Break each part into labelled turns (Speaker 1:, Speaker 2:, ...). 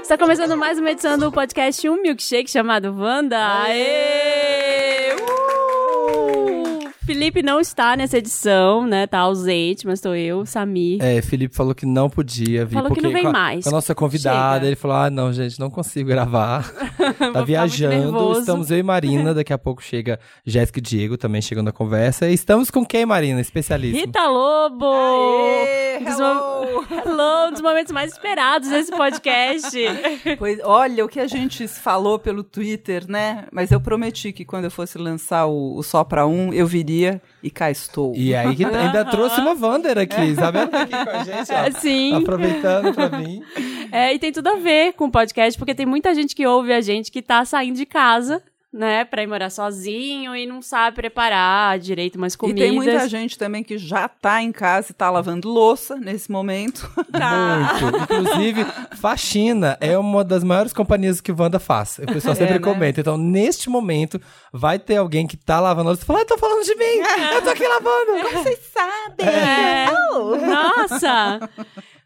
Speaker 1: Está começando mais uma edição do podcast Um Milkshake chamado Wanda. Aê! Uh! Felipe não está nessa edição, né? Tá ausente, mas estou eu, Samir.
Speaker 2: É, Felipe falou que não podia vir.
Speaker 1: Falou que
Speaker 2: porque
Speaker 1: não vem
Speaker 2: com a,
Speaker 1: mais.
Speaker 2: com a nossa convidada,
Speaker 1: Chega.
Speaker 2: ele falou: ah, não, gente, não consigo gravar.
Speaker 1: Vou
Speaker 2: tá
Speaker 1: ficar muito
Speaker 2: viajando.
Speaker 1: nervoso.
Speaker 2: Estamos eu e Marina. Daqui a pouco chega Jéssica e Diego também chegando na conversa. E estamos com quem, Marina? Especialista.
Speaker 1: Rita Lobo! Um
Speaker 3: Aê,
Speaker 1: Dos
Speaker 3: hello!
Speaker 1: Hello, um dos momentos mais esperados desse podcast.
Speaker 3: Pois, olha, o que a gente se falou pelo Twitter, né? Mas eu prometi que quando eu fosse lançar o, o Só Pra Um, eu viria e cá estou.
Speaker 2: E aí que ainda trouxe uma Wander aqui, Isabela tá aqui com a gente, ó.
Speaker 1: É Sim.
Speaker 2: Aproveitando pra mim.
Speaker 1: Assim, É, e tem tudo a ver com o podcast, porque tem muita gente que ouve a gente que tá saindo de casa, né, pra ir morar sozinho e não sabe preparar direito umas
Speaker 3: E
Speaker 1: comidas.
Speaker 3: tem muita gente também que já tá em casa e tá lavando louça nesse momento.
Speaker 1: Tá.
Speaker 2: Muito. Inclusive, faxina é uma das maiores companhias que Wanda faz. O pessoal sempre
Speaker 3: É, né?
Speaker 2: comenta. Então, neste momento, vai ter alguém que tá lavando a louça e fala, ah, tô falando de mim, eu tô aqui lavando.
Speaker 3: Como vocês sabem?
Speaker 1: É. Nossa!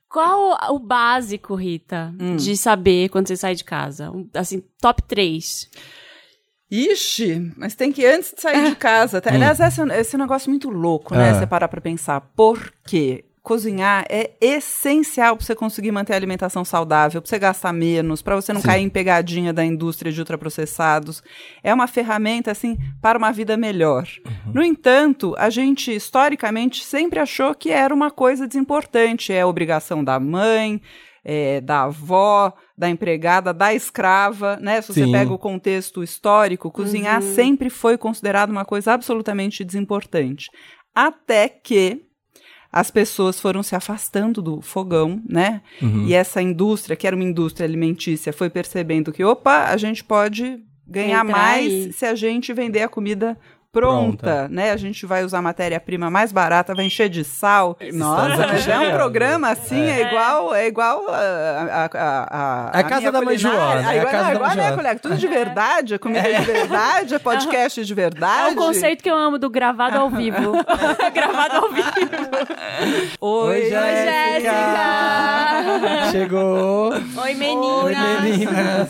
Speaker 1: Qual o básico, Rita, de saber quando você sai de casa? Um, Assim, top 3.
Speaker 3: Ixi, mas tem que antes de sair de casa. Tá? Aliás, esse, esse é um negócio muito louco, né?
Speaker 2: Ah.
Speaker 3: Você parar pra pensar. Por quê? Cozinhar é essencial pra você conseguir manter a alimentação saudável, pra você gastar menos, pra você não
Speaker 2: Sim.
Speaker 3: cair em pegadinha da indústria de ultraprocessados. É uma ferramenta, assim, para uma vida melhor.
Speaker 2: Uhum.
Speaker 3: No entanto, a gente historicamente sempre achou que era uma coisa desimportante. É obrigação da mãe, é, da avó, da empregada, da escrava, né? Se você
Speaker 2: Sim.
Speaker 3: pega o contexto histórico, cozinhar
Speaker 1: Uhum.
Speaker 3: sempre foi considerado uma coisa absolutamente desimportante. Até que as pessoas foram se afastando do fogão, né?
Speaker 2: Uhum.
Speaker 3: E essa indústria, que era uma indústria alimentícia, foi percebendo que, opa, a gente pode ganhar
Speaker 1: Entrar
Speaker 3: mais
Speaker 1: aí.
Speaker 3: se a gente vender a comida pronta,
Speaker 2: Pronta.
Speaker 3: né? A gente vai usar matéria-prima mais barata, vai encher de sal.
Speaker 2: Estamos aqui
Speaker 3: mas é um
Speaker 2: chegando.
Speaker 3: programa assim, é, igual, é igual a, a, a,
Speaker 2: É a casa
Speaker 3: minha
Speaker 2: da mãe
Speaker 3: culinária.
Speaker 2: Joana,
Speaker 3: É
Speaker 2: é a
Speaker 3: igual,
Speaker 2: casa
Speaker 3: não,
Speaker 2: da
Speaker 3: igual
Speaker 2: mãe
Speaker 3: a minha
Speaker 2: Joana.
Speaker 3: colega, tudo de verdade, é comida de verdade, é podcast de verdade.
Speaker 1: É o conceito que eu amo do gravado ao vivo. gravado ao vivo.
Speaker 3: Oi,
Speaker 2: Oi, Jéssica!
Speaker 1: Jéssica!
Speaker 2: Chegou!
Speaker 4: Oi, meninas!
Speaker 2: Oi, meninas!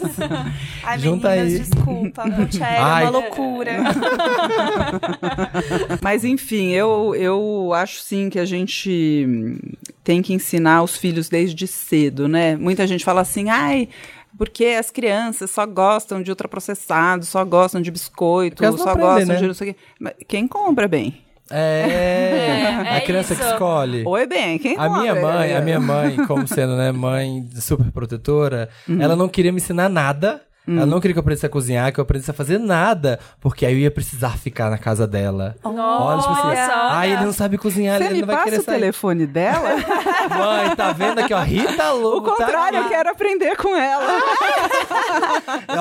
Speaker 4: Ai,
Speaker 2: Junta
Speaker 4: meninas,
Speaker 2: aí.
Speaker 4: desculpa, meu tchê, é
Speaker 2: Ai.
Speaker 4: uma loucura.
Speaker 3: Mas enfim, eu, eu acho sim que a gente hum, tem que ensinar os filhos desde cedo, né? Muita gente fala assim, ai, porque as crianças só gostam de ultraprocessado, só gostam de biscoito,
Speaker 2: Porque elas não
Speaker 3: só
Speaker 2: aprendem,
Speaker 3: gostam
Speaker 2: né?
Speaker 3: de não sei o quê. Mas quem compra bem?
Speaker 2: É,
Speaker 4: É,
Speaker 2: a
Speaker 4: é
Speaker 2: criança que
Speaker 4: isso.
Speaker 2: escolhe.
Speaker 3: Oi, é. bem, quem
Speaker 2: A
Speaker 3: compra?
Speaker 2: minha mãe, a minha mãe, como sendo, né, mãe super protetora,
Speaker 3: Uhum.
Speaker 2: ela não queria me ensinar nada. Ela não queria que eu aprendesse a cozinhar, que eu aprendesse a fazer nada, porque aí eu ia precisar ficar na casa dela. olha, tipo assim,
Speaker 4: Nossa,
Speaker 2: ah,
Speaker 4: olha.
Speaker 2: ele não sabe cozinhar,
Speaker 3: Você
Speaker 2: ele
Speaker 3: me
Speaker 2: não vai
Speaker 3: passa
Speaker 2: querer
Speaker 3: o
Speaker 2: sair.
Speaker 3: telefone dela?
Speaker 2: Mãe, tá vendo aqui, ó, Rita
Speaker 3: o
Speaker 2: Lobo tá
Speaker 3: contrário, eu
Speaker 2: aqui.
Speaker 3: quero aprender com ela.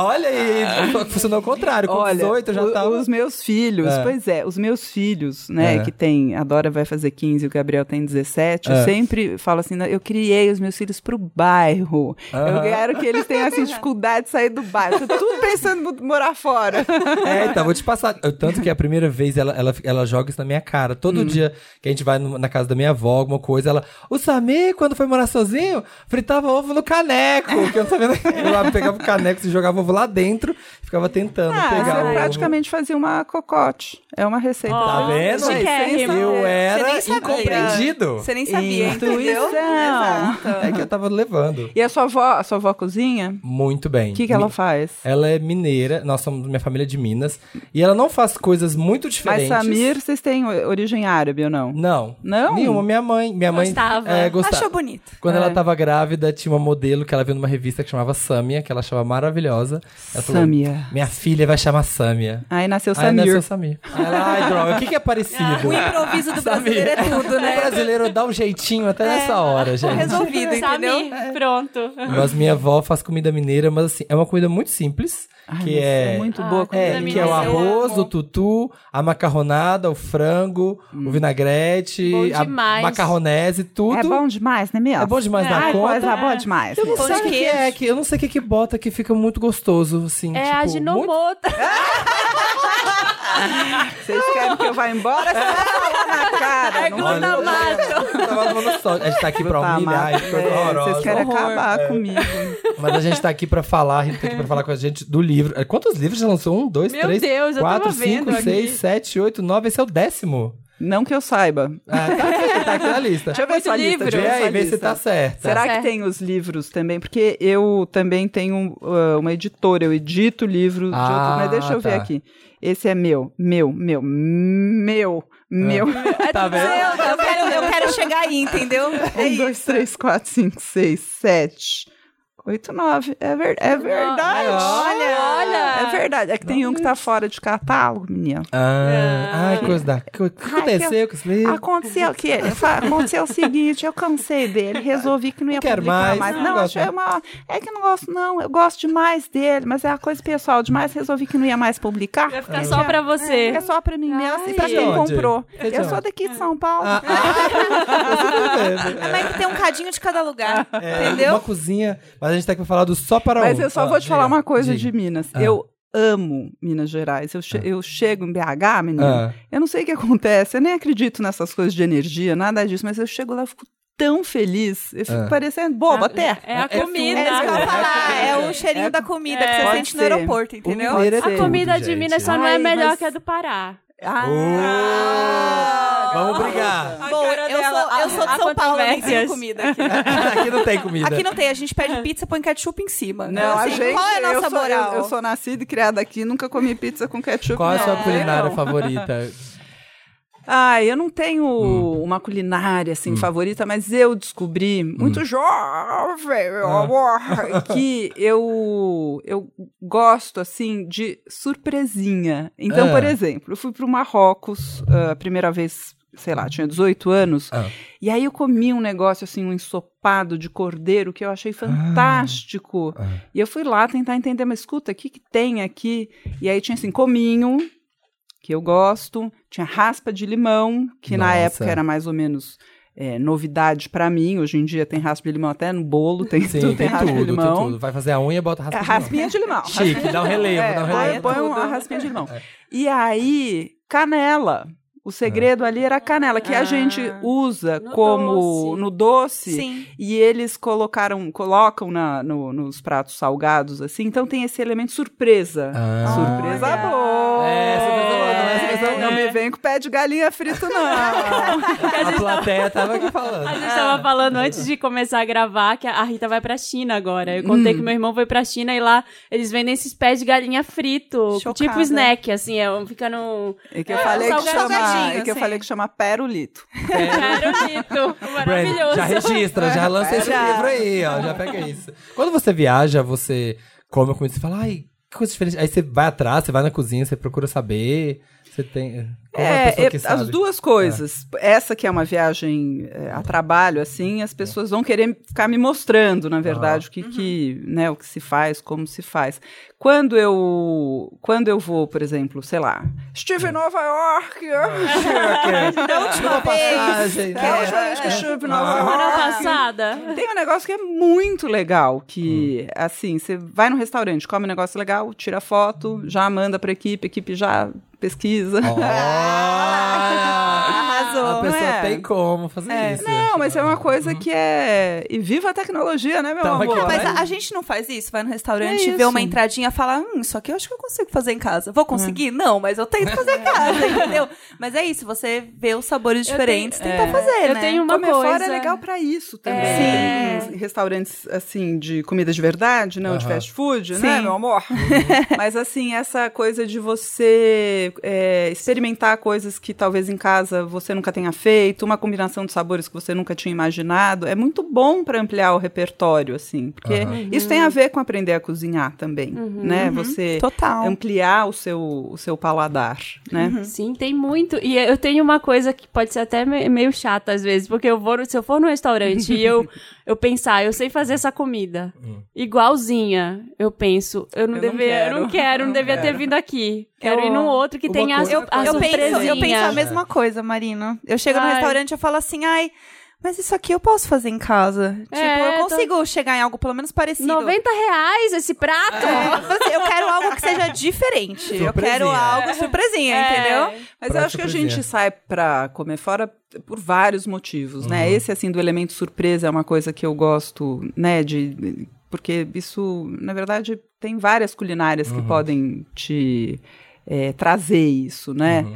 Speaker 2: Olha aí, funcionou ao contrário, com
Speaker 3: Olha,
Speaker 2: 18 eu já tá
Speaker 3: o-
Speaker 2: tava...
Speaker 3: os meus filhos,
Speaker 2: É.
Speaker 3: pois é, os meus filhos, né,
Speaker 2: É.
Speaker 3: que tem, a Dora vai fazer 15, o Gabriel tem 17,
Speaker 2: É.
Speaker 3: eu sempre falo assim, "Não, eu criei os meus filhos pro bairro, eu
Speaker 2: Aham.
Speaker 3: quero que eles tenham, assim, dificuldade de sair do bairro, tô tudo pensando em morar fora.
Speaker 2: É, então, vou te passar. Eu- tanto que a primeira vez ela, ela, ela joga isso na minha cara. Todo
Speaker 3: Hum.
Speaker 2: dia que a gente vai no- na casa da minha avó, alguma coisa, ela. O Samir, quando foi morar sozinho, fritava ovo no caneco. Que eu não sabia. né? Eu lá pegava o caneco e jogava ovo lá dentro, ficava tentando
Speaker 3: Ah,
Speaker 2: pegar o
Speaker 3: você
Speaker 2: ovo.
Speaker 3: praticamente fazia uma cocote, é uma receita.
Speaker 2: Tá vendo?
Speaker 1: chiquérrimo.
Speaker 2: Eu é. era
Speaker 4: Você nem sabia.
Speaker 2: incompreendido.
Speaker 4: Você nem sabia,
Speaker 3: Intuição.
Speaker 4: entendeu? Exato.
Speaker 2: É que eu tava levando.
Speaker 3: E a sua avó, a sua avó cozinha?
Speaker 2: Muito bem.
Speaker 3: O que que ela
Speaker 2: Mi-
Speaker 3: faz?
Speaker 2: Ela é mineira, nós somos minha família é de Minas. E ela não faz coisas muito
Speaker 3: Mas
Speaker 2: diferentes.
Speaker 3: Samir, vocês têm o- origem árabe ou não?
Speaker 2: Não.
Speaker 3: Não?
Speaker 2: Nenhuma. Minha mãe. Minha mãe.
Speaker 1: Gostava.
Speaker 2: É, gostava.
Speaker 4: Achou bonito.
Speaker 2: Quando
Speaker 3: É.
Speaker 2: ela tava grávida, tinha uma modelo que ela viu numa revista que chamava Samia, que ela achava maravilhosa. Ela falou,
Speaker 3: Samia.
Speaker 2: Minha filha vai chamar Samia.
Speaker 3: Aí nasceu
Speaker 2: Aí
Speaker 3: Samir.
Speaker 2: nasceu Samir. Aí ela, ai, droga, o que, que é parecido?
Speaker 4: O improviso do brasileiro é tudo,
Speaker 2: O
Speaker 4: né?
Speaker 2: brasileiro dá um jeitinho
Speaker 3: É,
Speaker 2: até nessa hora, gente.
Speaker 4: Resolvido,
Speaker 1: Sabe?
Speaker 4: entendeu?
Speaker 1: Pronto.
Speaker 2: Mas minha avó faz comida mineira, mas assim, é uma comida muito simples,
Speaker 3: Ai,
Speaker 2: que
Speaker 3: mas
Speaker 2: é...
Speaker 3: é muito
Speaker 1: Ah,
Speaker 3: boa. a
Speaker 1: comida
Speaker 2: É,
Speaker 3: comida
Speaker 2: que é o
Speaker 1: mineira.
Speaker 2: arroz,
Speaker 4: Eu amo.
Speaker 2: o tutu, a macarronada, o frango, o vinagrete,
Speaker 1: Bom
Speaker 2: a
Speaker 1: demais.
Speaker 2: macarronese, tudo.
Speaker 3: Hum. É bom demais, né, meu?
Speaker 2: É bom demais
Speaker 1: É.
Speaker 2: na
Speaker 3: Ai,
Speaker 2: conta.
Speaker 3: coisa boa demais.
Speaker 2: Eu não
Speaker 4: Pão
Speaker 2: sei o
Speaker 4: de
Speaker 2: que que
Speaker 4: queijo.
Speaker 2: é, que eu não sei o que que bota que fica muito gostoso, assim.
Speaker 1: É
Speaker 2: tipo,
Speaker 1: a
Speaker 2: muito...
Speaker 1: ginomoto.
Speaker 3: Vocês querem que eu vá embora? Você vai falar na cara.
Speaker 1: É
Speaker 3: não
Speaker 2: olha.
Speaker 1: glutamato.
Speaker 2: tava levando sol. A gente tá aqui pra
Speaker 3: Tá,
Speaker 2: humilhar,
Speaker 3: amado.
Speaker 2: e coisa
Speaker 3: É,
Speaker 2: horrorosa. É.
Speaker 3: Vocês querem
Speaker 1: Horror.
Speaker 3: acabar comigo.
Speaker 2: Mas a gente tá aqui pra falar, a Rita tá aqui pra falar com a gente do livro. Eh, Quantos livros já lançou? Um, dois,
Speaker 1: Meu
Speaker 2: três,
Speaker 1: Deus, eu
Speaker 2: quatro,
Speaker 1: tava vendo
Speaker 2: cinco, seis,
Speaker 1: aqui.
Speaker 2: sete, oito, nove. Esse é o décimo.
Speaker 3: Não que eu saiba.
Speaker 2: Ah, tá aqui, tá aqui na lista.
Speaker 3: Deixa eu ver
Speaker 1: muito
Speaker 3: sua lista.
Speaker 1: livro.
Speaker 3: Deixa eu
Speaker 2: Vê
Speaker 3: ver sua
Speaker 2: aí, vê se
Speaker 3: lista.
Speaker 2: tá certa.
Speaker 3: Será
Speaker 4: É.
Speaker 1: Certo.
Speaker 3: que tem os livros também? Porque eu também tenho uh, uma editora, eu edito livro de
Speaker 2: Ah,
Speaker 3: outro, mas deixa eu ver
Speaker 2: tá.
Speaker 3: aqui. Esse é meu, meu, meu, meu, meu.
Speaker 1: É
Speaker 2: Tá vendo?
Speaker 4: Eu, eu quero, eu quero chegar aí, entendeu? É
Speaker 3: Um, dois,
Speaker 4: isso.
Speaker 3: três, quatro, cinco, seis, sete, oito, nove. É, ver- é verdade.
Speaker 1: Olha, olha.
Speaker 3: É verdade. É que tem um que tá fora de catálogo, menina.
Speaker 2: Ah, ai, coisa da... O que
Speaker 3: Ai,
Speaker 2: aconteceu com esse livro?
Speaker 3: Aconteceu que ele fa- aconteceu o seguinte, eu cansei dele, resolvi que não ia
Speaker 2: Não quero
Speaker 3: publicar
Speaker 2: mais,
Speaker 3: mais.
Speaker 2: não
Speaker 3: Não,
Speaker 2: gosto
Speaker 3: acho- é, uma, é que eu não gosto não, eu gosto demais dele, mas é uma coisa pessoal demais, resolvi que não ia mais publicar.
Speaker 1: Vai ficar só pra você.
Speaker 3: É só pra mim mesmo e pra
Speaker 2: Ai.
Speaker 3: quem
Speaker 2: Onde?
Speaker 3: comprou.
Speaker 2: Você é de
Speaker 3: eu
Speaker 2: onde?
Speaker 3: sou daqui de São Paulo.
Speaker 2: Ah, ah,
Speaker 4: É, mas que tem um cadinho de cada lugar,
Speaker 2: é,
Speaker 4: entendeu?
Speaker 2: Uma cozinha, mas a gente tá aqui pra falar do só para
Speaker 3: Mas
Speaker 2: um.
Speaker 3: eu só
Speaker 2: Ah,
Speaker 3: vou te falar
Speaker 2: diga,
Speaker 3: uma coisa
Speaker 2: diga.
Speaker 3: de Minas.
Speaker 2: Ah.
Speaker 3: Eu amo Minas Gerais. Eu, che- eu chego em BH, menina.
Speaker 2: Ah.
Speaker 3: Eu não sei o que acontece. Eu nem acredito nessas coisas de energia, nada disso. Mas eu chego lá, eu fico tão feliz. Eu fico
Speaker 2: Ah.
Speaker 3: parecendo boba até.
Speaker 1: É a
Speaker 2: É
Speaker 1: comida.
Speaker 4: É isso que eu ia
Speaker 2: É,
Speaker 4: falar.
Speaker 2: é,
Speaker 4: É
Speaker 2: é,
Speaker 4: o cheirinho da comida que
Speaker 1: é.
Speaker 4: você
Speaker 3: Pode
Speaker 4: sente no
Speaker 3: ser.
Speaker 4: alerta, entendeu?
Speaker 2: Mineiro é
Speaker 1: A
Speaker 2: tudo,
Speaker 1: comida de
Speaker 2: gente.
Speaker 1: Minas só não é
Speaker 3: Ai,
Speaker 1: melhor
Speaker 3: mas-
Speaker 1: que a do Pará.
Speaker 3: Ah,
Speaker 4: Ah,
Speaker 2: Oh, vamos brigar.
Speaker 1: A
Speaker 4: Bom,
Speaker 1: cara
Speaker 4: eu
Speaker 1: dela,
Speaker 4: sou, eu sou
Speaker 1: há
Speaker 4: de São Paulo, nem
Speaker 1: controvérsias.
Speaker 4: tenho comida aqui.
Speaker 2: aqui não tem comida.
Speaker 4: Aqui não tem, a gente pede pizza, põe ketchup em cima.
Speaker 3: Não, a
Speaker 4: Assim,
Speaker 3: gente,
Speaker 4: qual é a
Speaker 3: eu
Speaker 4: nossa
Speaker 3: sou- eu-
Speaker 4: moral?
Speaker 3: Eu, sou assim. nascida e criada aqui, nunca comi pizza com ketchup.
Speaker 2: Qual é a
Speaker 3: não.
Speaker 2: sua
Speaker 3: Sei
Speaker 2: culinária
Speaker 3: não.
Speaker 2: favorita?
Speaker 3: Ah, eu não tenho
Speaker 2: Hum.
Speaker 3: uma culinária assim favorita, mas eu descobri muito jovem, meu
Speaker 2: Hum. Ah.
Speaker 3: amor, que eu eu gosto assim de surpresinha. Então,
Speaker 2: Ah.
Speaker 3: por exemplo, eu fui para o Marrocos ah, a primeira vez, sei lá, tinha 18 anos,
Speaker 2: Ah.
Speaker 3: e aí eu comi um negócio assim, um ensopado de cordeiro que eu achei fantástico.
Speaker 2: Ah.
Speaker 3: E eu fui lá tentar entender, mas escuta, o que, que tem aqui? E aí tinha assim, cominho, que eu gosto, tinha raspa de limão, que na
Speaker 2: Nossa.
Speaker 3: época era mais ou menos é, novidade pra mim. Hoje em dia tem raspa de limão até no bolo, tem,
Speaker 2: Sim,
Speaker 3: tudo, tem,
Speaker 2: tem
Speaker 3: raspa de
Speaker 2: tudo, tem
Speaker 3: limão.
Speaker 2: tudo. Vai fazer a unha, bota
Speaker 3: É,
Speaker 2: raspa.
Speaker 3: Raspinha de limão.
Speaker 2: Chique, dá um relevo,
Speaker 3: É,
Speaker 2: dá um
Speaker 3: põe-
Speaker 2: relevo. É.
Speaker 3: Põe uma raspinha de limão. E aí, canela. O
Speaker 2: É.
Speaker 3: segredo ali era a canela, que
Speaker 1: Ah.
Speaker 3: a gente usa
Speaker 1: No
Speaker 3: como
Speaker 1: doce.
Speaker 3: no doce.
Speaker 4: Sim.
Speaker 3: E eles colocaram, colocam na, no- nos pratos salgados, assim. Então tem esse elemento surpresa.
Speaker 2: Ah.
Speaker 3: Surpresa
Speaker 4: Olha.
Speaker 3: boa!
Speaker 2: É, surpresa boa, não é surpresa-
Speaker 3: Não me vem com pé de galinha frito, não.
Speaker 2: A plateia tava aqui
Speaker 1: A gente
Speaker 2: falando.
Speaker 1: tava falando antes de começar a gravar que a Rita vai pra China agora. Eu
Speaker 2: Hum.
Speaker 1: contei que meu irmão foi pra China e lá eles vendem esses pés de galinha frito,
Speaker 4: Chocada.
Speaker 1: tipo snack, assim, é, um- fica no.
Speaker 3: É que eu
Speaker 1: É,
Speaker 3: falei que
Speaker 1: salgadinho,
Speaker 3: chama, é que eu
Speaker 4: assim.
Speaker 3: falei que chama perolito.
Speaker 1: Carolito,
Speaker 2: Brand,
Speaker 1: maravilhoso.
Speaker 2: É. já registra, já lança esse
Speaker 3: Já.
Speaker 2: livro aí, ó. Já pega isso. Quando você viaja, você come comida, você fala, ai, que coisa diferente. Aí você vai atrás, você vai na cozinha, você procura saber. Você tem. eh, Como a pessoa
Speaker 3: É,
Speaker 2: que
Speaker 3: é,
Speaker 2: sabe?
Speaker 3: as duas coisas. Essa que é uma viagem é, a trabalho, assim, as pessoas vão querer ficar me mostrando, na
Speaker 2: Ah.
Speaker 3: verdade, o que, que, né, o que se faz, como se faz. Quando eu, quando eu vou, por exemplo, sei lá, estive em
Speaker 2: Hum.
Speaker 3: Nova York,
Speaker 4: Da última vez.
Speaker 2: Passagem,
Speaker 3: que é a
Speaker 2: né?
Speaker 3: última vez que eu estive em Nova York.
Speaker 1: Semana passada.
Speaker 3: Tem um negócio que é muito legal, que, assim, você vai num restaurante, come um negócio legal, tira foto, já manda pra equipe, a equipe já pesquisa.
Speaker 2: Arrasou. A
Speaker 3: não
Speaker 2: pessoa
Speaker 3: é?
Speaker 2: tem como fazer isso.
Speaker 3: Não, mas é uma coisa que é... E viva a tecnologia, né, meu
Speaker 2: Tava aqui,
Speaker 3: amor?
Speaker 2: ó.
Speaker 4: Mas é a, a gente não faz isso? Vai no restaurante,
Speaker 3: É
Speaker 4: vê
Speaker 3: isso.
Speaker 4: uma entradinha, fala, hum, isso aqui eu acho que eu consigo fazer em casa. Vou conseguir?
Speaker 3: Hum.
Speaker 4: Não, mas eu tento fazer em casa, entendeu? Mas é isso, você vê os sabores
Speaker 1: Eu
Speaker 4: diferentes,
Speaker 1: tenho-
Speaker 4: tenta
Speaker 1: é.
Speaker 4: fazer,
Speaker 1: Eu
Speaker 4: né?
Speaker 1: tenho uma
Speaker 3: Comer
Speaker 1: coisa.
Speaker 3: fora é legal pra isso também.
Speaker 1: É.
Speaker 3: Tem restaurantes, assim, de comidas de verdade, não de
Speaker 2: Aham.
Speaker 3: fast food, né,
Speaker 4: Sim.
Speaker 3: meu amor? Mas, assim, essa coisa de você é, experimentar coisas que talvez em casa você nunca tenha feito, uma combinação de sabores que você nunca tinha imaginado, é muito bom pra ampliar o repertório, assim. Porque isso tem a ver com aprender a cozinhar também, né? Você
Speaker 4: Total.
Speaker 3: ampliar o seu, o seu paladar, né?
Speaker 1: Sim, tem muito. E eu tenho uma coisa que pode ser até me- meio chata às vezes, porque eu vou, no- se eu for num restaurante e eu, eu pensar, eu sei fazer essa comida
Speaker 2: Hum.
Speaker 1: igualzinha, eu penso, eu não
Speaker 3: Eu não
Speaker 1: devia, eu não
Speaker 3: quero.
Speaker 1: quero, não
Speaker 3: Não
Speaker 1: devia ter
Speaker 3: quero.
Speaker 1: vindo aqui. Quero
Speaker 4: Eu-
Speaker 1: ir num outro que
Speaker 2: Uma
Speaker 1: tenha a,
Speaker 2: coisa-
Speaker 1: a é.
Speaker 4: Eu penso,
Speaker 1: surpresinha.
Speaker 4: eu penso a mesma coisa, Marina. Eu chego
Speaker 1: Ai.
Speaker 4: no restaurante e falo assim, ai, Mas isso aqui eu posso fazer em casa. Tipo,
Speaker 1: É,
Speaker 4: eu consigo chegar em algo pelo menos parecido.
Speaker 1: 90 reais esse prato?
Speaker 4: É, eu falei assim, eu quero algo que seja diferente. Eu quero
Speaker 2: Surpresinha.
Speaker 1: É.
Speaker 4: algo surpresinha, É, entendeu?
Speaker 3: Mas
Speaker 2: Pra
Speaker 3: eu acho que a
Speaker 2: surpreender.
Speaker 3: gente sai pra comer fora por vários motivos, né? Esse, assim, do elemento surpresa é uma coisa que eu gosto, né? De, porque isso, na verdade, tem várias culinárias que podem te eh, trazer isso, né?
Speaker 2: Uhum.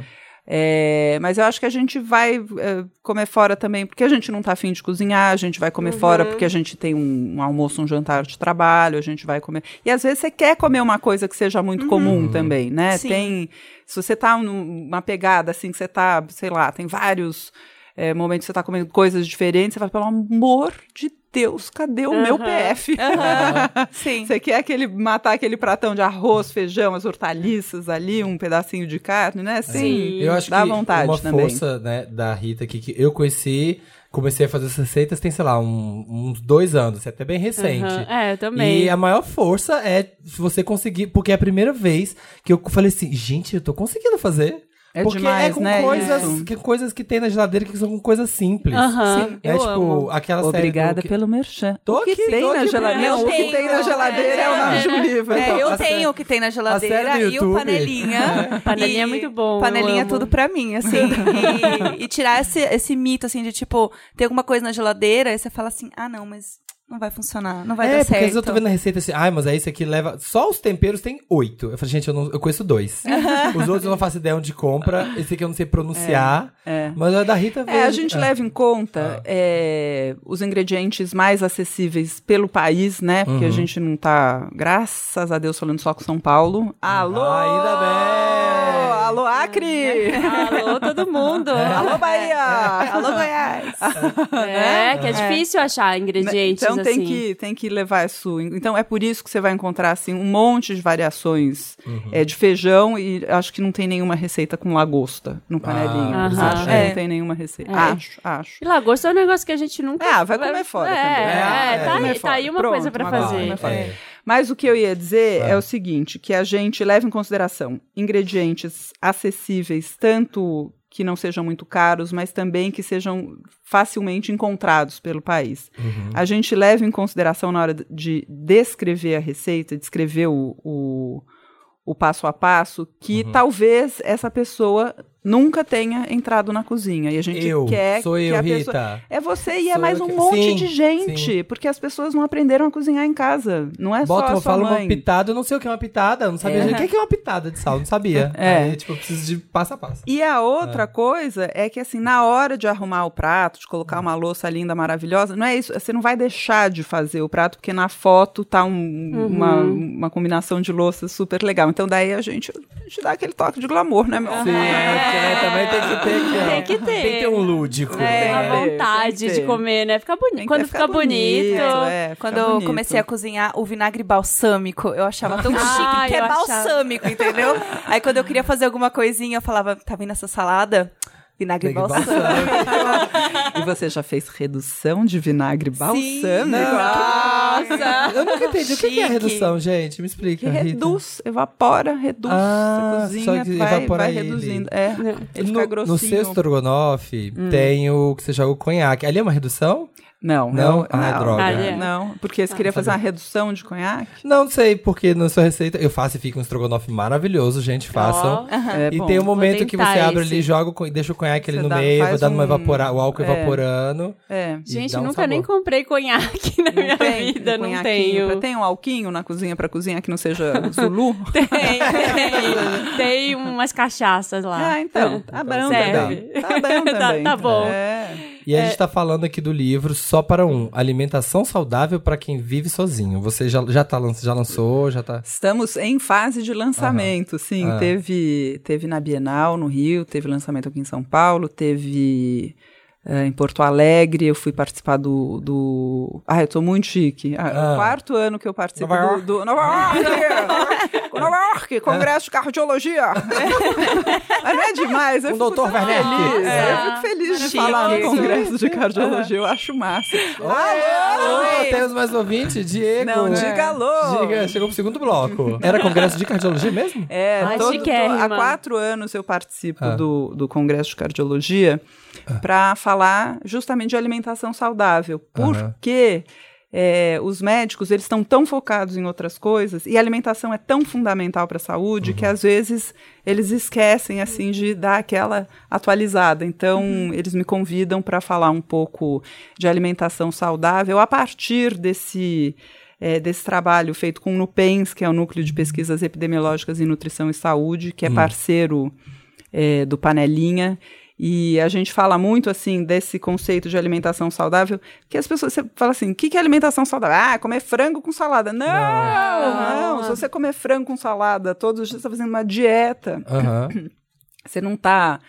Speaker 3: É, mas eu acho que a gente vai é, comer fora também, porque a gente não tá afim de cozinhar, a gente vai comer fora porque a gente tem um, um almoço, um jantar de trabalho, a gente vai comer. E às vezes você quer comer uma coisa que seja muito comum também, né?
Speaker 4: Sim.
Speaker 3: Tem. Se você tá numa pegada assim, que você tá, sei lá, tem vários é, momentos que você tá comendo coisas diferentes, você fala, pelo amor de Deus, cadê o meu
Speaker 1: Aham.
Speaker 3: PF?
Speaker 4: Sim.
Speaker 3: Você quer aquele, matar aquele pratão de arroz, feijão, as hortaliças ali, um pedacinho de carne, né? Sim,
Speaker 2: Eu acho
Speaker 3: dá
Speaker 2: que
Speaker 3: vontade
Speaker 2: uma
Speaker 3: também.
Speaker 2: força né, da Rita aqui, que eu conheci, comecei a fazer essas receitas tem, sei lá, um- uns dois anos, assim, até bem recente.
Speaker 1: Aham, É, eu também.
Speaker 2: E a maior força é se você conseguir, porque é a primeira vez que eu falei assim, gente, eu tô conseguindo fazer.
Speaker 3: É
Speaker 2: porque é
Speaker 3: demais,
Speaker 2: com
Speaker 3: né,
Speaker 2: coisas,
Speaker 3: isso.
Speaker 2: que, coisas que tem na geladeira que são com coisas simples.
Speaker 1: Aham,
Speaker 2: É
Speaker 1: eu
Speaker 2: tipo,
Speaker 1: amo.
Speaker 3: tá
Speaker 2: aquela série
Speaker 3: Obrigada
Speaker 2: do- que-
Speaker 3: pelo merchan.
Speaker 2: Tô
Speaker 3: o que
Speaker 2: aqui,
Speaker 3: tem
Speaker 2: tô
Speaker 3: na
Speaker 2: aqui
Speaker 3: geladeira? é
Speaker 4: pra-
Speaker 3: O que tem na
Speaker 4: Eu tenho,
Speaker 3: geladeira é o
Speaker 4: é.
Speaker 3: Nacho Livre.
Speaker 4: É,
Speaker 3: então.
Speaker 4: eu
Speaker 2: assim, a série-
Speaker 4: tenho o que tem na geladeira
Speaker 2: série do
Speaker 4: e o
Speaker 2: YouTube?
Speaker 4: panelinha.
Speaker 1: Panelinha
Speaker 4: E
Speaker 1: é muito bom, eu
Speaker 4: Panelinha é
Speaker 1: amo.
Speaker 4: tudo pra mim, assim. E, e tirar esse, esse mito, assim, de tipo, tem alguma coisa na geladeira e você fala assim, ah, não, mas não vai funcionar, não vai
Speaker 2: é,
Speaker 4: dar
Speaker 2: porque às vezes
Speaker 4: certo.
Speaker 2: eu tô vendo a receita assim, ai, mas aí isso aqui leva. Só os temperos tem oito. Eu falei, gente, eu, não- eu conheço dois. os outros eu não faço ideia onde compra. Esse aqui eu não sei pronunciar.
Speaker 3: é.
Speaker 2: Mas a da Rita
Speaker 3: É, a
Speaker 2: veio-
Speaker 3: gente
Speaker 2: Ah.
Speaker 3: leva em conta é, os ingredientes mais acessíveis pelo país, né? Porque a gente não tá, graças a Deus, falando só com São Paulo. Alô!
Speaker 2: Ainda bem!
Speaker 3: Alô, Acre!
Speaker 1: Alô, todo mundo.
Speaker 2: É.
Speaker 3: Alô, Bahia!
Speaker 4: Alô, Goiás!
Speaker 1: É, que é difícil achar ingredientes
Speaker 3: Então tem
Speaker 1: assim.
Speaker 3: que tem que levar isso. em- Então é por isso que você vai encontrar assim um monte de variações
Speaker 2: Uhum.
Speaker 3: é, de feijão e acho que não tem nenhuma receita com lagosta no panelinho.
Speaker 2: Ah,
Speaker 1: eles
Speaker 3: acho
Speaker 1: acham.
Speaker 3: que
Speaker 4: É.
Speaker 3: não tem nenhuma receita.
Speaker 1: É.
Speaker 3: Acho, acho.
Speaker 1: E lagosta é um negócio que a gente nunca...
Speaker 3: Ah, vai comer fora
Speaker 1: É,
Speaker 3: também. né? Ah,
Speaker 1: é,
Speaker 2: É,
Speaker 1: tá,
Speaker 3: comer
Speaker 1: aí, tá
Speaker 3: fora.
Speaker 1: aí uma
Speaker 3: Pronto,
Speaker 1: coisa pra
Speaker 3: uma
Speaker 2: Ah,
Speaker 3: coisa,
Speaker 1: fazer.
Speaker 3: uma
Speaker 2: é. Ah.
Speaker 3: coisa. Mas o que eu ia dizer é. o seguinte, que a gente leva em consideração ingredientes acessíveis, tanto que não sejam muito caros, mas também que sejam facilmente encontrados pelo país.
Speaker 2: Uhum.
Speaker 3: A gente leva em consideração na hora de descrever a receita, descrever o, o, o passo a passo, que
Speaker 2: Uhum.
Speaker 3: talvez essa pessoa nunca tenha entrado na cozinha. E a gente
Speaker 2: Eu,
Speaker 3: quer
Speaker 2: sou
Speaker 3: que
Speaker 2: eu,
Speaker 3: a pessoa...
Speaker 2: Rita.
Speaker 3: É você e é
Speaker 2: Sou
Speaker 3: mais
Speaker 2: eu
Speaker 3: um
Speaker 2: que-
Speaker 3: monte
Speaker 2: Sim,
Speaker 3: de gente, porque as pessoas não aprenderam a cozinhar em casa. Não é
Speaker 2: Bota,
Speaker 3: só a
Speaker 2: eu
Speaker 3: sua
Speaker 2: falo uma
Speaker 3: mãe.
Speaker 2: pitada, eu não sei o que é uma pitada, eu não sabia.
Speaker 3: É.
Speaker 2: gente, O que é que é uma pitada de sal? Eu não sabia.
Speaker 3: É.
Speaker 2: Aí, tipo, eu preciso de passo a passo.
Speaker 3: E a outra coisa é que assim, na hora de arrumar o prato, de colocar uma louça linda, maravilhosa, não é isso, você não vai deixar de fazer o prato porque na foto tá um-
Speaker 4: Uhum.
Speaker 3: uma, uma combinação de louças super legal. Então daí a gente, a gente dá aquele toque de glamour, né, meu?
Speaker 2: Sim, é, né, também tem que ter
Speaker 1: Tem que ter.
Speaker 2: Tem que ter um lúdico.
Speaker 3: É.
Speaker 1: A
Speaker 3: tem que
Speaker 1: vontade
Speaker 3: ter.
Speaker 1: de comer, né? Fica bonito.
Speaker 3: Tem que
Speaker 1: Quando
Speaker 3: ficar
Speaker 1: fica bonito.
Speaker 3: é, fica
Speaker 4: Quando eu
Speaker 3: bonito.
Speaker 4: comecei a cozinhar o vinagre balsâmico, eu achava tão chique, porque
Speaker 1: eu
Speaker 4: é
Speaker 1: achava.
Speaker 4: balsâmico, entendeu? Aí quando eu queria fazer alguma coisinha, eu falava, tá vendo essa salada? Vinagre
Speaker 2: Tem que
Speaker 4: balsâmico.
Speaker 2: balsâmico.
Speaker 3: E você já fez redução de vinagre balsâmico?
Speaker 1: Ah,
Speaker 4: Nossa!
Speaker 2: Eu nunca entendi. O que que é
Speaker 4: Chique.
Speaker 2: redução, gente? Me explica.
Speaker 3: Que
Speaker 2: Rita.
Speaker 3: reduz, evapora, reduz.
Speaker 2: Ah,
Speaker 3: você
Speaker 2: só
Speaker 3: cozinha,
Speaker 2: que
Speaker 3: vai,
Speaker 2: evapora
Speaker 3: vai
Speaker 2: ele.
Speaker 3: reduzindo. É, ele
Speaker 2: no,
Speaker 3: fica
Speaker 2: no
Speaker 3: grossinho. Hum.
Speaker 2: seu estrogonofe tem o que você joga o conhaque. Ali é uma redução?
Speaker 3: Não,
Speaker 2: Não?
Speaker 3: eu-
Speaker 2: Ah,
Speaker 3: não,
Speaker 2: droga.
Speaker 1: Ah, é.
Speaker 3: Não, porque você queria fazer uma redução de conhaque?
Speaker 2: Não sei, porque na sua receita eu faço e fica um estrogonofe maravilhoso, gente,
Speaker 1: Ó.
Speaker 2: façam.
Speaker 3: É
Speaker 2: e
Speaker 3: bom.
Speaker 2: tem um momento que
Speaker 1: tentar
Speaker 2: você abre
Speaker 1: esse.
Speaker 2: ali, joga o con- deixa o conhaque ali
Speaker 3: Você
Speaker 2: no
Speaker 3: dá-
Speaker 2: meio, vai
Speaker 3: faz
Speaker 2: dando uma
Speaker 3: um-
Speaker 2: evapora, o álcool
Speaker 3: é.
Speaker 2: evaporando.
Speaker 3: É.
Speaker 2: e
Speaker 1: Gente,
Speaker 2: dá um
Speaker 1: nunca
Speaker 2: sabor.
Speaker 1: nem comprei conhaque na minha
Speaker 3: tem
Speaker 1: vida,
Speaker 3: um
Speaker 1: não
Speaker 3: conhaquinho
Speaker 1: tenho.
Speaker 3: pra- tem um alquinho na cozinha pra cozinhar que não seja Zulu?
Speaker 1: Tem, tem. Tem umas cachaças lá. É,
Speaker 3: ah, então. Tá bom
Speaker 1: Serve.
Speaker 3: também. Tá bom
Speaker 1: Tá-
Speaker 3: também.
Speaker 1: tá bom.
Speaker 3: É.
Speaker 2: E a gente tá falando aqui do livro Só para um, Alimentação Saudável para quem vive sozinho. Você já, já, tá, lan- já lançou, já tá...
Speaker 3: Estamos em fase de lançamento, sim.
Speaker 2: Ah.
Speaker 3: Teve, teve na Bienal, no Rio, teve lançamento aqui em São Paulo, teve eh, em Porto Alegre, eu fui participar do... do... Ah, eu tô muito chique. Ah,
Speaker 2: Ah.
Speaker 3: O quarto ano que eu participo
Speaker 2: Nova
Speaker 3: do, do... Nova York! Nova York, Congresso de Cardiologia. Mas não é demais. Eu
Speaker 2: Com o
Speaker 3: fico
Speaker 2: doutor
Speaker 3: tão
Speaker 2: Werneck.
Speaker 3: feliz.
Speaker 1: É.
Speaker 3: Eu fico feliz
Speaker 1: Maravilhoso.
Speaker 3: de
Speaker 1: É.
Speaker 3: falar no Congresso de Cardiologia. Eu acho massa.
Speaker 2: Alô,
Speaker 3: gente.
Speaker 2: temos mais ouvinte, Diego. Né?
Speaker 3: Não, diga alô.
Speaker 2: Diga, chegou pro segundo bloco. Era congresso de cardiologia mesmo?
Speaker 3: É,
Speaker 1: Ai,
Speaker 3: todo-
Speaker 1: chiquérrima.
Speaker 3: há quatro anos eu participo
Speaker 2: Ah.
Speaker 3: do, do Congresso de Cardiologia para falar justamente de alimentação saudável.
Speaker 2: Aham.
Speaker 3: Porque é, os médicos eles estão tão focados em outras coisas e a alimentação é tão fundamental para a saúde
Speaker 2: Uhum.
Speaker 3: que às vezes eles esquecem assim de dar aquela atualizada. Então
Speaker 1: Uhum.
Speaker 3: eles me convidam para falar um pouco de alimentação saudável a partir desse é, desse trabalho feito com o NUPENS, que é o Núcleo de Pesquisas Epidemiológicas em Nutrição e Saúde, que é parceiro é, do Panelinha. E a gente fala muito, assim, desse conceito de alimentação saudável, que as pessoas você fala assim, o que, que é alimentação saudável? Ah, comer frango com salada. Não, não,
Speaker 1: Não.
Speaker 3: se você comer frango com salada todos os dias, você está fazendo uma dieta.
Speaker 2: Aham.
Speaker 3: Você não está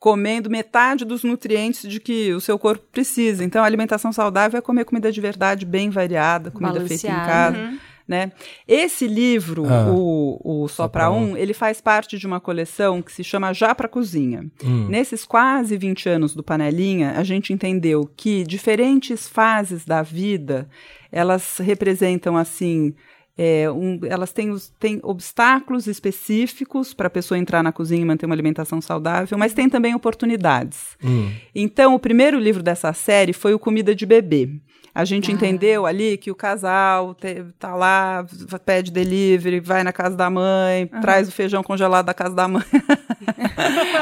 Speaker 3: comendo metade dos nutrientes de que o seu corpo precisa. Então, a alimentação saudável é comer comida de verdade, bem variada, comida feita em
Speaker 1: Balanceada.
Speaker 3: casa. Né? Esse livro,
Speaker 2: Ah.
Speaker 3: o, o Só,
Speaker 2: Só
Speaker 3: Pra
Speaker 2: Pra
Speaker 3: um, ele faz parte de uma coleção que se chama Já Pra Cozinha.
Speaker 2: Hum.
Speaker 3: Nesses quase 20 anos do Panelinha, a gente entendeu que diferentes fases da vida, elas representam, assim, é, um- elas têm, os- têm obstáculos específicos para a pessoa entrar na cozinha e manter uma alimentação saudável, mas tem também oportunidades.
Speaker 2: Hum.
Speaker 3: Então, o primeiro livro dessa série foi o Comida de Bebê. A gente entendeu ali que o casal te- tá lá, v- pede delivery, vai na casa da mãe, traz o feijão congelado da casa da mãe.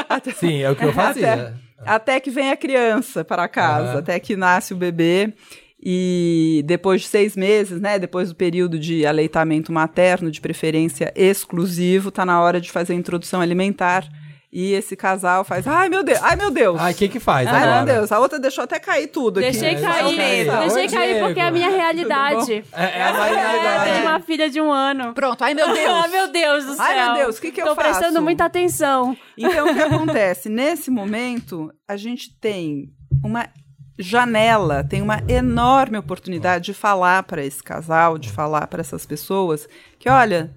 Speaker 3: até,
Speaker 2: Sim, é o que eu fazia.
Speaker 3: até que vem a criança para casa,
Speaker 2: Aham.
Speaker 3: até que nasce o bebê. E depois de seis meses, né? Depois do período de aleitamento materno, de preferência exclusivo, tá na hora de fazer a introdução alimentar. E esse casal faz, ai meu Deus, ai meu Deus.
Speaker 2: Ai, o que que faz
Speaker 3: Ai,
Speaker 2: agora?
Speaker 3: Ah, meu Deus, a outra deixou até cair tudo aqui. né? um
Speaker 1: Deixei
Speaker 2: É,
Speaker 1: cair,
Speaker 2: Diego.
Speaker 1: deixei
Speaker 2: Ô,
Speaker 1: cair
Speaker 2: Diego.
Speaker 1: porque é a minha realidade.
Speaker 2: É, é a Marina
Speaker 1: É,
Speaker 2: agora.
Speaker 1: de uma filha de um ano.
Speaker 4: Pronto, ai meu Deus.
Speaker 1: Ah, meu Deus do céu.
Speaker 3: Ai, meu Deus, o que que eu
Speaker 1: Tô
Speaker 3: faço?
Speaker 1: prestando muita atenção.
Speaker 3: Então, o que acontece? Nesse momento, a gente tem uma janela, tem uma enorme oportunidade de falar para esse casal, de falar para essas pessoas que, olha,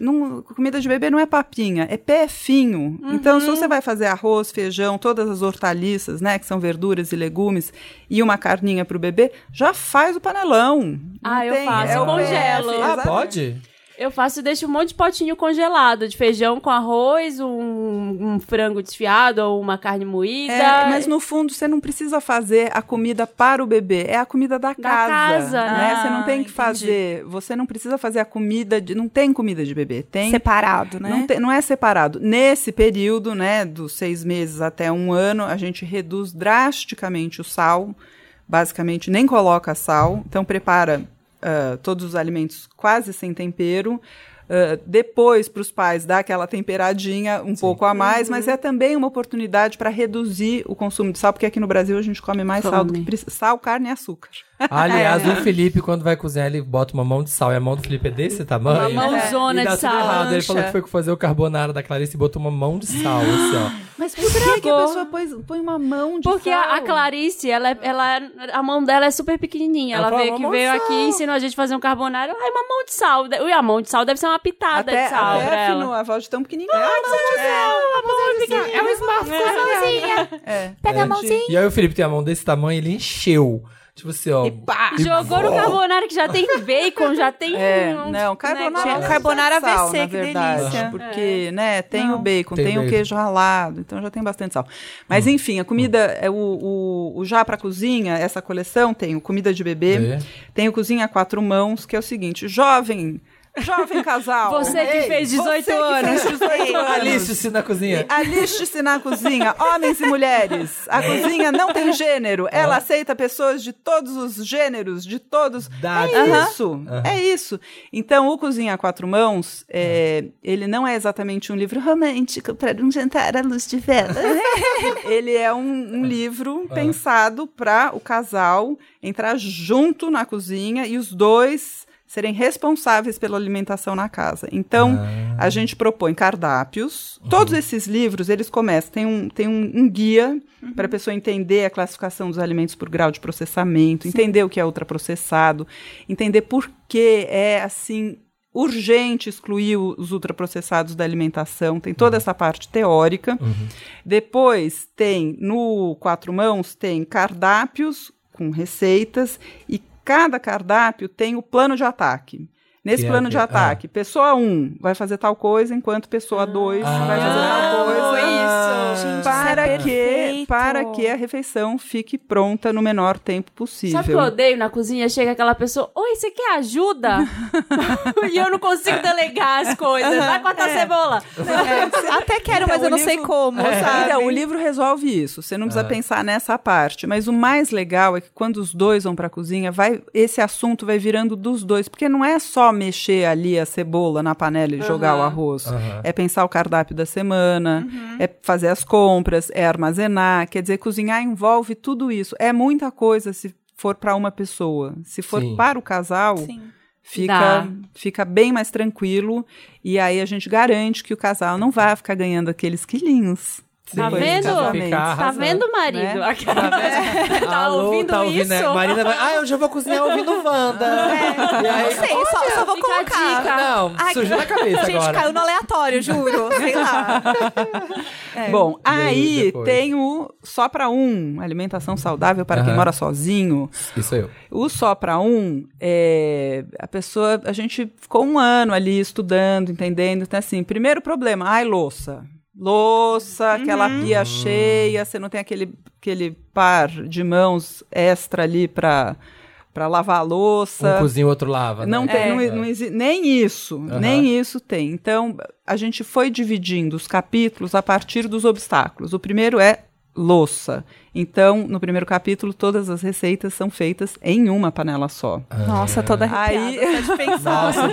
Speaker 3: não- comida de bebê não é papinha, é pefinho. Então,
Speaker 1: Uhum.
Speaker 3: se você vai fazer arroz, feijão, todas as hortaliças, né, que são verduras e legumes, e uma carninha para o bebê, já faz o panelão. Não é
Speaker 1: Ah, eu faço,
Speaker 3: o
Speaker 1: congelo.
Speaker 3: PF,
Speaker 2: Ah,
Speaker 3: exatamente.
Speaker 2: pode?
Speaker 1: Eu faço e deixo um monte de potinho congelado de feijão com arroz, um, um frango desfiado ou uma carne moída.
Speaker 3: É, mas no fundo você não precisa fazer a comida para o bebê, é a comida da casa.
Speaker 1: casa,
Speaker 3: né?
Speaker 4: né?
Speaker 3: você não tem que
Speaker 4: Ah, entendi.
Speaker 3: fazer, você não precisa fazer a comida de, não tem comida de bebê, tem.
Speaker 4: Separado, né?
Speaker 3: Não, te- não é separado. Nesse período, né, dos seis meses até um ano, a gente reduz drasticamente o sal. Basicamente, nem coloca sal. Então, prepara ah, todos os alimentos quase sem tempero. Ah, depois, para os pais, dá aquela temperadinha um pouco a mais, mas é também uma oportunidade para reduzir o consumo de sal, porque aqui no Brasil a gente come mais sal do que
Speaker 1: Come.
Speaker 3: precisa. Sal, carne e açúcar.
Speaker 1: É.
Speaker 2: Aliás, o Felipe, quando vai cozinhar, ele bota uma mão de sal. E a mão do Felipe é desse tamanho.
Speaker 1: Uma mãozona
Speaker 2: e dá
Speaker 1: de
Speaker 2: tudo
Speaker 1: sal.
Speaker 2: errado. Ele
Speaker 3: Mancha.
Speaker 2: falou que foi fazer o carbonara da Clarice e botou uma mão de sal, assim, ó.
Speaker 3: Mas por que, que a
Speaker 1: Estragou.
Speaker 3: pessoa põe, põe uma mão de
Speaker 1: Porque
Speaker 3: sal?
Speaker 1: a, a Clarice, ela, é- ela, é- a mão dela é super pequenininha.
Speaker 2: Ela
Speaker 1: Ela,
Speaker 2: fala,
Speaker 1: veio,
Speaker 2: "Uma
Speaker 1: que
Speaker 2: mão
Speaker 1: veio
Speaker 2: de
Speaker 1: aqui
Speaker 2: sal."
Speaker 1: e ensinou a gente a fazer um carbonara. Ai, uma mão de sal. Ui, a mão de sal deve ser uma pitada
Speaker 3: até,
Speaker 1: de sal
Speaker 3: até
Speaker 1: pra
Speaker 3: afinou
Speaker 1: ela.
Speaker 3: a voz de tão pequenininha. Ah,
Speaker 1: É um smartphone.
Speaker 3: É.
Speaker 2: Pega a mãozinha. E aí o Felipe tem a mão desse tamanho, ele encheu. Tipo assim, ó.
Speaker 1: Ah, Jogou no carbonara que já tem bacon, já tem...
Speaker 3: É,
Speaker 1: um
Speaker 3: não, carbonara,
Speaker 1: negócio.
Speaker 4: Tinha um
Speaker 2: é
Speaker 4: carbonara
Speaker 3: bastante sal,
Speaker 4: AVC,
Speaker 3: na
Speaker 4: que
Speaker 3: verdade,
Speaker 4: delícia.
Speaker 3: Porque, né, tem o bacon,
Speaker 2: Tem Hum.
Speaker 3: tem,
Speaker 2: bacon.
Speaker 3: o queijo ralado, então já tem bastante sal. Mas enfim, a comida, é o, o, o já pra cozinha, essa coleção tem o comida de bebê,
Speaker 2: É.
Speaker 3: tem o cozinha a quatro mãos, que é o seguinte, jovem, jovem casal.
Speaker 1: Você que fez 18 anos.
Speaker 3: Você que fez 18 anos.
Speaker 2: Alice, se na cozinha.
Speaker 3: Aliste-se na cozinha, homens e mulheres.
Speaker 2: É.
Speaker 3: A cozinha não tem gênero. Ela aceita pessoas de todos os gêneros, de todos.
Speaker 2: Dá
Speaker 3: é
Speaker 2: disso.
Speaker 3: isso. É isso. Então, o Cozinha a Quatro Mãos, é, ele não é exatamente um livro romântico para um jantar à luz de vela. ele é um, um livro pensado para o casal entrar junto na cozinha e os dois serem responsáveis pela alimentação na casa. Então, a gente propõe cardápios. Todos esses livros, eles começam, tem um, tem um, um guia para a pessoa entender a classificação dos alimentos por grau de processamento, entender o que é ultraprocessado, entender por que é assim urgente excluir o- os ultraprocessados da alimentação, tem
Speaker 2: Uhum.
Speaker 3: toda essa parte teórica. Depois tem no Quatro Mãos tem cardápios com receitas e cada cardápio tem o plano de ataque. Nesse
Speaker 2: Que é
Speaker 3: plano
Speaker 2: o
Speaker 3: de
Speaker 2: quê?
Speaker 3: ataque, pessoa 1 vai fazer tal coisa, enquanto pessoa 2
Speaker 2: Ah.
Speaker 3: vai fazer tal coisa.
Speaker 4: Ah, isso, gente, isso
Speaker 1: Tá
Speaker 4: é
Speaker 3: Para que,
Speaker 4: perfeito.
Speaker 3: para que a refeição fique pronta no menor tempo possível. É.
Speaker 1: Sabe o que eu odeio na cozinha? Chega aquela pessoa, oi, você quer ajuda? e eu não consigo delegar as coisas. Vai cortar
Speaker 4: É.
Speaker 1: cebola.
Speaker 4: Até quero,
Speaker 3: Então,
Speaker 4: mas eu
Speaker 3: o
Speaker 4: não sei
Speaker 3: livro-
Speaker 4: como, sabe?
Speaker 3: Então, o livro resolve isso. Você não
Speaker 2: É.
Speaker 3: precisa pensar nessa parte. Mas o mais legal é que quando os dois vão para a cozinha, vai, esse assunto vai virando dos dois. Porque não é só mexer ali a cebola na panela e jogar o arroz.
Speaker 2: Aham.
Speaker 3: É pensar o cardápio da semana, é fazer as compras, é armazenar. Quer dizer, cozinhar envolve tudo isso. É muita coisa se for para uma pessoa. Se for
Speaker 2: Sim.
Speaker 3: para o casal,
Speaker 4: Sim.
Speaker 1: Dá.
Speaker 3: fica, fica bem mais tranquilo. E aí a gente garante que o casal não vai ficar ganhando aqueles quilinhos.
Speaker 1: Tá
Speaker 3: depois do
Speaker 1: vendo?
Speaker 3: casamento.
Speaker 2: Ficar-
Speaker 1: Tá
Speaker 2: Arrasou.
Speaker 1: vendo, marido?
Speaker 3: Né?
Speaker 1: Aquela- tá
Speaker 2: Alô,
Speaker 1: ouvindo
Speaker 2: tá
Speaker 1: isso? É.
Speaker 2: né? Marina vai. Ah, eu já vou cozinhar ouvindo Wanda. E
Speaker 4: É, Não
Speaker 2: aí-
Speaker 4: sei, só, só vou
Speaker 1: fica a
Speaker 4: colocar.
Speaker 1: dica.
Speaker 2: Não,
Speaker 4: Ai,
Speaker 2: surgiu na cabeça
Speaker 4: Gente,
Speaker 2: agora.
Speaker 4: caiu no aleatório, juro. Sei lá. É.
Speaker 3: Bom,
Speaker 2: E aí,
Speaker 3: aí
Speaker 2: depois?
Speaker 3: tem o só para um, alimentação saudável para quem
Speaker 2: Aham.
Speaker 3: mora sozinho.
Speaker 2: Isso eu.
Speaker 3: O só para um, é, a pessoa, a gente ficou um ano ali estudando, entendendo, então assim, primeiro problema, ai louça. Louça, aquela pia
Speaker 2: Hum.
Speaker 3: cheia, você não tem aquele, aquele par de mãos extra ali para para lavar a louça.
Speaker 2: Um cozinha, o outro lava. né?
Speaker 3: Não tem,
Speaker 2: É.
Speaker 3: não, não exi- nem isso,
Speaker 2: Aham.
Speaker 3: nem isso tem. Então, a gente foi dividindo os capítulos a partir dos obstáculos. O primeiro é louça. Então, no primeiro capítulo, todas as receitas são feitas em uma panela só.
Speaker 4: Nossa, toda
Speaker 3: Aí-
Speaker 4: arrepiada. só de pensar.
Speaker 2: Nossa,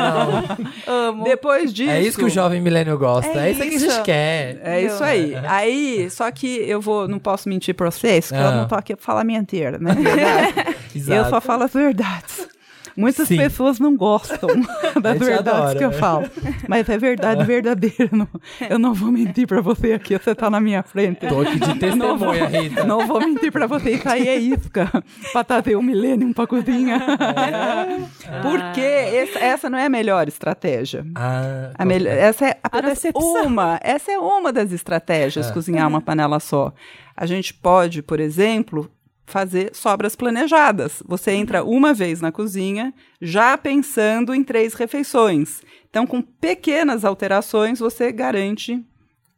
Speaker 2: não.
Speaker 4: Amo.
Speaker 3: Depois disso.
Speaker 2: É isso que o jovem milênio gosta. É,
Speaker 4: É
Speaker 2: isso que a
Speaker 4: isso.
Speaker 2: gente quer.
Speaker 3: É isso aí. Aí, só que eu vou, não posso mentir pra vocês, que eu
Speaker 2: Ah.
Speaker 3: não tô aqui pra falar mentira, né?
Speaker 2: Exato.
Speaker 3: Eu só falo as verdades. Muitas
Speaker 2: Sim.
Speaker 3: pessoas não gostam das
Speaker 2: gente
Speaker 3: verdades
Speaker 2: adora. né?
Speaker 3: que eu falo. Mas é verdade verdadeira. não- eu não vou mentir pra você aqui, você tá na minha frente.
Speaker 2: Tô aqui de
Speaker 3: Não vou,
Speaker 2: testemunha, Rita.
Speaker 3: não vou mentir pra você, isso aí é isca. Pra trazer um milênio pra cozinha.
Speaker 2: É.
Speaker 3: Porque essa, essa não é a melhor estratégia.
Speaker 2: Ah,
Speaker 3: A melhor- essa é apenas
Speaker 4: decepção.
Speaker 3: uma. Essa é uma das estratégias,
Speaker 2: É.
Speaker 3: cozinhar uma panela só. A gente pode, por exemplo, fazer sobras planejadas. Você entra
Speaker 2: Uhum.
Speaker 3: uma vez na cozinha, já pensando em três refeições. Então, com pequenas alterações, você garante.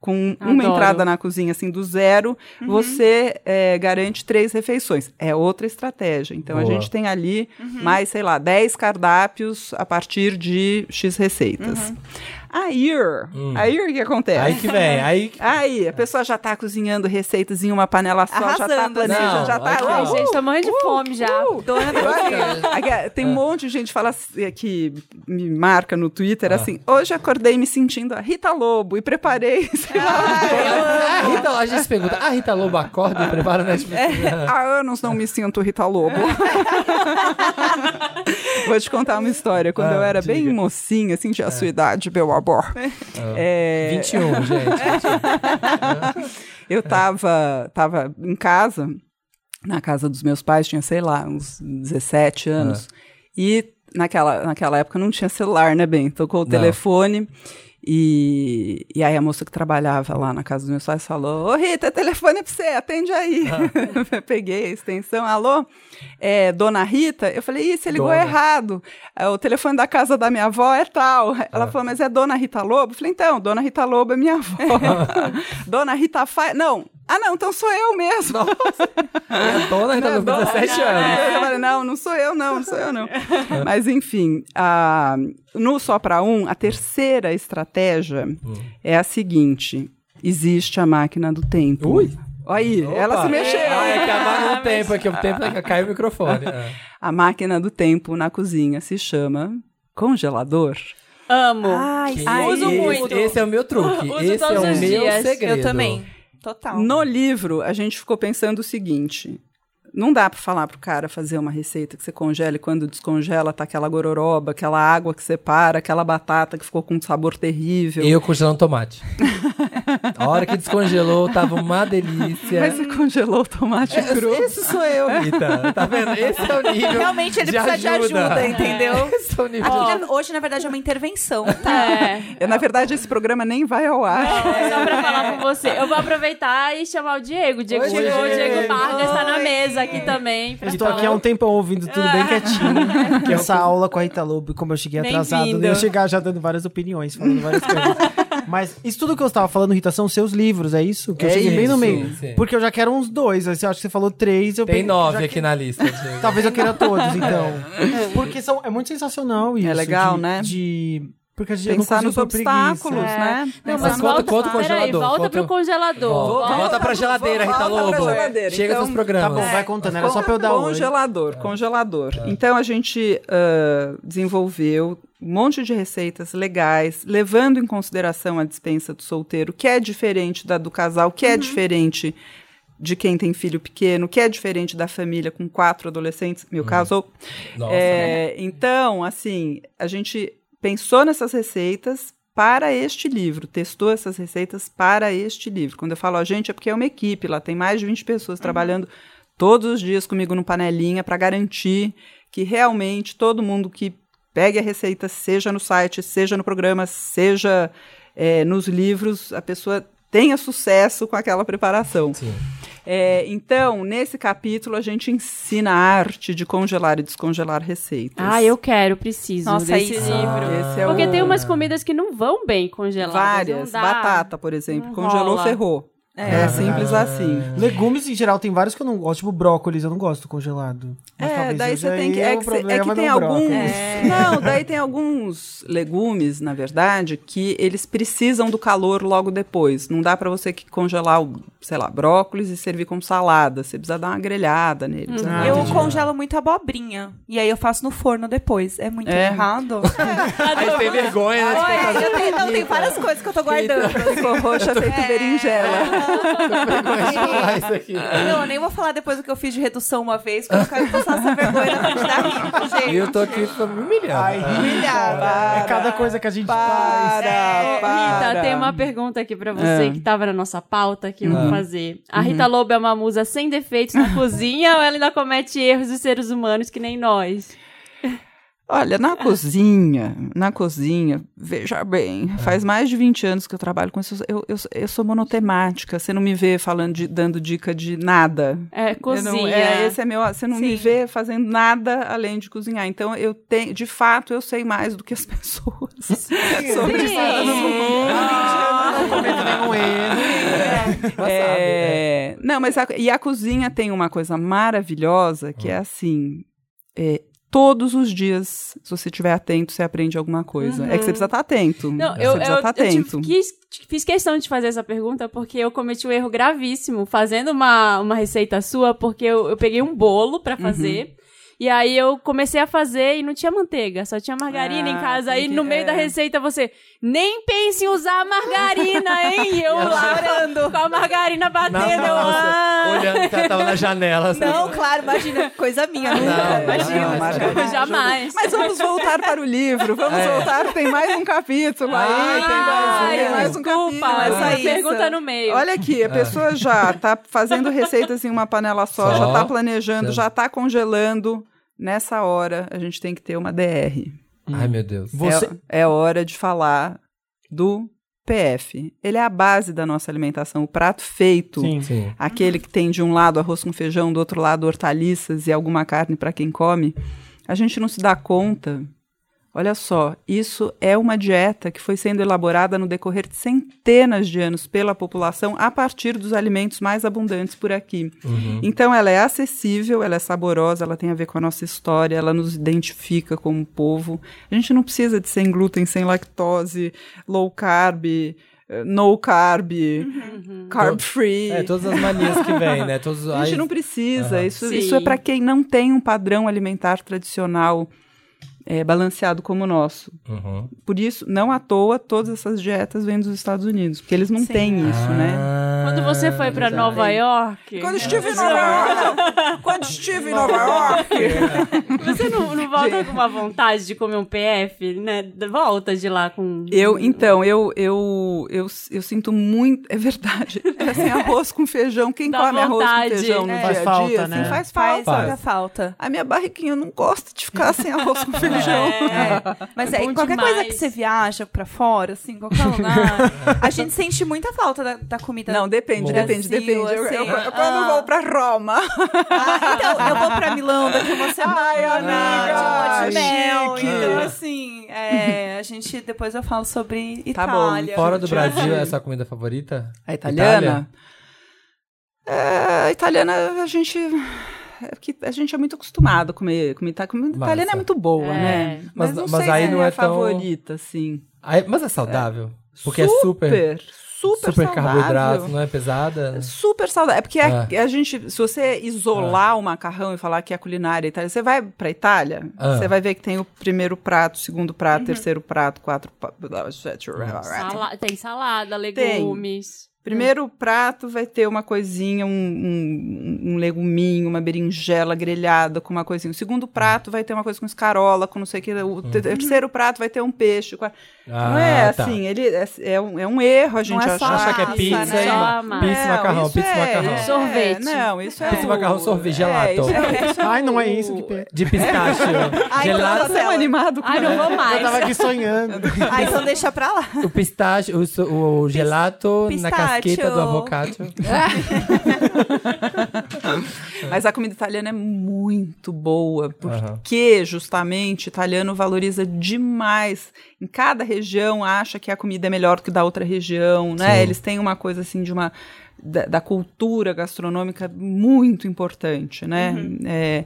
Speaker 3: Com uma
Speaker 1: Adoro.
Speaker 3: entrada na cozinha, assim, do zero, você eh, garante três refeições. É outra estratégia. Então, a
Speaker 2: Boa.
Speaker 3: gente tem ali mais, sei lá, 10 cardápios a partir de X receitas. Aí, aí o que acontece?
Speaker 2: Aí Hum. que vem, aí que-
Speaker 3: Aí, a pessoa já tá cozinhando receitas em uma panela só, já tá
Speaker 4: Arrasando,
Speaker 3: planejando,
Speaker 2: não,
Speaker 3: já tá... uh.
Speaker 2: aqui,
Speaker 1: Ai,
Speaker 2: ó.
Speaker 1: assim, gente, tô morrendo de fome já.
Speaker 4: Dona da cozinha.
Speaker 3: Aqui,
Speaker 2: É.
Speaker 3: Tem um monte de gente que fala assim, que me marca no Twitter
Speaker 2: Ah.
Speaker 3: assim: hoje acordei me sentindo a Rita Lobo e preparei. sei lá,
Speaker 2: a Rita, a gente se pergunta, a Rita Lobo acorda e prepara o Netflix?
Speaker 3: É, Há anos não me sinto Rita Lobo. Vou te contar uma história. Quando
Speaker 2: Ah,
Speaker 3: eu era
Speaker 2: diga. É.
Speaker 3: bem mocinha, assim, tinha a sua idade, meu amor. É,
Speaker 2: 21, gente.
Speaker 3: Eu tava, tava em casa, na casa dos meus pais, tinha, sei lá, uns 17 anos. E naquela, naquela época não tinha celular, né, bem? Tocou o
Speaker 2: Não.
Speaker 3: telefone. E, e aí a moça que trabalhava lá na casa dos meus pais falou, ô Rita, telefone é pra você, atende aí. Eu Peguei a extensão, alô, é, dona Rita? Eu falei, ih, você ligou
Speaker 2: Dona.
Speaker 3: errado, É, o telefone da casa da minha avó é tal.
Speaker 2: Ah.
Speaker 3: Ela falou, mas é dona Rita Lobo? Eu falei, então, dona Rita Lobo é minha avó. dona Rita Fai, não, ah não, então sou eu mesmo.
Speaker 2: A um. É dona Rita Lobo, 17 anos.
Speaker 3: Eu falei, não, não sou eu, não, não sou eu, não. Mas, enfim, a- no Só Pra Um, a terceira estratégia
Speaker 2: Hum.
Speaker 3: é a seguinte: existe a máquina do tempo.
Speaker 2: Ui!
Speaker 3: Aí, ela se mexeu.
Speaker 2: Ah, é que a máquina do tempo aqui, o tempo é que caiu o microfone. Ah.
Speaker 3: A máquina do tempo na cozinha se chama congelador.
Speaker 1: Amo.
Speaker 4: Ai,
Speaker 2: Que
Speaker 4: ai,
Speaker 1: uso
Speaker 2: esse-
Speaker 1: muito.
Speaker 2: Esse é o meu truque.
Speaker 1: Uso
Speaker 2: esse é
Speaker 1: todos
Speaker 2: o meu
Speaker 1: os dias. Eu
Speaker 2: segredo.
Speaker 4: Eu também. Total.
Speaker 3: No livro, a gente ficou pensando o seguinte. Não dá pra falar pro cara fazer uma receita que você congela e quando descongela tá aquela gororoba, aquela água que separa, aquela batata que ficou com um sabor terrível.
Speaker 2: Eu congelando tomate. A hora que descongelou, tava uma delícia.
Speaker 3: Mas você congelou o tomate
Speaker 2: Uhum. É,
Speaker 3: cru.
Speaker 2: Esse sou eu, Rita. Tá vendo? Esse é o nível.
Speaker 4: Realmente
Speaker 2: de
Speaker 4: ele precisa de ajuda, entendeu?
Speaker 2: Esse é o nível.
Speaker 4: Aqui, na- hoje, na verdade, é uma intervenção, tá?
Speaker 1: É.
Speaker 3: É, Na verdade, esse programa nem vai ao ar.
Speaker 1: Só pra falar com você. Eu vou aproveitar e chamar o Diego. O Diego
Speaker 2: Oi,
Speaker 1: chegou, o
Speaker 2: Diego.
Speaker 1: Diego Vargas tá na
Speaker 4: Oi.
Speaker 1: mesa aqui também. pra
Speaker 5: Estou aqui há
Speaker 1: falar.
Speaker 5: um tempão ouvindo tudo bem quietinho. que essa aula com a Rita Lobo, como eu cheguei atrasado, né? eu
Speaker 1: Bem-vindo.
Speaker 5: ia chegar já dando várias opiniões, falando várias coisas. Mas isso tudo que eu estava falando, Rita, são seus livros, é isso? Que eu
Speaker 2: É
Speaker 5: cheguei bem no
Speaker 2: isso,
Speaker 5: meio.
Speaker 2: sim.
Speaker 5: Porque eu já quero uns dois. Assim, eu acho que você falou três. Eu
Speaker 2: Tem
Speaker 5: bem- já
Speaker 2: nove
Speaker 5: que-
Speaker 2: aqui na lista. Diego.
Speaker 5: Talvez eu queira todos, então. Porque são, é muito sensacional isso.
Speaker 3: legal,
Speaker 5: de-
Speaker 3: né?
Speaker 5: De. Porque a gente
Speaker 3: Pensar
Speaker 5: não
Speaker 3: nos
Speaker 5: consigo por preguiça.
Speaker 3: obstáculos, né?
Speaker 1: Não,
Speaker 2: É. Mas
Speaker 1: mas
Speaker 2: conta-
Speaker 1: volta,
Speaker 2: conta o
Speaker 1: peraí,
Speaker 2: congelador,
Speaker 1: volta
Speaker 2: conta-
Speaker 1: pro congelador.
Speaker 2: Volta,
Speaker 1: Volta.
Speaker 2: volta pra geladeira, Rita
Speaker 3: volta pra
Speaker 2: Lobo.
Speaker 3: geladeira,
Speaker 2: Chega
Speaker 3: então.
Speaker 2: seus
Speaker 5: Tá
Speaker 2: programas.
Speaker 5: bom, vai contando. Era só pra eu dar É. um.
Speaker 3: Congelador, congelador. Então a gente ah, desenvolveu um monte de receitas legais, levando em consideração a dispensa do solteiro, que é diferente da do casal, que é diferente de quem tem filho pequeno, que é diferente da família com quatro adolescentes,
Speaker 5: Uhum.
Speaker 3: meu caso.
Speaker 2: Nossa.
Speaker 3: É, então, assim, a gente pensou nessas receitas para este livro, testou essas receitas para este livro. Quando eu falo a gente, é porque é uma equipe, lá tem mais de 20 pessoas trabalhando todos os dias comigo no panelinha para garantir que realmente todo mundo que pegue a receita, seja no site, seja no programa, seja eh, nos livros, a pessoa tenha sucesso com aquela preparação.
Speaker 2: Sim.
Speaker 3: É, então, nesse capítulo, a gente ensina a arte de congelar e descongelar receitas.
Speaker 1: Ah, eu quero, preciso
Speaker 4: Nossa,
Speaker 1: desse
Speaker 4: isso.
Speaker 1: livro.
Speaker 2: Ah.
Speaker 3: Esse é
Speaker 1: Porque
Speaker 3: o-
Speaker 1: tem umas comidas que não vão bem congeladas.
Speaker 3: Várias.
Speaker 1: não dá.
Speaker 3: Batata, por exemplo.
Speaker 1: Não
Speaker 3: Congelou,
Speaker 1: rola.
Speaker 3: ferrou. É, simples
Speaker 2: Ah.
Speaker 3: assim.
Speaker 5: Legumes em geral tem vários que eu não gosto, tipo brócolis, eu não gosto congelado. Mas
Speaker 3: É,
Speaker 5: talvez
Speaker 3: daí
Speaker 5: seja
Speaker 3: você tem que.
Speaker 5: aí
Speaker 3: É
Speaker 5: o
Speaker 3: que, cê- é que
Speaker 5: problema do
Speaker 3: tem
Speaker 5: brócolis.
Speaker 3: alguns.
Speaker 4: É.
Speaker 3: Não, daí tem alguns legumes, na verdade, que eles precisam do calor logo depois. Não dá pra você que congelar o, sei lá, brócolis e servir como salada. Você precisa dar uma grelhada Ah, nele. precisa dar uma
Speaker 4: eu
Speaker 5: entendi.
Speaker 4: congelo muito abobrinha. E aí eu faço no forno depois. É muito
Speaker 3: É.
Speaker 4: errado. Tá
Speaker 2: Aí tem vergonha, né? de
Speaker 4: Ué,
Speaker 2: colocar-
Speaker 4: eu tenho, não, tem várias coisas que eu tô guardando. assim. É.
Speaker 3: Ficou roxa feito berinjela.
Speaker 2: falar isso aqui.
Speaker 4: Não, eu nem vou falar depois do que eu fiz de redução uma vez, porque eu quero passar essa vergonha na frente da Rico, gente.
Speaker 2: E eu tô aqui pra me
Speaker 3: É.
Speaker 2: humilhar. né?
Speaker 5: Ai, Rita, é cada coisa que a gente faz.
Speaker 3: Para, para.
Speaker 1: É, Rita, tem uma pergunta aqui pra você
Speaker 3: É. Ah. Uhum.
Speaker 1: que tava na nossa pauta que eu vou fazer. A Rita Lobo é uma musa sem defeitos na cozinha ou ela ainda comete erros de seres humanos que nem nós?
Speaker 3: Olha, na cozinha, na cozinha, veja bem, faz mais de 20 anos que eu trabalho com isso. Eu, eu, eu sou monotemática, você não me vê falando de, dando dica de nada.
Speaker 1: É,
Speaker 3: Eu
Speaker 1: cozinha.
Speaker 3: não- é, esse é meu, você não me
Speaker 4: Sim.
Speaker 3: vê fazendo nada além de cozinhar. Então eu tenho, de fato, eu sei mais do que as pessoas. Sobre
Speaker 1: Sim.
Speaker 5: Não cometo nenhum erro.
Speaker 3: É, Não, mas a, e a cozinha tem uma coisa maravilhosa que é assim. é, todos os dias, se você estiver atento, você aprende alguma coisa. É que você precisa estar atento.
Speaker 1: Uhum. Não,
Speaker 3: você
Speaker 1: eu,
Speaker 3: precisa
Speaker 1: eu,
Speaker 3: estar
Speaker 1: eu tive-
Speaker 3: atento.
Speaker 1: quis- te- fiz questão de fazer essa pergunta porque eu cometi um erro gravíssimo fazendo uma, uma receita sua, porque eu, eu peguei um bolo
Speaker 3: Uhum.
Speaker 1: pra fazer. E aí eu comecei a fazer e não tinha manteiga, só tinha margarina
Speaker 3: Ah,
Speaker 1: em casa.
Speaker 3: tem
Speaker 1: Aí
Speaker 3: que-
Speaker 1: no meio
Speaker 3: é.
Speaker 1: da receita você nem pense em usar a margarina, hein? E eu lá orando com a margarina batendo.
Speaker 2: Na
Speaker 1: eu, ah.
Speaker 2: nossa, olhando que ela tava na janela. sabe?
Speaker 4: Não, claro, imagina, coisa minha. né?
Speaker 2: Não,
Speaker 4: nunca, imagina.
Speaker 2: não,
Speaker 3: Margarina.
Speaker 1: Jamais.
Speaker 3: Mas vamos voltar para o livro, vamos voltar, tem mais um capítulo aí,
Speaker 2: Ai,
Speaker 3: tem mais, um,
Speaker 1: Ah, Ai,
Speaker 3: tem mais um
Speaker 1: desculpa,
Speaker 3: capítulo.
Speaker 1: essa
Speaker 3: Olha isso.
Speaker 1: pergunta no meio.
Speaker 3: Olha aqui, a pessoa já tá fazendo receitas em uma panela só,
Speaker 2: Só.
Speaker 3: já tá planejando,
Speaker 2: Certo.
Speaker 3: já tá congelando. Nessa hora, a gente tem que ter uma DR.
Speaker 2: Ai, meu Deus.
Speaker 5: Você,
Speaker 3: É, é hora de falar do PF. Ele é a base da nossa alimentação, o prato feito.
Speaker 5: Sim.
Speaker 2: Sim.
Speaker 3: Aquele que tem de um lado arroz com feijão, do outro lado hortaliças e alguma carne para quem come. A gente não se dá conta. Olha só, isso é uma dieta que foi sendo elaborada no decorrer de centenas de anos pela população a partir dos alimentos mais abundantes por aqui. Então ela é acessível, ela é saborosa, ela tem a ver com a nossa história, ela nos identifica como povo. A gente não precisa de sem glúten, sem lactose, low carb, eh, no carb, carb free.
Speaker 2: É, todas as manias que vem, né? Todos,
Speaker 3: A gente
Speaker 2: ai,
Speaker 3: não precisa.
Speaker 2: Aham.
Speaker 3: Isso,
Speaker 1: Sim.
Speaker 3: isso é para quem não tem um padrão alimentar tradicional é, balanceado como o nosso.
Speaker 2: Uhum.
Speaker 3: Por isso, não à toa, todas essas dietas vêm dos Estados Unidos, porque eles não
Speaker 4: Sim.
Speaker 3: têm isso, né?
Speaker 2: Ah,
Speaker 1: Quando você foi pra
Speaker 2: verdade.
Speaker 1: Nova York.
Speaker 3: Quando estive em Nova York, Quando estive em Nova York.
Speaker 1: Você não, não volta com uma vontade de comer um PF, né? Volta de lá com.
Speaker 3: Eu, então, eu, eu, eu, eu sinto muito. É verdade. É assim, arroz com feijão. Quem
Speaker 1: Dá
Speaker 3: come arroz
Speaker 1: vontade.
Speaker 3: com feijão no
Speaker 5: É.
Speaker 3: dia
Speaker 5: Faz
Speaker 3: a dia?
Speaker 5: falta,
Speaker 3: assim,
Speaker 5: né?
Speaker 3: Faz falta.
Speaker 4: Faz,
Speaker 2: Faz.
Speaker 4: muita falta.
Speaker 3: A minha barriguinha não gosta de ficar sem arroz com feijão.
Speaker 4: É, mas
Speaker 1: É
Speaker 4: aí,
Speaker 1: bom
Speaker 4: qualquer
Speaker 1: demais.
Speaker 4: coisa que você viaja pra fora, assim, qualquer lugar, a gente sente muita falta da, da comida.
Speaker 3: Não,
Speaker 2: Bom.
Speaker 3: depende, depende, depende.
Speaker 4: Brasil,
Speaker 3: Eu, eu- eu-
Speaker 4: assim,
Speaker 3: quando
Speaker 4: ah.
Speaker 3: vou pra Roma.
Speaker 4: Ah, então, eu vou pra Milão daqui uma semana. tipo,
Speaker 3: Ai,
Speaker 4: de lua
Speaker 3: amiga,
Speaker 4: de mel.
Speaker 3: chique.
Speaker 4: Então, assim, é, a gente, depois eu falo sobre
Speaker 3: Tá bom,
Speaker 4: Itália.
Speaker 2: Fora do Brasil, é a sua comida favorita?
Speaker 3: A italiana? É, a italiana, a gente. é que a gente é muito acostumado a comer comida. Comida
Speaker 2: Massa.
Speaker 3: italiana é muito boa,
Speaker 1: É.
Speaker 3: né?
Speaker 2: Mas-
Speaker 3: não
Speaker 2: mas
Speaker 3: sei
Speaker 2: aí
Speaker 3: se
Speaker 2: não
Speaker 3: minha
Speaker 2: é tão-
Speaker 3: favorita, assim.
Speaker 2: Aí- mas é saudável? Porque é
Speaker 3: super.
Speaker 2: super, super
Speaker 3: Super, saudável.
Speaker 2: carboidrado, não é pesada?
Speaker 3: Super saudável. É porque a,
Speaker 2: É.
Speaker 3: a gente, se você isolar o macarrão e falar que é culinária italiana, você vai pra Itália,
Speaker 2: Ah.
Speaker 3: você vai ver que tem o primeiro prato, o segundo prato, o terceiro prato, quatro. pa- sete-
Speaker 1: Sala- Tem salada, legumes.
Speaker 3: Primeiro prato vai ter uma coisinha, um, um- um leguminho, uma berinjela grelhada com uma coisinha. O segundo prato vai ter uma coisa com escarola, com não sei o que. O te- terceiro prato vai ter um peixe. o quarto- não é
Speaker 2: Uhum. Ah, tá.
Speaker 3: assim, ele é, é um, é um erro a gente
Speaker 4: é só
Speaker 3: achar
Speaker 2: Acha que é
Speaker 4: Massa,
Speaker 2: pizza,
Speaker 4: né?
Speaker 2: hein?
Speaker 1: Só
Speaker 2: Ma-
Speaker 1: massa.
Speaker 2: pizza, macarrão,
Speaker 3: isso
Speaker 2: pizza,
Speaker 3: é-
Speaker 2: macarrão.
Speaker 3: é,
Speaker 1: Sorvete.
Speaker 3: Não, isso é.
Speaker 2: Pizza,
Speaker 3: o-
Speaker 2: macarrão, sorvete, gelato.
Speaker 3: É, isso é, isso é
Speaker 5: Ai, não é
Speaker 3: o-
Speaker 5: isso que pega.
Speaker 2: De pistache.
Speaker 4: Ai, então
Speaker 2: gelato,
Speaker 3: é
Speaker 4: tá
Speaker 3: um
Speaker 4: tão animado
Speaker 1: Ai, não vou
Speaker 5: Eu
Speaker 1: mais.
Speaker 5: tava aqui sonhando.
Speaker 4: Ah, então deixa pra lá.
Speaker 2: o pistache, o, so- o gelato na
Speaker 4: Pistácio.
Speaker 2: casqueta do avocado.
Speaker 3: Mas a comida italiana é muito boa, porque justamente o italiano valoriza demais. Em cada região acha que a comida é melhor que da outra região, né?
Speaker 2: Sim.
Speaker 3: Eles têm uma coisa assim de uma da, da cultura gastronômica muito importante, né? É,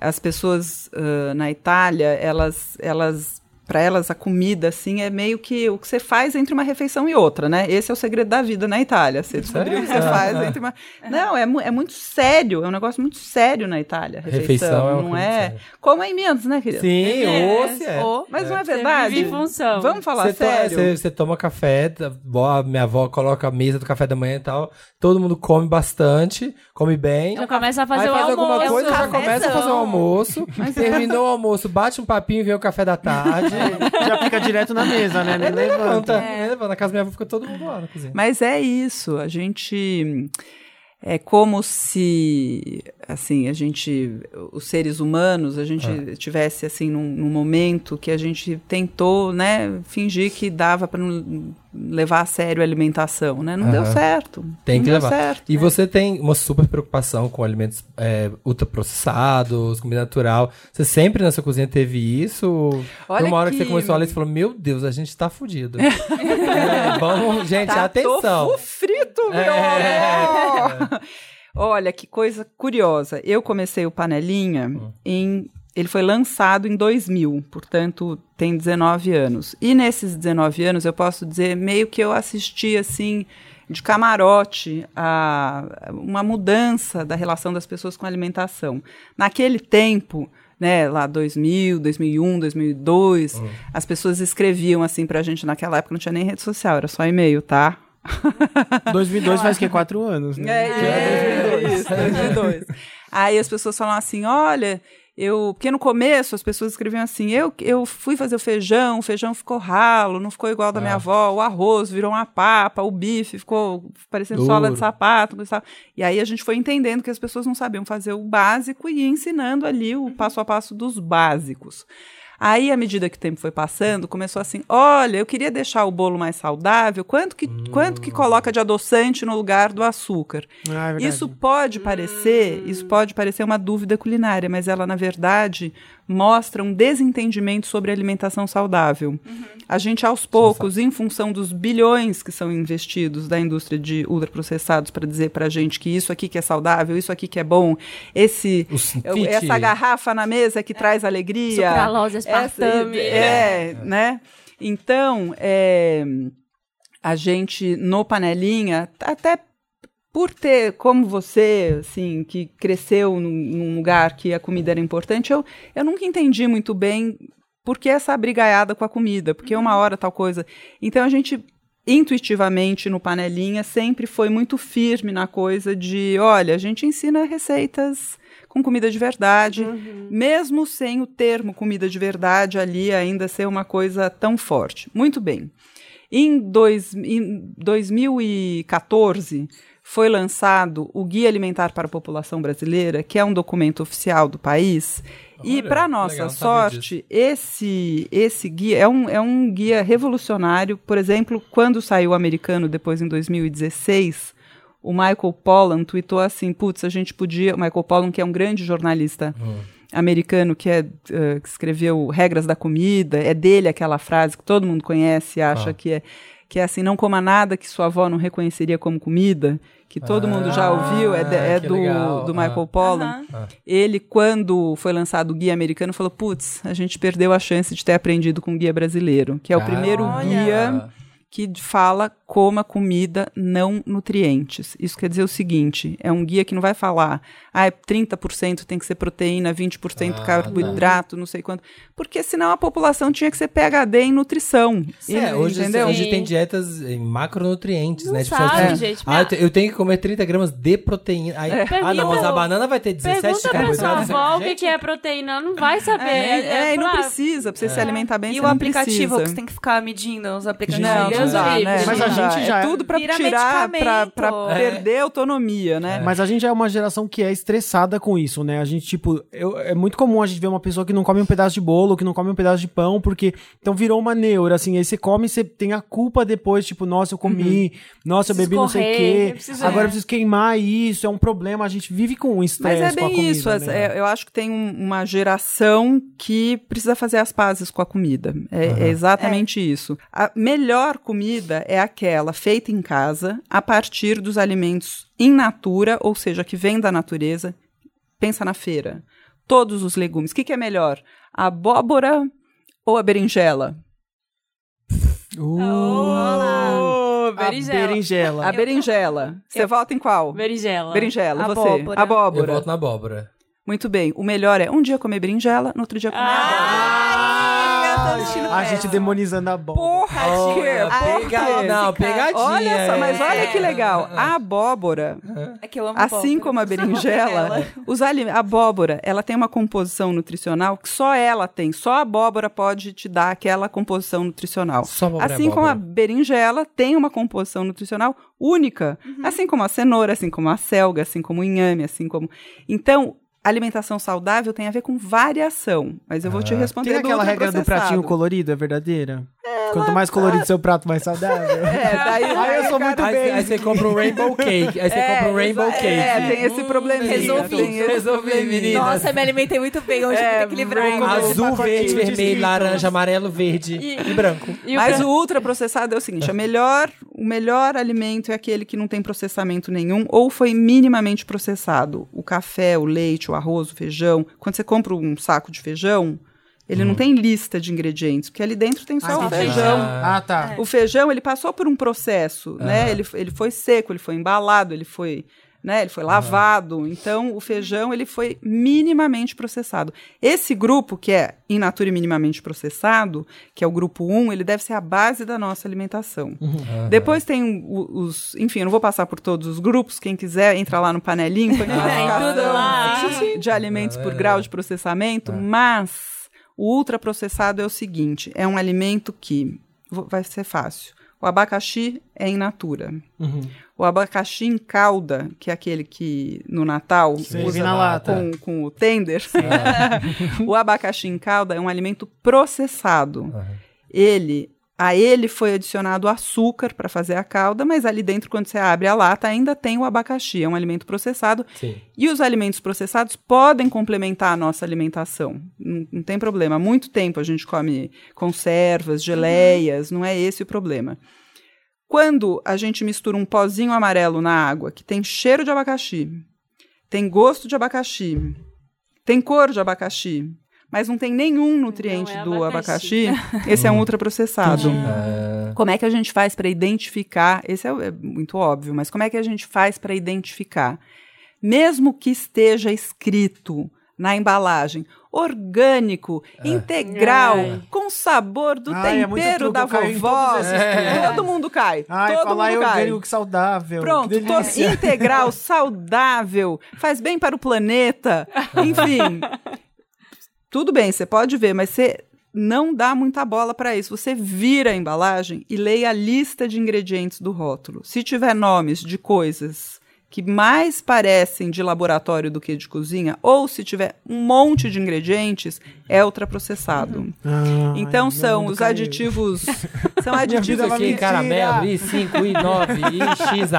Speaker 3: as pessoas ah, na Itália, elas elas para elas a comida assim é meio que o que você faz entre uma refeição e outra, né? Esse é o segredo da vida na Itália. Você descobriu o que você
Speaker 2: Sério?
Speaker 3: faz
Speaker 2: Ah.
Speaker 3: entre tem uma- Não, é, mu- é muito sério. É um negócio muito sério na Itália. a Refeição,
Speaker 2: Refeição é uma
Speaker 3: não
Speaker 2: coisa
Speaker 3: é?
Speaker 2: séria.
Speaker 3: Como é em Minas, né, querida?
Speaker 2: Sim,
Speaker 1: É,
Speaker 2: ou se é.
Speaker 4: ou-
Speaker 3: Mas não é
Speaker 1: Você
Speaker 3: verdade?
Speaker 1: vive em função.
Speaker 3: Vamos falar
Speaker 2: Você to- é,
Speaker 3: sério?
Speaker 2: você- você toma café, tá- boa, minha avó coloca a mesa do café da manhã e tal. Todo mundo come bastante, come bem.
Speaker 3: então
Speaker 1: Já começa a
Speaker 2: Aí
Speaker 1: fazer o
Speaker 2: faz alguma
Speaker 1: almoço.
Speaker 2: coisa, já começa a fazer o almoço.
Speaker 3: é.
Speaker 2: Terminou o almoço, bate um papinho, vem o café da tarde.
Speaker 5: Já fica direto na mesa, né? Nem
Speaker 2: Levanta.
Speaker 5: levanta.
Speaker 2: né? Levanta. Na casa da minha avó fica todo mundo lá na cozinha.
Speaker 3: É. Mas é isso, a gente é como se assim, a gente os seres humanos, a gente
Speaker 2: Ah.
Speaker 3: tivesse assim num, num momento que a gente tentou, né, fingir que dava para não levar a sério a alimentação, né? Não deu
Speaker 2: Aham.
Speaker 3: certo.
Speaker 2: Tem
Speaker 3: não
Speaker 2: que
Speaker 3: deu
Speaker 2: levar.
Speaker 3: certo.
Speaker 2: E você tem uma super preocupação com alimentos é, ultraprocessados, comida natural. Você sempre na sua cozinha teve isso?
Speaker 3: Olha
Speaker 2: Numa hora que,
Speaker 3: que-
Speaker 2: você começou a ler, você falou, meu Deus, a gente tá fudido. é, vamos, gente,
Speaker 3: Tá
Speaker 2: atenção.
Speaker 3: tofu frito, meu
Speaker 2: É.
Speaker 3: amor! Olha, que coisa curiosa. Eu comecei o Panelinha em... Ele foi lançado em 2000, portanto, tem 19 anos. E nesses 19 anos, eu posso dizer, meio que eu assisti, assim, de camarote, a uma mudança da relação das pessoas com a alimentação. Naquele tempo, né, lá 2000, 2001, 2002, as pessoas escreviam assim pra gente naquela época, não tinha nem rede social, era só e-mail, tá?
Speaker 5: 2002 faz o quê? Quatro anos, né?
Speaker 3: É, isso, 2002. Aí as pessoas falam assim, olha, eu... Porque no começo as pessoas escreviam assim, eu, eu fui fazer o feijão, o feijão ficou ralo, não ficou igual da minha avó, o arroz virou uma papa, o bife ficou parecendo sola de
Speaker 2: Duro.
Speaker 3: sapato, coisa e tal. E aí a gente foi entendendo que as pessoas não sabiam fazer o básico e ia ensinando ali o passo a passo dos básicos. Aí, à medida que o tempo foi passando, começou assim: olha, eu queria deixar o bolo mais saudável, quanto que, quanto que coloca de adoçante no lugar do açúcar?
Speaker 5: Ah, é verdade.
Speaker 3: Isso pode parecer, isso pode parecer uma dúvida culinária, mas ela na verdade mostra um desentendimento sobre alimentação saudável.
Speaker 5: Uhum.
Speaker 3: A gente aos poucos, em função dos bilhões que são investidos da indústria de ultraprocessados para dizer pra gente que isso aqui que é saudável, isso aqui que é bom, esse
Speaker 2: O sintite.
Speaker 3: essa garrafa na mesa
Speaker 5: É.
Speaker 3: que traz alegria,
Speaker 1: Sucralose, aspartame.
Speaker 3: essa- é, né? Então, é, a gente no panelinha, até por ter, como você, assim, que cresceu num, num lugar que a comida era importante, eu, eu nunca entendi muito Uhum. bem por que essa brigaiada com a comida, porque uma hora tal coisa. Então a gente intuitivamente no panelinha, sempre foi muito firme na coisa de, olha, a gente ensina receitas com comida de verdade,
Speaker 2: Uhum.
Speaker 3: mesmo sem o termo comida de verdade ali ainda ser uma coisa tão forte. Muito bem. Em, dois, em 2014 foi lançado o Guia Alimentar para a População Brasileira, que é um documento oficial do país. e,
Speaker 2: Olha,
Speaker 3: para nossa
Speaker 2: legal, não sabia
Speaker 3: sorte, esse, esse guia é um, é um guia revolucionário. Por exemplo, quando saiu o americano, depois em 2016, o Michael Pollan tweetou assim: putz, a gente podia. O Michael Pollan, que é um grande jornalista americano que, é, eh, que escreveu Regras da Comida, é dele aquela frase que todo mundo conhece e acha
Speaker 2: Ah.
Speaker 3: que é que é assim, não coma nada que sua avó não reconheceria como comida, que todo mundo já ouviu, é, de- é
Speaker 2: Ah, que
Speaker 3: do,
Speaker 2: legal.
Speaker 3: do
Speaker 2: Ah.
Speaker 3: Michael Pollan.
Speaker 4: Aham.
Speaker 3: Ele, quando foi lançado o Guia Americano, falou, putz, a gente perdeu a chance de ter aprendido com o Guia Brasileiro, que é o primeiro
Speaker 2: Caramba.
Speaker 3: guia que fala coma comida não nutrientes. Isso quer dizer o seguinte, é um guia que não vai falar, ah, é 30% tem que ser proteína, 20%
Speaker 2: Ah,
Speaker 3: carboidrato,
Speaker 5: tá.
Speaker 3: não sei quanto. Porque senão a população tinha que ser PhD em nutrição.
Speaker 2: É,
Speaker 3: E-
Speaker 2: hoje,
Speaker 3: entendeu?
Speaker 2: hoje
Speaker 1: Sim.
Speaker 2: tem dietas em macronutrientes,
Speaker 1: Não
Speaker 2: né?
Speaker 1: sabe,
Speaker 2: assim,
Speaker 1: gente,
Speaker 2: Ah,
Speaker 1: minha-
Speaker 2: eu, te- eu tenho que comer 30 gramas de proteína.
Speaker 3: É.
Speaker 2: Aí, Ah, não, mas a
Speaker 1: Pergunta-
Speaker 2: banana vai ter 17
Speaker 1: Pergunta pra
Speaker 2: carboidratos.
Speaker 1: sua avó o
Speaker 2: Gente,
Speaker 1: que que é proteína, ela não vai saber.
Speaker 3: É, é, e não
Speaker 1: pra-
Speaker 3: precisa, pra você
Speaker 5: É.
Speaker 3: se alimentar bem,
Speaker 4: E
Speaker 3: você
Speaker 4: o
Speaker 3: não
Speaker 4: aplicativo
Speaker 3: precisa.
Speaker 4: que você tem que ficar medindo os aplicativos.
Speaker 3: Não, não
Speaker 1: Deus
Speaker 3: dá,
Speaker 1: livre,
Speaker 3: né?
Speaker 5: Mas a
Speaker 3: Não dá.
Speaker 5: gente já
Speaker 3: é
Speaker 5: é-
Speaker 3: tudo pra
Speaker 4: Vira
Speaker 3: tirar, pra, pra
Speaker 4: medicamento.
Speaker 3: perder a autonomia, né?
Speaker 5: Mas a gente é uma geração que é estressada com isso, né? A gente, tipo, eu- é muito comum a gente ver uma pessoa que não come um pedaço de bolo, que não come um pedaço de pão, porque. Então virou uma neura, assim. Aí você come e você tem a culpa depois, tipo, nossa, eu comi, nossa, eu
Speaker 1: Preciso
Speaker 5: bebi não sei o
Speaker 1: correr,
Speaker 5: quê.
Speaker 1: eu preciso-
Speaker 5: Agora
Speaker 1: é.
Speaker 5: eu preciso queimar isso, é um problema. A gente vive com um
Speaker 3: Mas
Speaker 5: estresse
Speaker 3: é
Speaker 5: com a
Speaker 3: bem
Speaker 5: comida,
Speaker 3: isso. as-
Speaker 5: né?
Speaker 3: é, eu acho que tem um- uma geração que precisa fazer as pazes com a comida. É, é exatamente isso. A melhor comida é aquela feita em casa a partir dos alimentos in natura, ou seja, que vem da natureza. Pensa na feira. Todos os legumes. O que, que é melhor? A abóbora ou a berinjela?
Speaker 5: Uh,
Speaker 1: Olá.
Speaker 5: a
Speaker 1: Berinjela.
Speaker 5: berinjela.
Speaker 3: A berinjela. Você vota em qual?
Speaker 1: Berinjela. Tá
Speaker 3: Berinjela, você.
Speaker 4: Abóbora.
Speaker 2: Eu
Speaker 3: Abóbora.
Speaker 2: volto na abóbora.
Speaker 3: Muito bem. O melhor é um dia comer berinjela, no outro dia comer abóbora.
Speaker 4: Ah, eu tô assistindo
Speaker 5: A
Speaker 4: essa.
Speaker 5: gente demonizando a bola.
Speaker 3: Porra, tia,
Speaker 4: Ai,
Speaker 3: por
Speaker 2: pega-
Speaker 3: quê?
Speaker 2: Não, pegadinha.
Speaker 3: Olha só, mas
Speaker 2: é.
Speaker 3: olha que legal. A abóbora,
Speaker 4: É que eu amo
Speaker 3: assim
Speaker 4: abóbora.
Speaker 3: como a berinjela, os ali- a abóbora, ela tem uma composição nutricional que só ela tem. Só a abóbora pode te dar aquela composição nutricional.
Speaker 2: Só abóbora é
Speaker 3: Assim como a
Speaker 2: abóbora.
Speaker 3: berinjela tem uma composição nutricional única,
Speaker 2: Uhum.
Speaker 3: assim como a cenoura, assim como a selga, assim como o inhame, assim como. Então, alimentação saudável tem a ver com variação, mas eu vou te
Speaker 2: Ah.
Speaker 3: responder
Speaker 5: Tem
Speaker 3: do
Speaker 5: aquela regra do pratinho
Speaker 3: ultraprocessado.
Speaker 5: colorido, é verdadeira? Quanto mais colorido seu prato, mais saudável.
Speaker 3: tá. É, daí,
Speaker 5: Aí eu sou muito
Speaker 2: Aí,
Speaker 5: bem.
Speaker 2: aí você compra um rainbow cake. Aí você
Speaker 3: É,
Speaker 2: compra um rainbow
Speaker 3: exa-
Speaker 2: cake. Hum,
Speaker 3: é, tem esse probleminha,
Speaker 2: Resolvi.
Speaker 3: tem esse
Speaker 2: Resolvi, meninas.
Speaker 4: Nossa, eu me alimentei muito bem hoje,
Speaker 3: É,
Speaker 4: é, tem que livrar.
Speaker 5: vou comer.
Speaker 2: Azul,
Speaker 5: pacotinho
Speaker 2: verde,
Speaker 5: de
Speaker 2: vermelho,
Speaker 5: Skittles.
Speaker 2: laranja, amarelo, verde e, branco.
Speaker 1: E o
Speaker 3: Mas
Speaker 1: pra-
Speaker 3: o ultraprocessado é o seguinte, a melhor, o melhor alimento é aquele que não tem processamento nenhum ou foi minimamente processado. O café, o leite, o arroz, o feijão. Quando você compra um saco de feijão, ele não tem lista de ingredientes, porque ali dentro tem só o
Speaker 1: Então,
Speaker 5: entendi.
Speaker 3: feijão.
Speaker 5: Ah, tá.
Speaker 3: O feijão, ele passou por um processo, né? Ele, ele foi seco, ele foi embalado, ele foi, né? Ele foi lavado. Então, o feijão, ele foi minimamente processado. Esse grupo, que é in natura e minimamente processado, que é o grupo 1, ele deve ser a base da nossa alimentação. Depois tem o- os... Enfim, eu não vou passar por todos os grupos. Quem quiser, entra lá no panelinho, põe classificação
Speaker 1: Ah. tudo lá.
Speaker 3: de alimentos por grau de processamento, mas o ultraprocessado é o seguinte: é um alimento que vo- vai ser fácil. O abacaxi é in natura.
Speaker 5: Uhum.
Speaker 3: O abacaxi em calda, que é aquele que no Natal
Speaker 5: Serve
Speaker 3: usa
Speaker 5: na lata.
Speaker 3: com, com o tender, o abacaxi em calda é um alimento processado. Ele a ele foi adicionado açúcar para fazer a calda, mas ali dentro, quando você abre a lata, ainda tem o abacaxi. É um alimento processado
Speaker 2: Sim.
Speaker 3: e os alimentos processados podem complementar a nossa alimentação. Não, não tem problema. Há muito tempo a gente come conservas, geleias, não é esse o problema. Quando a gente mistura um pozinho amarelo na água que tem cheiro de abacaxi, tem gosto de abacaxi, tem cor de abacaxi, mas não tem nenhum nutriente
Speaker 1: Não é
Speaker 3: do
Speaker 1: abacaxi.
Speaker 3: abacaxi, esse é um ultraprocessado.
Speaker 2: Ah,
Speaker 3: Como é que a gente faz para identificar? Esse é, é muito óbvio, mas como é que a gente faz para identificar? Mesmo que esteja escrito na embalagem, orgânico, integral,
Speaker 1: Ai.
Speaker 3: com sabor do
Speaker 5: É. Ai, é muito
Speaker 3: tempero
Speaker 5: truque,
Speaker 3: da
Speaker 5: eu caio em
Speaker 3: vovó.
Speaker 5: todos esses truques.
Speaker 3: Todo mundo cai.
Speaker 5: Ai,
Speaker 3: todo
Speaker 5: falar
Speaker 3: mundo
Speaker 5: eu
Speaker 3: cai.
Speaker 5: ganho que saudável.
Speaker 3: Pronto,
Speaker 5: que
Speaker 3: tô assim.
Speaker 5: delícia.
Speaker 3: integral, saudável, faz bem para o planeta, enfim. Tudo bem, você pode ver, mas você não dá muita bola para isso. Você vira a embalagem e leia a lista de ingredientes do rótulo. Se tiver nomes de coisas que mais parecem de laboratório do que de cozinha, ou se tiver um monte de ingredientes, é ultraprocessado.
Speaker 5: Ah,
Speaker 3: Então
Speaker 5: meu
Speaker 3: são
Speaker 5: mundo
Speaker 3: os
Speaker 5: caiu.
Speaker 3: aditivos, são
Speaker 5: vida
Speaker 3: aditivos
Speaker 2: Isso
Speaker 5: vai
Speaker 3: que
Speaker 2: aqui, caramelo, I5, I9, IXH.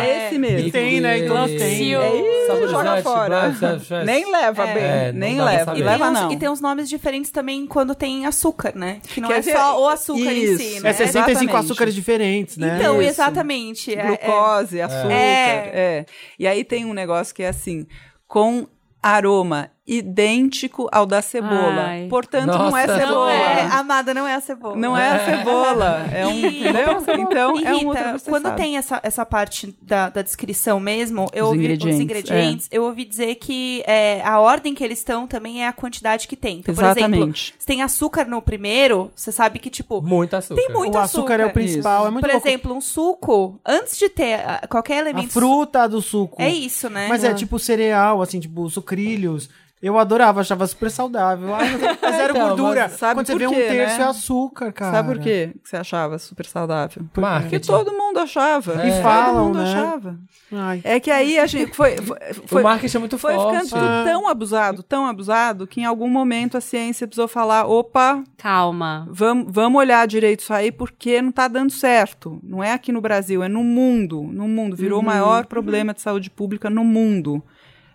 Speaker 3: é esse mesmo.
Speaker 5: E tem, né? Então
Speaker 2: E-
Speaker 5: tem.
Speaker 1: É
Speaker 3: isso,
Speaker 2: Saborizante,
Speaker 3: joga fora.
Speaker 2: blá, blá, blá.
Speaker 3: Nem leva,
Speaker 4: É.
Speaker 3: bem.
Speaker 2: É, não
Speaker 3: nem
Speaker 2: dá pra
Speaker 3: leva.
Speaker 2: saber.
Speaker 3: E
Speaker 4: E
Speaker 3: leva
Speaker 4: tem uns-
Speaker 3: não.
Speaker 4: E tem uns nomes diferentes também quando tem açúcar, né? Que não
Speaker 3: Quer
Speaker 4: é
Speaker 3: dizer,
Speaker 4: só o açúcar
Speaker 3: isso.
Speaker 4: em si, né?
Speaker 5: É 65
Speaker 3: Exatamente.
Speaker 5: açúcares diferentes, né?
Speaker 4: Então,
Speaker 5: Isso.
Speaker 4: exatamente. é- é-
Speaker 3: Glucose, açúcar.
Speaker 4: É.
Speaker 3: é. E aí tem um negócio que é assim, com aroma idêntico ao da cebola.
Speaker 1: Ai.
Speaker 3: Portanto, não
Speaker 2: Nossa.
Speaker 3: é
Speaker 4: Não
Speaker 3: cebola.
Speaker 4: é, amada não é a cebola.
Speaker 3: Não é a cebola. É um,
Speaker 4: E-
Speaker 3: entendeu? Então,
Speaker 4: E,
Speaker 3: é um
Speaker 4: Rita,
Speaker 3: outro
Speaker 4: quando tem essa, essa parte da, da descrição mesmo, eu
Speaker 3: Os
Speaker 4: ouvi,
Speaker 3: ingredientes, é.
Speaker 4: os ingredientes, eu ouvi dizer que é, a ordem que eles estão também é a quantidade que tem. Então, por exemplo,
Speaker 3: Exatamente.
Speaker 4: se tem açúcar no primeiro, você sabe que, tipo,
Speaker 2: Muito açúcar.
Speaker 4: tem muito
Speaker 5: o açúcar é o principal, é muito
Speaker 4: Por
Speaker 5: louco.
Speaker 4: exemplo, um suco, antes de ter ah, qualquer
Speaker 5: A
Speaker 4: elemento...
Speaker 5: fruta do suco.
Speaker 4: É isso, né?
Speaker 5: Mas é tipo cereal, assim, tipo sucrilhos. Eu adorava, achava super saudável. Ai, mas é zero
Speaker 2: Então,
Speaker 5: gordura.
Speaker 3: mas sabe
Speaker 5: Quando você
Speaker 3: por
Speaker 5: vê um
Speaker 3: quê,
Speaker 5: terço
Speaker 3: né?
Speaker 5: é açúcar, cara.
Speaker 3: Sabe por quê que você achava super saudável? Porque
Speaker 2: Marketing.
Speaker 3: todo mundo achava.
Speaker 4: É.
Speaker 5: E
Speaker 3: todo
Speaker 5: falam,
Speaker 3: mundo
Speaker 5: né?
Speaker 3: achava.
Speaker 5: Ai.
Speaker 3: É que aí a gente foi, foi, foi-
Speaker 2: o marketing é muito
Speaker 3: Foi
Speaker 2: forte.
Speaker 3: ficando tudo tão abusado, tão abusado, que em algum momento a ciência precisou falar: opa,
Speaker 1: Calma.
Speaker 3: vamos vamos olhar direito isso aí, porque não está dando certo. Não é aqui no Brasil, é no mundo. No mundo. Virou
Speaker 1: Uhum.
Speaker 3: o maior problema de saúde pública no mundo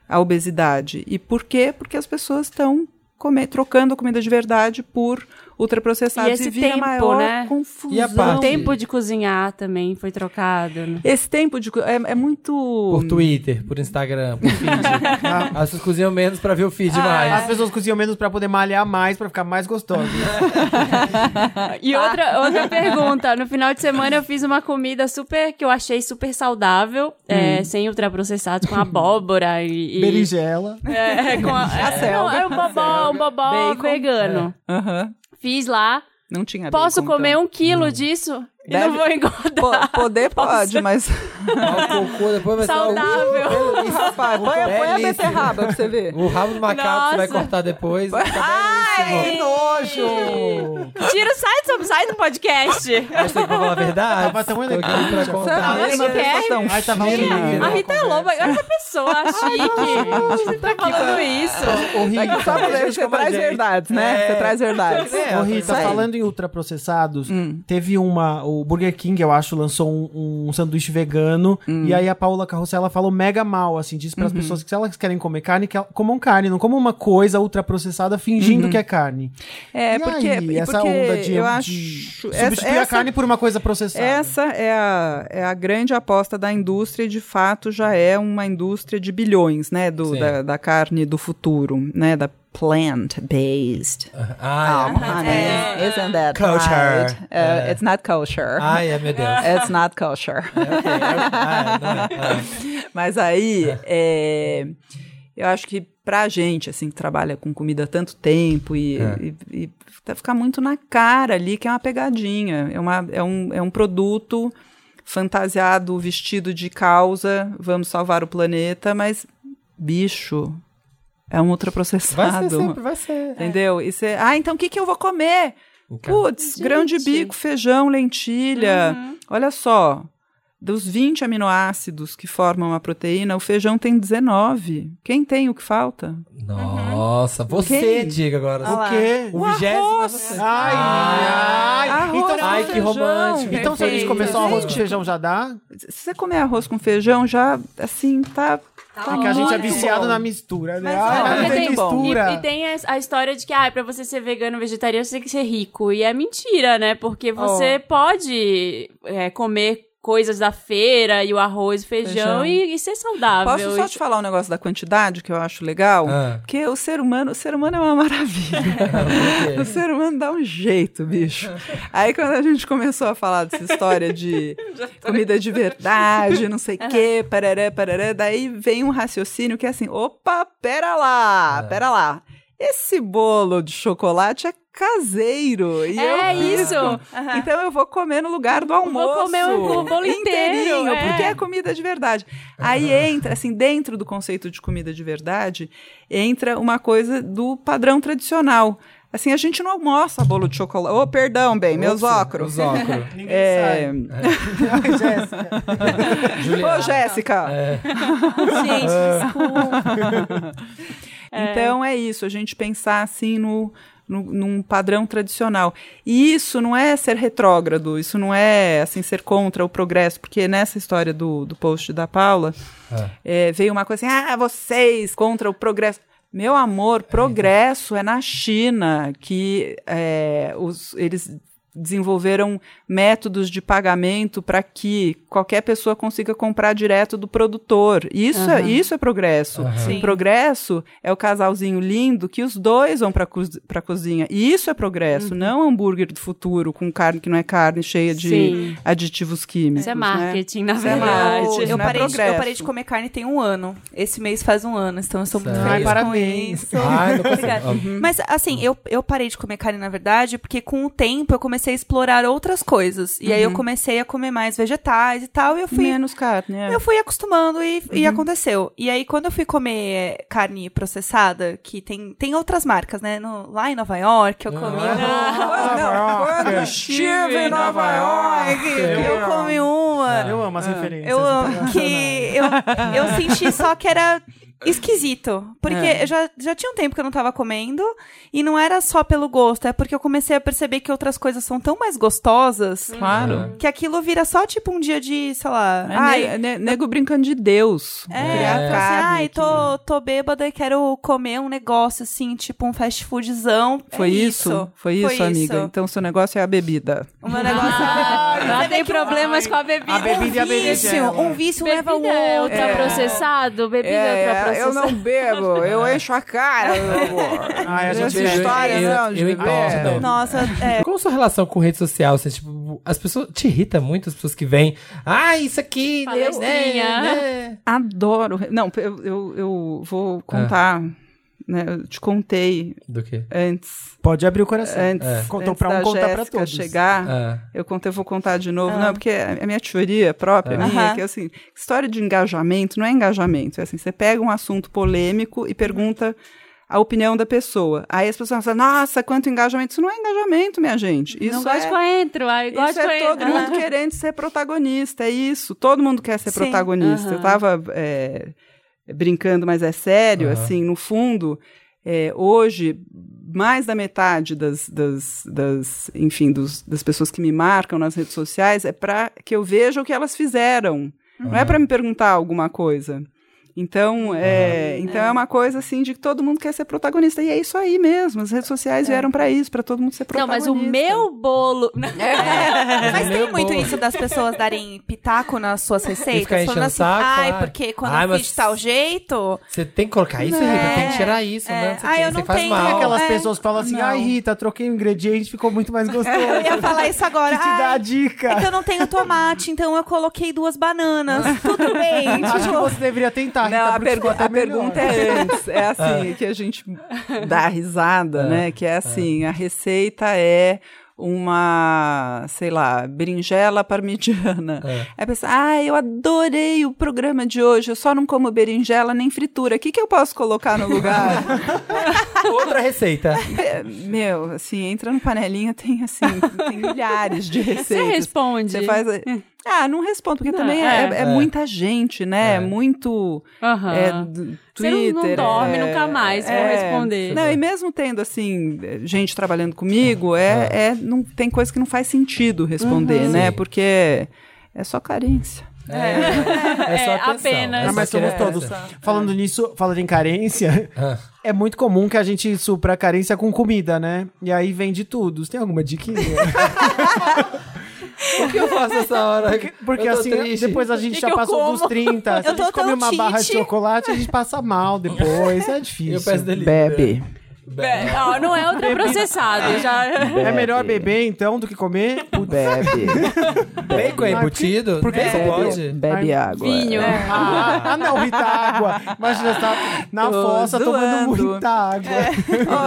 Speaker 3: a obesidade. E por quê? Porque as pessoas estão come- trocando a comida de verdade por ultraprocessados
Speaker 1: E esse
Speaker 3: vira
Speaker 1: tempo,
Speaker 3: maior
Speaker 1: né?
Speaker 3: confusão.
Speaker 2: E a parte-
Speaker 1: O tempo de cozinhar também foi trocado. né?
Speaker 3: Esse tempo de. co- É, é muito.
Speaker 2: Por Twitter, por Instagram, por feed. As pessoas cozinham menos pra ver o
Speaker 3: Ah.
Speaker 2: feed mais.
Speaker 5: As pessoas cozinham menos pra poder malhar mais, pra ficar mais gostosa.
Speaker 1: E
Speaker 3: Tá.
Speaker 1: outra, outra pergunta. No final de semana eu fiz uma comida super que eu achei super saudável,
Speaker 3: Hum.
Speaker 1: é, sem ultraprocessados, com abóbora e. e-
Speaker 5: Berinjela.
Speaker 1: É, é, com a, é, não, era um bobó, um bobó
Speaker 3: Bacon.
Speaker 1: vegano.
Speaker 3: Aham.
Speaker 1: Fiz lá.
Speaker 3: Não tinha
Speaker 1: Posso
Speaker 3: bacon,
Speaker 1: comer
Speaker 3: então.
Speaker 1: um quilo disso e não
Speaker 3: Deve-
Speaker 1: vou engordar.
Speaker 3: Po- poder pode, mas.
Speaker 2: Olha o um cocô, depois vai ser
Speaker 1: Saudável.
Speaker 2: O,
Speaker 3: Rapaz, Ah, põe, a- põe a
Speaker 2: Belíssimo.
Speaker 3: beterraba pra você ver.
Speaker 2: o rabo do macaco você vai
Speaker 1: Nossa.
Speaker 2: cortar depois. Tá Fica belíssimo.
Speaker 5: Nojo!
Speaker 1: Tira, sai, do- sai do podcast.
Speaker 2: Acho que eu vou falar a verdade.
Speaker 5: Tava tão
Speaker 2: Tô aqui
Speaker 5: elegante
Speaker 2: pra
Speaker 5: a
Speaker 2: contar.
Speaker 1: Sabe?
Speaker 3: mesma
Speaker 1: acho que é.
Speaker 3: sensação.
Speaker 5: Ai, tá tava
Speaker 2: Sim.
Speaker 5: horrível.
Speaker 1: A Rita é loba, olha essa pessoa chique. Você tá falando isso.
Speaker 5: Horrível.
Speaker 3: Só pra ver
Speaker 2: Gente,
Speaker 3: que você
Speaker 2: como a
Speaker 3: traz
Speaker 2: gente.
Speaker 3: verdades, né?
Speaker 2: É.
Speaker 3: Você traz verdades.
Speaker 5: Ô,
Speaker 2: Isso
Speaker 5: Rita,
Speaker 2: aí.
Speaker 5: falando em ultraprocessados,
Speaker 3: Hum.
Speaker 5: teve uma. O Burger King, eu acho, lançou um, um sanduíche vegano.
Speaker 3: Hum.
Speaker 5: E aí a Paula Carrossela falou mega mal, assim, disse
Speaker 3: Uhum.
Speaker 5: pras pessoas que se elas querem comer carne, que elas comam carne, não comam uma coisa ultraprocessada fingindo que é carne.
Speaker 3: Uhum. É,
Speaker 5: E
Speaker 3: porque,
Speaker 5: aí,
Speaker 3: porque
Speaker 5: essa onda de,
Speaker 3: eu
Speaker 5: de
Speaker 3: acho.
Speaker 5: substituir a carne por uma coisa processada.
Speaker 3: Essa é a, é a grande aposta da indústria e, de fato, já é uma indústria de bilhões, né? Do,
Speaker 2: Sim.
Speaker 3: da, da carne do futuro, né? Da plant-based. Ah,
Speaker 5: Ah,
Speaker 2: Ai,
Speaker 3: honey, isn't that
Speaker 2: Culture.
Speaker 3: right?
Speaker 5: É.
Speaker 3: Uh, It's not culture.
Speaker 5: Ah.
Speaker 2: ai, ai, meu Deus. É,
Speaker 3: It's not culture.
Speaker 2: ok, é, ai, não é, ai.
Speaker 3: Mas aí, é, eu acho que pra gente, assim, que trabalha com comida há tanto tempo e,
Speaker 2: É.
Speaker 3: e- e tá- fica muito na cara ali que é uma pegadinha. É, uma, é, um, é um produto fantasiado, vestido de causa, vamos salvar o planeta, mas, bicho, é um
Speaker 2: Vai ser
Speaker 3: ultraprocessado.
Speaker 2: sempre, vai ser.
Speaker 3: Entendeu? E você, ah, então o que, que eu vou
Speaker 2: é.
Speaker 3: comer? Putz, grão de bico, feijão, lentilha.
Speaker 5: Uhum.
Speaker 3: Olha só, dos 20 aminoácidos que formam a proteína, o feijão tem 19. Quem tem o que falta?
Speaker 2: Nossa, você
Speaker 3: Ok.
Speaker 2: diga agora.
Speaker 4: Olha lá.
Speaker 5: O quê?
Speaker 2: O vigésimo é você.
Speaker 5: Ai, ai,
Speaker 3: Arroz
Speaker 5: então,
Speaker 3: com
Speaker 2: Ai, que
Speaker 3: feijão.
Speaker 2: romântico.
Speaker 5: então se a gente
Speaker 4: Perfeito.
Speaker 5: comer só arroz com feijão já dá?
Speaker 3: Se você comer arroz com feijão, já, assim, tá...
Speaker 5: É que a gente é
Speaker 1: Muito
Speaker 5: viciado
Speaker 1: bom.
Speaker 5: na mistura,
Speaker 4: Mas,
Speaker 5: né?
Speaker 3: Ah,
Speaker 4: é ó,
Speaker 5: Ai,
Speaker 3: é
Speaker 5: mas não
Speaker 1: Porque
Speaker 5: tem
Speaker 1: tem-
Speaker 5: mistura.
Speaker 1: E, e tem a, a história de que, ah, pra você ser vegano vegetariano, você tem que ser rico. E é mentira, né? Porque
Speaker 3: Oh.
Speaker 1: você pode é, comer coisas da feira e o arroz, o feijão,
Speaker 3: Feijão.
Speaker 1: E, e ser
Speaker 5: Ah,
Speaker 1: saudável.
Speaker 3: Posso só
Speaker 1: E- tipo,
Speaker 3: te falar um negócio da quantidade que eu acho legal?
Speaker 2: Ah.
Speaker 3: Porque o ser humano, o ser humano é uma maravilha. O ser humano dá um jeito, bicho. Aí quando a gente começou a falar dessa história de
Speaker 1: tá.
Speaker 3: comida de verdade, não sei o quê, parará, parará, daí vem um raciocínio que é assim, opa, pera lá, pera lá. Esse bolo de chocolate é caseiro. E
Speaker 1: É
Speaker 3: eu fiz
Speaker 1: isso.
Speaker 3: com-
Speaker 4: Aham.
Speaker 3: Então eu vou comer no lugar do almoço.
Speaker 1: comer o bolo inteiro,
Speaker 3: Inteirinho,
Speaker 1: é.
Speaker 3: porque é comida de verdade. Aí entra, assim, dentro do conceito de comida de verdade, entra uma coisa do padrão tradicional. Assim, a gente não almoça bolo de chocolate. Ô, perdão, bem, meus
Speaker 2: Ups,
Speaker 3: óculos.
Speaker 2: Os óculos.
Speaker 5: Ninguém
Speaker 3: É...
Speaker 5: Jéssica.
Speaker 2: Juliana. É.
Speaker 3: Ô, Jéssica!
Speaker 4: Gente,
Speaker 1: É.
Speaker 4: desculpa.
Speaker 3: Então é isso, a gente pensar assim no, no- num padrão tradicional. E isso não é ser retrógrado, isso não é assim ser contra o progresso, porque nessa história do, do post da Paula
Speaker 2: Ah.
Speaker 3: eh, veio uma coisa assim: ah, vocês contra o progresso. Meu amor, progresso é na China que eh, os, eles desenvolveram métodos de pagamento para que qualquer pessoa consiga comprar direto do produtor. Isso, é,
Speaker 1: Aham.
Speaker 3: isso é progresso.
Speaker 2: Aham.
Speaker 4: Sim.
Speaker 3: Progresso é o casalzinho lindo que os dois vão pra, coz- pra cozinha. E isso é progresso, não hambúrguer do futuro com carne que não é carne, cheia de
Speaker 1: Sim.
Speaker 3: aditivos químicos.
Speaker 1: Isso é
Speaker 3: né?
Speaker 1: marketing, na
Speaker 3: é
Speaker 1: verdade.
Speaker 3: marketing.
Speaker 4: Eu, eu
Speaker 3: Não é
Speaker 4: parei de, eu
Speaker 3: progresso.
Speaker 4: parei de comer carne tem um ano. Esse mês faz um ano, então eu sou muito
Speaker 2: Sério? Ai,
Speaker 4: feliz
Speaker 5: parabéns.
Speaker 4: com isso.
Speaker 2: Ai, não consigo. Uhum.
Speaker 4: Obrigada. Mas, assim, eu, eu parei de comer carne, na verdade, porque com o tempo eu comecei a explorar outras coisas. E aí eu comecei a comer mais vegetais e tal, e eu fui
Speaker 3: né? Menos carne, é.
Speaker 4: Eu fui acostumando e, e aconteceu. E aí, quando eu fui comer carne processada, que tem, tem outras marcas, né? No- lá em Nova York, eu comi.
Speaker 5: Ah,
Speaker 3: Quando eu estive em Nova York,
Speaker 4: Eu comi uma.
Speaker 5: Eu
Speaker 3: Ah,
Speaker 5: amo as referências.
Speaker 4: Eu amo que eu, eu senti só que era esquisito. Porque eu
Speaker 3: É.
Speaker 4: já, já tinha um tempo que eu não tava comendo. E não era só pelo gosto, é porque eu comecei a perceber que outras coisas são tão mais gostosas
Speaker 3: Uhum. Claro.
Speaker 4: que aquilo vira só tipo um dia de, sei lá.
Speaker 3: É
Speaker 4: ai,
Speaker 3: ne- ne- nego brincando de Deus.
Speaker 4: É,
Speaker 2: Criar
Speaker 4: é.
Speaker 3: carne né?"
Speaker 4: Assim, ai, tô, tô bêbada e quero comer um negócio assim, tipo um fast foodzão. É
Speaker 3: Foi isso? Foi isso, amiga. Então seu negócio é a bebida.
Speaker 4: O meu negócio é.
Speaker 1: Ah, tem
Speaker 4: Você vê que
Speaker 1: problemas com a bebida.
Speaker 5: A bebida e a
Speaker 4: um vício,
Speaker 5: berinjela.
Speaker 4: um vício leva
Speaker 1: Bebida
Speaker 4: o outro.
Speaker 1: é ultraprocessado, bebida é, ultraprocessado.
Speaker 3: bebo, eu encho a cara. meu amor.
Speaker 5: Ai, a gente
Speaker 3: Essa é
Speaker 5: bebe.
Speaker 3: história, né,
Speaker 2: Eu-
Speaker 3: não, de
Speaker 2: eu
Speaker 3: beber.
Speaker 2: entorno.
Speaker 4: Nossa, é.
Speaker 2: Qual a sua relação com rede social? Assim, tipo, as pessoas te irrita muito as pessoas que vêm. Ah, isso aqui, né,
Speaker 1: Palestrinha.
Speaker 2: né, né.
Speaker 3: Adoro. Não, eu, eu, eu vou contar. né, eu te contei
Speaker 2: Do quê?
Speaker 3: antes.
Speaker 5: Pode abrir o coração.
Speaker 3: Antes,
Speaker 2: É.
Speaker 5: Contou
Speaker 3: antes
Speaker 5: pra um,
Speaker 3: da
Speaker 5: contar pra
Speaker 3: Jéssica
Speaker 5: todos. Ah.
Speaker 3: chegar.
Speaker 2: Ah,
Speaker 3: Eu contei, eu vou contar de novo. Não, porque é a minha teoria própria,
Speaker 2: Ah.
Speaker 3: minha,
Speaker 4: Aham.
Speaker 3: que é assim, história de engajamento não é engajamento. É assim, você pega um assunto polêmico e pergunta a opinião da pessoa. Aí as pessoas falam, nossa, quanto engajamento. Isso não é engajamento, minha gente. Isso
Speaker 1: não gosto
Speaker 3: é...
Speaker 1: que eu entro, ai, gosto
Speaker 3: Isso
Speaker 1: que eu
Speaker 3: é todo
Speaker 1: entro.
Speaker 3: mundo querendo ser protagonista, é isso. Todo mundo quer ser
Speaker 4: Sim,
Speaker 3: protagonista. Eu
Speaker 1: aham.
Speaker 3: tava é, brincando, mas é sério,
Speaker 2: Aham.
Speaker 3: assim, no fundo, é, hoje, mais da metade das, das, das enfim, dos- das pessoas que me marcam nas redes sociais é para que eu veja o que elas fizeram. Não é para me perguntar alguma coisa. Então, é, então é. uma coisa assim de que todo mundo quer ser protagonista. E é isso aí mesmo. As redes sociais vieram para isso, para todo mundo ser
Speaker 1: É. Não,
Speaker 3: protagonista. É,
Speaker 1: mas o meu bolo.
Speaker 4: Mas tem
Speaker 2: Meu
Speaker 4: muito
Speaker 2: bom.
Speaker 4: isso das pessoas darem pitaco nas suas receitas,
Speaker 2: ficar
Speaker 4: falando
Speaker 2: enchendo o
Speaker 4: assim,
Speaker 2: saco,
Speaker 4: ai,
Speaker 2: ah.
Speaker 4: porque quando
Speaker 2: Ai,
Speaker 4: eu fiz
Speaker 2: mas-
Speaker 4: de tal jeito.
Speaker 2: Você tem que colocar isso,
Speaker 4: Não,
Speaker 2: Rita? Tem
Speaker 4: é,
Speaker 2: que tirar isso,
Speaker 4: é.
Speaker 2: né? Não sei o
Speaker 4: Ah,
Speaker 2: quê,
Speaker 4: eu
Speaker 2: você
Speaker 4: não
Speaker 2: faz
Speaker 4: tenho-
Speaker 5: Tem
Speaker 2: mal.
Speaker 5: aquelas
Speaker 4: É.
Speaker 5: pessoas que falam assim,
Speaker 4: Não.
Speaker 5: ai, Rita, troquei o ingrediente, ficou muito mais gostoso.
Speaker 4: Eu ia falar isso agora.
Speaker 5: Que te dá a
Speaker 4: ai,
Speaker 5: dica.
Speaker 4: é que eu não tenho tomate, então eu coloquei duas bananas. Tudo bem.
Speaker 5: Acho que
Speaker 4: Tipo,
Speaker 5: você deveria tentar, Rita,
Speaker 1: tá
Speaker 3: Não, a,
Speaker 5: porque
Speaker 3: pergu-
Speaker 5: ficou até
Speaker 3: a
Speaker 5: melhor.
Speaker 3: pergunta é antes. É assim, que a gente dá risada, né? Que é assim, a receita é uma, sei lá, berinjela parmigiana.
Speaker 2: É.
Speaker 3: Aí pensa, ah, eu adorei o programa de hoje, eu só não como berinjela nem fritura. O que, que eu posso colocar no lugar?
Speaker 2: Outra receita.
Speaker 3: É, Meu, assim, entra no panelinha, tem assim, tem milhares de
Speaker 1: Você
Speaker 3: receitas.
Speaker 1: responde. Hum.
Speaker 3: Você faz. Ah, não respondo, porque
Speaker 1: Não,
Speaker 3: também
Speaker 1: é.
Speaker 3: é, é muita gente, né?
Speaker 2: É.
Speaker 3: É muito.
Speaker 1: Aham.
Speaker 3: é, d-
Speaker 1: Você não-
Speaker 3: Twitter.
Speaker 1: não dorme
Speaker 3: é-
Speaker 1: nunca mais, vou
Speaker 3: é.
Speaker 1: responder.
Speaker 3: Não, e mesmo tendo, assim, gente trabalhando comigo, é, é, não, tem coisa que não faz sentido responder,
Speaker 1: Uhum.
Speaker 3: né?
Speaker 2: Sim.
Speaker 3: Porque é, é só carência.
Speaker 2: É, só
Speaker 1: É,
Speaker 2: atenção.
Speaker 1: apenas.
Speaker 2: só
Speaker 5: Ah, mas somos
Speaker 2: querer
Speaker 5: todos.
Speaker 2: atenção.
Speaker 5: Falando nisso, falando em carência,
Speaker 2: Ah.
Speaker 5: é muito comum que a gente supra a carência com comida, né? E aí vende tudo. Você tem alguma diquinha?
Speaker 2: O que eu faço essa hora?
Speaker 5: Porque, porque
Speaker 2: Eu tô
Speaker 5: assim,
Speaker 2: triste.
Speaker 5: depois a gente
Speaker 1: Que
Speaker 5: já
Speaker 1: que eu
Speaker 5: passou
Speaker 1: como?
Speaker 5: dos 30. Se a
Speaker 4: Eu tô
Speaker 5: gente come
Speaker 4: tão
Speaker 5: uma barra de
Speaker 4: tite.
Speaker 5: chocolate, a gente passa mal depois. É
Speaker 2: Eu
Speaker 5: difícil.
Speaker 2: peço delivery.
Speaker 3: Bebe.
Speaker 1: Be- Ó, não é ultraprocessado, já... um
Speaker 5: É melhor beber, então, do que comer? Putz,
Speaker 6: Bebe.
Speaker 2: Bacon é embutido? Por que isso pode?
Speaker 6: Bebe água.
Speaker 1: Vinho.
Speaker 5: Ah, ah, não, Rita Água. Imagina, você tá na
Speaker 3: Tô
Speaker 5: fossa tomando
Speaker 3: zoando.
Speaker 5: muita água.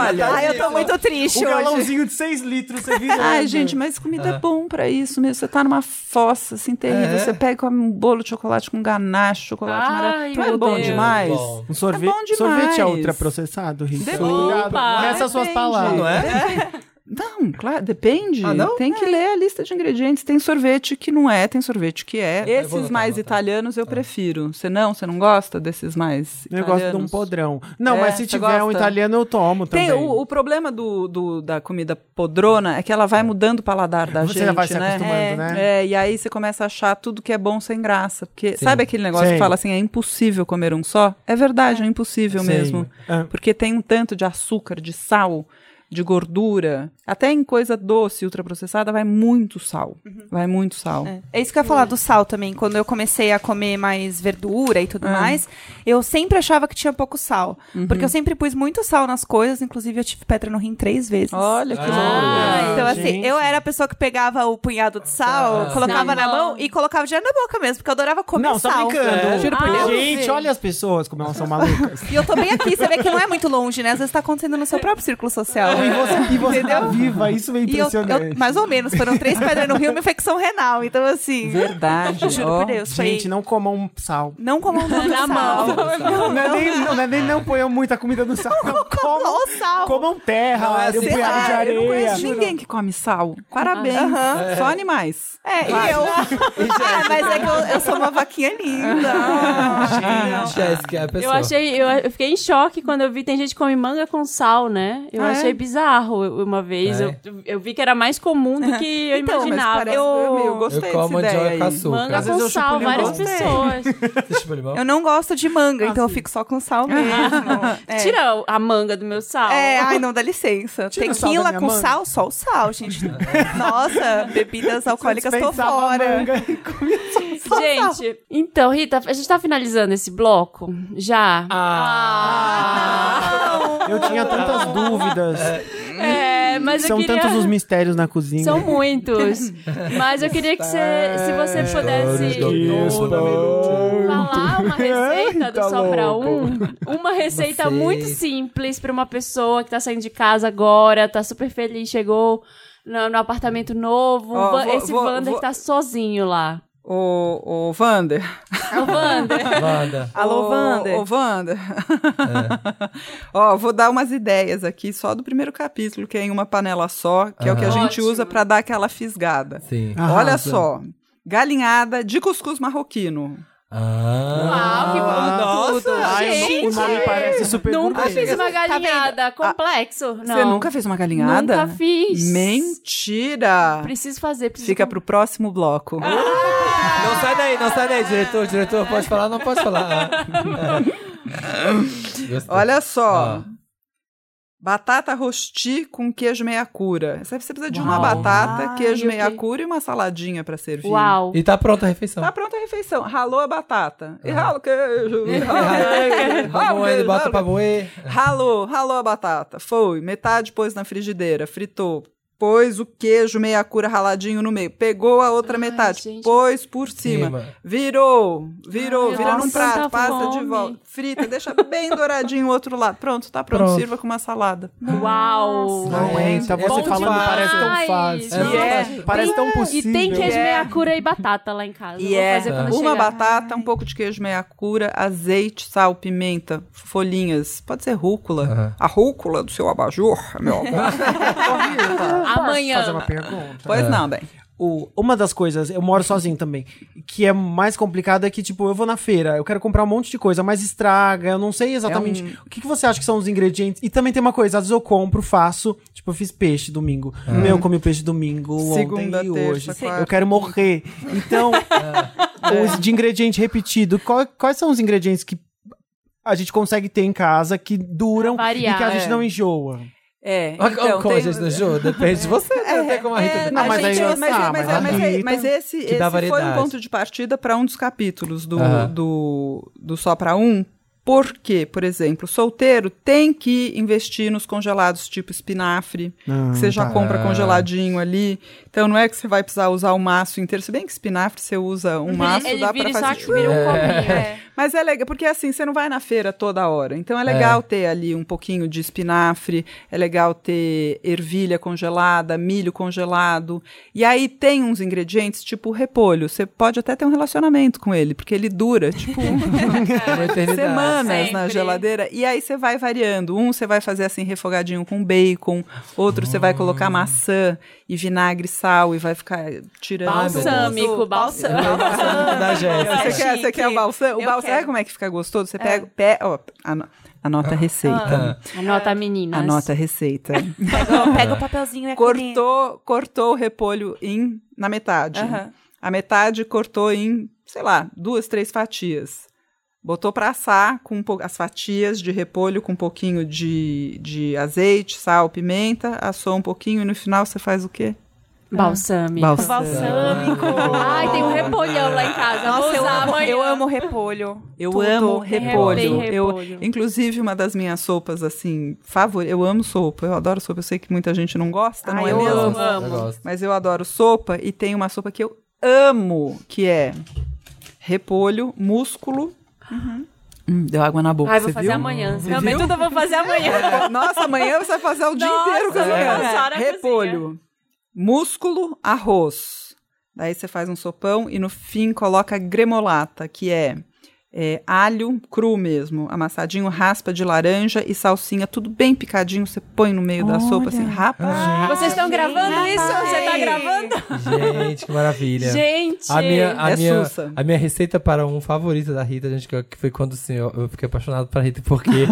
Speaker 3: Olha.
Speaker 4: Ai, eu tô muito triste
Speaker 5: Um
Speaker 4: hoje.
Speaker 5: galãozinho de 6 litros, você
Speaker 2: tá
Speaker 5: vira. um
Speaker 3: Ai, gente, mas comida é bom pra isso mesmo. Você tá numa fossa, assim, terrível.
Speaker 2: É.
Speaker 3: Você pega e come um bolo de chocolate com ganache, chocolate
Speaker 1: Ai,
Speaker 3: maravilhoso. Não é
Speaker 1: meu
Speaker 3: bom
Speaker 1: Deus.
Speaker 3: demais?
Speaker 2: Bom.
Speaker 5: Um sorvete,
Speaker 3: É bom demais.
Speaker 5: sorvete é ultraprocessado, Rita.
Speaker 3: Depende.
Speaker 5: Obrigado.
Speaker 1: Opa,
Speaker 5: é Essas suas
Speaker 3: depende.
Speaker 5: palavras.
Speaker 2: Não é?
Speaker 3: Não, claro, depende.
Speaker 2: Ah, não?
Speaker 3: Tem que
Speaker 5: É.
Speaker 3: ler a lista de ingredientes. Tem sorvete que não é, tem sorvete que é.
Speaker 2: Eu vou
Speaker 3: Esses
Speaker 2: anotar,
Speaker 3: mais
Speaker 2: anotar.
Speaker 3: italianos eu prefiro. Você não? Você não gosta desses mais
Speaker 5: É. Eu
Speaker 3: italianos?
Speaker 5: gosto de um podrão. Não,
Speaker 3: É,
Speaker 5: mas se
Speaker 3: você
Speaker 5: tiver um
Speaker 3: gosta?
Speaker 5: italiano, eu tomo
Speaker 3: Tem,
Speaker 5: também.
Speaker 3: o, o problema do, do- da comida podrona é que ela vai mudando o paladar da
Speaker 5: Você
Speaker 3: gente,
Speaker 5: já vai se
Speaker 3: né?
Speaker 5: acostumando,
Speaker 3: é,
Speaker 5: né?
Speaker 3: é, e aí você começa a achar tudo que é bom sem graça. Porque
Speaker 2: Sim.
Speaker 3: sabe aquele negócio
Speaker 5: Sim.
Speaker 3: que fala assim, é impossível comer um só? É verdade, é, impossível
Speaker 2: Sim.
Speaker 3: mesmo.
Speaker 5: É.
Speaker 3: Porque tem um tanto de açúcar, de sal, de gordura. Até em coisa doce, ultraprocessada, vai muito sal. Vai muito sal.
Speaker 4: É isso que eu ia falar do sal também. Quando eu comecei a comer mais verdura e tudo
Speaker 3: Ah.
Speaker 4: mais, eu sempre achava que tinha pouco sal.
Speaker 2: Uhum.
Speaker 4: Porque eu sempre pus muito sal nas coisas, inclusive eu tive pedra no rim três vezes.
Speaker 3: Olha que
Speaker 2: Ah.
Speaker 3: louco.
Speaker 4: Ah, então, assim,
Speaker 5: gente. Tá.
Speaker 4: eu era a pessoa que pegava o punhado de sal,
Speaker 2: Ah.
Speaker 4: colocava
Speaker 1: Na
Speaker 4: na mão
Speaker 1: mão.
Speaker 4: e colocava direto na boca mesmo, porque eu adorava comer
Speaker 5: Não, só
Speaker 4: sal.
Speaker 5: brincando. Ah,
Speaker 2: É.
Speaker 1: Juro por Deus.
Speaker 5: Gente, olha as pessoas como elas são malucas.
Speaker 4: E eu tô bem aqui, você vê que não é muito longe, né? Às vezes tá acontecendo no seu próprio círculo social.
Speaker 5: E você, e você tá
Speaker 4: Entendeu?
Speaker 5: viva, isso é
Speaker 4: E eu,
Speaker 5: impressionante.
Speaker 4: eu- mais ou menos, foram três pedras no rio e uma infecção renal. Então, assim,
Speaker 3: Verdade.
Speaker 4: juro
Speaker 3: ó.
Speaker 4: por Deus, foi...
Speaker 5: Gente, não comam sal.
Speaker 4: Não comam tanto
Speaker 1: Na
Speaker 4: sal.
Speaker 1: mão.
Speaker 5: Não, é nem, não, não é nem não ponham muita comida no sal. Não, comam,
Speaker 4: Ou sal.
Speaker 5: comam terra,
Speaker 2: Não, é assim,
Speaker 5: um punhado de
Speaker 3: Ah, Eu não
Speaker 5: areia.
Speaker 3: conheço ninguém que come sal. Parabéns. Só animais.
Speaker 4: É, e eu. ah, mas é que eu, eu sou uma vaquinha linda.
Speaker 2: Jéssica, a
Speaker 1: Eu
Speaker 2: pessoa.
Speaker 1: achei, eu, eu fiquei em choque quando eu vi. Tem gente que come manga com sal, né? Eu
Speaker 3: Ah, é?
Speaker 1: achei bizarro eu- uma vez.
Speaker 2: É.
Speaker 1: Eu, eu vi que era mais comum do que É. eu
Speaker 3: Então, mas
Speaker 1: imaginava.
Speaker 3: parece- eu, eu
Speaker 2: Eu
Speaker 3: gostei
Speaker 2: como mandioca
Speaker 3: dessa ideia
Speaker 2: com
Speaker 3: aí.
Speaker 2: açúcar.
Speaker 1: Manga
Speaker 5: Às vezes
Speaker 1: com
Speaker 5: eu chupo
Speaker 1: sal,
Speaker 5: limão.
Speaker 1: várias pessoas.
Speaker 2: Você chupa limão?
Speaker 4: Eu não gosto de manga, então eu fico só com sal mesmo. É.
Speaker 1: Tira a manga do meu sal.
Speaker 4: É, ai, não, dá licença.
Speaker 5: Tira o sal da
Speaker 4: Tequila
Speaker 5: minha
Speaker 4: com
Speaker 5: manga.
Speaker 4: sal? Só o sal, gente. Nossa, bebidas alcoólicas tô
Speaker 5: Dispensava a
Speaker 4: fora.
Speaker 5: manga.
Speaker 1: Gente, então, Rita, a gente tá finalizando esse bloco já.
Speaker 2: Ah,
Speaker 5: Eu tinha tantas dúvidas.
Speaker 1: É, mas
Speaker 5: São
Speaker 1: eu queria...
Speaker 5: tantos os mistérios na cozinha.
Speaker 1: São muitos. Mas eu queria que você, se você pudesse falar uma receita do
Speaker 5: Eita,
Speaker 1: Só Pra
Speaker 5: louco.
Speaker 1: Um. Uma receita
Speaker 2: Não sei.
Speaker 1: muito simples pra uma pessoa que tá saindo de casa agora, tá super feliz, chegou no, no apartamento novo.
Speaker 3: Ó,
Speaker 1: o Van-
Speaker 3: vou-
Speaker 1: esse
Speaker 3: vou-
Speaker 1: Wander
Speaker 3: vou-
Speaker 1: que tá sozinho lá. É
Speaker 3: Ô, ô, Vander.
Speaker 1: O Wander.
Speaker 2: Wanda.
Speaker 4: Alô,
Speaker 3: Ô,
Speaker 4: Vander.
Speaker 3: Ô, Vander. Ó, vou dar umas ideias aqui só do primeiro capítulo, que é em uma panela só, que é o que a
Speaker 1: Aham.
Speaker 3: gente
Speaker 1: Ótimo.
Speaker 3: usa pra dar aquela fisgada.
Speaker 2: Sim.
Speaker 5: Arrasa.
Speaker 3: Olha só. Galinhada de cuscuz marroquino. Ah.
Speaker 1: Uau, Ah, que bom
Speaker 2: nossa.
Speaker 1: tudo.
Speaker 5: Ai,
Speaker 1: Gente,
Speaker 5: o nome parece super
Speaker 1: nunca
Speaker 5: gourmet.
Speaker 1: fiz uma
Speaker 4: vendo?
Speaker 1: galinhada. Complexo. Não.
Speaker 3: Tá Ah, Você nunca fez uma galinhada?
Speaker 1: Nunca fiz.
Speaker 3: Mentira!
Speaker 1: Preciso fazer. Preciso
Speaker 3: Fica pro próximo bloco.
Speaker 2: Ah, Não sai daí, não sai daí, diretor, diretor, pode falar, não pode falar. Ah. Gostei.
Speaker 3: Olha só.
Speaker 2: Ah.
Speaker 3: Batata rosti com queijo meia cura. Você precisa de uma
Speaker 2: Uau.
Speaker 3: batata,
Speaker 4: Ai,
Speaker 1: ok.
Speaker 3: queijo meia cura e uma saladinha pra servir.
Speaker 1: Uau.
Speaker 2: E tá pronta a refeição.
Speaker 3: Tá pronta a refeição. Ralou a batata. E rala o queijo. e rala o queijo,
Speaker 2: Tá
Speaker 3: rala o
Speaker 2: moendo,
Speaker 3: queijo,
Speaker 2: bota pra
Speaker 3: rala o
Speaker 2: moer.
Speaker 3: queijo. Ralou, ralou a batata. Foi. Metade pôs na frigideira. Fritou. Pôs o queijo meia cura raladinho no meio. Pegou a outra
Speaker 1: Ai,
Speaker 3: metade.
Speaker 1: gente.
Speaker 3: Pôs por cima.
Speaker 2: Cima.
Speaker 3: Virou. Virou.
Speaker 1: Ai,
Speaker 3: vira num
Speaker 1: nossa,
Speaker 3: prato.
Speaker 1: tá
Speaker 3: Passa de
Speaker 1: fome.
Speaker 3: volta. Frita. Deixa bem douradinho o outro lado. Pronto, tá pronto.
Speaker 2: Pronto.
Speaker 3: Sirva com uma salada.
Speaker 1: Uau.
Speaker 2: Nossa.
Speaker 5: Não aguenta,
Speaker 2: Bom
Speaker 5: você falando
Speaker 2: demais.
Speaker 5: parece tão É, fácil.
Speaker 1: Não.
Speaker 3: E é-
Speaker 5: Parece tão
Speaker 1: E
Speaker 5: possível.
Speaker 1: tem queijo
Speaker 3: É.
Speaker 1: meia cura e batata lá em casa.
Speaker 3: E
Speaker 1: Vou
Speaker 3: é
Speaker 1: fazer quando
Speaker 3: uma
Speaker 1: chegar.
Speaker 3: batata, um pouco de queijo meia cura, azeite, sal, pimenta, folhinhas. Pode ser rúcula.
Speaker 2: Aham.
Speaker 3: A rúcula do seu abajur, meu amor.
Speaker 1: Amanhã.
Speaker 5: Fazer uma pergunta.
Speaker 2: É.
Speaker 3: pois não, bem.
Speaker 5: o- uma das coisas, eu moro sozinho também, que é mais complicado é que, tipo, eu vou na feira, eu quero comprar um monte de coisa, mas estraga, eu não
Speaker 3: É
Speaker 5: sei exatamente.
Speaker 3: um
Speaker 5: O que, que você acha que são os ingredientes? E também tem uma coisa, às vezes eu compro, faço, tipo, eu fiz peixe domingo.
Speaker 2: Ah.
Speaker 5: Eu comi peixe domingo,
Speaker 3: Segunda,
Speaker 5: ontem e
Speaker 3: terça,
Speaker 5: hoje.
Speaker 3: quarta. É.
Speaker 5: Eu quero morrer. Então, os de ingrediente repetido, qual- quais são os ingredientes que a gente consegue ter em casa que duram
Speaker 1: Pra variar,
Speaker 5: e que a gente
Speaker 1: é.
Speaker 5: não enjoa?
Speaker 3: É,
Speaker 2: Olha
Speaker 3: então,
Speaker 2: como a
Speaker 3: tem... É,
Speaker 2: gente não joga, depende de você, né? Até como a Rita.
Speaker 5: Não,
Speaker 3: a
Speaker 5: mas aí
Speaker 3: gente-
Speaker 5: eu-
Speaker 3: mas-
Speaker 5: ah,
Speaker 3: mas-
Speaker 5: mas a
Speaker 3: mas- mas-
Speaker 5: Rita-
Speaker 3: mas esse,
Speaker 2: Que dá
Speaker 3: esse foi um
Speaker 2: variedade.
Speaker 3: ponto de partida para um dos capítulos do,
Speaker 2: Aham.
Speaker 3: do, do Só Pra Um, Porque, por exemplo, solteiro tem que investir nos congelados tipo espinafre,
Speaker 5: Ah,
Speaker 3: que você já
Speaker 5: tá.
Speaker 3: compra congeladinho ali. Então não é que você vai precisar usar o maço inteiro. Se bem que espinafre você usa um maço,
Speaker 1: Uhum. Ele
Speaker 3: dá
Speaker 1: vira
Speaker 3: pra
Speaker 1: e só
Speaker 3: fazer.
Speaker 1: vira um copinho.
Speaker 3: Mas é legal, porque assim, você não vai na feira toda hora. Então é legal ter ali um pouquinho de espinafre, é legal ter ervilha congelada, milho congelado. E aí tem uns ingredientes, tipo repolho. Você pode até ter um relacionamento com ele, porque ele dura, tipo,
Speaker 2: Uma eternidade.
Speaker 3: semanas na
Speaker 4: Sempre.
Speaker 3: geladeira. E aí você vai variando. Um você vai fazer assim, refogadinho com bacon. Outro você vai colocar maçã e vinagre, sal e vai ficar tirando.
Speaker 1: Balsâmico, balsâmico.
Speaker 2: Da Jéssica.
Speaker 3: Você
Speaker 4: É
Speaker 3: quer, você
Speaker 4: chique.
Speaker 3: quer o balsam? O
Speaker 4: Eu
Speaker 3: balsam, sabe
Speaker 4: quero.
Speaker 3: como é que fica gostoso? Você pega, pé, ó, ano- anota a
Speaker 4: Ah.
Speaker 2: Ah.
Speaker 3: receita.
Speaker 1: Anota, meninas.
Speaker 3: Anota a receita.
Speaker 4: Pega, pega o papelzinho e a caneta.
Speaker 3: cortou, cortou o repolho em, na metade.
Speaker 4: Aham.
Speaker 3: A metade cortou em, sei lá, duas, três fatias. Botou pra assar com um pou- as fatias de repolho com um pouquinho de, de azeite, sal, pimenta. Assou um pouquinho e no final você faz o quê?
Speaker 1: Balsâmico.
Speaker 3: Balsâmico.
Speaker 4: Balsâmico.
Speaker 1: Ai, tem um repolhão lá em casa.
Speaker 4: Nossa,
Speaker 1: Vou
Speaker 4: eu
Speaker 1: usar
Speaker 4: amo,
Speaker 1: amanhã.
Speaker 4: eu amo repolho.
Speaker 3: Eu
Speaker 4: Tudo.
Speaker 3: amo
Speaker 1: Tem
Speaker 3: repolho.
Speaker 1: tem
Speaker 3: Eu-
Speaker 1: repolho.
Speaker 3: Inclusive, uma das minhas sopas, assim, favoritas. Eu amo sopa, eu adoro sopa. Eu sei que muita gente não gosta, não
Speaker 4: Ai,
Speaker 3: é
Speaker 4: eu
Speaker 3: mesmo?
Speaker 4: amo.
Speaker 2: Ah, Eu gosto.
Speaker 3: Mas eu adoro sopa e tem uma sopa que eu amo, que é repolho, músculo. Hum, deu água na boca.
Speaker 1: Ai, vou
Speaker 3: você
Speaker 1: fazer
Speaker 3: viu?
Speaker 1: amanhã. Realmente tudo eu vou fazer amanhã.
Speaker 3: Nossa, amanhã você vai fazer o dia
Speaker 1: Nossa,
Speaker 3: inteiro
Speaker 1: eu vou
Speaker 3: cozinhando.
Speaker 1: passar na
Speaker 3: Repolho, músculo, arroz. Daí você faz um sopão e no fim coloca gremolata, que é, é, alho cru mesmo, amassadinho, raspa de laranja e salsinha, tudo bem picadinho, você põe no meio da sopa assim, rapaz.
Speaker 1: Vocês estão
Speaker 4: gente,
Speaker 1: gravando isso? Você tá
Speaker 4: rapaz.
Speaker 1: gravando?
Speaker 2: Gente, que maravilha.
Speaker 1: Gente!
Speaker 2: A minha, Ah, a,
Speaker 3: É
Speaker 2: minha,
Speaker 3: sussa.
Speaker 2: a minha receita para um favorita da Rita, gente, que eu- que foi quando assim, eu, eu fiquei apaixonado pela Rita, porque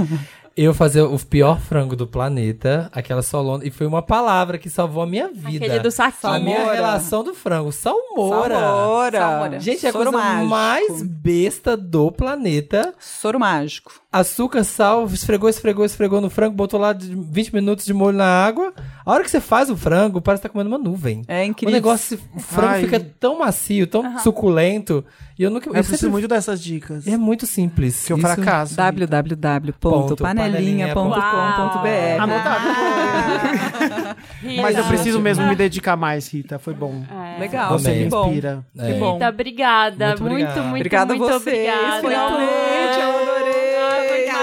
Speaker 2: eu fazia o pior frango do planeta, aquela solona, e foi uma palavra que salvou a minha vida.
Speaker 1: Aquele do saquinho.
Speaker 2: a minha
Speaker 3: Salmoura.
Speaker 2: relação do frango, salmoura.
Speaker 3: Salmoura.
Speaker 4: Salmoura.
Speaker 2: Gente, é a
Speaker 3: Soro
Speaker 2: coisa
Speaker 3: mágico.
Speaker 2: mais besta do planeta.
Speaker 3: Soro mágico.
Speaker 2: Açúcar, sal, esfregou, esfregou, esfregou no frango, botou lá de 20 minutos de molho na água. A hora que você faz o frango, parece que tá comendo uma nuvem.
Speaker 3: É
Speaker 2: O
Speaker 3: incrível.
Speaker 2: negócio, o frango
Speaker 5: Ai.
Speaker 2: fica tão macio, tão suculento. E eu nunca.
Speaker 5: Eu
Speaker 2: eu
Speaker 5: preciso
Speaker 2: sempre-
Speaker 5: muito dessas dicas.
Speaker 2: É muito simples.
Speaker 5: que eu
Speaker 2: Isso-
Speaker 5: fracasso.
Speaker 2: É.
Speaker 1: Uau.
Speaker 3: www.panelinha.com.br
Speaker 5: Tá
Speaker 2: Ah,
Speaker 5: Mas
Speaker 1: Rita.
Speaker 5: eu preciso mesmo me dedicar mais, Rita. Foi bom.
Speaker 2: Ah.
Speaker 1: É.
Speaker 3: Legal,
Speaker 2: Amei.
Speaker 5: Você me
Speaker 3: que bom.
Speaker 5: inspira.
Speaker 2: É.
Speaker 3: Que bom.
Speaker 1: Rita, obrigada.
Speaker 2: Muito
Speaker 1: Muito, muito,
Speaker 2: obrigado.
Speaker 1: muito,
Speaker 3: Obrigado a vocês,
Speaker 1: obrigada.
Speaker 3: finalmente, tá eu adorei.
Speaker 1: Ah, foi
Speaker 2: Tá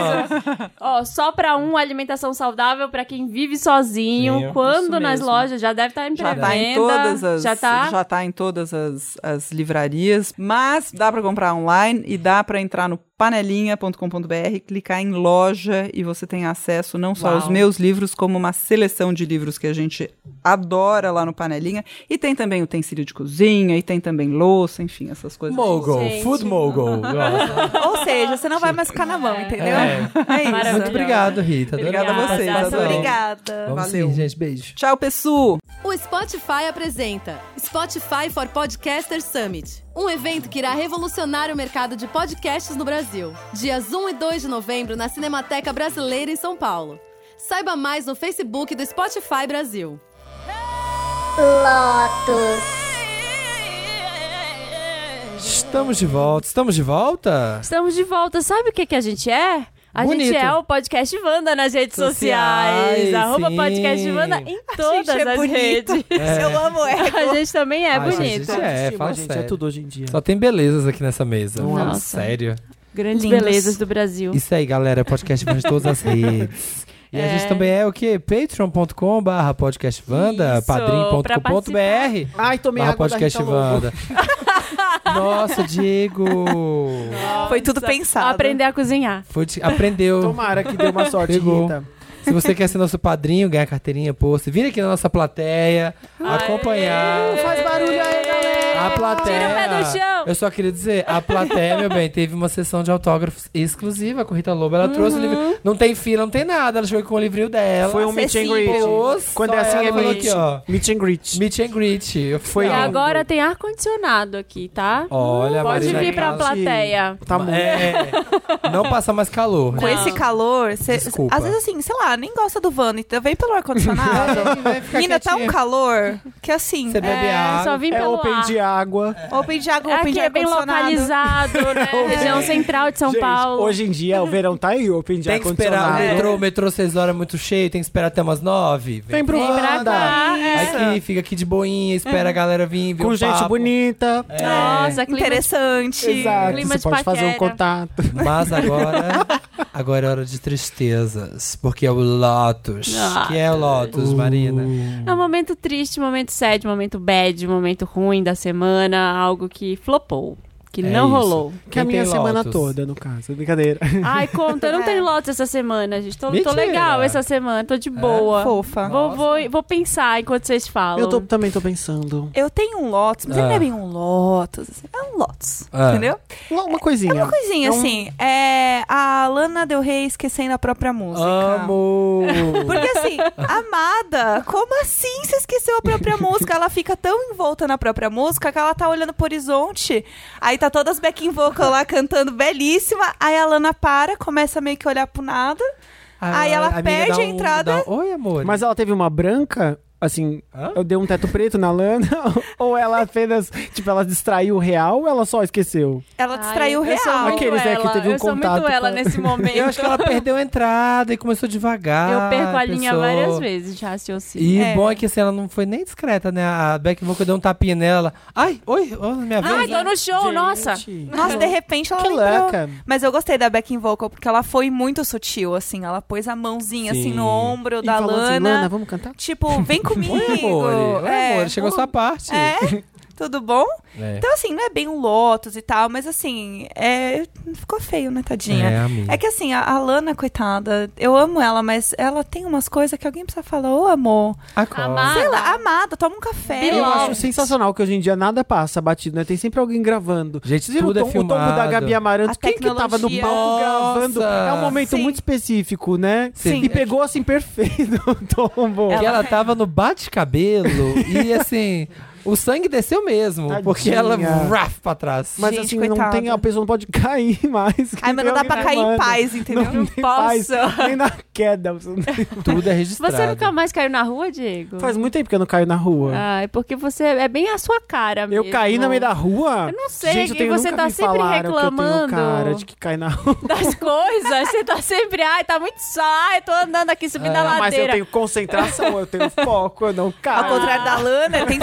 Speaker 1: maravilhoso. Ó, só pra um, alimentação saudável pra quem vive sozinho.
Speaker 2: Sim,
Speaker 1: quando
Speaker 3: isso
Speaker 1: nas
Speaker 3: mesmo.
Speaker 1: lojas já deve estar em
Speaker 3: Já
Speaker 1: pré-venda.
Speaker 3: tá em todas as,
Speaker 1: Já tá?
Speaker 3: já tá em todas as, as livrarias, mas dá para comprar online e dá para entrar no panelinha.com.br, clicar em loja e você tem acesso não só
Speaker 1: Uau.
Speaker 3: aos meus livros, como uma seleção de livros que a gente adora lá no Panelinha. E tem também utensílio de cozinha, e tem também louça, enfim, essas coisas.
Speaker 2: Mogul,
Speaker 1: Gente.
Speaker 2: food mogul. Gosto.
Speaker 4: Ou seja, você não vai mais ficar na mão, entendeu?
Speaker 2: É.
Speaker 4: É isso.
Speaker 1: Maravilhoso.
Speaker 2: Muito obrigado, Rita.
Speaker 3: Obrigada a vocês,
Speaker 2: Obrigado.
Speaker 3: adorei.
Speaker 4: Obrigada.
Speaker 2: Vamos
Speaker 3: Valeu.
Speaker 2: sim, gente. Beijo.
Speaker 3: Tchau, pessoal!
Speaker 6: O Spotify apresenta Spotify for Podcasters Summit, um evento que irá revolucionar o mercado de podcasts no Brasil. Dias 1 e 2 de novembro na Cinemateca Brasileira em São Paulo. Saiba mais no Facebook do Spotify Brasil.
Speaker 2: Estamos de volta. Estamos de volta?
Speaker 1: Estamos de volta. Sabe o que, que a gente é? A
Speaker 2: Bonito.
Speaker 1: gente é o Podcast Wanda nas redes sociais.
Speaker 2: Sociais,
Speaker 1: Arroba
Speaker 2: sim.
Speaker 1: Podcast Wanda em todas
Speaker 4: gente é
Speaker 1: as
Speaker 4: bonito.
Speaker 1: redes.
Speaker 5: É.
Speaker 4: Eu amo ela.
Speaker 1: A gente também é
Speaker 2: Ai,
Speaker 1: bonito.
Speaker 2: gente, é,
Speaker 5: Estima,
Speaker 2: fala
Speaker 5: gente, é
Speaker 2: sério.
Speaker 5: tudo hoje em dia.
Speaker 2: Só tem belezas aqui nessa mesa.
Speaker 1: Nossa.
Speaker 2: Sério.
Speaker 1: Grandes
Speaker 4: Lindos.
Speaker 1: belezas do Brasil.
Speaker 2: Isso aí, galera. Podcast Wanda de todas as redes. E a
Speaker 1: É.
Speaker 2: gente também é o quê? patreon.com barra podcastvanda,
Speaker 1: Isso, pra
Speaker 2: padrim.com.br
Speaker 1: participar.
Speaker 5: Ai, tomei
Speaker 2: barra
Speaker 5: água
Speaker 2: podcast
Speaker 5: da Rita Lobo.
Speaker 2: Wanda. Nossa, Diego!
Speaker 4: Foi tudo pensado.
Speaker 1: Aprender a cozinhar.
Speaker 2: Foi te- Aprendeu.
Speaker 5: Tomara que deu uma sorte,
Speaker 2: Pegou.
Speaker 5: Rita.
Speaker 2: Se você quer ser nosso padrinho, ganhar carteirinha, post, vir aqui na nossa plateia, acompanhar.
Speaker 5: Faz barulho aí, galera.
Speaker 2: A plateia.
Speaker 1: Tira o pé do chão.
Speaker 2: Eu só queria dizer, a plateia, meu bem, teve uma sessão de autógrafos exclusiva com Rita Lobo. Ela trouxe o
Speaker 1: Uhum.
Speaker 2: livro. Não tem fila, não tem nada. Ela chegou com o livrinho dela.
Speaker 5: Foi um meet and greet.
Speaker 2: Nossa,
Speaker 5: Quando é assim,
Speaker 2: ela
Speaker 5: é
Speaker 2: falou
Speaker 5: meet.
Speaker 2: aqui, ó.
Speaker 5: Meet and greet.
Speaker 2: Meet and greet. Eu fui-
Speaker 5: Foi
Speaker 1: E
Speaker 5: Não.
Speaker 1: agora tem ar-condicionado aqui, tá?
Speaker 2: Olha,
Speaker 1: Pode
Speaker 2: Marina
Speaker 1: vir pra
Speaker 2: Causa.
Speaker 1: plateia.
Speaker 5: Tá bom.
Speaker 2: É, não passa mais calor.
Speaker 4: Com
Speaker 1: Não.
Speaker 4: esse calor, cê,
Speaker 2: Desculpa.
Speaker 4: às vezes assim, sei lá, nem gosta do Vanda, então vem pelo ar-condicionado. Menina, tá um calor que assim,
Speaker 2: Você bebe
Speaker 1: É,
Speaker 2: água.
Speaker 1: só vim
Speaker 5: É
Speaker 1: pelo
Speaker 5: open
Speaker 1: ar.
Speaker 5: de água.
Speaker 4: open de água,
Speaker 1: É
Speaker 4: open
Speaker 1: que é bem
Speaker 4: ar-condicionado.
Speaker 1: localizado, né? Região central de São
Speaker 5: Gente,
Speaker 1: Paulo.
Speaker 5: Hoje em dia o verão tá aí, open de
Speaker 2: Tem que esperar né? o
Speaker 5: ar-condicionado.
Speaker 2: metrô, o metrô seis horas é muito cheio, tem que esperar até umas nove.
Speaker 5: Vem pro
Speaker 1: Vem pra
Speaker 5: Wanda.
Speaker 1: cá. é.
Speaker 2: Aqui, fica aqui de boinha, espera a galera vir, ver
Speaker 5: Com
Speaker 2: o
Speaker 5: gente
Speaker 2: papo. É.
Speaker 5: bonita.
Speaker 1: Nossa, clima
Speaker 4: Interessante.
Speaker 5: Exato,
Speaker 1: clima
Speaker 5: você
Speaker 1: de
Speaker 5: pode fazer um
Speaker 1: paquera.
Speaker 5: contato.
Speaker 2: Mas agora, agora é hora de tristezas, porque é o Lotus.
Speaker 1: Lotus.
Speaker 2: Que é o Lotus, Marina?
Speaker 1: É um momento triste, momento sad, momento bad, momento ruim da semana, algo que flopou, que
Speaker 2: É
Speaker 1: não
Speaker 2: isso.
Speaker 1: rolou.
Speaker 5: Que é a
Speaker 2: Quem
Speaker 5: minha
Speaker 2: tem
Speaker 5: semana
Speaker 2: Lotus?
Speaker 5: toda, no caso. Brincadeira.
Speaker 1: Ai, conta, eu não
Speaker 5: É.
Speaker 1: tenho lotes essa semana, gente. Tô, tô
Speaker 2: Mentira. É.
Speaker 1: legal essa semana, tô de boa.
Speaker 4: Fofa.
Speaker 1: Vou, vou, vou pensar enquanto vocês falam.
Speaker 5: Eu tô- também tô pensando.
Speaker 4: Eu tenho um Lotus, mas ele
Speaker 2: Ah.
Speaker 4: não é bem um Lotus. assim, É um Lotus,
Speaker 2: Ah.
Speaker 4: entendeu?
Speaker 5: Uma- Uma coisinha. É
Speaker 4: Uma coisinha
Speaker 5: um
Speaker 4: assim, é a Lana Del Rey esquecendo a própria música.
Speaker 2: Amo!
Speaker 4: Porque assim, amada, como assim você esqueceu a própria música? Ela fica tão envolta na própria música que ela tá olhando pro horizonte. Aí tá todas backing vocal lá cantando belíssima. Aí a Lana para, começa meio que olhar pro nada. Aí ela
Speaker 2: amiga,
Speaker 4: perde
Speaker 2: dá
Speaker 4: a
Speaker 2: um-
Speaker 4: entrada.
Speaker 2: dá um- Oi, amor.
Speaker 5: Mas ela teve uma branca, assim,
Speaker 2: Hã?
Speaker 5: eu dei um teto preto na lana, ou ela apenas, tipo, ela distraiu o real ou ela só esqueceu?
Speaker 4: Ela
Speaker 1: Ai,
Speaker 4: distraiu o
Speaker 1: eu sou
Speaker 4: real.
Speaker 1: muito
Speaker 5: Aqueles, né, que
Speaker 1: ela,
Speaker 5: teve um
Speaker 1: eu sou
Speaker 5: contato
Speaker 1: muito ela
Speaker 5: com-
Speaker 1: nesse momento.
Speaker 2: Eu acho que ela perdeu a entrada e começou devagar.
Speaker 1: Então,
Speaker 5: Ah,
Speaker 1: Eu perco a linha
Speaker 2: pensou.
Speaker 1: várias vezes de raciocínio.
Speaker 2: E
Speaker 4: É.
Speaker 2: bom é que assim, ela não foi nem discreta, né? A Beck Vocal deu um tapinha nela. Ai, oi, ó, minha vez.
Speaker 1: Ai, tô no show, nossa.
Speaker 5: Gente,
Speaker 4: Nossa, de repente ela
Speaker 5: Que
Speaker 4: lembrou.
Speaker 5: louca.
Speaker 4: Mas eu gostei da backing vocal, porque ela foi muito sutil, assim. Ela pôs a mãozinha, assim,
Speaker 2: Sim.
Speaker 4: no ombro
Speaker 5: E
Speaker 4: da
Speaker 5: falou assim,
Speaker 4: Lana.
Speaker 5: Lana, vamos cantar?
Speaker 4: Tipo, vem comigo.
Speaker 2: Oi, amor. Oi,
Speaker 4: É,
Speaker 2: amor. Chegou a
Speaker 4: um-
Speaker 2: sua parte.
Speaker 4: É, tudo bom?
Speaker 2: É.
Speaker 4: Então, assim, não é bem um Lotus e tal, mas assim, é... ficou feio, né, tadinha?
Speaker 2: É, amiga.
Speaker 4: que assim, a, a Lana, coitada, eu amo ela, mas ela tem umas coisas que alguém precisa falar, ô amor,
Speaker 2: Acorda.
Speaker 1: Amar.
Speaker 4: sei lá, amada, toma um café.
Speaker 5: Eu
Speaker 1: Love.
Speaker 5: acho assim, sensacional que hoje em dia nada passa batido, né? Tem sempre alguém gravando.
Speaker 2: Gente,
Speaker 5: Vocês viram
Speaker 2: tudo
Speaker 5: o
Speaker 2: é
Speaker 5: tom- o tombo da
Speaker 2: filmado.
Speaker 5: Gabi Amaranto,
Speaker 4: A
Speaker 5: quem que tava no
Speaker 4: tecnologia.
Speaker 5: palco
Speaker 2: Nossa.
Speaker 5: gravando? É um momento
Speaker 4: Sim.
Speaker 5: muito específico, né?
Speaker 4: Sim.
Speaker 5: E pegou assim perfeito o tombo.
Speaker 2: Que ela tava no bate-cabelo e assim, o sangue desceu mesmo.
Speaker 5: Tadinha.
Speaker 2: Porque ela raf pra trás.
Speaker 5: Mas
Speaker 4: Gente,
Speaker 5: assim, não
Speaker 4: coitada.
Speaker 5: tem, a pessoa não pode cair mais. que
Speaker 4: Ai, mas não dá
Speaker 5: tem
Speaker 4: pra
Speaker 5: alguém
Speaker 4: cair em
Speaker 5: gravando.
Speaker 4: paz, entendeu?
Speaker 5: é Não, tem paz,
Speaker 4: posso.
Speaker 5: nem na queda. você não tem-
Speaker 2: Tudo é registrado.
Speaker 1: Você nunca mais caiu na rua, Diego?
Speaker 5: Faz muito tempo que eu não caio na rua.
Speaker 1: Ah, é porque você é bem a sua cara
Speaker 5: Eu
Speaker 1: mesmo.
Speaker 5: caí na meio da rua?
Speaker 1: Eu não sei,
Speaker 5: Gente, eu
Speaker 1: e
Speaker 5: tenho-
Speaker 1: você
Speaker 5: nunca
Speaker 1: tá
Speaker 5: me
Speaker 1: sempre
Speaker 5: falaram que eu tenho
Speaker 1: reclamando.
Speaker 5: cara tipo- de que cai na rua.
Speaker 1: das coisas. Você tá sempre, ai, tá muito só, ai, tô andando aqui subindo a
Speaker 5: Ah, Mas eu
Speaker 1: ladeira.
Speaker 5: tenho concentração, eu tenho foco, eu não caio.
Speaker 4: Ao contrário
Speaker 5: Ah.
Speaker 4: da Lana, tem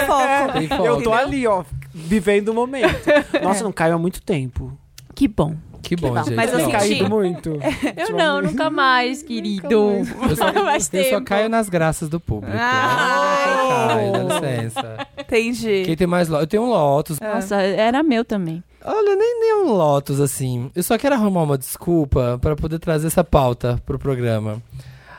Speaker 4: foco.
Speaker 2: Tem
Speaker 5: Eu
Speaker 2: foto.
Speaker 5: tô ali, ó, vivendo o momento. Nossa, eu não caio há muito tempo.
Speaker 1: Que bom.
Speaker 2: Que bom, gente.
Speaker 4: É. Mas eu
Speaker 5: Tem
Speaker 2: Não,
Speaker 4: senti-
Speaker 5: caído muito. Tipo,
Speaker 1: Eu não, nunca mais, querido.
Speaker 2: eu só,
Speaker 1: Faz
Speaker 2: eu só
Speaker 1: tempo.
Speaker 2: caio nas graças do público.
Speaker 4: Ah.
Speaker 2: Eu só caio, dá licença.
Speaker 5: É.
Speaker 4: Entendi.
Speaker 2: Quem tem mais Lotus? Eu tenho um Lotus.
Speaker 1: Nossa, era meu também.
Speaker 2: Olha, nem, nem um Lotus, assim. Eu só quero arrumar uma desculpa pra poder trazer essa pauta pro programa.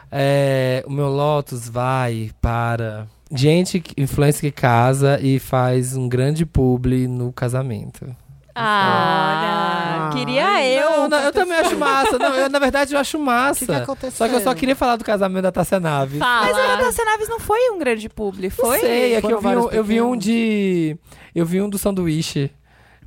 Speaker 2: É, o meu Lotus vai para gente, que- influencer que casa e faz um grande publi no casamento.
Speaker 1: Ah,
Speaker 2: Ah.
Speaker 5: Olha.
Speaker 1: queria eu.
Speaker 2: Não, não, eu também acho massa. Não, eu, na verdade, eu acho massa.
Speaker 5: que aconteceu?
Speaker 2: Só que eu só queria falar do casamento da Tassia Naves.
Speaker 1: Fala.
Speaker 4: Mas a Natasha Naves não foi um grande publi, foi?
Speaker 2: Não sei, é que
Speaker 5: Foram
Speaker 2: eu vi, um,
Speaker 5: vários
Speaker 2: eu vi um
Speaker 5: pequenos.
Speaker 2: de. Eu vi um do sanduíche.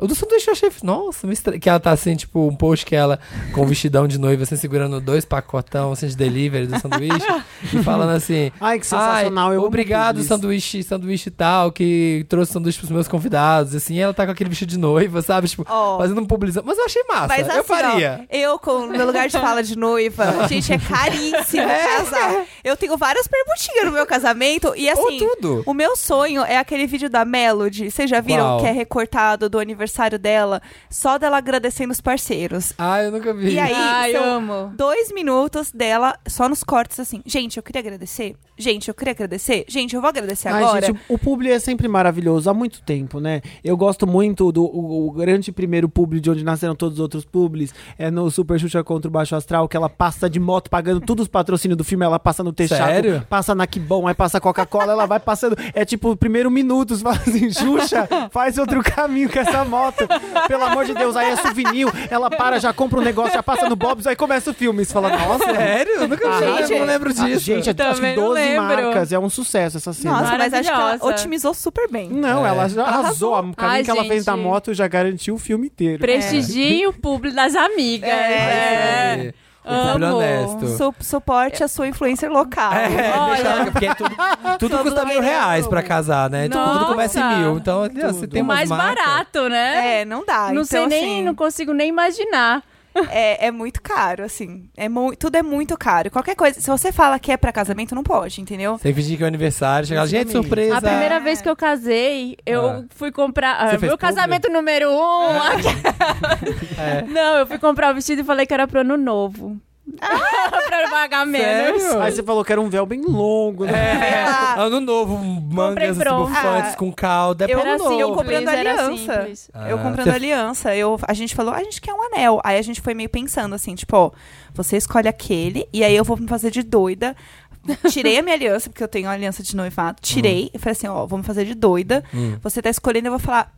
Speaker 2: O do sanduíche eu achei. Nossa, me estra- que ela tá assim, tipo, um post que ela com um vestidão de noiva, assim, segurando dois pacotão assim, de delivery do sanduíche. e falando assim.
Speaker 5: Ai, que sensacional.
Speaker 2: "Ai,
Speaker 5: eu amo
Speaker 2: obrigado,
Speaker 5: tudo isso.
Speaker 2: sanduíche, sanduíche tal, que trouxe sanduíche pros meus convidados. Assim, e ela tá com aquele vestido de noiva, sabe? Tipo,
Speaker 4: Ó.
Speaker 2: fazendo um publizão. Mas eu achei massa.
Speaker 4: Mas assim,
Speaker 2: eu faria.
Speaker 4: Ó, eu, com meu lugar de fala de noiva, gente, é caríssimo casar. Eu tenho várias perguntinhas no meu casamento e assim.
Speaker 2: É. Ou tudo.
Speaker 4: O meu sonho é aquele vídeo da Melody. Vocês já viram
Speaker 2: Qual?
Speaker 4: que é recortado do aniversário dela? Só dela agradecendo os parceiros.
Speaker 2: Ah, eu nunca vi.
Speaker 4: E aí,
Speaker 1: Ai,
Speaker 4: são
Speaker 1: amo.
Speaker 4: dois minutos dela só nos cortes, assim. Gente, eu queria agradecer. Gente, eu queria agradecer. Gente, eu vou agradecer
Speaker 5: Ai,
Speaker 4: agora.
Speaker 5: gente, o publi é sempre maravilhoso, há muito tempo, né? Eu gosto muito do o, o grande primeiro publi de onde nasceram todos os outros publis, é no Super Xuxa contra o Baixo Astral, que ela passa de moto pagando todos os patrocínios do filme, ela passa no Texaco,
Speaker 2: Sério?
Speaker 5: passa na Que Bom, aí passa Coca-Cola, ela vai passando, é tipo, primeiro minuto, você fala assim, Xuxa, faz outro caminho com essa moto, pelo amor de Deus, aí é souvenir, ela para, já compra um negócio, já passa no Bob's, aí começa o filme, você fala, nossa,
Speaker 2: Sério? Eu nunca vi.
Speaker 5: Gente,
Speaker 2: eu não lembro
Speaker 5: Ah,
Speaker 2: É, disso.
Speaker 5: gente, acho
Speaker 1: Também
Speaker 5: que
Speaker 1: não
Speaker 5: 12
Speaker 1: lembro.
Speaker 5: marcas, é um sucesso essa cena.
Speaker 4: Nossa, mas acho que ela
Speaker 1: Maravilhosa.
Speaker 4: otimizou super bem.
Speaker 5: Não,
Speaker 2: É.
Speaker 5: ela já arrasou. O caminho
Speaker 1: Ai,
Speaker 5: que ela fez
Speaker 1: gente.
Speaker 5: da
Speaker 1: É.
Speaker 5: moto já garantiu o filme inteiro.
Speaker 2: né?
Speaker 1: Prestigiem o público das amigas.
Speaker 4: É.
Speaker 1: É.
Speaker 2: Aí. Trabalho
Speaker 4: Amo.
Speaker 2: honesto.
Speaker 4: Su- suporte a sua influencer local.
Speaker 2: É, deixa ela, porque tudo, tudo
Speaker 4: Sou
Speaker 2: custa mil
Speaker 4: blogueira
Speaker 2: reais
Speaker 4: Globo.
Speaker 2: pra casar, né? Tudo- Tudo começa em
Speaker 1: Nossa.
Speaker 2: mil. Então, ali, ó, você tem
Speaker 1: O
Speaker 2: umas
Speaker 1: mais
Speaker 2: marcas- ah,
Speaker 1: barato, né?
Speaker 4: É, não dá.
Speaker 1: não
Speaker 4: então,
Speaker 1: sei nem,
Speaker 4: assim,
Speaker 1: não consigo nem imaginar.
Speaker 4: É, é muito caro, assim. É mu- tudo é muito caro. Qualquer coisa, se você fala que é pra casamento, não pode, entendeu?
Speaker 2: Você fingir que é o aniversário, chega lá, gente, surpresa.
Speaker 1: é A primeira vez que eu casei, eu
Speaker 2: Ah.
Speaker 1: fui comprar. ah,
Speaker 2: Você fez Ah.
Speaker 1: meu casamento número um.
Speaker 2: É.
Speaker 1: Não, eu fui comprar o vestido e falei que era pro ano novo. pra eu pagar menos.
Speaker 2: Ah. Sério?
Speaker 5: Aí você falou que era um véu bem longo, né?
Speaker 4: Sei lá.
Speaker 2: Ano novo, mangas assim,
Speaker 1: pronto.
Speaker 2: bufantes
Speaker 4: Ah,
Speaker 2: com calda. É
Speaker 4: eu-
Speaker 2: ano
Speaker 4: era assim,
Speaker 2: novo.
Speaker 4: eu comprei- comprando
Speaker 1: Era
Speaker 4: aliança.
Speaker 1: simples.
Speaker 2: Ah,
Speaker 4: eu comprando
Speaker 2: você-
Speaker 4: aliança, eu, a gente falou, "Ah, a gente quer um anel. Aí a gente foi meio pensando assim, tipo, ó, você escolhe aquele, e aí eu vou me fazer de doida. Tirei a minha aliança, porque eu tenho uma aliança de noivado. Tirei
Speaker 2: Uhum.
Speaker 4: e falei assim, ó, vamos fazer de doida.
Speaker 2: Hum.
Speaker 4: Você tá escolhendo, eu vou falar.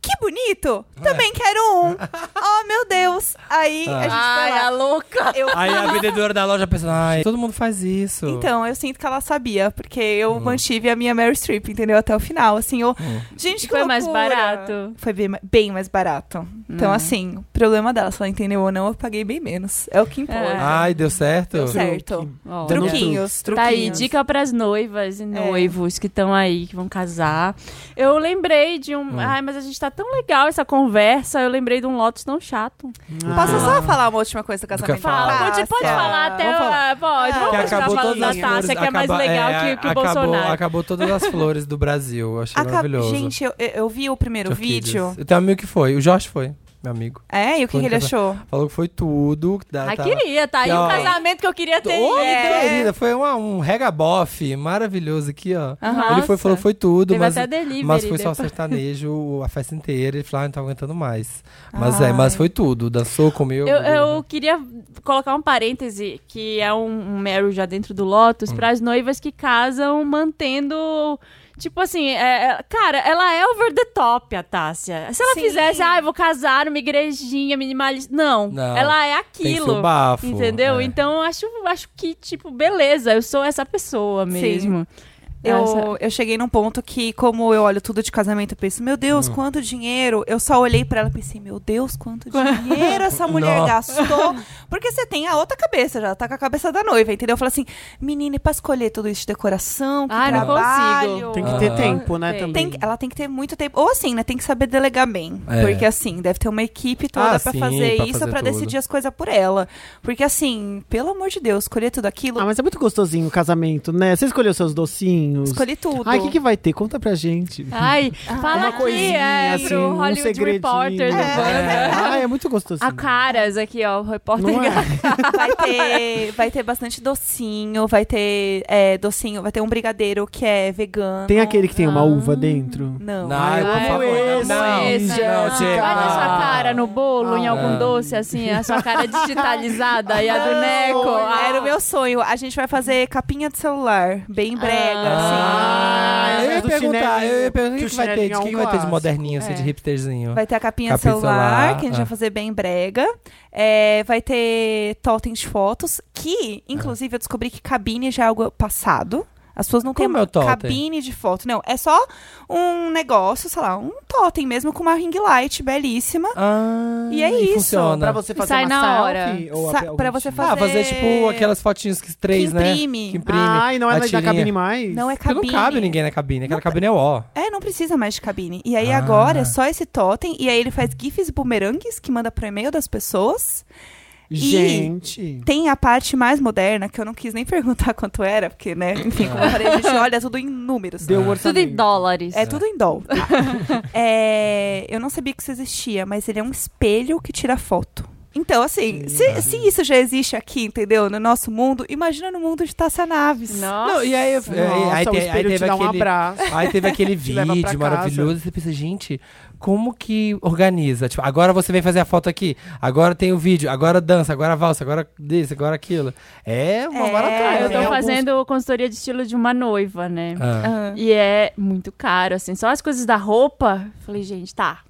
Speaker 4: Que bonito!
Speaker 2: É.
Speaker 4: Também quero um! oh, meu Deus! Aí a gente
Speaker 2: Ah.
Speaker 4: foi
Speaker 1: Ai,
Speaker 4: lá.
Speaker 1: a louca.
Speaker 4: Eu-
Speaker 2: Aí a vendedora da loja pensa, ai, todo mundo faz isso.
Speaker 4: Então, eu sinto que ela sabia, porque eu mantive a minha Mary Streep, entendeu? Até o final, assim, eu... Gente, que
Speaker 1: Foi mais
Speaker 4: loucura!
Speaker 1: barato. Uhum.
Speaker 4: Foi bem, ma- bem mais barato. Então, assim, o problema dela, se ela entendeu ou não, eu paguei bem menos. É o que importa.
Speaker 1: É.
Speaker 2: Ai, deu certo?
Speaker 4: Deu certo.
Speaker 1: Ó,
Speaker 5: Deu
Speaker 4: Truquinhos, truquinhos.
Speaker 1: Tá aí, dica pras noivas e noivos que estão aí, que vão casar. Eu lembrei de
Speaker 2: Hum.
Speaker 1: um. Ai, mas a gente tá tão legal essa conversa. Eu lembrei de um Lotus tão chato.
Speaker 4: Posso só falar uma última coisa do casamento?
Speaker 2: fala.
Speaker 4: da
Speaker 1: Fala, pode,
Speaker 4: Tássia?
Speaker 1: pode falar até.
Speaker 4: Vamos falar.
Speaker 1: ah, Pode, vamos
Speaker 2: Que
Speaker 1: continuar
Speaker 2: acabou
Speaker 1: falando
Speaker 2: todas
Speaker 1: da
Speaker 2: as flores.
Speaker 1: Tássia, que é mais
Speaker 2: acaba-
Speaker 1: legal
Speaker 2: é,
Speaker 1: que, que o
Speaker 2: acabou,
Speaker 1: Bolsonaro.
Speaker 2: Acabou todas as flores do Brasil. Eu achei
Speaker 4: Acab-
Speaker 2: maravilhoso.
Speaker 4: Gente, eu, eu- eu vi o primeiro vídeo.
Speaker 2: Eu tenho um amigo que foi. O Jorge foi, meu amigo.
Speaker 4: É, e o que,
Speaker 2: Foi
Speaker 4: que ele
Speaker 2: no
Speaker 4: achou?
Speaker 2: Falou que foi tudo. que dá-
Speaker 1: Ai, É.
Speaker 2: tá-
Speaker 1: querida, tá aí
Speaker 2: Ó.
Speaker 1: um casamento que eu queria ter.
Speaker 2: Ô,
Speaker 1: ido.
Speaker 2: querida, foi uma- um regabof maravilhoso aqui, ó.
Speaker 1: Aham.
Speaker 2: Ele foi, falou que foi tudo,
Speaker 1: Teve
Speaker 2: mas,
Speaker 1: até delivery.
Speaker 2: mas foi só
Speaker 1: depois.
Speaker 2: sertanejo a festa inteira. Ele falou, ah, não tá aguentando mais. Mas
Speaker 4: Ai.
Speaker 2: é, mas foi tudo. Dançou, comeu.
Speaker 1: Eu,
Speaker 2: bebeu.
Speaker 1: eu queria colocar um parêntese, que é um, um Meryl já dentro do
Speaker 2: Hum.
Speaker 1: Lotus, pras noivas que casam mantendo. Tipo assim, é, é- cara, ela é over the top, a Tássia. Se ela
Speaker 4: Sim.
Speaker 1: fizesse, ah, eu vou casar numa igrejinha minimalista. Não,
Speaker 2: Não.
Speaker 1: ela é
Speaker 2: Tem
Speaker 1: aquilo.
Speaker 2: seu bafo.
Speaker 1: Entendeu?
Speaker 2: é.
Speaker 1: Então eu acho, acho que, tipo, beleza, eu sou essa pessoa mesmo. Essa-
Speaker 4: Eu, eu cheguei num ponto que, como eu olho tudo de casamento, eu penso, meu
Speaker 2: Hum.
Speaker 4: Deus, quanto dinheiro. Eu só olhei pra ela e pensei, meu Deus, quanto dinheiro essa mulher gastou. Porque você tem a outra cabeça, já tá com a cabeça da noiva, entendeu? Eu falo assim, menina, e pra escolher tudo isso de decoração, que
Speaker 1: Ai, não
Speaker 4: trabalho.
Speaker 1: consigo.
Speaker 5: Tem que ter
Speaker 2: Ah.
Speaker 5: tempo, né?
Speaker 1: Tem.
Speaker 5: Também.
Speaker 4: Tem que- ela tem que ter muito tempo. Ou assim, né? Tem que saber delegar bem.
Speaker 2: É.
Speaker 4: Porque assim, deve ter uma equipe toda
Speaker 2: Ah,
Speaker 4: pra
Speaker 2: sim,
Speaker 4: fazer
Speaker 2: pra
Speaker 4: isso,
Speaker 2: fazer
Speaker 4: pra
Speaker 2: tudo.
Speaker 4: decidir as coisas por ela. Porque assim, pelo amor de Deus, escolher tudo aquilo,
Speaker 5: Ah, mas é muito gostosinho o casamento, né? Você escolheu seus docinhos.
Speaker 4: escolhi tudo.
Speaker 5: Ai, o que, que vai ter? Conta pra gente.
Speaker 1: Ai, fala
Speaker 5: Ah, Uma
Speaker 1: aqui, é,
Speaker 5: coisinha, assim,
Speaker 1: pro
Speaker 5: um
Speaker 1: Hollywood
Speaker 5: segredinho.
Speaker 1: Reporter do Banda.
Speaker 5: É. Ai, é muito gostosinho.
Speaker 1: A Caras aqui, ó, o repórter.
Speaker 5: Não é?
Speaker 4: Vai ter, vai ter bastante docinho, vai ter é, docinho, vai ter um brigadeiro que é vegano.
Speaker 5: Tem aquele que tem uma uva dentro?
Speaker 4: Não.
Speaker 2: Não,
Speaker 5: Ai,
Speaker 2: Ah, por
Speaker 1: é
Speaker 5: eu
Speaker 2: favor,
Speaker 5: amo
Speaker 2: não, não,
Speaker 5: esse,
Speaker 2: não,
Speaker 5: gente.
Speaker 2: chega.
Speaker 1: Vai na sua cara no bolo, em algum
Speaker 2: Ah.
Speaker 1: doce, assim, a sua cara digitalizada e a do Neco.
Speaker 4: Ah,
Speaker 1: Ah,
Speaker 4: Era o meu sonho. A gente vai fazer capinha de celular, bem
Speaker 1: assim.
Speaker 4: brega,
Speaker 2: Ah,
Speaker 5: Ah,
Speaker 4: assim.
Speaker 2: eu ia
Speaker 5: do
Speaker 2: perguntar,
Speaker 5: chinelinho,
Speaker 2: eu ia perguntar o
Speaker 5: que
Speaker 2: que,
Speaker 5: o
Speaker 2: que vai ter,
Speaker 5: chinelinho
Speaker 2: de,
Speaker 5: é um
Speaker 2: que que vai ter de
Speaker 5: clássico.
Speaker 2: moderninho, assim,
Speaker 4: É.
Speaker 2: de hipsterzinho.
Speaker 4: Vai ter a capinha de
Speaker 2: Capinha de
Speaker 4: celular,
Speaker 2: celular,
Speaker 4: que a gente
Speaker 2: ah.
Speaker 4: vai fazer bem brega. É, vai ter totem de fotos, que, inclusive, eu descobri que cabine já é algo passado. As pessoas não têm
Speaker 2: Como é o totem?
Speaker 4: cabine de foto. Não, é só um negócio, sei lá, um totem mesmo com uma ring light belíssima.
Speaker 2: Ah,
Speaker 4: E é isso,
Speaker 5: Pra
Speaker 2: Funciona.
Speaker 5: você fazer
Speaker 1: Sai
Speaker 5: uma
Speaker 1: na
Speaker 5: selfie? Ou
Speaker 4: Sa-
Speaker 5: ape- algum
Speaker 4: pra você
Speaker 5: tipo?
Speaker 4: fazer-
Speaker 2: Ah, fazer tipo aquelas fotinhas que três,
Speaker 4: que
Speaker 2: né?
Speaker 4: imprime.
Speaker 2: Que imprime.
Speaker 5: Ai, não é
Speaker 2: a
Speaker 5: mais da
Speaker 2: tirinha.
Speaker 5: cabine mais?
Speaker 4: Não é
Speaker 2: Porque
Speaker 4: cabine.
Speaker 2: Não cabe ninguém na cabine. Aquela cabine é o ó.
Speaker 4: É, não precisa mais de cabine. E aí
Speaker 2: Ah.
Speaker 4: agora é só esse totem. E aí ele faz gifs e bumerangues que manda pro e-mail das pessoas.
Speaker 5: Gente.
Speaker 4: Tem a parte mais moderna, que eu não quis nem perguntar quanto era, porque, né? Enfim, como eu falei, a gente olha tudo em números.
Speaker 5: Deu o
Speaker 1: Tudo em
Speaker 5: orçamento.
Speaker 1: dólares.
Speaker 4: É tudo em dó. É, eu não sabia que isso existia, mas ele é um espelho que tira foto. Então, assim, se, se isso já existe aqui, entendeu? No nosso mundo, imagina no mundo de Taça Naves.
Speaker 1: Nossa.
Speaker 2: Não, e aí, eu- É, aí,
Speaker 5: Nossa,
Speaker 2: aí,
Speaker 5: o
Speaker 2: te- aí
Speaker 5: espelho te
Speaker 2: teve
Speaker 5: dá um
Speaker 2: aquele,
Speaker 5: abraço.
Speaker 2: aí teve aquele
Speaker 5: Te leva pra
Speaker 2: vídeo
Speaker 5: casa.
Speaker 2: maravilhoso. Você pensa, gente, como que organiza? Tipo, agora você vem fazer a foto aqui, agora tem o vídeo, agora dança, agora valsa, agora desse, agora aquilo. É uma
Speaker 4: É,
Speaker 1: Ah,
Speaker 2: maratona.
Speaker 1: eu tô
Speaker 5: Tem alguns-
Speaker 1: fazendo consultoria de estilo de uma noiva, né?
Speaker 2: Ah.
Speaker 4: Ah.
Speaker 1: E é muito caro, assim. Só as coisas da roupa. Falei, gente, tá.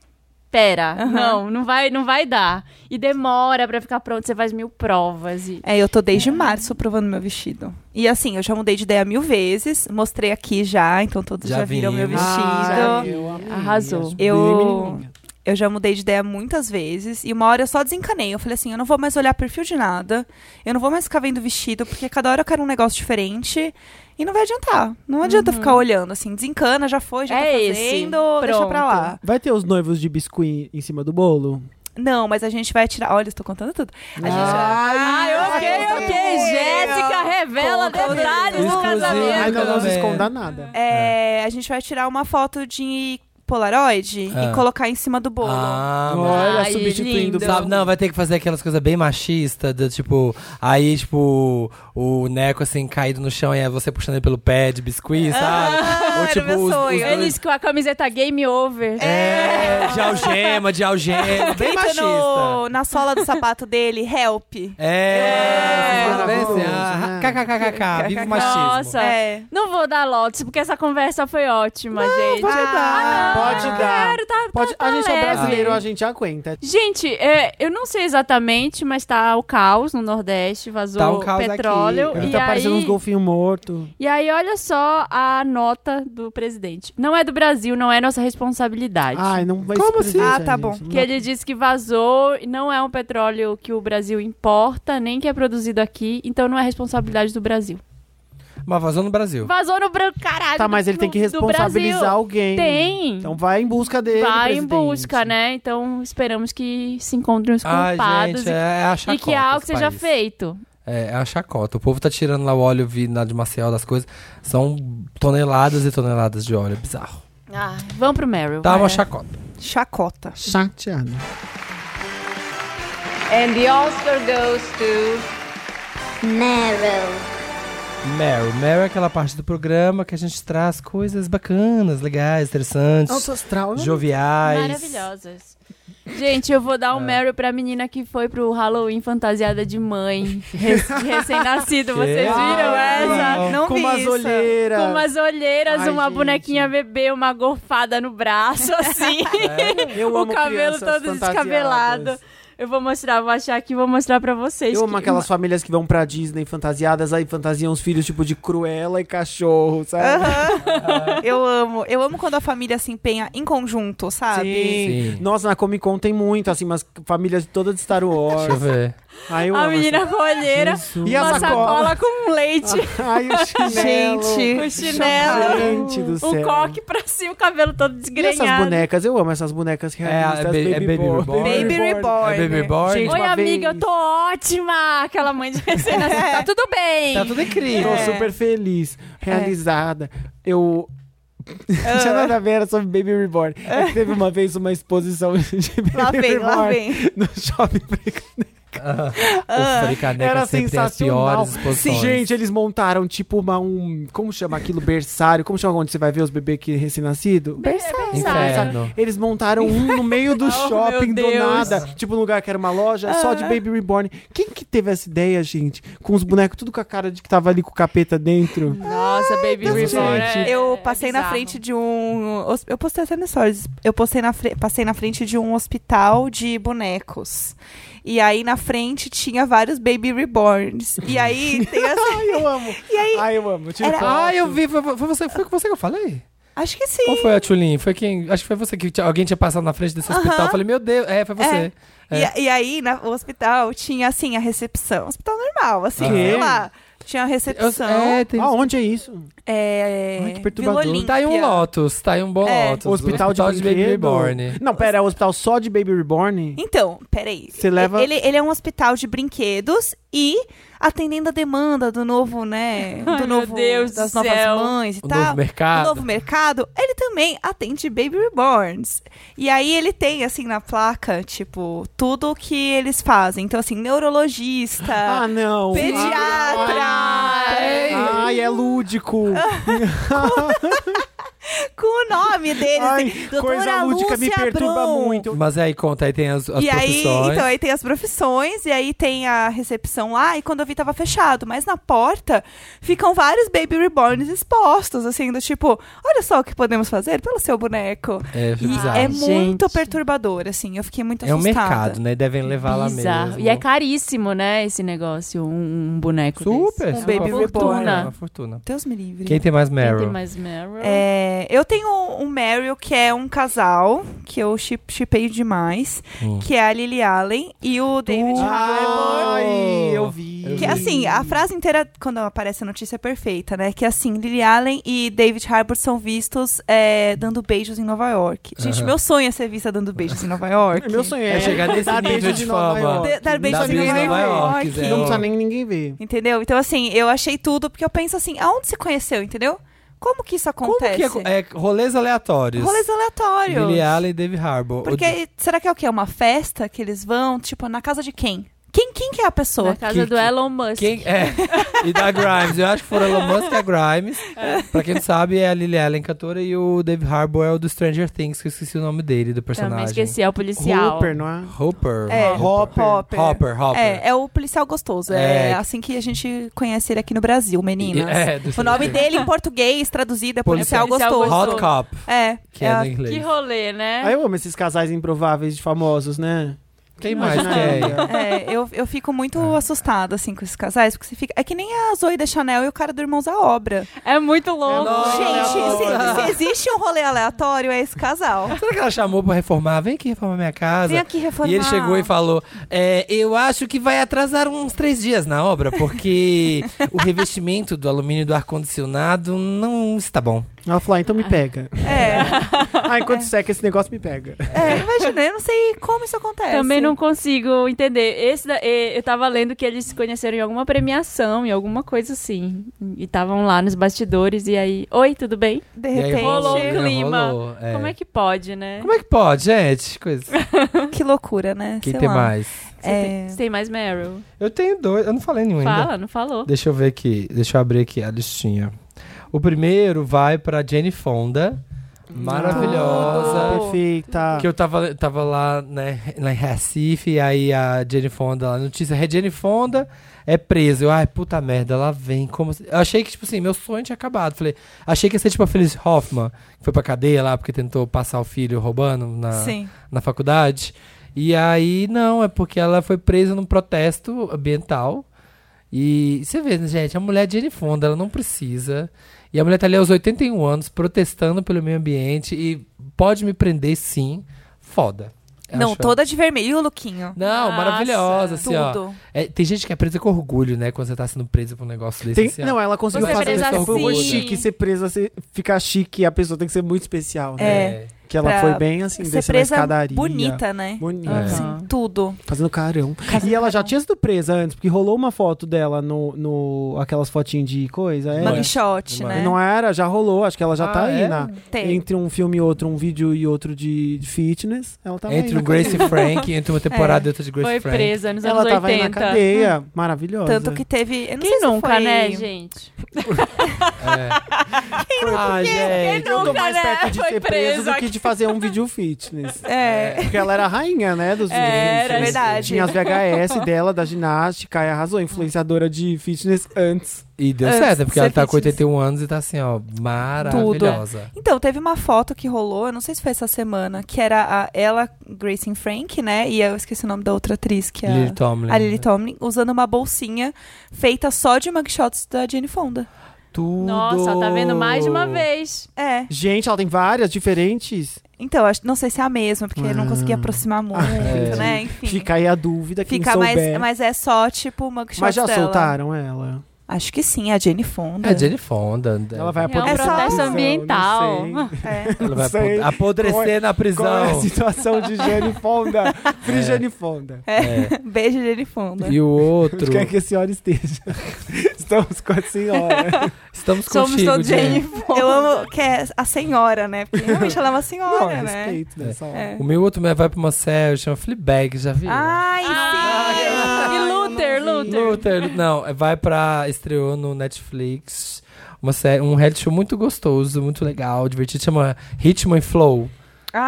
Speaker 1: Pera, não, não vai, não vai dar. E demora pra ficar pronto, você faz mil provas. E...
Speaker 4: É, eu tô desde março provando meu vestido. E assim, eu já mudei de ideia mil vezes, mostrei aqui já, então todos já,
Speaker 2: Já
Speaker 4: viram meu
Speaker 2: vimos.
Speaker 5: Ah,
Speaker 4: vestido.
Speaker 5: Ai, eu amei.
Speaker 1: Arrasou.
Speaker 5: Bem
Speaker 4: Eu-
Speaker 5: menininha.
Speaker 4: Eu já mudei de ideia muitas vezes e uma hora eu só desencanei. Eu falei assim, eu não vou mais olhar perfil de nada. Eu não vou mais ficar vendo vestido, porque cada hora eu quero um negócio diferente e não vai adiantar. Não adianta ficar olhando assim, desencana, já foi, já tá
Speaker 1: É esse.
Speaker 4: fazendo, deixa pra lá.
Speaker 5: Vai ter os noivos de biscuit em cima do bolo?
Speaker 4: Não, mas a gente vai tirar. Olha, eu estou contando tudo. A gente
Speaker 1: Ai, Ah, ok, ok. Jéssica revela
Speaker 4: Conta
Speaker 1: detalhes do
Speaker 2: tudo.
Speaker 1: casamento.
Speaker 5: Ainda não se
Speaker 2: também.
Speaker 5: esconda nada.
Speaker 4: É, a gente vai tirar uma foto de Polaroid
Speaker 2: Ah.
Speaker 4: e colocar em cima do bolo.
Speaker 2: Ah, mas-
Speaker 5: Olha,
Speaker 1: Ai,
Speaker 5: substituindo.
Speaker 1: lindo.
Speaker 2: Sabe, não, vai ter que fazer aquelas coisas bem machistas, do tipo, aí, tipo, o Neco assim, caído no chão e é você puxando ele pelo pé de biscuit, sabe? Ou tipo,
Speaker 4: era meu sonho.
Speaker 2: dois-
Speaker 1: Eles com É a camiseta game over.
Speaker 2: É, de algema, de algema, bem
Speaker 4: Grita
Speaker 2: machista.
Speaker 4: no- na sola do sapato dele, help.
Speaker 2: É, essas coisas
Speaker 5: É,
Speaker 2: bem assim,
Speaker 5: maravilhoso,
Speaker 2: ah,
Speaker 5: né?
Speaker 2: kkkk, vive o machismo.
Speaker 1: Nossa.
Speaker 4: É.
Speaker 1: Não vou dar lotes, porque essa conversa foi ótima, gente.
Speaker 4: Ah.
Speaker 5: Pode dar.
Speaker 1: não,
Speaker 5: pode dar.
Speaker 1: Quero, tá,
Speaker 5: Pode,
Speaker 1: tá, tá
Speaker 5: a gente é
Speaker 1: leve.
Speaker 5: brasileiro, a gente aguenta.
Speaker 1: Gente, é, eu não sei exatamente, mas tá o caos no Nordeste, vazou
Speaker 2: Tá um caos
Speaker 1: petróleo.
Speaker 2: aqui.
Speaker 1: E,
Speaker 5: tá
Speaker 1: aí,
Speaker 5: parecendo uns golfinhos mortos.
Speaker 1: e aí, olha só a nota do presidente. Não é do Brasil, não é nossa responsabilidade.
Speaker 5: Ai, não vai
Speaker 2: Como
Speaker 5: se presentear,
Speaker 4: assim? Ah, tá
Speaker 5: gente.
Speaker 4: bom.
Speaker 5: Não
Speaker 1: Que ele disse que vazou, e não é um petróleo que o Brasil importa, nem que é produzido aqui, então não é responsabilidade do Brasil.
Speaker 2: Mas vazou no Brasil.
Speaker 1: Vazou no branco, caralho.
Speaker 5: Tá, mas ele
Speaker 1: do-
Speaker 5: tem que
Speaker 1: do Brasil.
Speaker 5: responsabilizar alguém.
Speaker 1: Tem.
Speaker 5: Então vai em busca dele.
Speaker 1: Vai em
Speaker 5: presidente.
Speaker 1: busca, né? Então esperamos que se encontrem os
Speaker 2: Ai,
Speaker 1: culpados
Speaker 2: gente, é, é a
Speaker 1: e,
Speaker 2: chacota
Speaker 1: e que algo
Speaker 2: esse
Speaker 1: seja
Speaker 2: país.
Speaker 1: feito.
Speaker 2: É, é a chacota. O povo tá tirando lá o óleo vi- na de Maceió das coisas. São toneladas e toneladas de óleo. É bizarro.
Speaker 1: Vamos pro Meryl.
Speaker 2: Tá uma
Speaker 1: É.
Speaker 2: chacota.
Speaker 4: Chacota.
Speaker 5: Chateado.
Speaker 7: And the Oscar goes to
Speaker 8: Meryl.
Speaker 2: Meryl. Meryl é aquela parte do programa que a gente traz coisas bacanas, legais, interessantes,
Speaker 5: Alto astral. né?
Speaker 2: joviais.
Speaker 1: Maravilhosas. Gente, eu vou dar
Speaker 5: É.
Speaker 1: um Meryl pra menina que foi pro Halloween fantasiada de mãe. rec- Recém-nascido, vocês viram essa?
Speaker 2: Não.
Speaker 4: Não
Speaker 5: Com
Speaker 4: vi
Speaker 5: umas
Speaker 4: isso.
Speaker 5: olheiras.
Speaker 1: Com umas olheiras,
Speaker 5: Ai,
Speaker 1: uma
Speaker 5: gente.
Speaker 1: bonequinha bebê, uma gorfada no braço, assim.
Speaker 5: É, Eu
Speaker 1: o
Speaker 5: amo
Speaker 1: cabelo
Speaker 5: crianças
Speaker 1: todo
Speaker 5: fantasiadas.
Speaker 1: descabelado. Eu vou mostrar, vou achar aqui e vou mostrar pra vocês.
Speaker 5: Eu amo
Speaker 1: que-
Speaker 5: aquelas famílias que vão pra Disney fantasiadas, aí fantasiam os filhos tipo de Cruella e cachorro, sabe?
Speaker 4: Eu amo. Eu amo quando a família se empenha em conjunto, sabe?
Speaker 5: Sim.
Speaker 2: Sim.
Speaker 5: Nossa, na Comic Con tem muito, assim, umas famílias todas de Star
Speaker 2: Deixa eu
Speaker 5: Wars.
Speaker 2: ver.
Speaker 5: Aí eu
Speaker 1: a
Speaker 5: amo,
Speaker 1: menina com a olheira,
Speaker 5: assim. E a
Speaker 1: uma sacola com um leite,
Speaker 5: Ai, o chinelo.
Speaker 4: Gente.
Speaker 1: o chinelo,
Speaker 5: Gente Ah, do céu.
Speaker 1: o um coque pra cima, o cabelo todo
Speaker 5: E
Speaker 1: desgrenhado.
Speaker 5: essas bonecas? Eu amo essas bonecas realistas.
Speaker 2: é ba- é Baby
Speaker 5: Bo-
Speaker 2: Reborn.
Speaker 4: Baby Reborn.
Speaker 2: É Baby Born?
Speaker 5: né? Gente,
Speaker 1: Oi,
Speaker 5: uma
Speaker 1: amiga,
Speaker 5: vez.
Speaker 1: eu tô ótima! Aquela mãe de recém-nascido, tá tudo bem!
Speaker 2: Tá tudo incrível.
Speaker 5: Tô
Speaker 4: É.
Speaker 5: super feliz, realizada. Eu. Não tinha nada a ver, era sobre Baby Reborn. É que teve uma vez uma exposição de É Baby
Speaker 4: Lá vem,
Speaker 5: Reborn
Speaker 4: lá vem.
Speaker 5: no shopping.
Speaker 2: Ah, O Fricaneca
Speaker 5: Ah, Era
Speaker 2: sempre tem as
Speaker 5: sensacional.
Speaker 2: piores exposições.
Speaker 5: Gente, eles montaram tipo uma, um. Como chama aquilo? Berçário. Como chama onde você vai ver os bebês que recém-nascido?
Speaker 1: É
Speaker 5: Berçário.
Speaker 2: Inferno.
Speaker 5: Eles montaram um no meio
Speaker 4: Oh,
Speaker 5: do shopping do
Speaker 1: Deus.
Speaker 5: nada. Tipo, um lugar que era uma loja só
Speaker 4: Ah.
Speaker 5: de Baby Reborn. Quem que teve essa ideia, gente? Com os bonecos tudo com a cara de que tava ali com o capeta dentro.
Speaker 1: Nossa, Baby Reborn.
Speaker 5: gente.
Speaker 1: é-
Speaker 4: Então, assim, Eu
Speaker 1: é
Speaker 4: passei na
Speaker 1: bizarro.
Speaker 4: frente de um. hos- Eu postei até no stories. Eu postei na fre- passei na frente de um hospital de bonecos. E aí na frente tinha vários baby reborns. E aí tem assim.
Speaker 5: Ai, eu amo.
Speaker 4: E aí,
Speaker 5: Ai, eu amo. Tira
Speaker 4: Era-
Speaker 5: foto.
Speaker 2: Ah, eu vi. Foi, foi você, foi com você que eu falei?
Speaker 4: acho que sim.
Speaker 2: Ou foi a Tchulin? Foi quem? Acho que foi você que tinha- alguém tinha passado na frente desse hospital. Eu falei, meu Deus. É, foi você.
Speaker 4: E, e aí, na, o hospital tinha, assim, a recepção. Hospital normal, assim,
Speaker 5: Ah.
Speaker 4: sei lá. Tinha a
Speaker 2: Eu-
Speaker 4: recepção.
Speaker 2: é, tem...
Speaker 5: Aonde é isso?
Speaker 4: é,
Speaker 5: Ai, que perturbador.
Speaker 4: Vila
Speaker 2: Tá aí um
Speaker 4: Olímpia.
Speaker 2: Lotus, tá aí um bom
Speaker 4: É.
Speaker 2: Lotus.
Speaker 5: hospital, de,
Speaker 2: Baby
Speaker 5: brinquedo?
Speaker 2: Reborn.
Speaker 5: Não, pera, é o hospital só de Baby Reborn?
Speaker 4: Então, peraí.
Speaker 5: Você leva-
Speaker 4: Ele, ele é um hospital de brinquedos e atendendo a demanda do novo, né? Do
Speaker 1: Ai, meu
Speaker 4: novo,
Speaker 1: Deus do
Speaker 4: das novas
Speaker 1: céu.
Speaker 4: mães e
Speaker 2: O
Speaker 4: tal.
Speaker 2: novo mercado.
Speaker 4: Tá, O novo mercado, ele também atende Baby Reborns. E aí ele tem, assim, na placa, tipo, tudo que eles fazem. Então, assim, neurologista.
Speaker 5: Ah, não.
Speaker 4: Pediatra!
Speaker 5: Ai, ai, é lúdico.
Speaker 4: Com o nome deles.
Speaker 5: Ai,
Speaker 4: assim, doutora
Speaker 5: coisa lúdica me
Speaker 4: Lúcia
Speaker 5: perturba
Speaker 4: Brum.
Speaker 5: muito.
Speaker 2: Mas aí conta, aí tem as, as
Speaker 4: e aí,
Speaker 2: profissões.
Speaker 4: então, aí tem as profissões, e aí tem a recepção lá, e quando eu vi tava fechado, mas na porta ficam vários baby reborns expostos, assim, do tipo, olha só o que podemos fazer pelo seu boneco.
Speaker 2: É, foi
Speaker 4: E
Speaker 2: bizarro.
Speaker 4: é
Speaker 2: É,
Speaker 4: muito
Speaker 1: gente.
Speaker 4: perturbador, assim, eu fiquei muito
Speaker 2: um
Speaker 4: assustada. É
Speaker 2: mercado, né? Devem levar lá
Speaker 1: Bizarro.
Speaker 2: mesmo.
Speaker 1: E é caríssimo, né, esse negócio, um, um boneco desse.
Speaker 2: Super.
Speaker 4: Um
Speaker 2: super.
Speaker 4: Baby
Speaker 2: Uma fortuna,
Speaker 1: Reborn.
Speaker 2: Uma fortuna.
Speaker 4: Deus me livre.
Speaker 2: Quem tem mais
Speaker 1: Quem
Speaker 2: Meryl?
Speaker 1: tem mais Meryl?
Speaker 4: É, eu tenho um Meryl que é um casal que eu chip- chipei demais,
Speaker 2: Hum.
Speaker 4: que é a Lily Allen e o David Harbour.
Speaker 5: Ai, eu vi.
Speaker 4: Que assim,
Speaker 2: Uhum.
Speaker 4: a frase inteira, quando aparece a notícia, é perfeita, né? Que assim, Lily Allen e David Harbour são vistos é, dando beijos em Nova York. Gente, meu sonho é ser vista dando beijos em Nova York.
Speaker 5: Meu sonho é,
Speaker 2: É chegar nesse
Speaker 5: dar
Speaker 2: nível
Speaker 5: beijo
Speaker 2: de fama.
Speaker 5: Nova York.
Speaker 4: De- dar beijo
Speaker 2: Dar
Speaker 4: em
Speaker 2: beijo
Speaker 4: Nova
Speaker 2: em Nova
Speaker 4: York.
Speaker 2: York, é. Zé.
Speaker 5: Não precisa nem ninguém ver.
Speaker 4: Entendeu? Então, assim, eu achei tudo, porque eu penso assim, aonde se conheceu, entendeu? Como que isso
Speaker 2: Como
Speaker 4: acontece?
Speaker 2: que é, é rolês aleatórios?
Speaker 4: Rolês aleatórios.
Speaker 2: Lily Allen e David Harbour.
Speaker 4: Porque será que é o quê? É uma festa que eles vão? Tipo, na casa de quem? Quem, quem que é a pessoa?
Speaker 1: Na
Speaker 2: Né?
Speaker 1: casa do Elon Musk.
Speaker 2: Quem é? E da Grimes. Eu acho que foram Elon Musk e a Grimes. Pra quem não sabe, é a Lily Allen, cantora, e o David Harbour é o do Stranger Things, que eu esqueci o nome dele, do personagem.
Speaker 1: Também esqueci, é o policial.
Speaker 5: Hooper, não é?
Speaker 2: Hopper.
Speaker 4: É,
Speaker 5: Hopper.
Speaker 4: Hopper.
Speaker 2: Hopper, Hopper.
Speaker 4: É, é o policial gostoso. É,
Speaker 2: né? É.
Speaker 4: assim que a gente conhece ele aqui no Brasil, meninas.
Speaker 2: É, do
Speaker 4: o nome dele em português traduzido é policial,
Speaker 2: Policial.
Speaker 4: gostoso.
Speaker 1: Policial
Speaker 2: Hot Cop,
Speaker 4: É.
Speaker 2: que
Speaker 4: é
Speaker 2: é
Speaker 4: a-
Speaker 2: no inglês.
Speaker 1: Que rolê, né?
Speaker 5: Aí eu amo esses casais improváveis de famosos, né?
Speaker 2: Quem mais que é?
Speaker 5: Imaginaria.
Speaker 4: é, eu, eu fico muito assustada, assim, com esses casais, porque você fica. É que nem a Zoe da Chanel e o cara do Irmãos à Obra.
Speaker 1: É muito louco.
Speaker 2: É louco.
Speaker 4: Gente, se, se existe um rolê aleatório, é esse casal.
Speaker 2: Será que ela chamou pra reformar? Vem aqui reformar minha casa.
Speaker 4: Vem aqui reformar.
Speaker 2: E ele chegou e falou: "É, Eu acho que vai atrasar uns três dias na obra, porque o revestimento do alumínio do ar-condicionado não está bom.
Speaker 5: Ela falou, ah, então me pega.
Speaker 4: É,
Speaker 5: Ah, enquanto seca esse negócio, me pega.
Speaker 4: é, imagina, eu não sei como isso
Speaker 2: É,
Speaker 4: acontece.
Speaker 1: Também não consigo entender. Esse da- e- eu tava lendo que eles se conheceram em alguma premiação, em alguma coisa assim. E estavam lá nos bastidores e aí, oi, tudo bem?
Speaker 4: De
Speaker 2: E aí
Speaker 4: repente.
Speaker 1: rolou o
Speaker 2: né?
Speaker 1: clima.
Speaker 2: Rolou, é.
Speaker 1: Como é que pode, né?
Speaker 2: Como é que pode, gente? Coisa.
Speaker 4: Que loucura, né?
Speaker 2: Quem
Speaker 4: Sei
Speaker 2: tem
Speaker 4: lá.
Speaker 2: mais?
Speaker 1: Você,
Speaker 4: É.
Speaker 1: tem, você tem mais Meryl?
Speaker 2: Eu tenho dois. Eu não falei nenhum ainda.
Speaker 1: Fala, não falou.
Speaker 2: Deixa eu ver aqui. Deixa eu abrir aqui a listinha. O primeiro vai pra Jenny Fonda. Maravilhosa.
Speaker 5: Perfeita.
Speaker 2: Que eu tava, tava lá, né, lá em Recife, e aí a Jenny Fonda, a notícia é Jenny Fonda é presa. Eu, ai, puta merda, ela vem. Como se-" Eu achei que, tipo assim, meu sonho tinha acabado. Falei, achei que ia ser tipo a Feliz Hoffman, que foi pra cadeia lá porque tentou passar o filho roubando na,
Speaker 4: Sim.
Speaker 2: na faculdade. E aí, não, é porque ela foi presa num protesto ambiental. E você vê, né, gente, a mulher é Jane Fonda, ela não precisa. E a mulher tá ali aos 81 anos, protestando pelo meio ambiente e pode me prender sim. Foda. Eu
Speaker 4: Não,
Speaker 2: acho
Speaker 4: toda de vermelho. E o Luquinho?
Speaker 2: ela- Não,
Speaker 1: Nossa,
Speaker 2: maravilhosa, assim, ó.
Speaker 4: Tudo.
Speaker 2: É, tem gente que é presa com orgulho, né? Quando você tá sendo presa por um negócio desse.
Speaker 5: Tem-
Speaker 2: assim, ó.
Speaker 5: não, ela conseguiu
Speaker 1: Você é
Speaker 5: fazer
Speaker 1: presa
Speaker 5: isso. Foi uma
Speaker 2: assim.
Speaker 5: chique ser presa, se- ficar chique, a pessoa tem que ser muito especial, né?
Speaker 4: É.
Speaker 5: que ela
Speaker 4: pra
Speaker 5: foi bem assim,
Speaker 4: Ser
Speaker 5: descendo a
Speaker 4: presa
Speaker 5: escadaria.
Speaker 4: bonita, né?
Speaker 5: Bonita.
Speaker 2: É.
Speaker 5: Sim.
Speaker 4: Assim, tudo.
Speaker 5: Fazendo carão. e ela já tinha sido presa antes, porque rolou uma foto dela no. no aquelas fotinhas de coisa. É.
Speaker 4: Mugshot,
Speaker 2: Não
Speaker 4: né?
Speaker 5: Não era, já rolou, acho que ela já
Speaker 2: Ah,
Speaker 5: tá aí
Speaker 2: é?
Speaker 5: na.
Speaker 4: Tem.
Speaker 5: Entre um filme e outro, um vídeo e outro de, de fitness. Ela tava aí
Speaker 2: Entre
Speaker 5: na
Speaker 2: o Grace Frank, entre
Speaker 4: É.
Speaker 2: uma temporada e outra de Grace
Speaker 1: Foi
Speaker 2: Frank.
Speaker 1: presa nos
Speaker 5: Ela
Speaker 1: anos
Speaker 5: tava aí na
Speaker 1: 80.
Speaker 5: cadeia. Maravilhosa.
Speaker 4: Tanto que teve. eu não sei
Speaker 1: Quem
Speaker 4: se
Speaker 1: nunca,
Speaker 4: foi-
Speaker 1: né, gente?
Speaker 2: É. Ah, gente.
Speaker 5: Eu tô
Speaker 1: nunca,
Speaker 5: mais
Speaker 1: né,
Speaker 5: perto de
Speaker 1: foi
Speaker 5: ser presa
Speaker 1: presa.
Speaker 5: do que de fazer um vídeo fitness.
Speaker 4: É,
Speaker 5: Porque ela era a rainha, né, dos vídeos
Speaker 1: É,
Speaker 4: Era,
Speaker 5: fitness.
Speaker 4: verdade.
Speaker 5: Tinha as VHS dela, da ginástica, e arrasou, influenciadora de fitness antes.
Speaker 2: E
Speaker 1: É,
Speaker 2: deu
Speaker 4: Antes
Speaker 2: certo,
Speaker 4: de
Speaker 2: porque ela
Speaker 4: ser
Speaker 2: tá com
Speaker 4: fitness.
Speaker 2: 81 anos e tá assim, ó, maravilhosa.
Speaker 4: Então, teve uma foto que rolou, eu não sei se foi essa semana, que era a ela, Grace Frank, né? E eu esqueci o nome da outra atriz, que é
Speaker 2: Lily
Speaker 4: a,
Speaker 2: Tomlin.
Speaker 4: a
Speaker 5: né?
Speaker 4: Lily Tomlin, usando uma bolsinha feita só de mugshots da Jane Fonda.
Speaker 2: Tudo.
Speaker 1: Nossa, tá vendo mais de uma vez.
Speaker 4: É.
Speaker 5: Gente, ela tem várias diferentes.
Speaker 4: Então, acho- não sei se é a mesma, porque eu não consegui aproximar muito,
Speaker 2: é.
Speaker 4: né? Enfim.
Speaker 5: Hum. Ah, Fica aí a dúvida, quem
Speaker 4: Fica mais,
Speaker 5: souber.
Speaker 4: mas é só tipo mugshot
Speaker 5: Mas já
Speaker 4: dela.
Speaker 5: soltaram ela.
Speaker 4: Acho que sim, a Jane Fonda.
Speaker 2: É Jane Fonda.
Speaker 5: Ela vai
Speaker 1: É um
Speaker 5: apodrecer.
Speaker 4: só-
Speaker 5: na
Speaker 1: protesto
Speaker 5: prisão,
Speaker 1: ambiental.
Speaker 5: não sei.
Speaker 4: É.
Speaker 2: Ela vai
Speaker 5: Não sei.
Speaker 2: apod- apodrecer
Speaker 5: Qual é-
Speaker 2: na prisão.
Speaker 5: Qual é a situação de Jane Fonda? Free Jane Fonda.
Speaker 2: É.
Speaker 4: Beijo, Jane Fonda.
Speaker 1: né?
Speaker 2: E o outro.
Speaker 5: Quer é que a senhora esteja. Estamos com a senhora.
Speaker 2: Estamos
Speaker 1: Somos
Speaker 2: contigo,
Speaker 1: todos
Speaker 2: Jane.
Speaker 1: Ah,
Speaker 4: Eu amo que é a senhora, né? Porque realmente ela é uma senhora,
Speaker 5: Não, é
Speaker 4: né?
Speaker 5: respeito dessa hora.
Speaker 4: É.
Speaker 2: O meu outro vai pra uma série, chama Fleabag, já viu?
Speaker 4: Ai, sim!
Speaker 1: Ai, e Ah, Luther, Luther.
Speaker 2: Luther, não, é, vai pra. Estreou no Netflix uma série, um reality show muito gostoso, muito legal, divertido, chama Ritmo e Flow.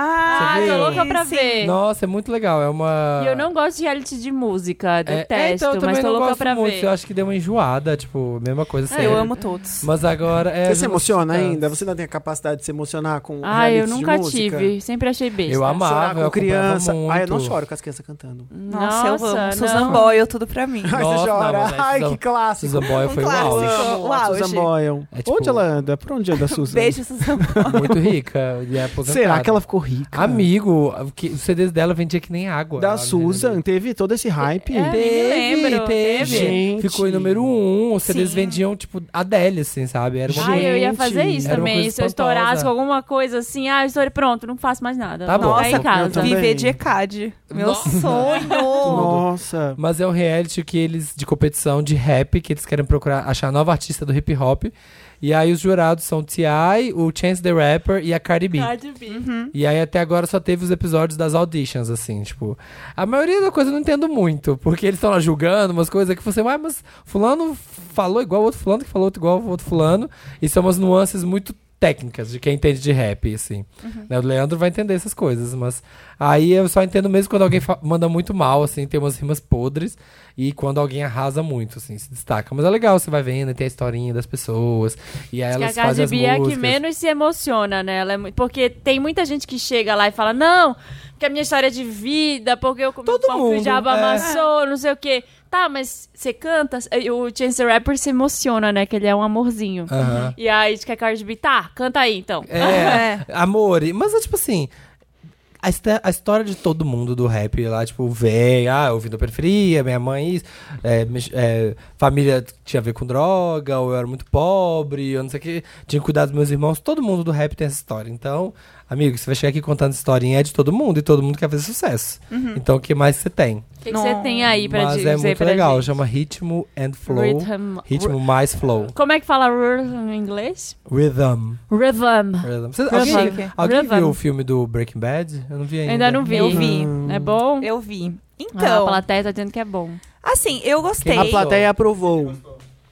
Speaker 4: Ah,
Speaker 1: Ah,
Speaker 2: Você
Speaker 1: tô
Speaker 2: viu?
Speaker 1: louca pra
Speaker 4: Sim.
Speaker 1: ver.
Speaker 2: Nossa, é muito legal. É uma.
Speaker 1: E eu não gosto de reality de música,
Speaker 2: é,
Speaker 1: detesto,
Speaker 2: é, então eu
Speaker 1: mas
Speaker 2: também
Speaker 1: tô
Speaker 2: não
Speaker 1: louca
Speaker 2: gosto
Speaker 1: pra
Speaker 2: muito.
Speaker 1: ver.
Speaker 2: Eu acho que deu uma enjoada, tipo, mesma coisa
Speaker 4: Ah,
Speaker 2: sempre.
Speaker 4: eu amo todos.
Speaker 2: Mas agora. É,
Speaker 5: Você se
Speaker 2: eu não gosto
Speaker 5: emociona
Speaker 2: tanto.
Speaker 5: ainda? Você não tem a capacidade de se emocionar
Speaker 2: um
Speaker 5: com
Speaker 1: Ah, eu
Speaker 5: realities de
Speaker 1: nunca
Speaker 5: música?
Speaker 1: tive, sempre achei besta.
Speaker 2: Eu
Speaker 5: Chorar
Speaker 2: amava, eu
Speaker 5: com criança.
Speaker 2: acompanhava
Speaker 5: Ai, eu não
Speaker 2: muito.
Speaker 5: choro com as crianças cantando.
Speaker 4: Nossa, eu
Speaker 1: Nossa,
Speaker 4: amo.
Speaker 1: não.
Speaker 4: Susan Boyle, tudo pra mim.
Speaker 5: Ai,
Speaker 2: Nossa,
Speaker 5: você chora.
Speaker 2: não, mas é
Speaker 5: Ai,
Speaker 2: Susan-
Speaker 5: que clássico.
Speaker 2: Susan é Boy foi
Speaker 4: Um
Speaker 2: o
Speaker 4: clássico.
Speaker 2: auge.
Speaker 5: Amo
Speaker 4: o
Speaker 5: a
Speaker 4: auge.
Speaker 5: Susan Boyle.
Speaker 2: É tipo-
Speaker 5: Onde ela anda? Por onde anda a Susan?
Speaker 4: Beijo, Susan Boyle.
Speaker 2: Muito rica. E é aposentada.
Speaker 5: Será que ela ficou rica?
Speaker 2: Amigo, que, os CDs dela vendia que nem água.
Speaker 5: Da
Speaker 2: Ela-
Speaker 5: Susan, teve todo esse hype.
Speaker 1: É, me lembro,
Speaker 2: teve.
Speaker 5: teve.
Speaker 2: Ficou em número um. Os CDs
Speaker 4: Sim.
Speaker 2: vendiam, tipo, a Adele, assim, sabe? Era uma
Speaker 5: Gente,
Speaker 1: Ai, Ah, eu ia fazer isso
Speaker 2: era uma
Speaker 1: também.
Speaker 2: coisa
Speaker 1: Se eu estourasse
Speaker 2: espantosa.
Speaker 1: com alguma coisa assim, ah, eu estourei, pronto, não faço mais nada.
Speaker 2: Tá bom.
Speaker 1: Vou ficar em
Speaker 4: Nossa,
Speaker 5: eu
Speaker 1: casa.
Speaker 5: também.
Speaker 4: Viver de ECAD. Meu
Speaker 2: Nossa.
Speaker 4: sonho.
Speaker 5: Nossa.
Speaker 2: Mas é um reality que eles, de competição de rap, que eles querem procurar achar nova artista do hip hop. E aí os jurados são o T.I., o Chance the Rapper e a Cardi B.
Speaker 1: Cardi B.
Speaker 2: E aí até agora só teve os episódios das auditions, assim, tipo. A maioria da coisa eu não entendo muito, porque eles estão lá julgando umas coisas que você, ah, mas fulano falou igual outro fulano, que falou outro igual outro fulano. E são umas nuances muito técnicas de quem entende de rap, assim.
Speaker 1: Uhum.
Speaker 2: Né, O Leandro vai entender essas coisas, mas aí eu só entendo mesmo quando alguém fa- manda muito mal, assim, tem umas rimas podres e quando alguém arrasa muito, assim, se destaca. Mas é legal, você vai vendo, e tem a historinha das pessoas e aí
Speaker 1: Acho que
Speaker 2: elas
Speaker 1: a Cardi
Speaker 2: fazem as
Speaker 1: B é a que
Speaker 2: músicas.
Speaker 1: menos se emociona, né? Ela é muito... Porque tem muita gente que chega lá e fala, não, porque a minha história é de vida, porque eu comi
Speaker 2: Todo
Speaker 1: pão que
Speaker 2: mundo,
Speaker 1: o diabo
Speaker 2: é.
Speaker 1: amassou, não sei o quê. Tá, mas você canta? E O Chance the Rapper se emociona, né? Que ele é um amorzinho.
Speaker 2: Aham.
Speaker 1: E aí diz que a Cardi B, tá, canta aí então.
Speaker 2: Ah. É, amor. e- Mas é tipo assim. A, histó- a história de todo mundo do rap lá, tipo, velho, ah, ouvindo periferia, minha mãe, isso, é, mex- é, família tinha a ver com droga, ou eu era muito pobre, eu não sei o que, tinha que cuidar dos meus irmãos, todo mundo do rap tem essa história. Então, amigo, você vai chegar aqui contando historinha é de todo mundo, e todo mundo quer fazer sucesso. Então, o que mais você tem?
Speaker 1: O que que você tem aí Uhum. pra
Speaker 2: Mas
Speaker 1: dizer
Speaker 2: é muito
Speaker 1: pra
Speaker 2: legal,
Speaker 1: gente?
Speaker 2: chama Ritmo and Flow.
Speaker 1: Rhythm-
Speaker 2: ritmo mais flow.
Speaker 1: Como é que fala rhythm em inglês?
Speaker 2: Rhythm.
Speaker 1: Rhythm.
Speaker 2: Rhythm. Vocês- alguém
Speaker 4: Chique.
Speaker 2: alguém
Speaker 1: Rhythm.
Speaker 2: viu o filme do Breaking Bad? Eu não vi ainda.
Speaker 1: Ainda não vi.
Speaker 4: Eu vi.
Speaker 1: É bom?
Speaker 4: Eu vi.
Speaker 1: Ah, a
Speaker 4: Então,
Speaker 1: plateia tá dizendo que é bom.
Speaker 4: assim, eu gostei.
Speaker 5: A plateia aprovou.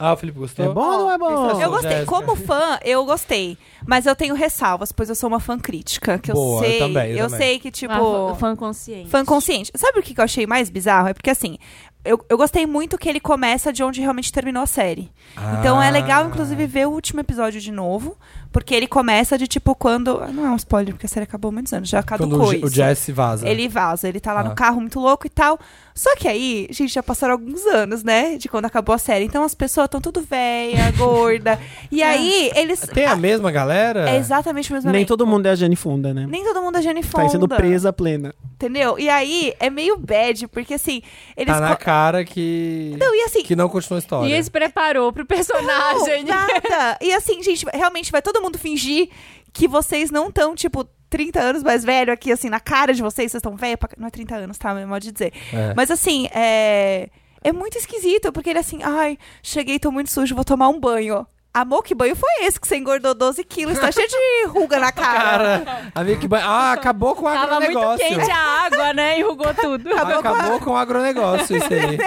Speaker 2: Ah, o Felipe gostou?
Speaker 5: É bom ou não é bom?
Speaker 4: Eu gostei.
Speaker 2: Jéssica.
Speaker 4: Como fã, eu gostei. Mas eu tenho ressalvas, pois eu sou uma fã crítica. Que
Speaker 2: Boa,
Speaker 4: eu
Speaker 2: eu
Speaker 4: sei.
Speaker 2: também, eu também.
Speaker 4: sei que, tipo.
Speaker 1: Ah, fã consciente.
Speaker 4: Fã consciente. Sabe o que que eu achei mais bizarro? É porque assim. Eu, eu gostei muito que ele começa de onde realmente terminou a série.
Speaker 2: Ah,
Speaker 4: Então é legal, inclusive, ver o último episódio de novo. Porque ele começa de tipo quando. Não é um spoiler, porque a série acabou há muitos anos. Já
Speaker 2: Quando
Speaker 4: caducou
Speaker 2: o, J-
Speaker 4: isso.
Speaker 2: o Jesse vaza.
Speaker 4: Ele vaza, ele tá lá
Speaker 2: Ah.
Speaker 4: no carro muito louco e tal. Só que aí, gente, já passaram alguns anos, né? De quando acabou a série. Então as pessoas estão tudo velha, gorda.
Speaker 2: É.
Speaker 4: E aí, eles.
Speaker 2: Tem a mesma galera?
Speaker 4: É exatamente o mesmo
Speaker 5: Nem
Speaker 4: elenco.
Speaker 5: todo mundo é a Jane Funda, né?
Speaker 4: Nem todo mundo é Jane Fonda.
Speaker 5: Tá sendo presa plena.
Speaker 4: Entendeu? E aí, é meio bad, porque assim, eles.
Speaker 2: Tá na
Speaker 4: co-
Speaker 2: cara que...
Speaker 4: Não, e assim.
Speaker 2: Que não continua a
Speaker 1: E
Speaker 2: história.
Speaker 1: ele se preparou pro
Speaker 4: Não,
Speaker 1: personagem.
Speaker 4: nada. E assim, gente, realmente vai todo mundo fingir que vocês não estão, tipo, 30 anos mais velho aqui, assim, na cara de vocês, vocês estão velho pra... Não é 30 anos, tá? Meu modo de dizer.
Speaker 2: É.
Speaker 4: Mas assim, é. É muito esquisito, porque ele assim, ai, cheguei, tô muito sujo, vou tomar um banho. Amor, que banho foi esse? Que você engordou 12 quilos, tá cheio de ruga na cara.
Speaker 2: Cara, a Vicky Ban- Ah, acabou com o
Speaker 1: Tava muito
Speaker 2: agronegócio.
Speaker 1: quente a água, né? Enrugou tudo.
Speaker 2: Acabou com o agronegócio isso aí.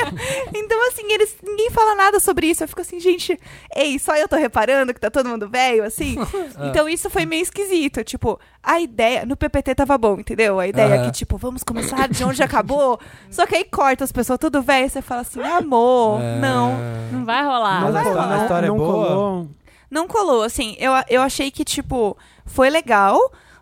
Speaker 4: Então, assim, eles ninguém fala nada sobre isso. Eu fico assim, gente, ei, só eu tô reparando que tá todo mundo velho, assim.
Speaker 2: É.
Speaker 4: Então, isso foi meio esquisito. Tipo, a ideia. No PPT tava bom, entendeu? A ideia
Speaker 2: Aham.
Speaker 4: que, tipo, vamos começar de onde acabou. Só que aí corta as pessoas tudo velho, você fala assim, amor,
Speaker 2: É.
Speaker 4: não.
Speaker 1: Não vai rolar.
Speaker 2: Mas a histó- a história é
Speaker 5: não
Speaker 2: boa?
Speaker 5: colou.
Speaker 4: Não colou, assim, eu, eu achei que, tipo, foi legal,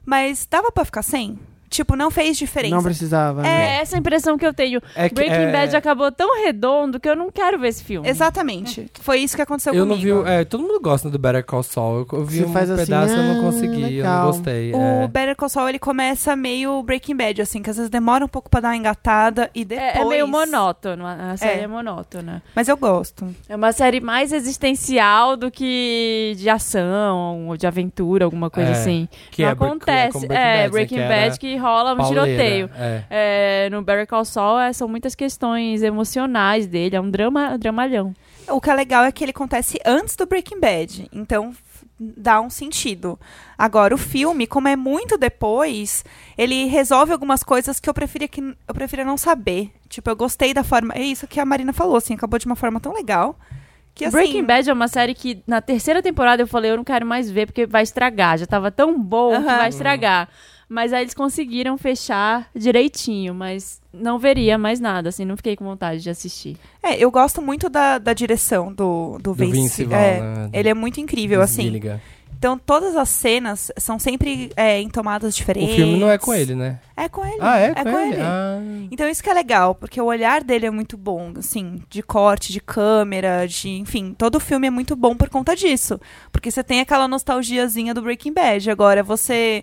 Speaker 4: mas dava pra ficar sem? Tipo, não fez diferença.
Speaker 5: Não precisava.
Speaker 1: É
Speaker 5: né?
Speaker 1: essa a impressão que eu tenho.
Speaker 2: É que-
Speaker 1: Breaking
Speaker 2: é-
Speaker 1: Bad acabou tão redondo que eu não quero ver esse filme.
Speaker 4: Exatamente. Foi isso que aconteceu
Speaker 2: Eu não
Speaker 4: comigo.
Speaker 2: vi... o- É, todo mundo gosta do Better Call Saul. Eu- Eu vi
Speaker 5: Você
Speaker 2: um
Speaker 5: faz assim,
Speaker 2: pedaço e eu não
Speaker 5: ah,
Speaker 2: consegui. Eu
Speaker 5: legal.
Speaker 2: não gostei.
Speaker 4: O
Speaker 2: é.
Speaker 4: Better Call Saul, ele começa meio Breaking Bad, assim, que às vezes demora um pouco pra dar uma engatada e depois...
Speaker 1: É, é meio monótono. A a série é. monótona.
Speaker 4: Mas eu gosto.
Speaker 1: É uma série mais existencial do que de ação ou de aventura, alguma coisa
Speaker 2: É,
Speaker 1: assim.
Speaker 2: que
Speaker 1: não
Speaker 2: é Bre- que é
Speaker 1: acontece.
Speaker 2: como Breaking Bad,
Speaker 1: É,
Speaker 2: né,
Speaker 1: Breaking
Speaker 2: que era
Speaker 1: Bad que rola um
Speaker 2: Pauleira,
Speaker 1: tiroteio.
Speaker 2: É.
Speaker 1: É, no Barry Call Saul é, são muitas questões emocionais dele, é um drama, dramalhão.
Speaker 4: O que é legal é que ele acontece antes do Breaking Bad, então f- dá um sentido. Agora, o filme, como é muito depois, ele resolve algumas coisas que eu preferia, que, eu preferia não saber. Tipo, eu gostei da forma... É isso que a Marina falou, assim, acabou de uma forma tão legal. Que, assim,
Speaker 1: Breaking Bad é uma série que na terceira temporada eu falei, eu não quero mais ver porque vai estragar, já tava tão bom que
Speaker 4: Aham.
Speaker 1: vai estragar. Mas aí eles conseguiram fechar direitinho, mas não veria mais nada, assim, não fiquei com vontade de assistir.
Speaker 4: É, eu gosto muito da, da direção do, do, Vince.
Speaker 2: Vince Vaughn,
Speaker 4: é,
Speaker 2: né?
Speaker 4: Ele é muito incrível, assim.
Speaker 2: Gilligan.
Speaker 4: Então, todas as cenas são sempre é, em tomadas
Speaker 2: O
Speaker 4: diferentes.
Speaker 2: filme não é com ele, né?
Speaker 4: É com ele.
Speaker 2: Ah, é, com, ele? Ah.
Speaker 4: Então, isso que é legal, porque o olhar dele é muito bom, assim, de corte, de câmera, de. Enfim, todo o filme é muito bom por conta disso. Porque você tem aquela nostalgiazinha do Breaking Bad. Agora, você.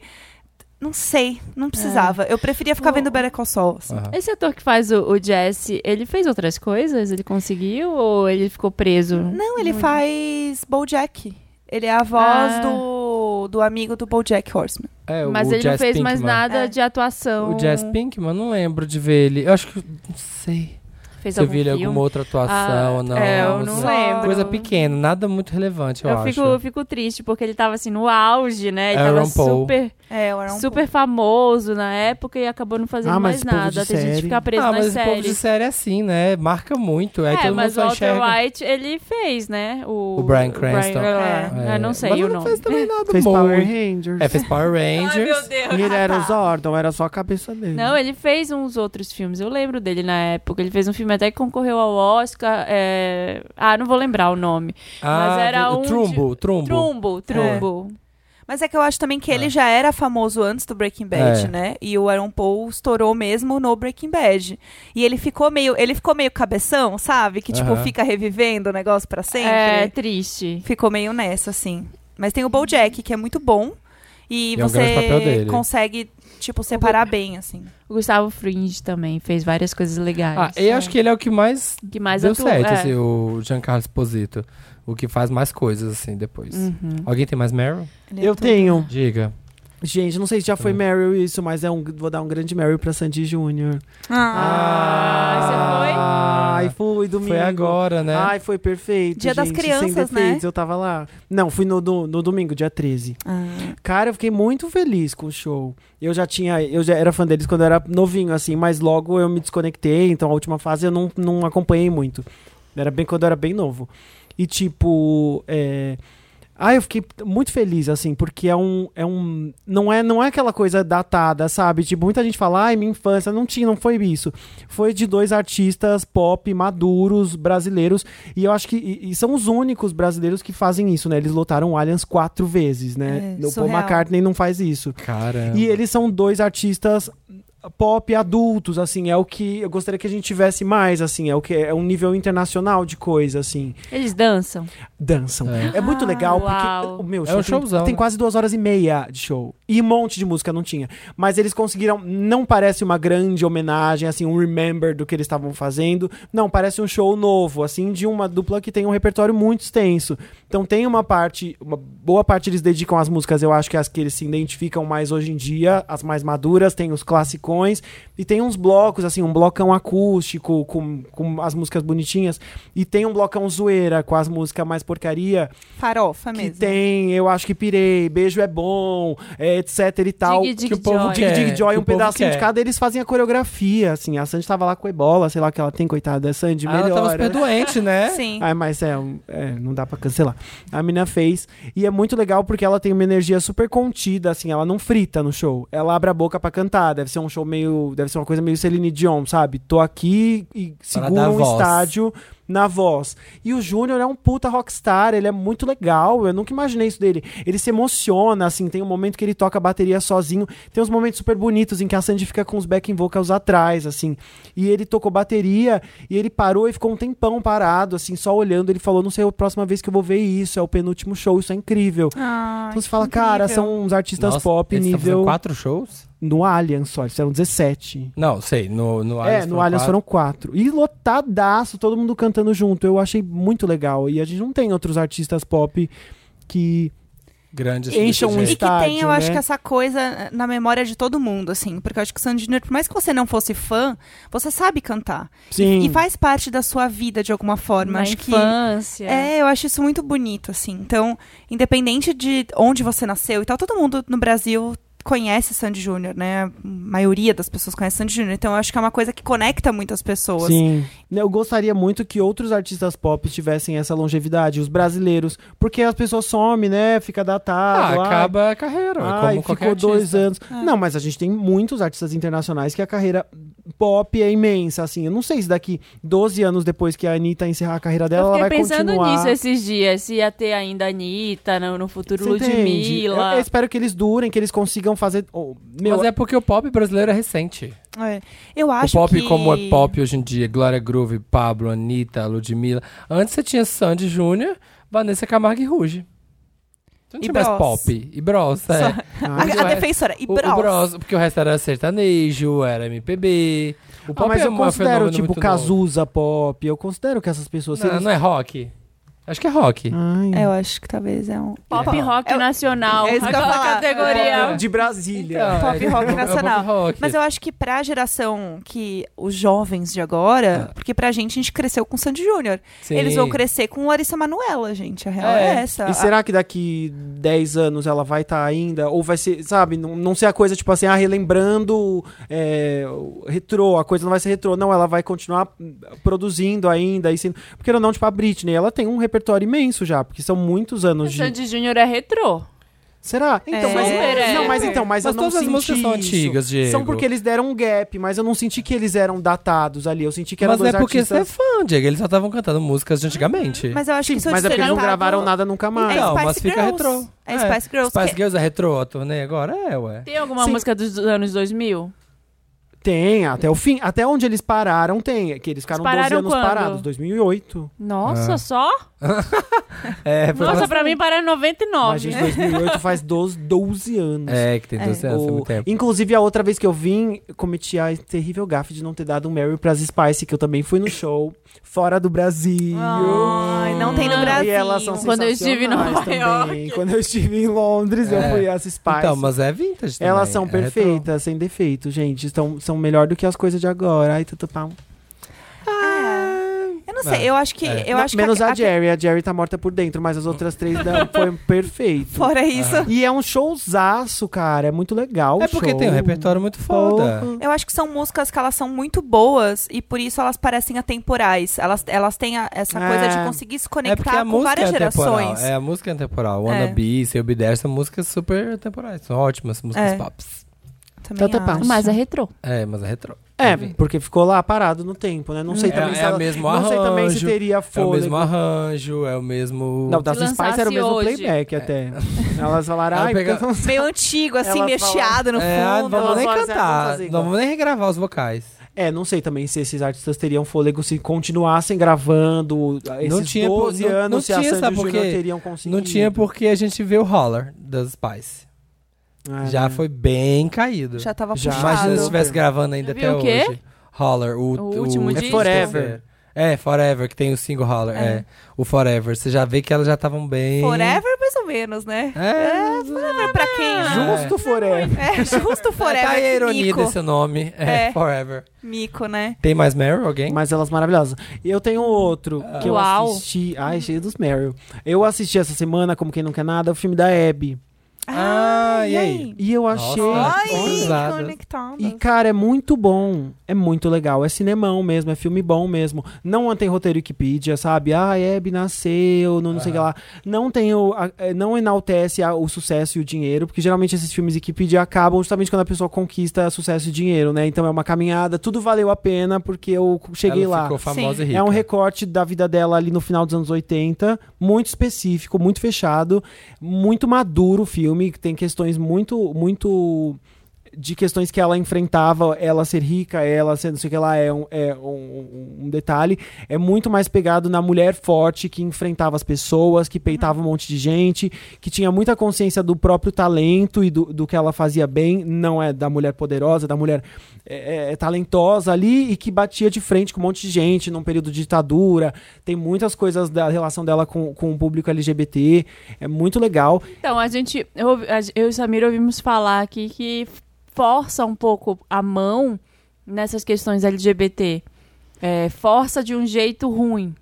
Speaker 4: Não sei, não precisava. Eu preferia ficar vendo Better Call Saul. assim.
Speaker 2: Aham.
Speaker 1: Esse ator que faz o, o Jesse, ele fez outras coisas? Ele conseguiu ou ele ficou preso?
Speaker 4: Não, ele faz Bojack. Ele é a voz
Speaker 1: Ah.
Speaker 4: do, do amigo do Bojack Horseman.
Speaker 2: É, o-
Speaker 1: Mas
Speaker 2: o
Speaker 1: ele não
Speaker 2: Jazz
Speaker 1: fez mais
Speaker 2: Pinkman.
Speaker 1: nada de atuação.
Speaker 2: O Jazz Pinkman, não lembro de ver ele. Eu acho que. Não sei.
Speaker 1: Fez
Speaker 2: se eu
Speaker 1: algum
Speaker 2: vi ele em
Speaker 1: filme.
Speaker 2: alguma outra atuação
Speaker 1: Ah,
Speaker 2: ou não.
Speaker 1: é, eu
Speaker 2: não
Speaker 1: não
Speaker 2: sei.
Speaker 1: lembro.
Speaker 2: Coisa pequena, nada muito relevante, eu,
Speaker 1: Eu
Speaker 2: acho.
Speaker 1: fico, fico triste, porque ele tava assim no auge, né? Ele
Speaker 2: Aaron
Speaker 1: tava
Speaker 2: Paul.
Speaker 1: super,
Speaker 4: É, o Aaron
Speaker 1: super famoso na época e acabou não fazendo
Speaker 5: Ah, mas
Speaker 1: mais
Speaker 5: esse povo
Speaker 1: nada.
Speaker 5: de
Speaker 1: Tem gente que
Speaker 5: série.
Speaker 1: fica preso
Speaker 2: ah,
Speaker 1: nas
Speaker 2: mas o povo de
Speaker 1: séries.
Speaker 2: série é assim, né? Marca muito. Aí
Speaker 1: é,
Speaker 2: todo mundo
Speaker 1: mas o
Speaker 2: só
Speaker 1: Walter
Speaker 2: enxerga.
Speaker 1: White, ele fez, né? O,
Speaker 2: O Bryan Cranston.
Speaker 1: é.
Speaker 2: É,
Speaker 1: Eu não sei
Speaker 2: mas
Speaker 1: o
Speaker 2: ele não
Speaker 1: nome.
Speaker 2: fez também nada
Speaker 5: Fez
Speaker 2: bom.
Speaker 5: Power Rangers.
Speaker 2: É, fez Power Rangers.
Speaker 5: E ele era o Zordon, era só a cabeça dele.
Speaker 1: Não, ele fez uns outros filmes. Eu lembro dele na época. Ele fez um filme até que concorreu ao Oscar. é, Ah, não vou lembrar o nome.
Speaker 4: É,
Speaker 2: ah,
Speaker 1: Mas era
Speaker 2: o
Speaker 1: um de-
Speaker 2: Trumbo, Trumbo. É.
Speaker 1: Trumbo, Trumbo.
Speaker 4: Mas é que eu acho também que ele já era famoso antes do Breaking Bad,
Speaker 2: É.
Speaker 4: né? E o Aaron Paul estourou mesmo no Breaking Bad. E ele ficou meio, ele ficou meio cabeção, sabe? Que tipo
Speaker 2: Aham.
Speaker 4: fica revivendo o negócio pra sempre.
Speaker 1: É, triste.
Speaker 4: Ficou meio nessa assim. Mas tem o BoJack, que é muito bom e,
Speaker 2: E é um grande papel
Speaker 4: você
Speaker 2: dele.
Speaker 4: consegue tipo separar bem assim.
Speaker 1: O Gustavo Fringe também fez várias coisas legais.
Speaker 2: Ah, eu acho que ele é o que mais
Speaker 1: que mais
Speaker 2: deu
Speaker 1: atua-
Speaker 2: certo,
Speaker 1: é.
Speaker 2: assim, o Giancarlo Esposito. O que faz mais coisas, assim, depois. Alguém tem mais Meryl?
Speaker 4: Ele é
Speaker 5: Eu
Speaker 4: tudo.
Speaker 5: tenho.
Speaker 2: Diga.
Speaker 5: Gente, não sei se já
Speaker 2: Tá.
Speaker 5: foi Meryl isso, mas é um, vou dar um grande Meryl pra Sandy Júnior.
Speaker 1: Ah,
Speaker 5: Ai, fui domingo.
Speaker 2: Foi agora, né?
Speaker 5: Ai, foi perfeito.
Speaker 4: Dia das
Speaker 5: gente,
Speaker 4: crianças,
Speaker 5: sem defeitos,
Speaker 4: né?
Speaker 5: Eu tava lá. Não, fui no, do- no domingo, dia 13.
Speaker 4: Ah.
Speaker 5: Cara, eu fiquei muito feliz com o show. Eu já tinha, eu já era fã deles quando eu era novinho, assim, mas logo eu me desconectei, então a última fase eu não, não acompanhei muito. Era bem quando eu era bem novo. E tipo, é... Ah, eu fiquei muito feliz, assim, porque é um. É um não, é, não é aquela coisa datada, sabe? Tipo, muita gente fala, ai, minha infância, não tinha, não foi isso. Foi de dois artistas pop maduros, brasileiros, e eu acho que e- e são os únicos brasileiros que fazem isso, né? Eles lotaram o Allianz quatro vezes, né?
Speaker 4: É,
Speaker 5: o Paul
Speaker 4: surreal.
Speaker 5: McCartney não faz isso.
Speaker 2: Cara.
Speaker 5: E eles são dois artistas pop adultos, assim, é o que eu gostaria que a gente tivesse mais, assim, é o que é um nível internacional de coisa, assim
Speaker 1: Eles dançam.
Speaker 5: dançam.
Speaker 2: É.
Speaker 5: É, muito legal,
Speaker 1: uau.
Speaker 5: porque o meu
Speaker 2: É
Speaker 5: show
Speaker 2: um
Speaker 5: tem-
Speaker 2: showzão,
Speaker 5: tem,
Speaker 2: né?
Speaker 5: quase duas horas e meia de show. E um monte de música não tinha. Mas eles conseguiram. Não parece uma grande homenagem, assim, um remember do que eles estavam fazendo. Não, parece um show novo, assim, de uma dupla que tem um repertório muito extenso. Então tem uma parte, uma boa parte eles dedicam às músicas, eu acho que é as que eles se identificam mais hoje em dia, as mais maduras, tem os classicões, e tem uns blocos, assim, um blocão acústico com, com as músicas bonitinhas, e tem um blocão zoeira com as músicas mais porcaria,
Speaker 4: Farofa
Speaker 5: que
Speaker 4: mesmo.
Speaker 5: tem Eu Acho Que Pirei, Beijo É Bom, é, etc e tal.
Speaker 1: Dig, dig,
Speaker 2: que o povo
Speaker 1: joy.
Speaker 2: quer.
Speaker 5: Dig Dig Joy,
Speaker 2: É, que o
Speaker 5: um
Speaker 2: povo
Speaker 5: pedacinho de
Speaker 2: quer.
Speaker 5: cada, eles fazem a coreografia, assim, a Sandy tava lá com ebola, sei lá o que ela tem, coitada, Sandy,
Speaker 2: Ah, ela tava
Speaker 5: melhora.
Speaker 2: super doente, né?
Speaker 4: Sim.
Speaker 5: Ah, mas é, um- é, não dá pra cancelar. A mina fez. E é muito legal porque ela tem uma energia super contida, assim, ela não frita no show. Ela abre a boca pra cantar. Deve ser um show meio. Deve ser uma coisa meio Celine Dion, sabe? Tô aqui e
Speaker 2: dar
Speaker 5: segura um
Speaker 2: voz.
Speaker 5: estádio na voz. E o Júnior é um puta rockstar, ele é muito legal. Eu nunca imaginei isso dele. Ele se emociona, assim, tem um momento que ele toca a bateria sozinho. Tem uns momentos super bonitos em que a Sandy fica com os backing vocals atrás, assim. E ele tocou bateria e ele parou e ficou um tempão parado, assim, só olhando. Ele falou: não sei a próxima vez que eu vou ver isso, é o penúltimo show, isso é incrível.
Speaker 4: Ai,
Speaker 5: então você
Speaker 4: Ah, que
Speaker 5: fala, cara,
Speaker 4: incrível.
Speaker 5: são uns artistas
Speaker 2: Nossa,
Speaker 5: pop
Speaker 2: eles tão fazendo
Speaker 5: nível.
Speaker 2: quatro shows?
Speaker 5: No Allianz só, eles fizeram 17.
Speaker 2: Não, sei. No, no
Speaker 5: É, no Allianz foram quatro. E lotadaço, todo mundo cantando junto. Eu achei muito legal. E a gente não tem outros artistas pop que.
Speaker 2: grandes.
Speaker 5: Encham um
Speaker 2: desse
Speaker 4: E
Speaker 2: jeito.
Speaker 4: que tem, eu
Speaker 5: estádio,
Speaker 4: acho
Speaker 5: né?
Speaker 4: que essa coisa na memória de todo mundo, assim. Porque eu acho que o Sandy Junior, por mais que você não fosse fã, você sabe cantar.
Speaker 5: Sim.
Speaker 4: E faz parte da sua vida de alguma forma.
Speaker 1: É, Na
Speaker 4: acho
Speaker 1: infância.
Speaker 4: que. É, eu acho isso muito bonito, assim. Então, independente de onde você nasceu e tal, todo mundo no Brasil conhece Sandy Júnior, né? A maioria das pessoas conhece Sandy Júnior. Então eu acho que é uma coisa que conecta muitas pessoas.
Speaker 5: Sim. Eu gostaria muito que outros artistas pop tivessem essa longevidade, os brasileiros, porque as pessoas somem, né? Fica
Speaker 2: Ah,
Speaker 5: datado. ai,
Speaker 2: acaba a carreira.
Speaker 5: ai,
Speaker 2: como qualquer
Speaker 5: ficou dois
Speaker 2: artista.
Speaker 5: anos.
Speaker 1: É.
Speaker 5: Não, mas a gente tem muitos artistas internacionais que a carreira pop é imensa, assim. Eu não sei se daqui 12 anos depois que a Anitta encerrar a carreira dela,
Speaker 1: Eu
Speaker 5: ela
Speaker 1: fiquei
Speaker 5: vai
Speaker 1: pensando
Speaker 5: continuar.
Speaker 1: nisso esses dias, se ia ter ainda a Anitta, no, no futuro
Speaker 5: Você entende? Eu,
Speaker 1: Ludmilla.
Speaker 5: eu espero que eles durem, que eles consigam fazer. oh, meu,
Speaker 2: Mas é porque o pop brasileiro é recente.
Speaker 4: É. Eu acho
Speaker 2: o pop
Speaker 4: que...
Speaker 2: como é pop hoje em dia, Glória Groove, Pablo, Anitta, Ludmilla. Antes você tinha Sandy Júnior, Vanessa Camargo e Ruge. Então não
Speaker 4: E
Speaker 2: tinha mais
Speaker 4: Bros.
Speaker 2: pop. E Bros, é.
Speaker 4: A, a defensora. E
Speaker 2: O, o Bros, porque o resto era sertanejo, era MPB. O
Speaker 5: Ah,
Speaker 2: pop
Speaker 5: mas
Speaker 2: é
Speaker 5: eu
Speaker 2: um
Speaker 5: considero,
Speaker 2: fenômeno
Speaker 5: tipo,
Speaker 2: muito
Speaker 5: Cazuza pop. Eu considero que essas pessoas.
Speaker 2: novo.
Speaker 5: se
Speaker 2: Não,
Speaker 5: eles-
Speaker 2: não é rock? Acho que é rock.
Speaker 5: Ai.
Speaker 4: Eu acho que talvez é um...
Speaker 1: Pop
Speaker 2: É.
Speaker 1: rock
Speaker 4: Eu-
Speaker 1: nacional.
Speaker 4: É isso que eu ia
Speaker 1: aquela
Speaker 4: falar.
Speaker 1: categoria.
Speaker 5: De Brasília.
Speaker 2: Então,
Speaker 4: Pop
Speaker 2: é,
Speaker 4: rock
Speaker 2: é o
Speaker 4: nacional.
Speaker 2: Pop rock.
Speaker 4: Mas eu acho que pra geração que os jovens de agora, porque pra gente a gente cresceu com Sandy Júnior.
Speaker 2: Ah. Sim.
Speaker 4: Eles vão crescer com Larissa Manuela, gente. A real é,
Speaker 2: É.
Speaker 4: essa.
Speaker 5: E será que daqui 10 anos ela vai estar ainda? Ou vai ser, sabe, não, não ser a coisa tipo assim, ah, relembrando é, o retrô, a coisa não vai ser retrô. Não, ela vai continuar hum, produzindo ainda. E sendo... Porque ou não, tipo, a Britney, ela tem um repertório imenso já, porque são muitos anos de.
Speaker 1: Sandy Júnior é retrô.
Speaker 5: Será? Então,
Speaker 4: É.
Speaker 5: mas,
Speaker 1: Super,
Speaker 5: não,
Speaker 1: é.
Speaker 5: mas então,
Speaker 2: Mas
Speaker 5: mas, eu não
Speaker 2: todas as
Speaker 5: senti
Speaker 2: músicas são
Speaker 5: isso.
Speaker 2: antigas, Diego.
Speaker 5: São porque eles deram um gap, mas eu não senti que eles eram datados ali. Eu senti que eram
Speaker 2: Mas
Speaker 5: dois
Speaker 2: é porque você é
Speaker 5: artistas.
Speaker 2: fã, Diego. Eles só estavam cantando músicas de antigamente.
Speaker 4: Mas eu acho que
Speaker 5: Sim,
Speaker 4: isso
Speaker 5: mas é porque eles não
Speaker 4: descartado-
Speaker 5: gravaram nada nunca mais.
Speaker 4: É
Speaker 2: Então,
Speaker 4: Spice
Speaker 2: mas fica
Speaker 4: Girls.
Speaker 2: retrô.
Speaker 4: É Spice Girls,
Speaker 2: Spice
Speaker 4: que-
Speaker 2: Girls é retrô, a turnê agora? É, ué.
Speaker 1: Tem alguma
Speaker 5: Sim.
Speaker 1: música dos anos 2000?
Speaker 5: Tem, até o fim. Até onde eles pararam, tem. É Que eles ficaram
Speaker 1: Eles
Speaker 5: 12
Speaker 1: pararam
Speaker 5: anos
Speaker 1: quando?
Speaker 5: parados, 2008.
Speaker 1: Nossa,
Speaker 2: Ah.
Speaker 1: só?
Speaker 2: É, foi
Speaker 1: Nossa,
Speaker 2: uma-
Speaker 1: pra mim para 99.
Speaker 5: Mas, gente, 2008 faz 12, 12 anos.
Speaker 2: É, que tem 12 anos, é
Speaker 5: O-
Speaker 2: muito tempo.
Speaker 5: Inclusive, a outra vez que eu vim, cometi a terrível gafe de não ter dado um Mary pras Spice, que eu também fui no show, fora do Brasil.
Speaker 4: Ai, não tem no Brasil.
Speaker 5: E elas são
Speaker 1: Quando eu estive em Nova
Speaker 5: sensacionais também. Quando eu estive em Londres, eu
Speaker 2: É.
Speaker 5: fui as Spice.
Speaker 2: Então, mas é vintage também.
Speaker 5: Elas são
Speaker 2: é
Speaker 5: perfeitas,
Speaker 2: retrô.
Speaker 5: sem defeito, gente. Estão, são melhor do que as coisas de agora. Ai, tudo pau.
Speaker 4: Eu não sei, eu acho que...
Speaker 2: É.
Speaker 4: Eu
Speaker 5: Não,
Speaker 4: acho
Speaker 5: menos
Speaker 4: que
Speaker 5: a, Jerry. A Jerry tá morta por dentro, mas as outras três da, foi perfeito.
Speaker 4: Fora isso,
Speaker 5: E é um showzaço, cara. É muito legal. o
Speaker 2: É porque
Speaker 5: show.
Speaker 2: tem um repertório muito foda.
Speaker 5: Porra.
Speaker 4: Eu acho que são músicas que elas são muito boas e por isso elas parecem atemporais. Elas, elas têm a- essa
Speaker 5: É.
Speaker 4: coisa de conseguir se
Speaker 2: É
Speaker 4: conectar
Speaker 2: porque a
Speaker 4: com
Speaker 2: música é
Speaker 4: várias
Speaker 2: atemporal.
Speaker 4: gerações.
Speaker 2: É, a música é atemporal.
Speaker 4: É.
Speaker 2: Wannabe, Seu Be There são músicas super atemporais. São ótimas músicas
Speaker 4: É.
Speaker 2: pops.
Speaker 4: Também
Speaker 5: Tata
Speaker 4: acho.
Speaker 5: Pau.
Speaker 1: Mas é retrô.
Speaker 2: É, mas é retrô.
Speaker 5: É, porque ficou lá parado no tempo, né? Não sei
Speaker 2: É,
Speaker 5: também se
Speaker 2: é
Speaker 5: ela-
Speaker 2: o mesmo
Speaker 5: Não sei também se
Speaker 2: arranjo,
Speaker 5: teria
Speaker 2: É o
Speaker 5: fôlego.
Speaker 2: mesmo arranjo, é o mesmo...
Speaker 5: Não, tá das
Speaker 1: Se
Speaker 5: Spice era
Speaker 1: lançasse
Speaker 5: o mesmo
Speaker 1: hoje.
Speaker 5: playback até. Elas falaram,
Speaker 2: É. Ela
Speaker 5: ai,
Speaker 2: pega-
Speaker 5: então-
Speaker 4: Meio antigo, assim,
Speaker 5: Elas
Speaker 4: mexiado no fundo.
Speaker 2: É, não vamos nem
Speaker 5: Vamos fazer- vamos
Speaker 2: cantar,
Speaker 5: fazer igual.
Speaker 2: não vamos nem regravar os vocais.
Speaker 5: É, não sei também se esses artistas teriam fôlego se continuassem gravando ah, esses
Speaker 2: tinha por-
Speaker 5: 12
Speaker 2: não- não
Speaker 5: anos, se
Speaker 2: tinha,
Speaker 5: a Sandy
Speaker 2: sabe por
Speaker 5: Júnior
Speaker 2: quê?
Speaker 5: teriam conseguido.
Speaker 2: Não tinha porque a gente vê o Holler das Spice.
Speaker 5: É.
Speaker 1: Ah,
Speaker 2: Já foi bem caído.
Speaker 4: Já tava
Speaker 5: Já.
Speaker 4: puxado.
Speaker 2: Imagina se estivesse gravando ainda
Speaker 1: Viu
Speaker 2: até
Speaker 1: o quê?
Speaker 2: hoje. Holler, o,
Speaker 1: O último disco?
Speaker 5: É Forever.
Speaker 2: É, Forever, que tem o single Holler. É. o Forever. Você já vê que elas já estavam bem.
Speaker 4: Forever, mais ou menos, né?
Speaker 2: É,
Speaker 4: Forever pra quem? né?
Speaker 5: Justo Forever.
Speaker 4: É, justo Forever.
Speaker 2: Tá aí a ironia
Speaker 4: mico.
Speaker 2: desse nome. É,
Speaker 4: É.
Speaker 2: Forever.
Speaker 4: Mico, né?
Speaker 2: Tem mais Meryl, alguém?
Speaker 5: Mas elas maravilhosas. Eu tenho outro
Speaker 2: Ah.
Speaker 5: que
Speaker 1: Uau.
Speaker 5: eu assisti. Ai, cheio dos Meryl. Eu assisti essa semana, como quem não quer nada, o filme da Abby.
Speaker 2: Ah, e aí?
Speaker 5: E eu achei.
Speaker 2: Nossa.
Speaker 4: Ai,
Speaker 2: Cruzadas.
Speaker 4: conectadas.
Speaker 5: E, cara, é muito bom. É muito legal. É cinemão mesmo, é filme bom mesmo. Não tem roteiro Wikipedia, sabe? Ah, Hebe nasceu, não, não sei o que lá. Não tem o. a- é, não enaltece a- o sucesso e o dinheiro, porque geralmente esses filmes Wikipedia acabam justamente quando a pessoa conquista sucesso e dinheiro, né? Então é uma caminhada, tudo valeu a pena porque eu cheguei
Speaker 2: Ela
Speaker 5: lá.
Speaker 2: Ficou famosa e rica.
Speaker 5: É um recorte da vida dela ali no final dos anos 80, muito específico, muito fechado, muito maduro o filme, que tem questões muito, muito de questões que ela enfrentava, ela ser rica, ela ser não sei o que lá, é um, é um, um detalhe, é muito mais pegado na mulher forte que enfrentava as pessoas, que peitava um monte de gente, que tinha muita consciência do próprio talento e do, do que ela fazia bem, não é da mulher poderosa, da mulher é, é, é talentosa ali e que batia de frente com um monte de gente num período de ditadura. Tem muitas coisas da relação dela com, com o público LGBT. É muito legal.
Speaker 1: Então, a gente. Eu, ouvi- a- eu e o Samir ouvimos falar aqui que força um pouco a mão nessas questões LGBT. É, força de um jeito ruim.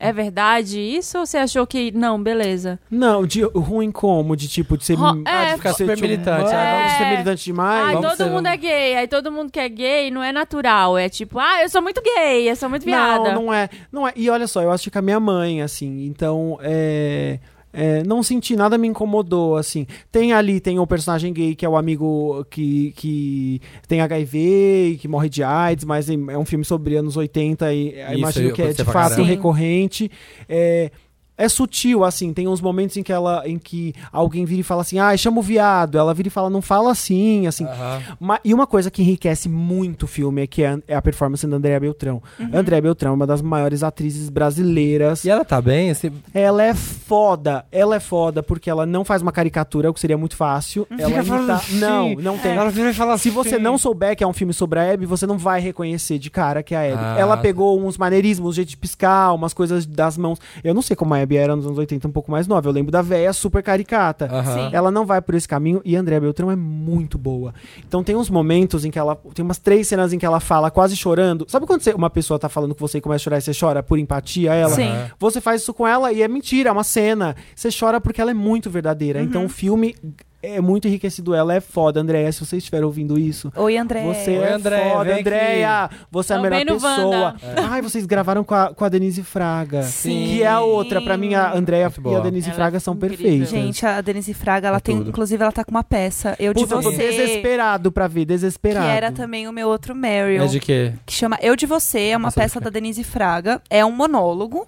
Speaker 1: É verdade isso ou você achou que. Não, beleza.
Speaker 5: Não, de ruim como? De tipo, de ser.
Speaker 1: Ro-
Speaker 5: ah,
Speaker 1: é,
Speaker 5: de
Speaker 2: ficar
Speaker 5: ser,
Speaker 2: super militante,
Speaker 5: É,
Speaker 1: ah,
Speaker 5: de ser
Speaker 1: é.
Speaker 5: militante demais.
Speaker 1: Ai,
Speaker 2: vamos
Speaker 1: todo
Speaker 2: ser- um-
Speaker 1: mundo é gay, aí todo mundo que é gay não é natural. É tipo, ah, eu sou muito gay, eu sou muito viada.
Speaker 5: Não, não é. Não é. E olha só, eu acho que a minha mãe, assim, então é. é, não senti nada me incomodou, assim. Tem ali, tem o personagem gay, que é o amigo que, que tem HIV e que morre de AIDS, mas em- é um filme sobre anos 80 e é,
Speaker 2: Isso,
Speaker 5: imagino
Speaker 2: eu
Speaker 5: que é de
Speaker 2: aconteceu pra
Speaker 5: fato
Speaker 2: caramba.
Speaker 5: recorrente. É, é sutil, assim, tem uns momentos em que ela em que alguém vira e fala assim, ah, chama o viado. Ela vira e fala, não fala assim, assim.
Speaker 2: Ah.
Speaker 5: Ma- e uma coisa que enriquece muito o filme é que é, é a performance da Andréa Beltrão. Andréa Beltrão é uma das maiores atrizes brasileiras.
Speaker 2: E ela tá bem? Assim,
Speaker 5: Ela é foda, ela é foda porque ela não faz uma caricatura, o que seria muito fácil.
Speaker 9: Uhum.
Speaker 5: Ela imita... Não, não tem.
Speaker 9: assim. Ela vira e fala
Speaker 5: Se você
Speaker 9: assim.
Speaker 5: não souber que é um filme sobre a Hebe, você não vai reconhecer de cara que é a Hebe.
Speaker 2: Ah,
Speaker 5: ela
Speaker 2: tá.
Speaker 5: pegou uns maneirismos, um jeito de piscar, umas coisas das mãos. Eu não sei como a Hebe era nos anos 80, um pouco mais nova. Eu lembro da véia super caricata.
Speaker 2: Aham. Sim.
Speaker 5: Ela não vai por esse caminho e Andréa Beltrão é muito boa. Então tem uns momentos em que ela. Tem umas três cenas em que ela fala quase chorando. Sabe quando você- uma pessoa tá falando com você e começa a chorar e você chora por empatia a ela?
Speaker 4: Sim.
Speaker 5: Você faz isso com ela e é mentira, é uma cena. Você chora porque ela é muito verdadeira. Então o filme é muito enriquecido. Ela é foda, Andréa. Se você estiver ouvindo isso.
Speaker 4: Oi, André.
Speaker 5: Você
Speaker 2: Oi,
Speaker 5: é
Speaker 2: Andréia,
Speaker 5: foda,
Speaker 2: vem aqui. É.
Speaker 5: Andréia! Você é a
Speaker 1: Também
Speaker 5: melhor
Speaker 1: no Wanda.
Speaker 5: pessoa. Ai, vocês gravaram com a, com a Denise Fraga.
Speaker 2: Sim.
Speaker 5: Que é a outra. Pra mim, a Andréia
Speaker 2: Muito
Speaker 5: e a
Speaker 2: boa.
Speaker 5: Denise
Speaker 1: Ela é
Speaker 5: Fraga são
Speaker 1: incrível.
Speaker 5: perfeitas.
Speaker 4: Gente, a Denise Fraga, ela
Speaker 2: É
Speaker 4: tem,
Speaker 2: tudo.
Speaker 4: inclusive, ela tá com uma peça. Eu de
Speaker 5: Puta, eu tô
Speaker 4: você.
Speaker 5: desesperado pra ver,
Speaker 4: Que
Speaker 5: desesperado.
Speaker 4: era também o meu outro Meryl.
Speaker 2: é de quê?
Speaker 4: que chama Eu de Você, é uma
Speaker 2: Nossa,
Speaker 4: peça
Speaker 2: pode
Speaker 4: da Denise Fraga, é um monólogo.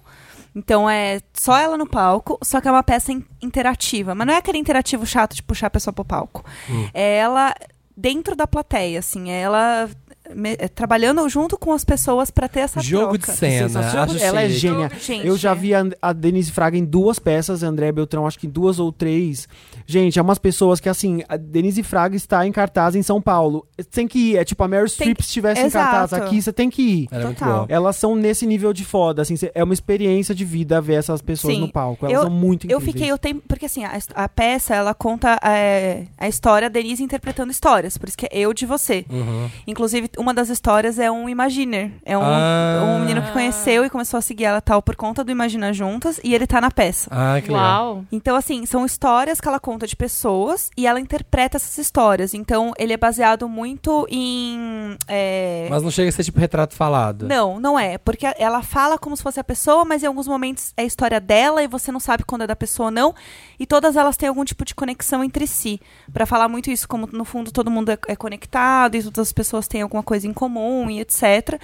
Speaker 4: Então é só ela no palco, só que é uma peça in- interativa, mas não é aquele interativo chato de puxar a pessoa pro palco.
Speaker 5: Hum.
Speaker 4: É ela dentro da plateia, assim, é ela me- é, trabalhando junto com as pessoas pra ter essa
Speaker 2: Jogo de
Speaker 4: troca.
Speaker 2: cena.
Speaker 5: sensacional.
Speaker 2: Acho
Speaker 5: Ela é
Speaker 2: chique.
Speaker 5: gênia.
Speaker 4: Gente,
Speaker 5: Eu já vi a, a Denise Fraga em duas peças, a Andréa Beltrão, acho que em duas ou três. Gente, é umas pessoas que, assim, a Denise Fraga está em cartaz em São Paulo. Tem que ir. É tipo a Meryl Streep se estivesse em cartaz
Speaker 4: Exato.
Speaker 5: aqui, você tem que ir.
Speaker 2: Ela é muito
Speaker 4: Total.
Speaker 2: boa.
Speaker 5: Elas são nesse nível de foda, assim, cê- é uma experiência de vida ver essas pessoas
Speaker 4: Sim,
Speaker 5: no palco. Elas
Speaker 4: eu-
Speaker 5: são muito
Speaker 4: Eu
Speaker 5: incríveis.
Speaker 4: fiquei o tempo. Porque assim, a, a peça ela conta é, a história, a Denise interpretando histórias, por isso que é eu de você.
Speaker 2: Uhum.
Speaker 4: Inclusive, uma das histórias é um Imaginer. É um,
Speaker 2: Ah.
Speaker 4: um menino que conheceu e começou a seguir ela tal por conta do Imagina Juntas e ele tá na peça.
Speaker 2: Ah, que legal.
Speaker 1: Uau.
Speaker 4: Então, assim, são histórias que ela conta de pessoas e ela interpreta essas histórias. Então, ele é baseado muito em. é,
Speaker 2: Mas não chega a ser tipo retrato falado.
Speaker 4: não, não é. Porque a- ela fala como se fosse a pessoa, mas em alguns momentos é a história dela e você não sabe quando é da pessoa ou não. E todas elas têm algum tipo de conexão entre si. Pra falar muito isso, como no fundo todo mundo é, é conectado e todas as pessoas têm alguma coisa em comum e etc.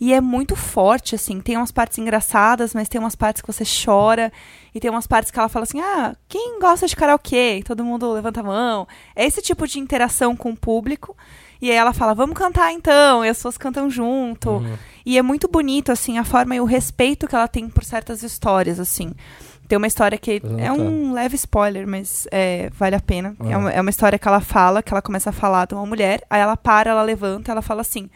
Speaker 4: E é muito forte, assim. Tem umas partes engraçadas, mas tem umas partes que você chora. E tem umas partes que ela fala assim: ah, quem gosta de karaokê? E todo mundo levanta a mão. É esse tipo de interação com o público. E aí ela fala, vamos cantar então, e as pessoas cantam junto. E é muito bonito, assim, a forma e o respeito que ela tem por certas histórias, assim. Tem uma história que
Speaker 2: Vou
Speaker 4: é
Speaker 2: anotar.
Speaker 4: um leve spoiler, mas é, vale a pena. É, uma, é uma história que ela fala, que ela começa a falar de uma mulher, aí ela para, ela levanta, ela fala assim: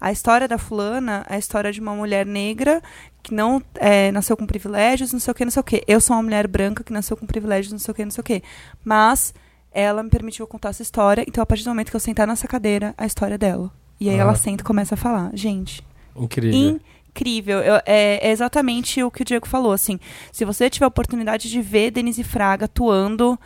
Speaker 4: a história da fulana é a história de uma mulher negra que não é, nasceu com privilégios, não sei o que, não sei o que. Eu sou uma mulher branca que nasceu com privilégios, não sei o que, não sei o que. Mas ela me permitiu contar essa história, então a partir do momento que eu sentar nessa cadeira, a história é dela. E aí
Speaker 2: Ah.
Speaker 4: ela senta e começa a falar. Gente,
Speaker 2: Incrível.
Speaker 4: incrível. Eu- é, é exatamente o que o Diego falou, assim. Se você tiver a oportunidade de ver Denise Fraga atuando,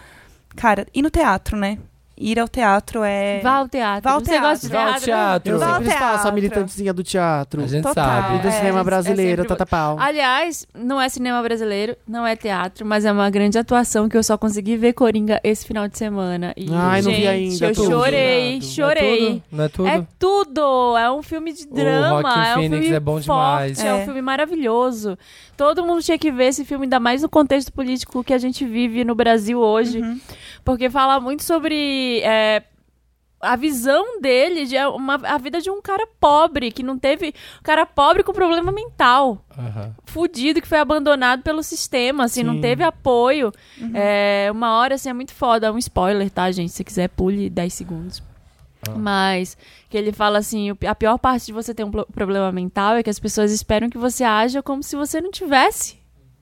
Speaker 4: cara, e no teatro, né? Ir ao teatro é...
Speaker 1: Vá ao teatro.
Speaker 4: Vá ao
Speaker 1: Você
Speaker 4: teatro.
Speaker 1: gosta de
Speaker 2: Vá ao teatro. Tá,
Speaker 5: Eu
Speaker 4: Vá ao
Speaker 5: sempre faço a
Speaker 4: teatro.
Speaker 5: militantezinha do teatro.
Speaker 2: A gente
Speaker 4: Total.
Speaker 5: E
Speaker 2: sabe.
Speaker 5: do
Speaker 4: É,
Speaker 5: cinema
Speaker 1: é
Speaker 5: brasileiro,
Speaker 1: sempre
Speaker 5: Tata Pau.
Speaker 1: Aliás, não é cinema brasileiro, não é teatro, mas é uma grande atuação que eu só consegui ver Coringa esse final de semana. E,
Speaker 5: Ai, não vi
Speaker 1: gente,
Speaker 5: ainda,
Speaker 1: Eu
Speaker 5: tudo.
Speaker 1: chorei,
Speaker 5: Não é
Speaker 1: chorei.
Speaker 2: Não é tudo?
Speaker 1: É tudo! É um filme de drama.
Speaker 2: Joaquin
Speaker 1: é um
Speaker 2: Phoenix
Speaker 1: filme
Speaker 2: é bom
Speaker 1: forte,
Speaker 2: demais.
Speaker 1: É. um
Speaker 4: É.
Speaker 1: filme maravilhoso. Todo mundo tinha que ver esse filme, ainda mais no contexto político que a gente vive no Brasil hoje. Porque fala muito sobre. é, a visão dele de uma, a vida de um cara pobre, que não teve. Um cara pobre com problema mental
Speaker 2: Aham.
Speaker 1: fudido que foi abandonado pelo sistema, assim, não teve apoio. É, uma hora, assim, é muito foda. É um spoiler, tá, gente? Se quiser, pule 10 segundos.
Speaker 5: Ah.
Speaker 1: Mas que ele fala assim: o pi- a pior parte de você ter um plo- problema mental é que as pessoas esperam que você haja como se você não tivesse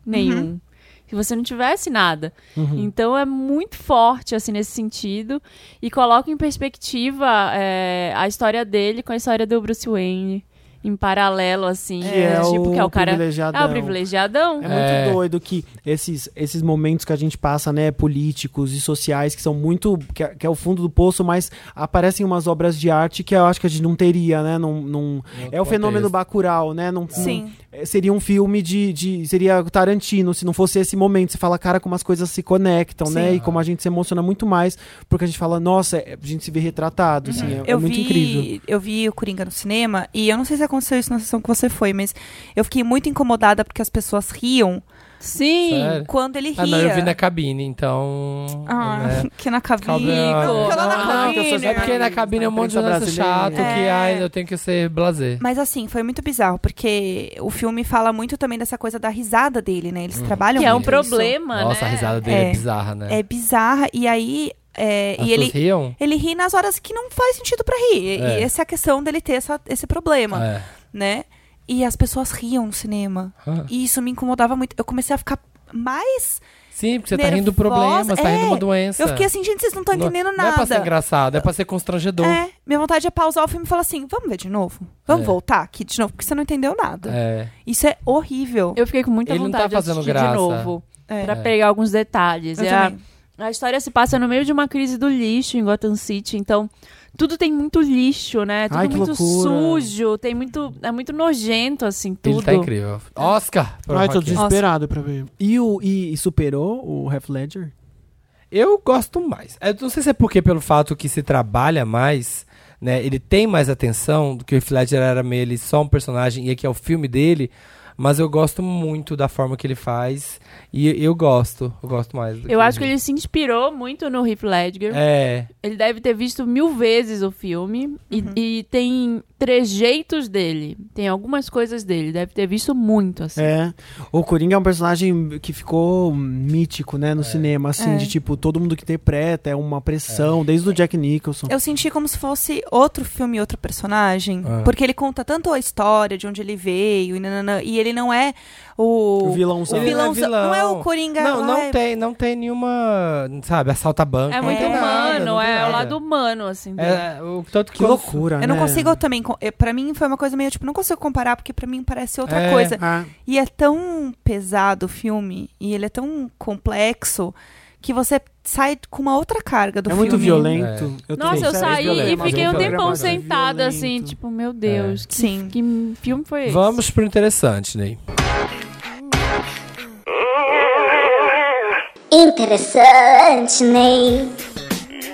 Speaker 1: nenhum. Que você não tivesse nada.
Speaker 5: Uhum.
Speaker 1: Então é muito forte, assim, nesse sentido. E coloca em perspectiva é, a história dele com a história do Bruce Wayne. em paralelo, assim.
Speaker 5: Que é
Speaker 1: tipo,
Speaker 5: o
Speaker 1: que é o cara.
Speaker 5: privilegiadão.
Speaker 1: É o privilegiadão.
Speaker 5: É muito doido que esses, esses momentos que a gente passa, né, políticos e sociais, que são muito. Que é, que é o fundo do poço, mas aparecem umas obras de arte que eu acho que a gente não teria, né? Num, num- é o
Speaker 2: contexto.
Speaker 5: fenômeno Bacurau, né? Num,
Speaker 4: Sim.
Speaker 5: é, seria um filme de, de. Seria Tarantino, se não fosse esse momento. Você fala, cara, como as coisas se conectam, né? E como a gente se emociona muito mais, porque a gente fala, nossa, é- a gente se vê retratado, assim, é, é
Speaker 4: eu
Speaker 5: muito
Speaker 4: vi,
Speaker 5: incrível.
Speaker 4: Eu vi o Coringa no cinema e eu não sei se aconteceu isso na sessão que você foi, mas eu fiquei muito incomodada porque as pessoas riam
Speaker 1: Sim.
Speaker 2: Sério?
Speaker 4: quando ele ria.
Speaker 2: Ah, não, eu vi na cabine, então.
Speaker 4: Ah,
Speaker 2: né?
Speaker 4: que na cabine.
Speaker 2: Calma, não,
Speaker 4: Porque lá na
Speaker 2: não,
Speaker 4: cabine. né?
Speaker 2: é porque na cabine é um monte de
Speaker 5: imprensa
Speaker 2: jornalista chato
Speaker 5: brasileira.
Speaker 2: que,
Speaker 4: É.
Speaker 2: ai, eu tenho que ser blazer.
Speaker 4: Mas assim, foi muito bizarro, porque o filme fala muito também dessa coisa da risada dele, né? Eles
Speaker 2: Uhum.
Speaker 4: trabalham
Speaker 1: Que é um
Speaker 4: muito isso.
Speaker 1: problema,
Speaker 2: Nossa,
Speaker 1: né?
Speaker 2: a risada dele é,
Speaker 4: É.
Speaker 2: bizarra, né?
Speaker 4: É bizarra. E aí. é,
Speaker 2: As
Speaker 4: e ele,
Speaker 2: pessoas riam?
Speaker 4: ele ri nas horas que não faz sentido pra rir. E-
Speaker 2: É.
Speaker 4: E essa é a questão dele ter essa- esse problema,
Speaker 2: É.
Speaker 4: né? E as pessoas riam no cinema.
Speaker 2: Ah.
Speaker 4: E isso me incomodava muito. Eu comecei a ficar mais.
Speaker 2: Sim, porque você tá rindo do
Speaker 4: Nervosa,
Speaker 2: problema, você tá rindo de uma
Speaker 4: é.
Speaker 2: doença.
Speaker 4: Eu fiquei assim, gente, vocês não estão
Speaker 2: Não-
Speaker 4: entendendo
Speaker 2: Não é pra ser
Speaker 4: nada.
Speaker 2: engraçado, é pra ser constrangedor.
Speaker 4: É, minha vontade é pausar o filme e falar assim: vamos ver de novo? Vamos
Speaker 2: É.
Speaker 4: voltar aqui de novo, porque você não entendeu nada.
Speaker 2: É.
Speaker 4: Isso é horrível.
Speaker 1: Eu fiquei com muita
Speaker 2: Ele não tá
Speaker 1: vontade de
Speaker 2: fazendo
Speaker 1: assistir
Speaker 2: graça.
Speaker 1: de novo.
Speaker 4: É.
Speaker 1: Pra pegar alguns detalhes.
Speaker 4: Eu
Speaker 1: É a-
Speaker 4: também.
Speaker 1: A história se passa no meio de uma crise do lixo em Gotham City, então tudo tem muito lixo, né? Tudo
Speaker 5: Ai, que
Speaker 1: muito
Speaker 5: loucura.
Speaker 1: sujo, tem muito. É muito nojento, assim, tudo.
Speaker 2: Ele tá incrível. Oscar! pro
Speaker 5: Ai, tô
Speaker 2: Joaquin.
Speaker 5: desesperado pra ver. E, o, e, e superou o Half Ledger?
Speaker 2: Eu gosto mais. Eu não sei se é porque pelo fato que se trabalha mais, né? Ele tem mais atenção do que o Heath Ledger era meio ele só um personagem e aqui é o filme dele. Mas eu gosto muito da forma que ele faz e eu gosto, eu gosto mais. do
Speaker 1: Eu acho que ele se inspirou muito no Heath Ledger.
Speaker 2: é
Speaker 1: Ele deve ter visto mil vezes o filme e,
Speaker 4: Uhum.
Speaker 1: e tem trejeitos dele, tem algumas coisas dele, deve ter visto muito, assim.
Speaker 5: É. O Coringa é um personagem que ficou mítico, né, no cinema, assim,
Speaker 4: É.
Speaker 5: de tipo, todo mundo que interpreta é uma pressão, desde o Jack Nicholson.
Speaker 4: Eu senti como se fosse outro filme, outro personagem.
Speaker 2: Ah.
Speaker 4: Porque ele conta tanto a história de onde ele veio e, nananã, e ele não é o.
Speaker 5: O vilãozão.
Speaker 4: O
Speaker 2: Ele não é
Speaker 4: vilão,
Speaker 2: vilão.
Speaker 4: Não é o Coringa.
Speaker 2: Não,
Speaker 4: ai,
Speaker 2: não tem, não tem nenhuma, sabe, assalta banco.
Speaker 1: É
Speaker 2: não
Speaker 1: muito
Speaker 2: tem nada,
Speaker 1: humano,
Speaker 2: não tem
Speaker 1: é o
Speaker 2: nada.
Speaker 1: lado humano, assim. dele.
Speaker 2: É, o tanto que,
Speaker 5: Que loucura, né?
Speaker 4: Eu não consigo também. co- eh, Pra mim foi uma coisa meio tipo, não consigo comparar porque pra mim parece outra
Speaker 2: É.
Speaker 4: coisa.
Speaker 5: Ah,
Speaker 4: E é tão pesado o filme e ele é tão complexo que você sai com uma outra carga do
Speaker 5: é
Speaker 4: filme.
Speaker 5: muito violento. Eu
Speaker 1: Nossa,
Speaker 5: também.
Speaker 1: eu
Speaker 5: Sério,
Speaker 1: saí e
Speaker 5: violento,
Speaker 1: fiquei
Speaker 5: é
Speaker 1: um tempão
Speaker 5: programa
Speaker 1: sentada,
Speaker 5: violento.
Speaker 1: assim, tipo, meu Deus, que,
Speaker 4: Sim.
Speaker 1: que filme foi esse?
Speaker 2: Vamos pro interessante, Ney.
Speaker 8: Interessante, Ney.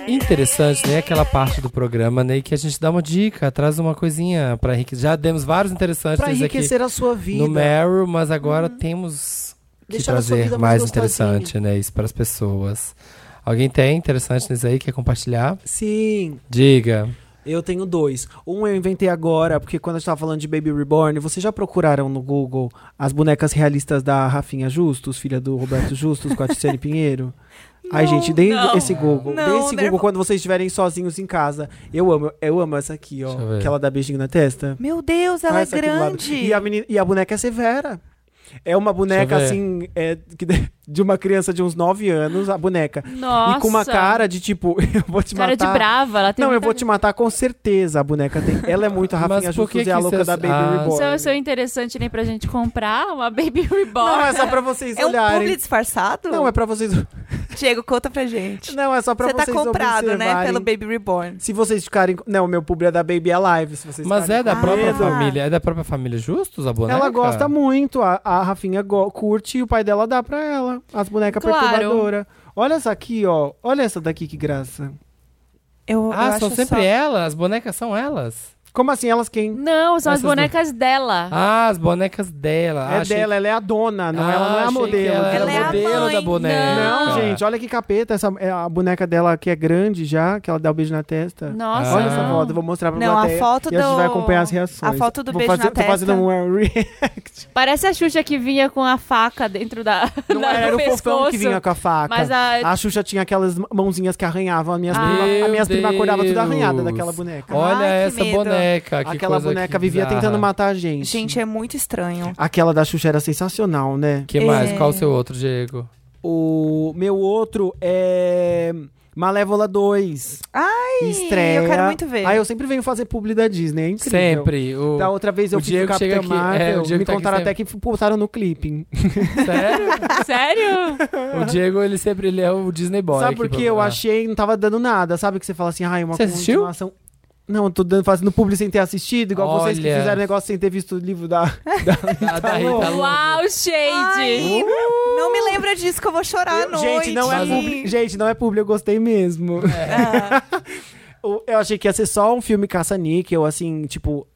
Speaker 2: Interessante, né? Aquela parte do programa, né? Que a gente dá uma dica, traz uma coisinha pra enriquecer. Já demos vários interessantes
Speaker 5: Pra enriquecer a sua
Speaker 2: aqui
Speaker 5: vida. Uhum.
Speaker 2: no Meryl, mas agora temos que
Speaker 5: Deixar a sua
Speaker 2: trazer
Speaker 5: vida
Speaker 2: mais,
Speaker 5: mais gostosinha.
Speaker 2: interessante, né? Isso para as pessoas. Alguém tem interessante nisso aí? Quer compartilhar?
Speaker 5: Sim,
Speaker 2: Diga.
Speaker 5: eu tenho dois. Um eu inventei agora, porque quando a gente tava falando de Baby Reborn, vocês já procuraram no Google as bonecas realistas da Rafinha Justus, filha do Roberto Justus, com a Tiziane Pinheiro? Ai,
Speaker 4: Não,
Speaker 5: gente, dê
Speaker 4: não.
Speaker 5: esse Google.
Speaker 4: Não,
Speaker 5: dê esse
Speaker 4: nervo-
Speaker 5: Google quando vocês estiverem sozinhos em casa. Eu amo, eu amo essa aqui,
Speaker 2: Deixa eu ver.
Speaker 5: ó. Que ela dá beijinho na testa.
Speaker 4: Meu Deus, ela
Speaker 5: Ah,
Speaker 4: é
Speaker 5: essa aqui do lado.
Speaker 4: grande.
Speaker 5: E a, menina, e a boneca é severa. É uma boneca
Speaker 2: Deixa eu
Speaker 5: assim, é, que de- de uma criança de uns 9 anos, a boneca.
Speaker 1: Nossa.
Speaker 5: E com uma cara de tipo, eu vou te
Speaker 1: Cara de
Speaker 5: matar.
Speaker 1: brava, ela tem
Speaker 5: Não, eu
Speaker 1: muita-
Speaker 4: então.
Speaker 5: vou te matar com certeza. A boneca tem. Ela é muito a
Speaker 2: Mas
Speaker 5: Rafinha
Speaker 2: por
Speaker 5: Justus
Speaker 2: que
Speaker 5: e a
Speaker 2: que
Speaker 5: louca
Speaker 2: cês-
Speaker 5: da Baby
Speaker 2: Ah,
Speaker 5: Reborn.
Speaker 1: Se eu sou interessante nem pra gente comprar uma Baby Reborn.
Speaker 5: Não, é só pra vocês
Speaker 4: É um publi
Speaker 5: olharem.
Speaker 4: disfarçado?
Speaker 5: Não, é pra vocês.
Speaker 4: Diego, conta pra gente.
Speaker 5: Não, é só pra
Speaker 4: Você tá
Speaker 5: vocês
Speaker 4: comprado, né?
Speaker 5: observarem.
Speaker 4: Pelo Baby Reborn.
Speaker 5: Se vocês ficarem. Não, meu publi é da Baby Alive. Se vocês
Speaker 2: Mas
Speaker 5: ficarem
Speaker 2: é da
Speaker 5: com
Speaker 2: própria né,
Speaker 5: medo.
Speaker 2: família? É da própria família Justus a boneca?
Speaker 5: Ela gosta muito, a, a Rafinha go- curte e o pai dela dá pra ela. As bonecas
Speaker 1: Claro.
Speaker 5: perturbadoras. Olha essa aqui, ó. Olha essa daqui, que graça.
Speaker 4: Eu, eu
Speaker 2: Ah,
Speaker 4: acho
Speaker 2: são sempre
Speaker 4: só...
Speaker 2: elas? As bonecas são elas?
Speaker 5: Como assim elas quem?
Speaker 1: Não, são as
Speaker 2: Essas duas.
Speaker 1: bonecas dela.
Speaker 2: Ah, as bonecas dela.
Speaker 5: é
Speaker 2: Ah, Achei-
Speaker 5: dela, ela é a dona, não,
Speaker 2: Ah,
Speaker 5: ela não é a
Speaker 2: achei que
Speaker 5: modelo.
Speaker 2: Ela,
Speaker 4: Ela é
Speaker 2: era
Speaker 4: a
Speaker 2: modelo
Speaker 4: mãe,
Speaker 2: da boneca.
Speaker 5: Não, gente, olha que capeta. Essa, é a boneca dela que é grande já, que ela dá o beijo na testa.
Speaker 1: Nossa.
Speaker 5: Ah, Olha essa
Speaker 1: não.
Speaker 5: foto, eu vou mostrar pra
Speaker 4: Não, a
Speaker 5: plateia
Speaker 4: foto
Speaker 5: e a gente
Speaker 4: do-
Speaker 5: vai acompanhar as reações.
Speaker 4: a foto do
Speaker 5: Vou
Speaker 4: beijo
Speaker 5: fazer-
Speaker 4: na
Speaker 5: Tô fazendo
Speaker 4: testa.
Speaker 5: um react.
Speaker 1: Parece a Xuxa que vinha com a faca dentro da.
Speaker 5: Não
Speaker 1: da-
Speaker 5: era
Speaker 1: do
Speaker 5: o fofão
Speaker 1: pescoço.
Speaker 5: que vinha com a faca.
Speaker 1: Mas a-
Speaker 5: a... Xuxa tinha aquelas mãozinhas que arranhavam. As minhas
Speaker 1: Ah.
Speaker 5: primas, as
Speaker 2: Meu
Speaker 5: minhas primas acordavam tudo
Speaker 2: Deus.
Speaker 5: arranhada daquela boneca.
Speaker 2: Olha
Speaker 4: Ai, que
Speaker 2: essa
Speaker 4: medo.
Speaker 2: boneca. que
Speaker 5: Aquela
Speaker 2: coisa
Speaker 5: boneca
Speaker 2: que
Speaker 5: vivia
Speaker 2: bizarra.
Speaker 5: tentando matar a gente.
Speaker 4: Gente, é muito estranho.
Speaker 5: Aquela da Xuxa era sensacional, né?
Speaker 2: que mais?
Speaker 4: É.
Speaker 2: Qual o seu outro, Diego?
Speaker 5: O meu outro é. Malévola 2.
Speaker 4: Ah,
Speaker 5: Ai, estreia.
Speaker 4: eu quero muito ver.
Speaker 5: Ah, eu sempre venho fazer publi da Disney, é incrível.
Speaker 9: Sempre. O...
Speaker 5: Da outra vez eu
Speaker 9: o
Speaker 5: fiz o
Speaker 9: Diego chega
Speaker 5: Capitão
Speaker 9: aqui-
Speaker 5: Marvel,
Speaker 9: é, o Diego
Speaker 5: me
Speaker 9: tá aqui
Speaker 5: contaram
Speaker 9: sempre.
Speaker 5: até que pulsaram no clipping.
Speaker 9: Sério?
Speaker 5: Ah.
Speaker 1: Sério?
Speaker 9: o Diego, ele sempre ele é o Disney Boy.
Speaker 5: sabe
Speaker 9: aqui
Speaker 5: por
Speaker 9: pra-
Speaker 5: que eu
Speaker 9: ah.
Speaker 5: achei, não tava dando nada, sabe? Que você fala assim, ai, uma
Speaker 9: Você assistiu?
Speaker 5: continuação... Não, eu tô dando, fazendo publi sem ter assistido, igual vocês que
Speaker 9: Olha.
Speaker 5: fizeram negócio sem ter visto o livro da... tá
Speaker 9: Ah, da Rita
Speaker 2: tá
Speaker 9: Lobo.
Speaker 1: Uau,
Speaker 4: Ai,
Speaker 1: shade!
Speaker 4: não me lembra disso que eu vou chorar à noite.
Speaker 5: Uh! Gente, não é publi, gente, não é publi, eu gostei mesmo.
Speaker 9: É.
Speaker 5: O- eu achei que ia ser só um filme caça-níquel, assim, tipo...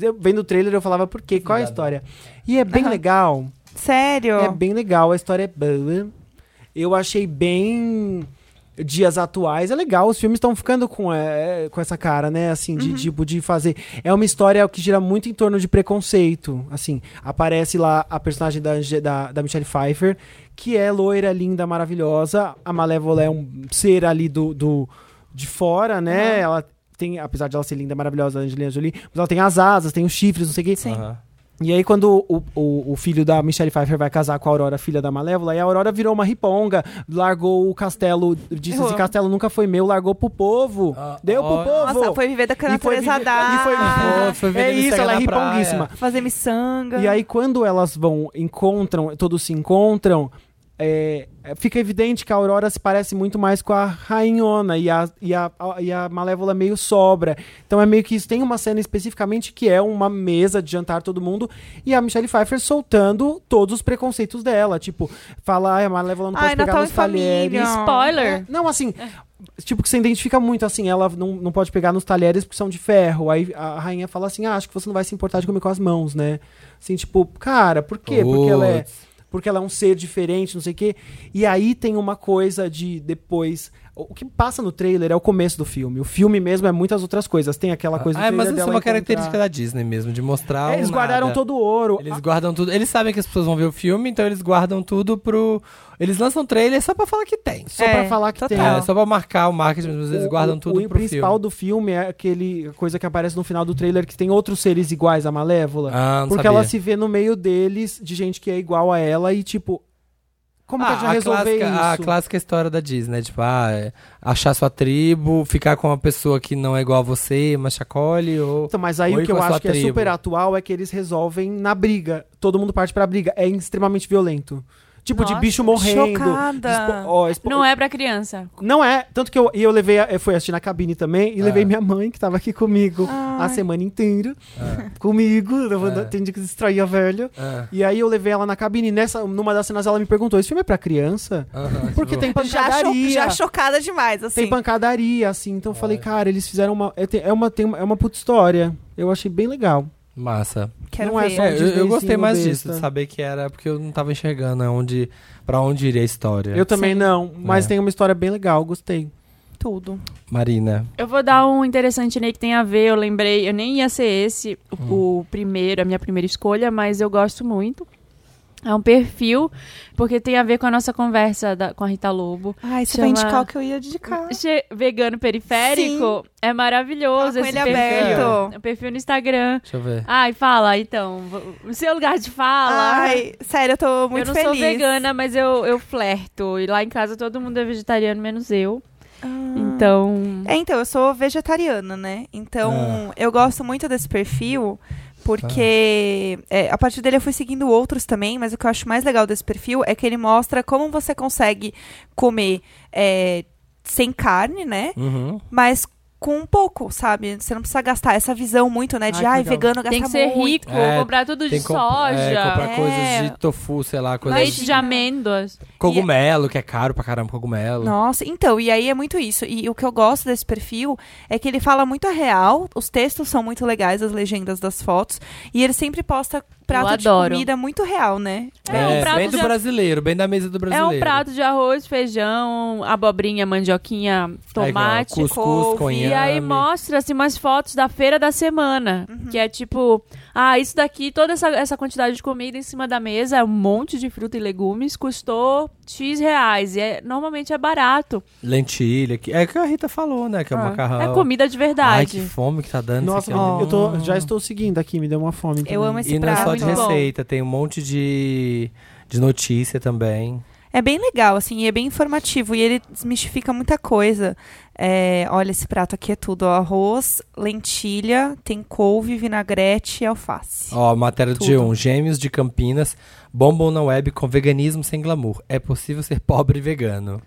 Speaker 5: eu- vendo o trailer eu falava, por quê? Qual é a história? E é bem legal...
Speaker 4: Sério?
Speaker 5: É bem legal, a história é boa. Eu achei bem dias atuais. É legal, os filmes estão ficando com, é, com essa cara, né? Assim, de tipo de fazer. É uma história que gira muito em torno de preconceito. Assim, aparece lá a personagem da, Ange- da, da Michelle Pfeiffer, que é loira, linda, maravilhosa. A Malévola é um ser ali do, do de fora, né? Ela tem, apesar de ela ser linda, maravilhosa, a Angelina Jolie, mas ela tem as asas, tem os chifres, não sei o quê. Sim.
Speaker 2: Aham.
Speaker 5: E aí, quando o, o, o filho da Michelle Pfeiffer vai casar com a Aurora, filha da Malévola, e a Aurora virou uma riponga, largou o castelo, disse esse castelo nunca foi meu, largou pro povo.
Speaker 2: Ah,
Speaker 5: dezeu deu pro
Speaker 2: olha.
Speaker 5: povo.
Speaker 4: Nossa, foi Ah. viver da
Speaker 5: É E foi
Speaker 4: natureza
Speaker 5: viver-
Speaker 4: da.
Speaker 5: e foi-
Speaker 2: Pô, foi
Speaker 5: é
Speaker 2: vender
Speaker 5: isso,
Speaker 2: Instagram
Speaker 5: ela é
Speaker 2: na praia.
Speaker 5: riponguíssima.
Speaker 4: Fazer miçanga.
Speaker 5: E aí, quando elas vão, encontram, todos se encontram, é, é, fica evidente que a Aurora se parece muito mais com a Rainhona e a, e, a, a- e a Malévola meio sobra. Então é meio que isso. Tem uma cena especificamente que é uma mesa de jantar todo mundo e a Michelle Pfeiffer soltando todos os preconceitos dela. Tipo, fala, "Ai, a Malévola não
Speaker 4: Ai,
Speaker 5: pode pegar
Speaker 4: Natal
Speaker 5: nos
Speaker 4: em família."
Speaker 5: talheres.
Speaker 1: Spoiler!
Speaker 5: Não, assim, tipo que você identifica muito, assim, ela não, não pode pegar nos talheres porque são de ferro. Aí a rainha fala assim, ah, acho que você não vai se importar de comer com as mãos, né? Assim, tipo, cara, por quê? Porque ela é... Porque ela é um ser diferente, não sei o quê. E aí tem uma coisa de depois. O que passa no trailer é o começo do filme. O filme mesmo é muitas outras coisas. Tem aquela coisa. do
Speaker 2: Ah, é, mas
Speaker 5: trailer
Speaker 2: isso é
Speaker 5: dela
Speaker 2: uma característica
Speaker 5: encontrar-
Speaker 2: da Disney mesmo, de mostrar
Speaker 5: É, Eles
Speaker 2: o
Speaker 5: guardaram
Speaker 2: nada.
Speaker 5: todo o ouro.
Speaker 2: Eles guardam tudo. Eles sabem que as pessoas vão ver o filme, então eles guardam tudo pro. Eles lançam trailer só pra falar que tem.
Speaker 5: Só pra
Speaker 4: É,
Speaker 5: falar que tem.
Speaker 2: É, só pra marcar o marketing, mas eles
Speaker 5: então. O-
Speaker 2: guardam
Speaker 5: o-
Speaker 2: tudo
Speaker 5: O
Speaker 2: pro
Speaker 5: principal
Speaker 2: filme.
Speaker 5: do filme é aquele a coisa que aparece no final do trailer que tem outros seres iguais à Malévola.
Speaker 2: Ah, não
Speaker 5: porque
Speaker 2: sabia.
Speaker 5: ela se vê no meio deles, de gente que é igual a ela e tipo. Como que a gente vai resolver
Speaker 2: clássica, Ah, a
Speaker 5: isso?
Speaker 2: clássica história da Disney, tipo, ah, é, achar sua tribo, ficar com uma pessoa que não é igual a você, mas chacole, ou...
Speaker 5: Então, mas aí
Speaker 2: Oi
Speaker 5: o que eu
Speaker 2: com a
Speaker 5: acho
Speaker 2: sua
Speaker 5: que é
Speaker 2: tribo.
Speaker 5: super atual é que eles resolvem na briga. Todo mundo parte pra briga. É extremamente violento. Tipo, de
Speaker 4: Nossa,
Speaker 5: bicho morrendo.
Speaker 4: chocada.
Speaker 5: de expo- ó, expo-
Speaker 1: Não é pra criança.
Speaker 5: Não é. Tanto que eu, e eu levei. a- Eu fui assistir na cabine também. E levei minha mãe, que tava aqui comigo
Speaker 4: Ah.
Speaker 5: a semana inteira. Comigo. Eu é. que distrair a velha.
Speaker 2: Ah,
Speaker 5: E aí eu levei ela na cabine. e Nessa, numa das cenas ela me perguntou: Esse filme é pra criança?
Speaker 2: aham,
Speaker 5: Porque
Speaker 2: tipo,
Speaker 5: tem
Speaker 4: já, cho-
Speaker 5: pancadaria.
Speaker 4: já chocada demais, assim.
Speaker 5: tem pancadaria, assim. Então eu falei, cara, eles fizeram uma. É, tem- é uma, tem uma, é uma puta história. Eu achei bem legal.
Speaker 2: Massa.
Speaker 4: Quero
Speaker 5: não é
Speaker 4: ver.
Speaker 5: só-
Speaker 2: É, eu, eu gostei
Speaker 5: Disneyzinho
Speaker 2: mais
Speaker 5: besta.
Speaker 2: disso, de saber que era porque eu não tava enxergando aonde, pra onde iria a história.
Speaker 5: Eu também não, mas
Speaker 2: É.
Speaker 5: tem uma história bem legal, gostei.
Speaker 4: Tudo.
Speaker 2: Marina.
Speaker 1: Eu vou dar um interessante né, que tem a ver, eu lembrei, eu nem ia ser esse o, o primeiro, a minha primeira escolha, mas eu gosto muito. É um perfil, porque tem a ver com a nossa conversa da- com a Rita Lobo.
Speaker 4: Ai, você
Speaker 1: Chama-
Speaker 4: vai indicar o que eu ia indicar.
Speaker 1: Che- vegano periférico é maravilhoso
Speaker 4: Tá com
Speaker 1: esse
Speaker 4: ele
Speaker 1: perfil.
Speaker 4: aberto.
Speaker 1: O perfil no Instagram.
Speaker 2: Deixa eu ver.
Speaker 1: Ai, fala, então. O seu lugar de fala.
Speaker 4: Ai, sério, eu tô muito
Speaker 1: eu não
Speaker 4: feliz.
Speaker 1: sou vegana, mas eu, eu flerto. E lá em casa todo mundo é vegetariano, menos eu.
Speaker 4: Ah.
Speaker 1: Então.
Speaker 4: É, então, eu sou vegetariana, né? Então, eu gosto muito desse perfil, porque é, a partir dele eu fui seguindo outros também, mas o que eu acho mais legal desse perfil é que ele mostra como você consegue comer é, sem carne,
Speaker 1: Ah,
Speaker 4: né?
Speaker 2: Uhum.
Speaker 4: Mas com um pouco, sabe? Você não precisa gastar essa visão muito, né? De,
Speaker 5: Ai, que
Speaker 4: ai,
Speaker 5: legal.
Speaker 4: vegano gasta
Speaker 1: Tem que ser
Speaker 4: muito.
Speaker 1: rico,
Speaker 2: É,
Speaker 1: comprar tudo de
Speaker 2: Tem que comp-
Speaker 1: soja.
Speaker 2: É, comprar coisas de tofu, sei lá, coisas...
Speaker 1: Leite de amêndoas.
Speaker 2: Cogumelo, que é caro pra caramba, cogumelo.
Speaker 4: Nossa, então, e aí é muito isso. E o que eu gosto desse perfil é que ele fala muito a real, os textos são muito legais, as legendas das fotos, e ele sempre posta prato de
Speaker 1: adoro.
Speaker 4: comida muito real, né?
Speaker 1: É, um prato
Speaker 2: bem do
Speaker 1: de-
Speaker 2: brasileiro, bem da mesa do
Speaker 1: É
Speaker 2: brasileiro.
Speaker 1: um prato de arroz, feijão, abobrinha, mandioquinha,
Speaker 2: É igual,
Speaker 1: tomate.
Speaker 2: Cuscuz,
Speaker 4: couve,
Speaker 2: conhame.
Speaker 1: E aí mostra assim umas fotos da feira da semana,
Speaker 4: Uhum.
Speaker 1: que é tipo, ah, isso daqui, toda essa, essa quantidade de comida em cima da mesa, um monte de fruta e legumes, custou X reais. E é- normalmente é barato.
Speaker 2: Lentilha. Que... É o que a Rita falou, né?
Speaker 4: Ah.
Speaker 2: Que é o macarrão.
Speaker 1: É comida de
Speaker 2: Ai,
Speaker 1: verdade.
Speaker 2: que fome que tá dando.
Speaker 5: Nossa,
Speaker 2: isso aqui, ó.
Speaker 5: eu tô, já
Speaker 1: Hum,
Speaker 5: estou seguindo aqui, me deu uma fome. também.
Speaker 4: Eu Oh. amo esse
Speaker 2: E não é
Speaker 4: prato.
Speaker 2: só de
Speaker 1: Muito bom.
Speaker 2: receita, tem um monte de, de notícia também.
Speaker 4: É bem legal, assim, e é bem informativo. E ele desmistifica muita coisa. É, olha, esse prato aqui é tudo: ó, arroz, lentilha, tem couve, vinagrete e alface.
Speaker 2: Ó, matéria do
Speaker 4: Tudo.
Speaker 2: G1. Gêmeos de Campinas bombam na web com veganismo sem glamour. É possível ser pobre e vegano.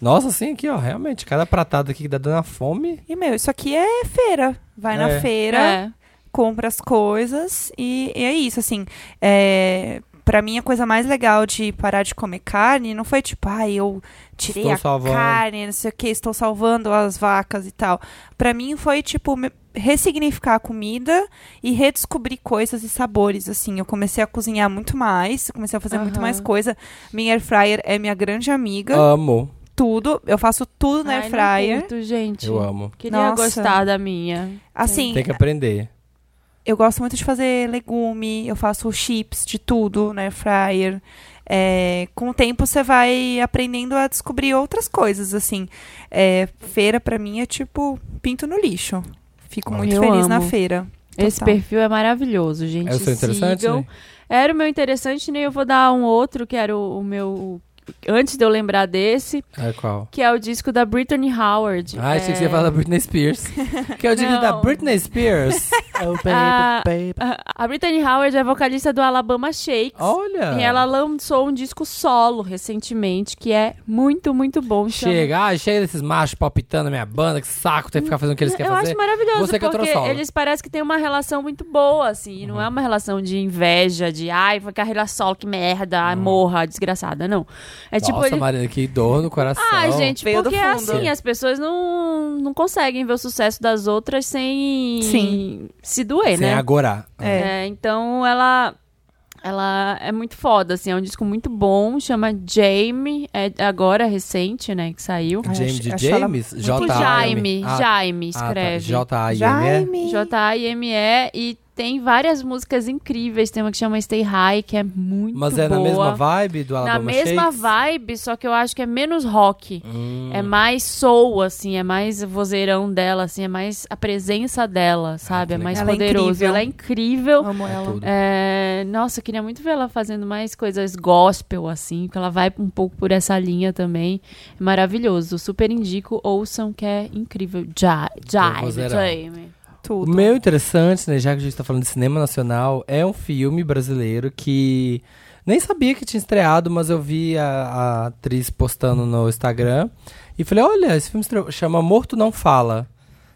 Speaker 2: Nossa, assim aqui, ó, realmente, cada pratada aqui que dá dando uma fome.
Speaker 4: E, meu, isso aqui é feira. Vai
Speaker 2: É.
Speaker 4: na feira. né, compra as coisas e, e é isso, assim. É, para mim, a coisa mais legal de parar de comer carne não foi tipo, ai, eu tirei
Speaker 2: Estou
Speaker 4: a
Speaker 2: salvando."
Speaker 4: carne, não sei o que, estou salvando as vacas e tal. Pra mim foi tipo me- ressignificar a comida e redescobrir coisas e sabores, assim. Eu comecei a cozinhar muito mais, comecei a fazer muito mais coisa. Minha air fryer é minha grande amiga,
Speaker 2: Amo.
Speaker 4: tudo. Eu faço tudo na air fryer.
Speaker 1: gente.
Speaker 2: Eu amo.
Speaker 1: Queria
Speaker 4: Nossa.
Speaker 1: gostar da minha.
Speaker 4: Assim,
Speaker 2: Tem que aprender.
Speaker 4: Eu gosto muito de fazer legume, eu faço chips de tudo na air fryer. É, com o tempo você vai aprendendo a descobrir outras coisas, assim. É, feira pra mim é tipo pinto no lixo. Fico muito
Speaker 1: Eu
Speaker 4: feliz na
Speaker 1: amo.
Speaker 4: feira.
Speaker 1: Esse
Speaker 4: Total.
Speaker 1: perfil é maravilhoso, gente.
Speaker 2: É o seu interessante,
Speaker 1: Sigam.
Speaker 2: né?
Speaker 1: Era o meu interessante, né? Eu vou dar um outro, que era o, o meu. Antes de eu lembrar desse,
Speaker 2: É qual?
Speaker 1: que é o disco da Brittany Howard.
Speaker 2: Ah, achei
Speaker 1: é...
Speaker 2: que você ia falar da Britney Spears. que é o digo da
Speaker 1: Não.
Speaker 2: Britney Spears.
Speaker 5: Open
Speaker 1: Ah,
Speaker 5: paper.
Speaker 1: A Brittany Howard é vocalista do Alabama Shakes.
Speaker 2: Olha.
Speaker 1: E ela lançou um disco solo recentemente, que é muito, muito bom. Chama-
Speaker 2: Chega, ah, chega desses machos palpitando na minha banda, que saco, tem que ficar fazendo o que eles
Speaker 1: Eu
Speaker 2: querem fazer.
Speaker 1: acho maravilhoso,
Speaker 2: Você que é Uhum.
Speaker 1: porque
Speaker 2: heterossexual.
Speaker 1: eles parecem que têm uma relação muito boa, assim. e Não é uma relação de inveja, de ai, foi carreira solo, que merda, ai, morra, desgraçada, não. É tipo.
Speaker 2: Uhum. Nossa,
Speaker 1: ele-
Speaker 2: Marina, que dor no coração.
Speaker 1: Ah, gente,
Speaker 4: Veio do
Speaker 1: porque
Speaker 4: fundo.
Speaker 1: assim, as pessoas não, não conseguem ver o sucesso das outras sem
Speaker 4: Sim.
Speaker 1: se doer,
Speaker 2: Sem
Speaker 1: né?
Speaker 2: agora.
Speaker 1: É, então ela ela é muito foda, assim, é um disco muito bom, chama Jamie, é agora recente, né, que saiu.
Speaker 2: James
Speaker 4: acho-
Speaker 2: de
Speaker 4: acho ela
Speaker 2: James?
Speaker 1: Tipo Jaime,
Speaker 2: J-A-I-M-E. Ah,
Speaker 1: Jaime,
Speaker 2: ah, tá.
Speaker 1: escreve. é
Speaker 2: J-A-I-M-E.
Speaker 1: J-I-M-E e tem várias músicas incríveis, tem uma que chama Stay High, que é muito
Speaker 2: Mas é
Speaker 1: boa.
Speaker 2: na mesma vibe do
Speaker 1: Na
Speaker 2: Alabama
Speaker 1: mesma
Speaker 2: Shakes?
Speaker 1: vibe, só que eu acho que é menos rock.
Speaker 2: Hum.
Speaker 1: É mais soul, assim, é mais vozeirão dela, assim, é mais a presença dela, sabe?
Speaker 2: Ah, que Uhum.
Speaker 1: é mais
Speaker 4: legal. Ela é
Speaker 1: poderoso.
Speaker 4: incrível.
Speaker 1: ela é incrível.
Speaker 4: Amo ela.
Speaker 2: tudo.
Speaker 1: É, nossa, eu queria muito ver ela fazendo mais coisas gospel, assim, porque ela vai um pouco por essa linha também. É maravilhoso. Super indico, ouçam, que é incrível. Ja-
Speaker 2: Eu vou
Speaker 1: Jive,
Speaker 2: zerar.
Speaker 1: Jamie.
Speaker 2: O
Speaker 4: Tudo.
Speaker 2: meu interessante, né, já que a gente tá falando de cinema nacional, é um filme brasileiro que nem sabia que tinha estreado, mas eu vi a, a atriz postando no Instagram e falei, olha, esse filme estreou- chama Morto Não Fala.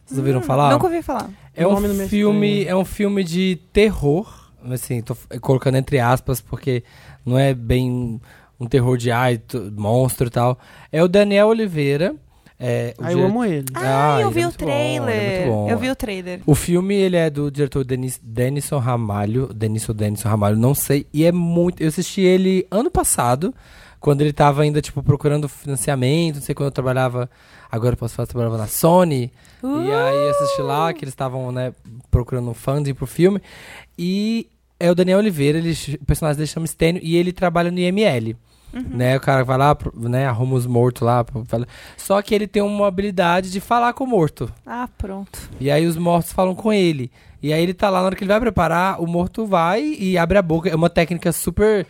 Speaker 2: Vocês ouviram falar?
Speaker 4: Hum, Nunca ouvi falar.
Speaker 2: É
Speaker 5: O nome não
Speaker 2: um
Speaker 5: me
Speaker 2: filme, é um filme de terror, assim, tô f- colocando entre aspas porque não é bem um terror de ai, tu- monstro e tal. É o Daniel Oliveira. É, o
Speaker 5: Aí eu
Speaker 2: dire-
Speaker 5: amo ele.
Speaker 4: Ah, eu
Speaker 2: ele
Speaker 4: vi
Speaker 2: é
Speaker 4: o
Speaker 2: muito bom, ele é
Speaker 4: trailer.
Speaker 2: muito bom.
Speaker 4: eu vi o trailer.
Speaker 2: O filme, ele é do diretor Denis, Denison Ramalho. Denison, Denison Ramalho, não sei. E é muito... Eu assisti ele ano passado, quando ele tava ainda, tipo, procurando financiamento. Não sei quando eu trabalhava... Agora eu posso falar, eu trabalhava na Sony. E aí assisti lá, que eles estavam, né, procurando um funding pro filme. E é o Daniel Oliveira, ele, ch- o personagem dele chama Stênio, e ele trabalha no IML. Né, o cara vai lá, pro- né, arruma os mortos lá. pro- fala- Só que ele tem uma habilidade de falar com o morto.
Speaker 4: Ah, pronto.
Speaker 2: E aí os mortos falam com ele. E aí ele tá lá, na hora que ele vai preparar, o morto vai e abre a boca. É uma técnica super.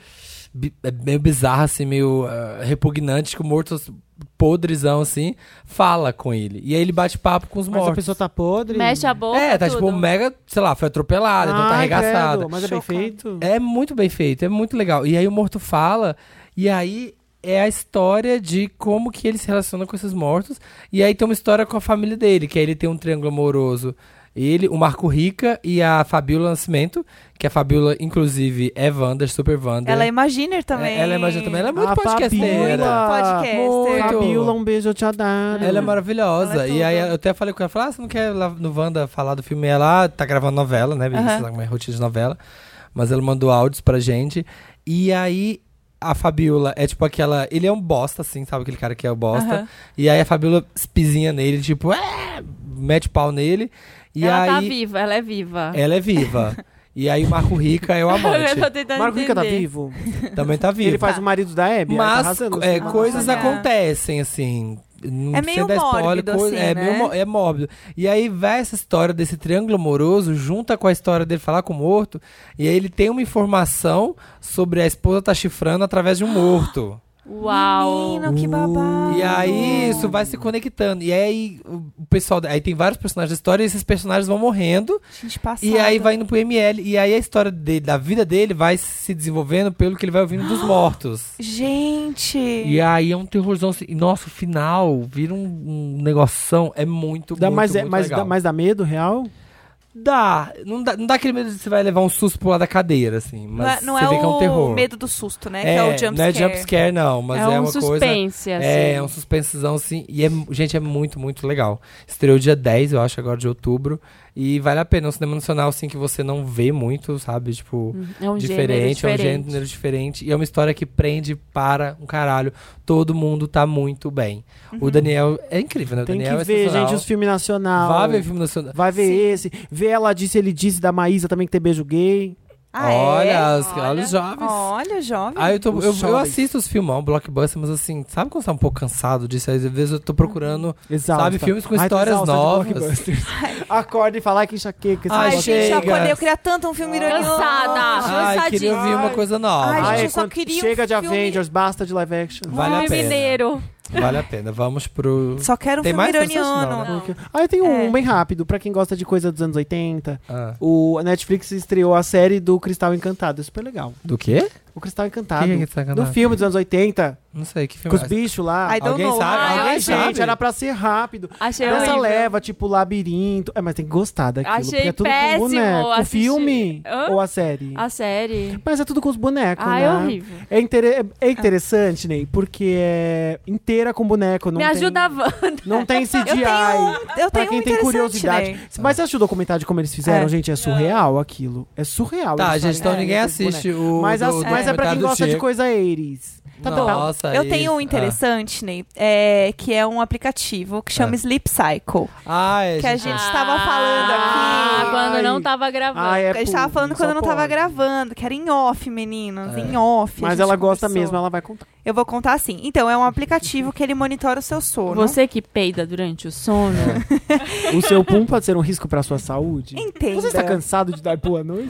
Speaker 2: bi- é meio bizarra, assim, meio ah, repugnante, que o morto podrezão, assim, fala com ele. E aí ele bate papo com os
Speaker 5: Mas a
Speaker 2: mortos.
Speaker 5: pessoa tá podre.
Speaker 1: Mexe a boca.
Speaker 2: é, tá
Speaker 1: tudo.
Speaker 2: tipo mega, sei lá, foi
Speaker 5: Ah,
Speaker 2: atropelada, então tá
Speaker 5: Ai,
Speaker 2: arregaçada.
Speaker 5: credo, Mas é bem feito.
Speaker 2: É muito bem feito, é muito legal. E aí o morto fala, e aí é a história de como que ele se relaciona com esses mortos. E aí tem uma história com a família dele, que aí ele tem um triângulo amoroso. Ele, o Marco Rica e a Fabiola Nascimento, que a Fabiola, inclusive, é Wanda, super Wanda.
Speaker 4: Ela é Imaginer também.
Speaker 2: É, ela é imagina também, ela é muito
Speaker 5: A
Speaker 2: podcasteira.
Speaker 5: Fabiola.
Speaker 4: podcaster.
Speaker 2: Muito.
Speaker 5: Fabiola, um beijo, eu te adoro.
Speaker 2: Ela é maravilhosa.
Speaker 4: Ela é
Speaker 2: e aí
Speaker 4: tudo.
Speaker 2: eu até falei com ela, falei, ah, você não quer ir lá no Wanda falar do filme? E Ela tá gravando novela, né? Uhum. Sei lá como é a rotina de novela. Mas ela mandou áudios pra gente. E aí a Fabiola é tipo aquela. Ele é um bosta, assim, sabe? Aquele cara que é o bosta. E aí a Fabiola pisinha nele, tipo, é! mete pau nele. E
Speaker 1: ela
Speaker 2: aí
Speaker 1: tá viva, ela é viva.
Speaker 2: ela é viva. e aí o Marco Rica é o amante.
Speaker 1: eu tô tentando
Speaker 5: Marco Rica tá
Speaker 1: entender.
Speaker 5: vivo.
Speaker 2: Também tá vivo.
Speaker 5: Ele faz o marido da Abby. aí tá
Speaker 2: Mas
Speaker 5: arrasando,
Speaker 2: é,
Speaker 5: assim.
Speaker 2: coisas
Speaker 4: Olha.
Speaker 2: acontecem, assim. Não
Speaker 4: É
Speaker 2: precisa
Speaker 4: meio
Speaker 2: dar
Speaker 4: mórbido, assim,
Speaker 2: é,
Speaker 4: né?
Speaker 2: meio mó- é mórbido. E aí vai essa história desse triângulo amoroso, junta com a história dele falar com o morto, e aí ele tem uma informação sobre a esposa tá chifrando através de um morto.
Speaker 1: Uau!
Speaker 4: Menino, que babado.
Speaker 2: E aí isso vai se conectando. E aí o pessoal. Aí tem vários personagens da história e esses personagens vão morrendo.
Speaker 4: Gente passada.
Speaker 2: E aí vai indo pro ML. E aí a história dele, da vida dele vai se desenvolvendo pelo que ele vai ouvindo dos mortos.
Speaker 4: Gente.
Speaker 2: E aí é um terrorzão. assim, E nossa, o final vira um, um negoção. É muito,
Speaker 5: Dá,
Speaker 2: muito,
Speaker 5: mais, é,
Speaker 2: muito
Speaker 5: mas,
Speaker 2: legal.
Speaker 5: dá, mas dá medo real?
Speaker 2: Dá. Não dá. Não dá aquele medo de você vai levar um susto pro lado da cadeira, assim.
Speaker 4: Não é-
Speaker 2: Mas
Speaker 4: não
Speaker 2: você
Speaker 4: é,
Speaker 2: vê que é um
Speaker 4: o
Speaker 2: terror.
Speaker 4: medo do susto, né? que é o jump
Speaker 2: não é
Speaker 4: scare.
Speaker 2: jumpscare, não, mas é,
Speaker 1: é um
Speaker 2: uma coisa.
Speaker 1: suspense, assim.
Speaker 2: É, é um suspensezão, assim. E, é, gente, é muito, muito legal. Estreou dia 10, eu acho, agora de outubro. E vale a pena. É um cinema nacional, assim, que você não vê muito, sabe? Tipo,
Speaker 1: É um gênero
Speaker 2: diferente,
Speaker 1: diferente.
Speaker 2: É um gênero diferente. E é uma história que prende para um caralho. Todo mundo tá muito bem. O Daniel... É incrível, né? O
Speaker 5: Tem
Speaker 2: Daniel
Speaker 5: que
Speaker 2: é
Speaker 5: ver,
Speaker 2: sensacional.
Speaker 5: gente, os filmes nacional.
Speaker 2: Vá ver filme nacional.
Speaker 5: Vai ver esse. Vê ela disse, ele disse da Maísa também que tem beijo gay.
Speaker 4: Ah, é?
Speaker 2: olha, as- olha os jovens.
Speaker 4: Olha, jovem.
Speaker 2: Ah, eu, tô-
Speaker 5: Os
Speaker 2: eu, eu
Speaker 5: jovens.
Speaker 2: assisto os filmão, blockbuster, mas assim, sabe quando você tá um pouco cansado disso? Às vezes eu tô procurando
Speaker 5: Exausta.
Speaker 2: Sabe, filmes com
Speaker 5: Ai, tô
Speaker 2: histórias
Speaker 5: exausta de
Speaker 2: novas.
Speaker 5: blockbusters. Acorda e fala "Ai, que enxaqueca. esse
Speaker 2: Ai,
Speaker 4: Ai,
Speaker 5: negócio".
Speaker 4: gente, eu
Speaker 2: chega.
Speaker 4: acordei. Eu queria tanto um filme ironioso.
Speaker 1: Cansada.
Speaker 2: Ai, queria ouvir uma coisa nova.
Speaker 4: Ai,
Speaker 5: Ai,
Speaker 4: gente, eu só
Speaker 5: quando
Speaker 4: queria um
Speaker 5: chega de
Speaker 4: filme-
Speaker 5: Avengers, basta de live action.
Speaker 2: vale
Speaker 1: Ai,
Speaker 2: a pena.
Speaker 1: mineiro.
Speaker 2: Vale a pena. Vamos pro.
Speaker 4: Só quero um
Speaker 2: Tem
Speaker 4: filme
Speaker 2: mais pra vocês? Não,
Speaker 4: iraniano.
Speaker 2: né?
Speaker 5: Aí tem um
Speaker 4: É.
Speaker 5: bem rápido, pra quem gosta de coisa dos anos 80.
Speaker 2: Ah,
Speaker 5: O a Netflix estreou a série do Cristal Encantado, é super legal.
Speaker 2: do quê?
Speaker 5: O Cristal Encantado.
Speaker 2: Quem é que tá
Speaker 5: do
Speaker 2: cantando?
Speaker 5: filme dos anos 80,
Speaker 2: Não sei, que
Speaker 5: com
Speaker 2: filme é
Speaker 5: os bichos lá.
Speaker 4: I don't
Speaker 2: Alguém
Speaker 4: know.
Speaker 2: sabe?
Speaker 1: Ai,
Speaker 2: Alguém
Speaker 1: ai,
Speaker 2: sabe?
Speaker 5: Gente, era pra ser rápido.
Speaker 1: Achei
Speaker 5: Dessa
Speaker 1: horrível.
Speaker 5: leva, tipo, labirinto. É, mas tem que gostar daquilo.
Speaker 1: Achei
Speaker 5: porque é tudo com
Speaker 1: péssimo
Speaker 5: boneco. O
Speaker 1: assistir.
Speaker 5: filme
Speaker 1: Hã?
Speaker 5: ou a série?
Speaker 1: A série.
Speaker 5: Mas é tudo com os bonecos,
Speaker 1: Ah,
Speaker 5: né?
Speaker 1: é horrível.
Speaker 5: É, intere- é interessante, Ney, porque é inteira com boneco. Não
Speaker 1: Me
Speaker 5: tem-
Speaker 1: ajuda a Wanda.
Speaker 5: Não tem CGI.
Speaker 4: Eu tenho, eu tenho um
Speaker 5: Pra quem tem
Speaker 4: interessante,
Speaker 5: curiosidade.
Speaker 4: Ney.
Speaker 5: Mas você assistiu o documentário de como eles fizeram,
Speaker 4: É.
Speaker 5: gente? É surreal aquilo. É surreal.
Speaker 2: Tá,
Speaker 5: eles
Speaker 2: gente, então
Speaker 5: fazem-
Speaker 2: ninguém
Speaker 5: é,
Speaker 2: assiste
Speaker 5: boneco.
Speaker 2: o.
Speaker 5: Mas,
Speaker 2: do-
Speaker 5: as-
Speaker 2: do
Speaker 5: mas é pra
Speaker 2: documentário
Speaker 5: quem
Speaker 2: do
Speaker 5: gosta de
Speaker 2: Diego.
Speaker 5: coisa Aires. Tá bom.
Speaker 2: Nossa, é
Speaker 4: Eu tenho um
Speaker 2: isso. Ah.
Speaker 4: interessante, Ney, é, que é um aplicativo que chama
Speaker 2: Ah.
Speaker 4: Sleep Cycle.
Speaker 2: Ah, é,
Speaker 4: Que a
Speaker 2: gente.
Speaker 4: gente estava falando
Speaker 1: Ah,
Speaker 4: aqui.
Speaker 1: quando
Speaker 5: Ai.
Speaker 1: não tava gravando.
Speaker 5: Ah, é
Speaker 4: a gente tava
Speaker 5: público,
Speaker 4: falando quando
Speaker 5: só
Speaker 4: eu não tava
Speaker 5: pode.
Speaker 4: gravando, que era em off, meninos,
Speaker 2: É.
Speaker 4: em off. a
Speaker 5: Mas
Speaker 4: gente
Speaker 5: ela gosta
Speaker 4: conversou.
Speaker 5: mesmo, ela vai contar.
Speaker 4: Eu vou contar assim. Então, é um aplicativo que ele monitora o seu sono.
Speaker 1: Você que peida durante o sono.
Speaker 5: O seu pum pode ser um risco pra sua saúde?
Speaker 4: Entenda.
Speaker 5: Você está cansado de dar boa noite?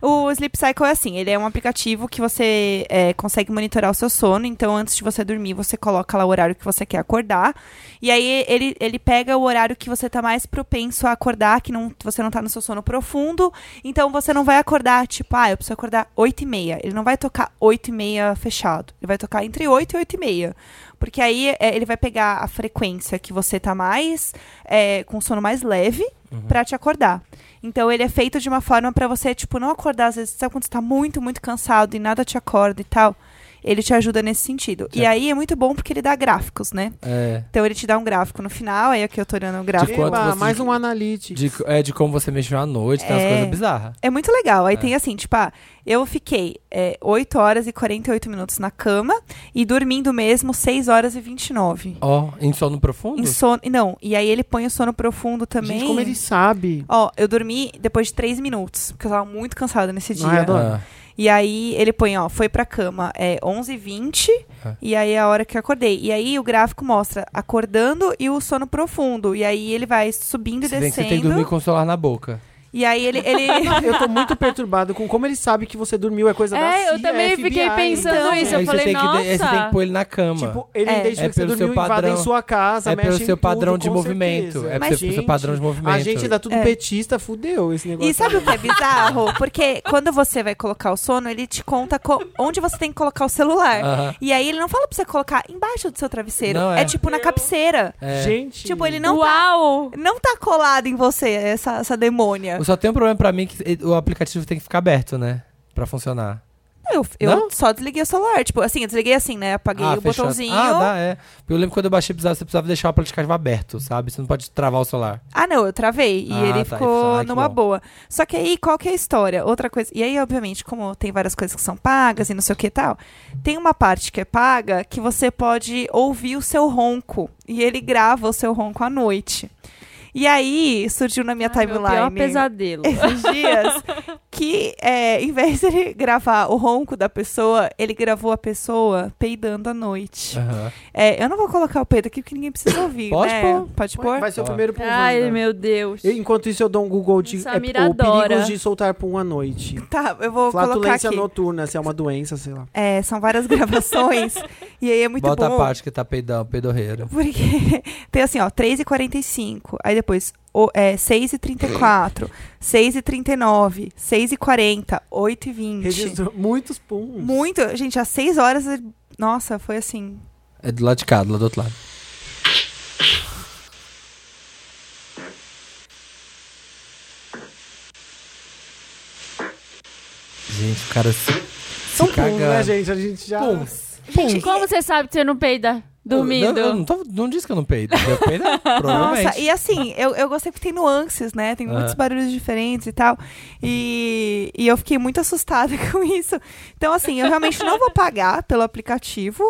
Speaker 4: O Sleep Cycle é assim, ele é um aplicativo que você é, consegue monitorar o seu sono. Então, antes de você dormir, você coloca lá o horário que você quer acordar. E aí, ele, ele pega o horário que você tá mais propenso a acordar, que não, você não tá no seu sono profundo. Então, você não vai acordar, tipo, ah, eu preciso acordar 8 e meia. Ele não vai tocar 8 e meia fechado. Ele vai tocar entre 8 e 8 e meia. Porque aí, é, ele vai pegar a frequência que você tá mais... é, com sono mais leve pra te acordar. Então ele é feito de uma forma pra você, tipo, não acordar. Às vezes, sabe quando você tá muito, muito cansado e nada te acorda e tal? Ele te ajuda nesse sentido. E aí é muito bom porque ele dá gráficos, né?
Speaker 2: É.
Speaker 4: Então ele te dá um gráfico no final, aí aqui eu tô olhando o gráfico.
Speaker 2: quanto
Speaker 5: Eba,
Speaker 2: É, você-
Speaker 5: mais um analítico.
Speaker 2: De, é de como você mexeu à noite, tem umas
Speaker 4: É.
Speaker 2: coisas bizarras.
Speaker 4: É muito legal. Aí tem assim, tipo, ah, eu fiquei é, 8 horas e 48 minutos na cama e dormindo mesmo 6 horas e 29.
Speaker 2: Ó, em sono profundo?
Speaker 4: Em sono. Não, e aí ele põe o sono profundo também.
Speaker 5: Gente, como ele sabe.
Speaker 4: Ó, eu dormi depois de 3 minutos, porque eu tava muito cansada nesse dia.
Speaker 5: Ai, adoro.
Speaker 2: Ah,
Speaker 4: E aí ele põe, ó, foi pra cama, é 11h20,
Speaker 2: Ah.
Speaker 4: e aí é a hora que eu acordei. E aí o gráfico mostra acordando e o sono profundo. E aí ele vai subindo e
Speaker 2: se bem que você tem que
Speaker 4: descendo.
Speaker 2: dormir com o celular na boca.
Speaker 4: E aí ele. ele...
Speaker 5: Eu tô muito perturbado com como ele sabe que você dormiu, é coisa da
Speaker 1: É,
Speaker 5: CIA,
Speaker 1: eu também
Speaker 5: FBI.
Speaker 1: fiquei pensando
Speaker 5: Então,
Speaker 1: isso.
Speaker 2: Aí
Speaker 1: Eu falei,
Speaker 2: você tem que,
Speaker 1: nossa.
Speaker 2: aí você tem que pôr ele na cama.
Speaker 5: Tipo, ele
Speaker 4: É.
Speaker 5: identifica
Speaker 2: É
Speaker 5: que você
Speaker 2: pelo seu
Speaker 5: dormiu, invadem
Speaker 2: padrão-
Speaker 5: sua casa,
Speaker 2: é pelo
Speaker 5: mexem
Speaker 2: seu
Speaker 5: tudo,
Speaker 2: padrão
Speaker 5: com
Speaker 2: de movimento,
Speaker 5: certeza.
Speaker 2: é
Speaker 5: Mas,
Speaker 2: pelo seu
Speaker 5: gente,
Speaker 2: padrão de movimento.
Speaker 5: A gente dá tudo
Speaker 4: É.
Speaker 5: petista, fudeu esse negócio.
Speaker 4: E sabe o que é bizarro? Porque quando você vai colocar o sono, ele te conta co- onde você tem que colocar o celular.
Speaker 2: Aham.
Speaker 4: E aí ele não fala pra você colocar embaixo do seu travesseiro.
Speaker 2: Ah. Não,
Speaker 4: é.
Speaker 2: é.
Speaker 4: tipo na cabeceira.
Speaker 2: É.
Speaker 5: Gente.
Speaker 4: Tipo, ele não tá,
Speaker 1: Uau!
Speaker 4: não tá colado em você, essa, essa demônia.
Speaker 2: Eu Só tem um problema pra mim que ele- o aplicativo tem que ficar aberto, né? Pra funcionar.
Speaker 4: Eu, eu
Speaker 2: Não?
Speaker 4: só desliguei o celular. Tipo, assim, eu desliguei assim, né? Apaguei
Speaker 2: ah,
Speaker 4: o
Speaker 2: fechado.
Speaker 4: botãozinho.
Speaker 2: Ah, dá, é. Eu lembro quando eu baixei, precisava, você precisava deixar o aplicativo aberto, sabe? Você não pode travar o celular.
Speaker 4: Ah, não, eu travei. E
Speaker 2: Ah,
Speaker 4: ele
Speaker 2: tá,
Speaker 4: ficou
Speaker 2: isso, ah, que
Speaker 4: numa
Speaker 2: bom.
Speaker 4: boa. Só que aí, qual que é a história? Outra coisa. E aí, obviamente, como tem várias coisas que são pagas e não sei o que e tal, tem uma parte que é paga que você pode ouvir o seu ronco. E ele grava o seu ronco à noite. E aí, surgiu na minha
Speaker 1: Ai, meu pior
Speaker 4: Tá timeline
Speaker 1: pesadelo.
Speaker 4: esses dias que, é, em vez dele gravar o ronco da pessoa, ele gravou a pessoa peidando à noite.
Speaker 2: Aham.
Speaker 4: É, eu não vou colocar o peido aqui porque ninguém precisa ouvir.
Speaker 2: Pode
Speaker 4: né?
Speaker 2: pôr.
Speaker 4: Pode pôr?
Speaker 5: Vai ser o primeiro
Speaker 4: Tá
Speaker 5: pro
Speaker 1: Ai,
Speaker 5: Wanda.
Speaker 1: meu Deus.
Speaker 5: Eu, Enquanto isso, eu dou um Google de é,
Speaker 1: Samira
Speaker 5: ou
Speaker 1: adora.
Speaker 5: perigos de soltar pum à noite.
Speaker 4: Tá, eu vou colocar
Speaker 5: Flatulência
Speaker 4: aqui.
Speaker 5: noturna, se é uma doença, sei lá.
Speaker 4: É, são várias gravações. e aí é muito
Speaker 2: Bota
Speaker 4: bom.
Speaker 2: a parte que tá peidão, pedorreira.
Speaker 4: Porque tem assim, ó, 3h45, aí depois o, é, 6h34, 6h39, 6h40, 8h20.
Speaker 5: Registrou muitos puns.
Speaker 4: Muito, gente, às 6 horas, nossa, foi assim.
Speaker 2: É do lado de cá, do lado do outro lado. Gente, o cara se,
Speaker 5: São
Speaker 2: se
Speaker 5: puns, né,
Speaker 2: caga.
Speaker 5: gente? A gente já...
Speaker 1: Gente, como você sabe que você não peida dormindo?
Speaker 2: Não, eu não, tô- não disse que eu não peido. Eu peido, provavelmente.
Speaker 4: Nossa, e assim, eu, eu gostei porque tem nuances, né? Tem muitos
Speaker 2: Ah.
Speaker 4: barulhos diferentes e tal. E, e eu fiquei muito assustada com isso. Então, assim, eu realmente não vou pagar pelo aplicativo.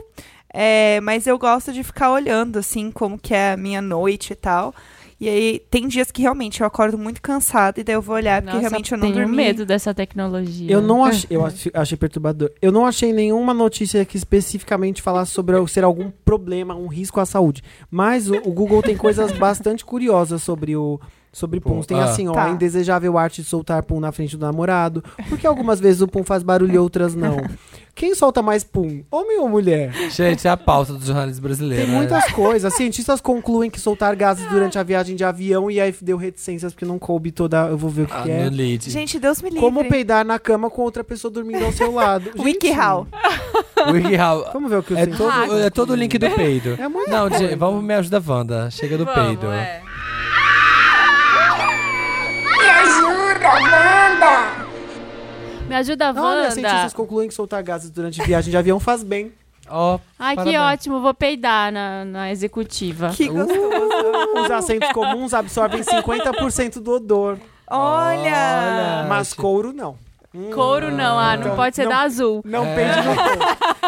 Speaker 4: é, mas eu gosto de ficar olhando, assim, como que é a minha noite e tal. E aí, tem dias que realmente eu acordo muito cansada e daí eu vou olhar É porque
Speaker 1: Nossa,
Speaker 4: realmente eu não
Speaker 1: tenho
Speaker 4: dormi.
Speaker 1: medo dessa tecnologia.
Speaker 5: Eu não achei, eu ach- achei perturbador. Eu não achei nenhuma notícia que especificamente falasse sobre o- ser algum problema, um risco à saúde. Mas o, o Google tem coisas bastante curiosas sobre o sobre puns. Tem
Speaker 2: ah.
Speaker 5: assim, ó,
Speaker 4: Tá.
Speaker 5: a indesejável arte de soltar pum na frente do namorado. Porque algumas vezes o pum faz barulho e outras não. Quem solta mais pum? Homem ou mulher?
Speaker 2: Gente, é a pauta do jornalismo brasileiro.
Speaker 5: Tem
Speaker 2: né?
Speaker 5: muitas coisas. Cientistas concluem que soltar gases durante a viagem de avião e aí deu reticências porque não coube toda. Eu vou ver o que,
Speaker 2: Ah,
Speaker 5: que é.
Speaker 2: no lead.
Speaker 4: Gente, Deus me livre.
Speaker 5: Como peidar na cama com outra pessoa dormindo ao seu lado.
Speaker 4: WikiHow.
Speaker 2: WikiHow.
Speaker 5: Vamos ver o que eu
Speaker 2: É
Speaker 5: sei.
Speaker 2: todo, é todo o link do peido.
Speaker 5: É muito
Speaker 2: Não, gente, vamos me ajudar, Wanda. Chega do
Speaker 1: Vamos,
Speaker 2: peido.
Speaker 1: é.
Speaker 8: Me ajuda, Wanda!
Speaker 1: Me ajuda,
Speaker 5: Olha,
Speaker 1: Wanda.
Speaker 5: cientistas concluem que soltar gases durante viagem de avião faz bem.
Speaker 2: Ó,
Speaker 1: Ai, que
Speaker 2: parabéns.
Speaker 1: ótimo. Vou peidar na, na executiva.
Speaker 4: Que gostoso.
Speaker 5: Os assentos comuns absorvem 50% do odor,
Speaker 2: Ah,
Speaker 4: Olha!
Speaker 5: mas couro não.
Speaker 1: Couro não, ah, não
Speaker 5: Então,
Speaker 1: pode ser
Speaker 5: não-
Speaker 1: da azul.
Speaker 5: Não peide no couro.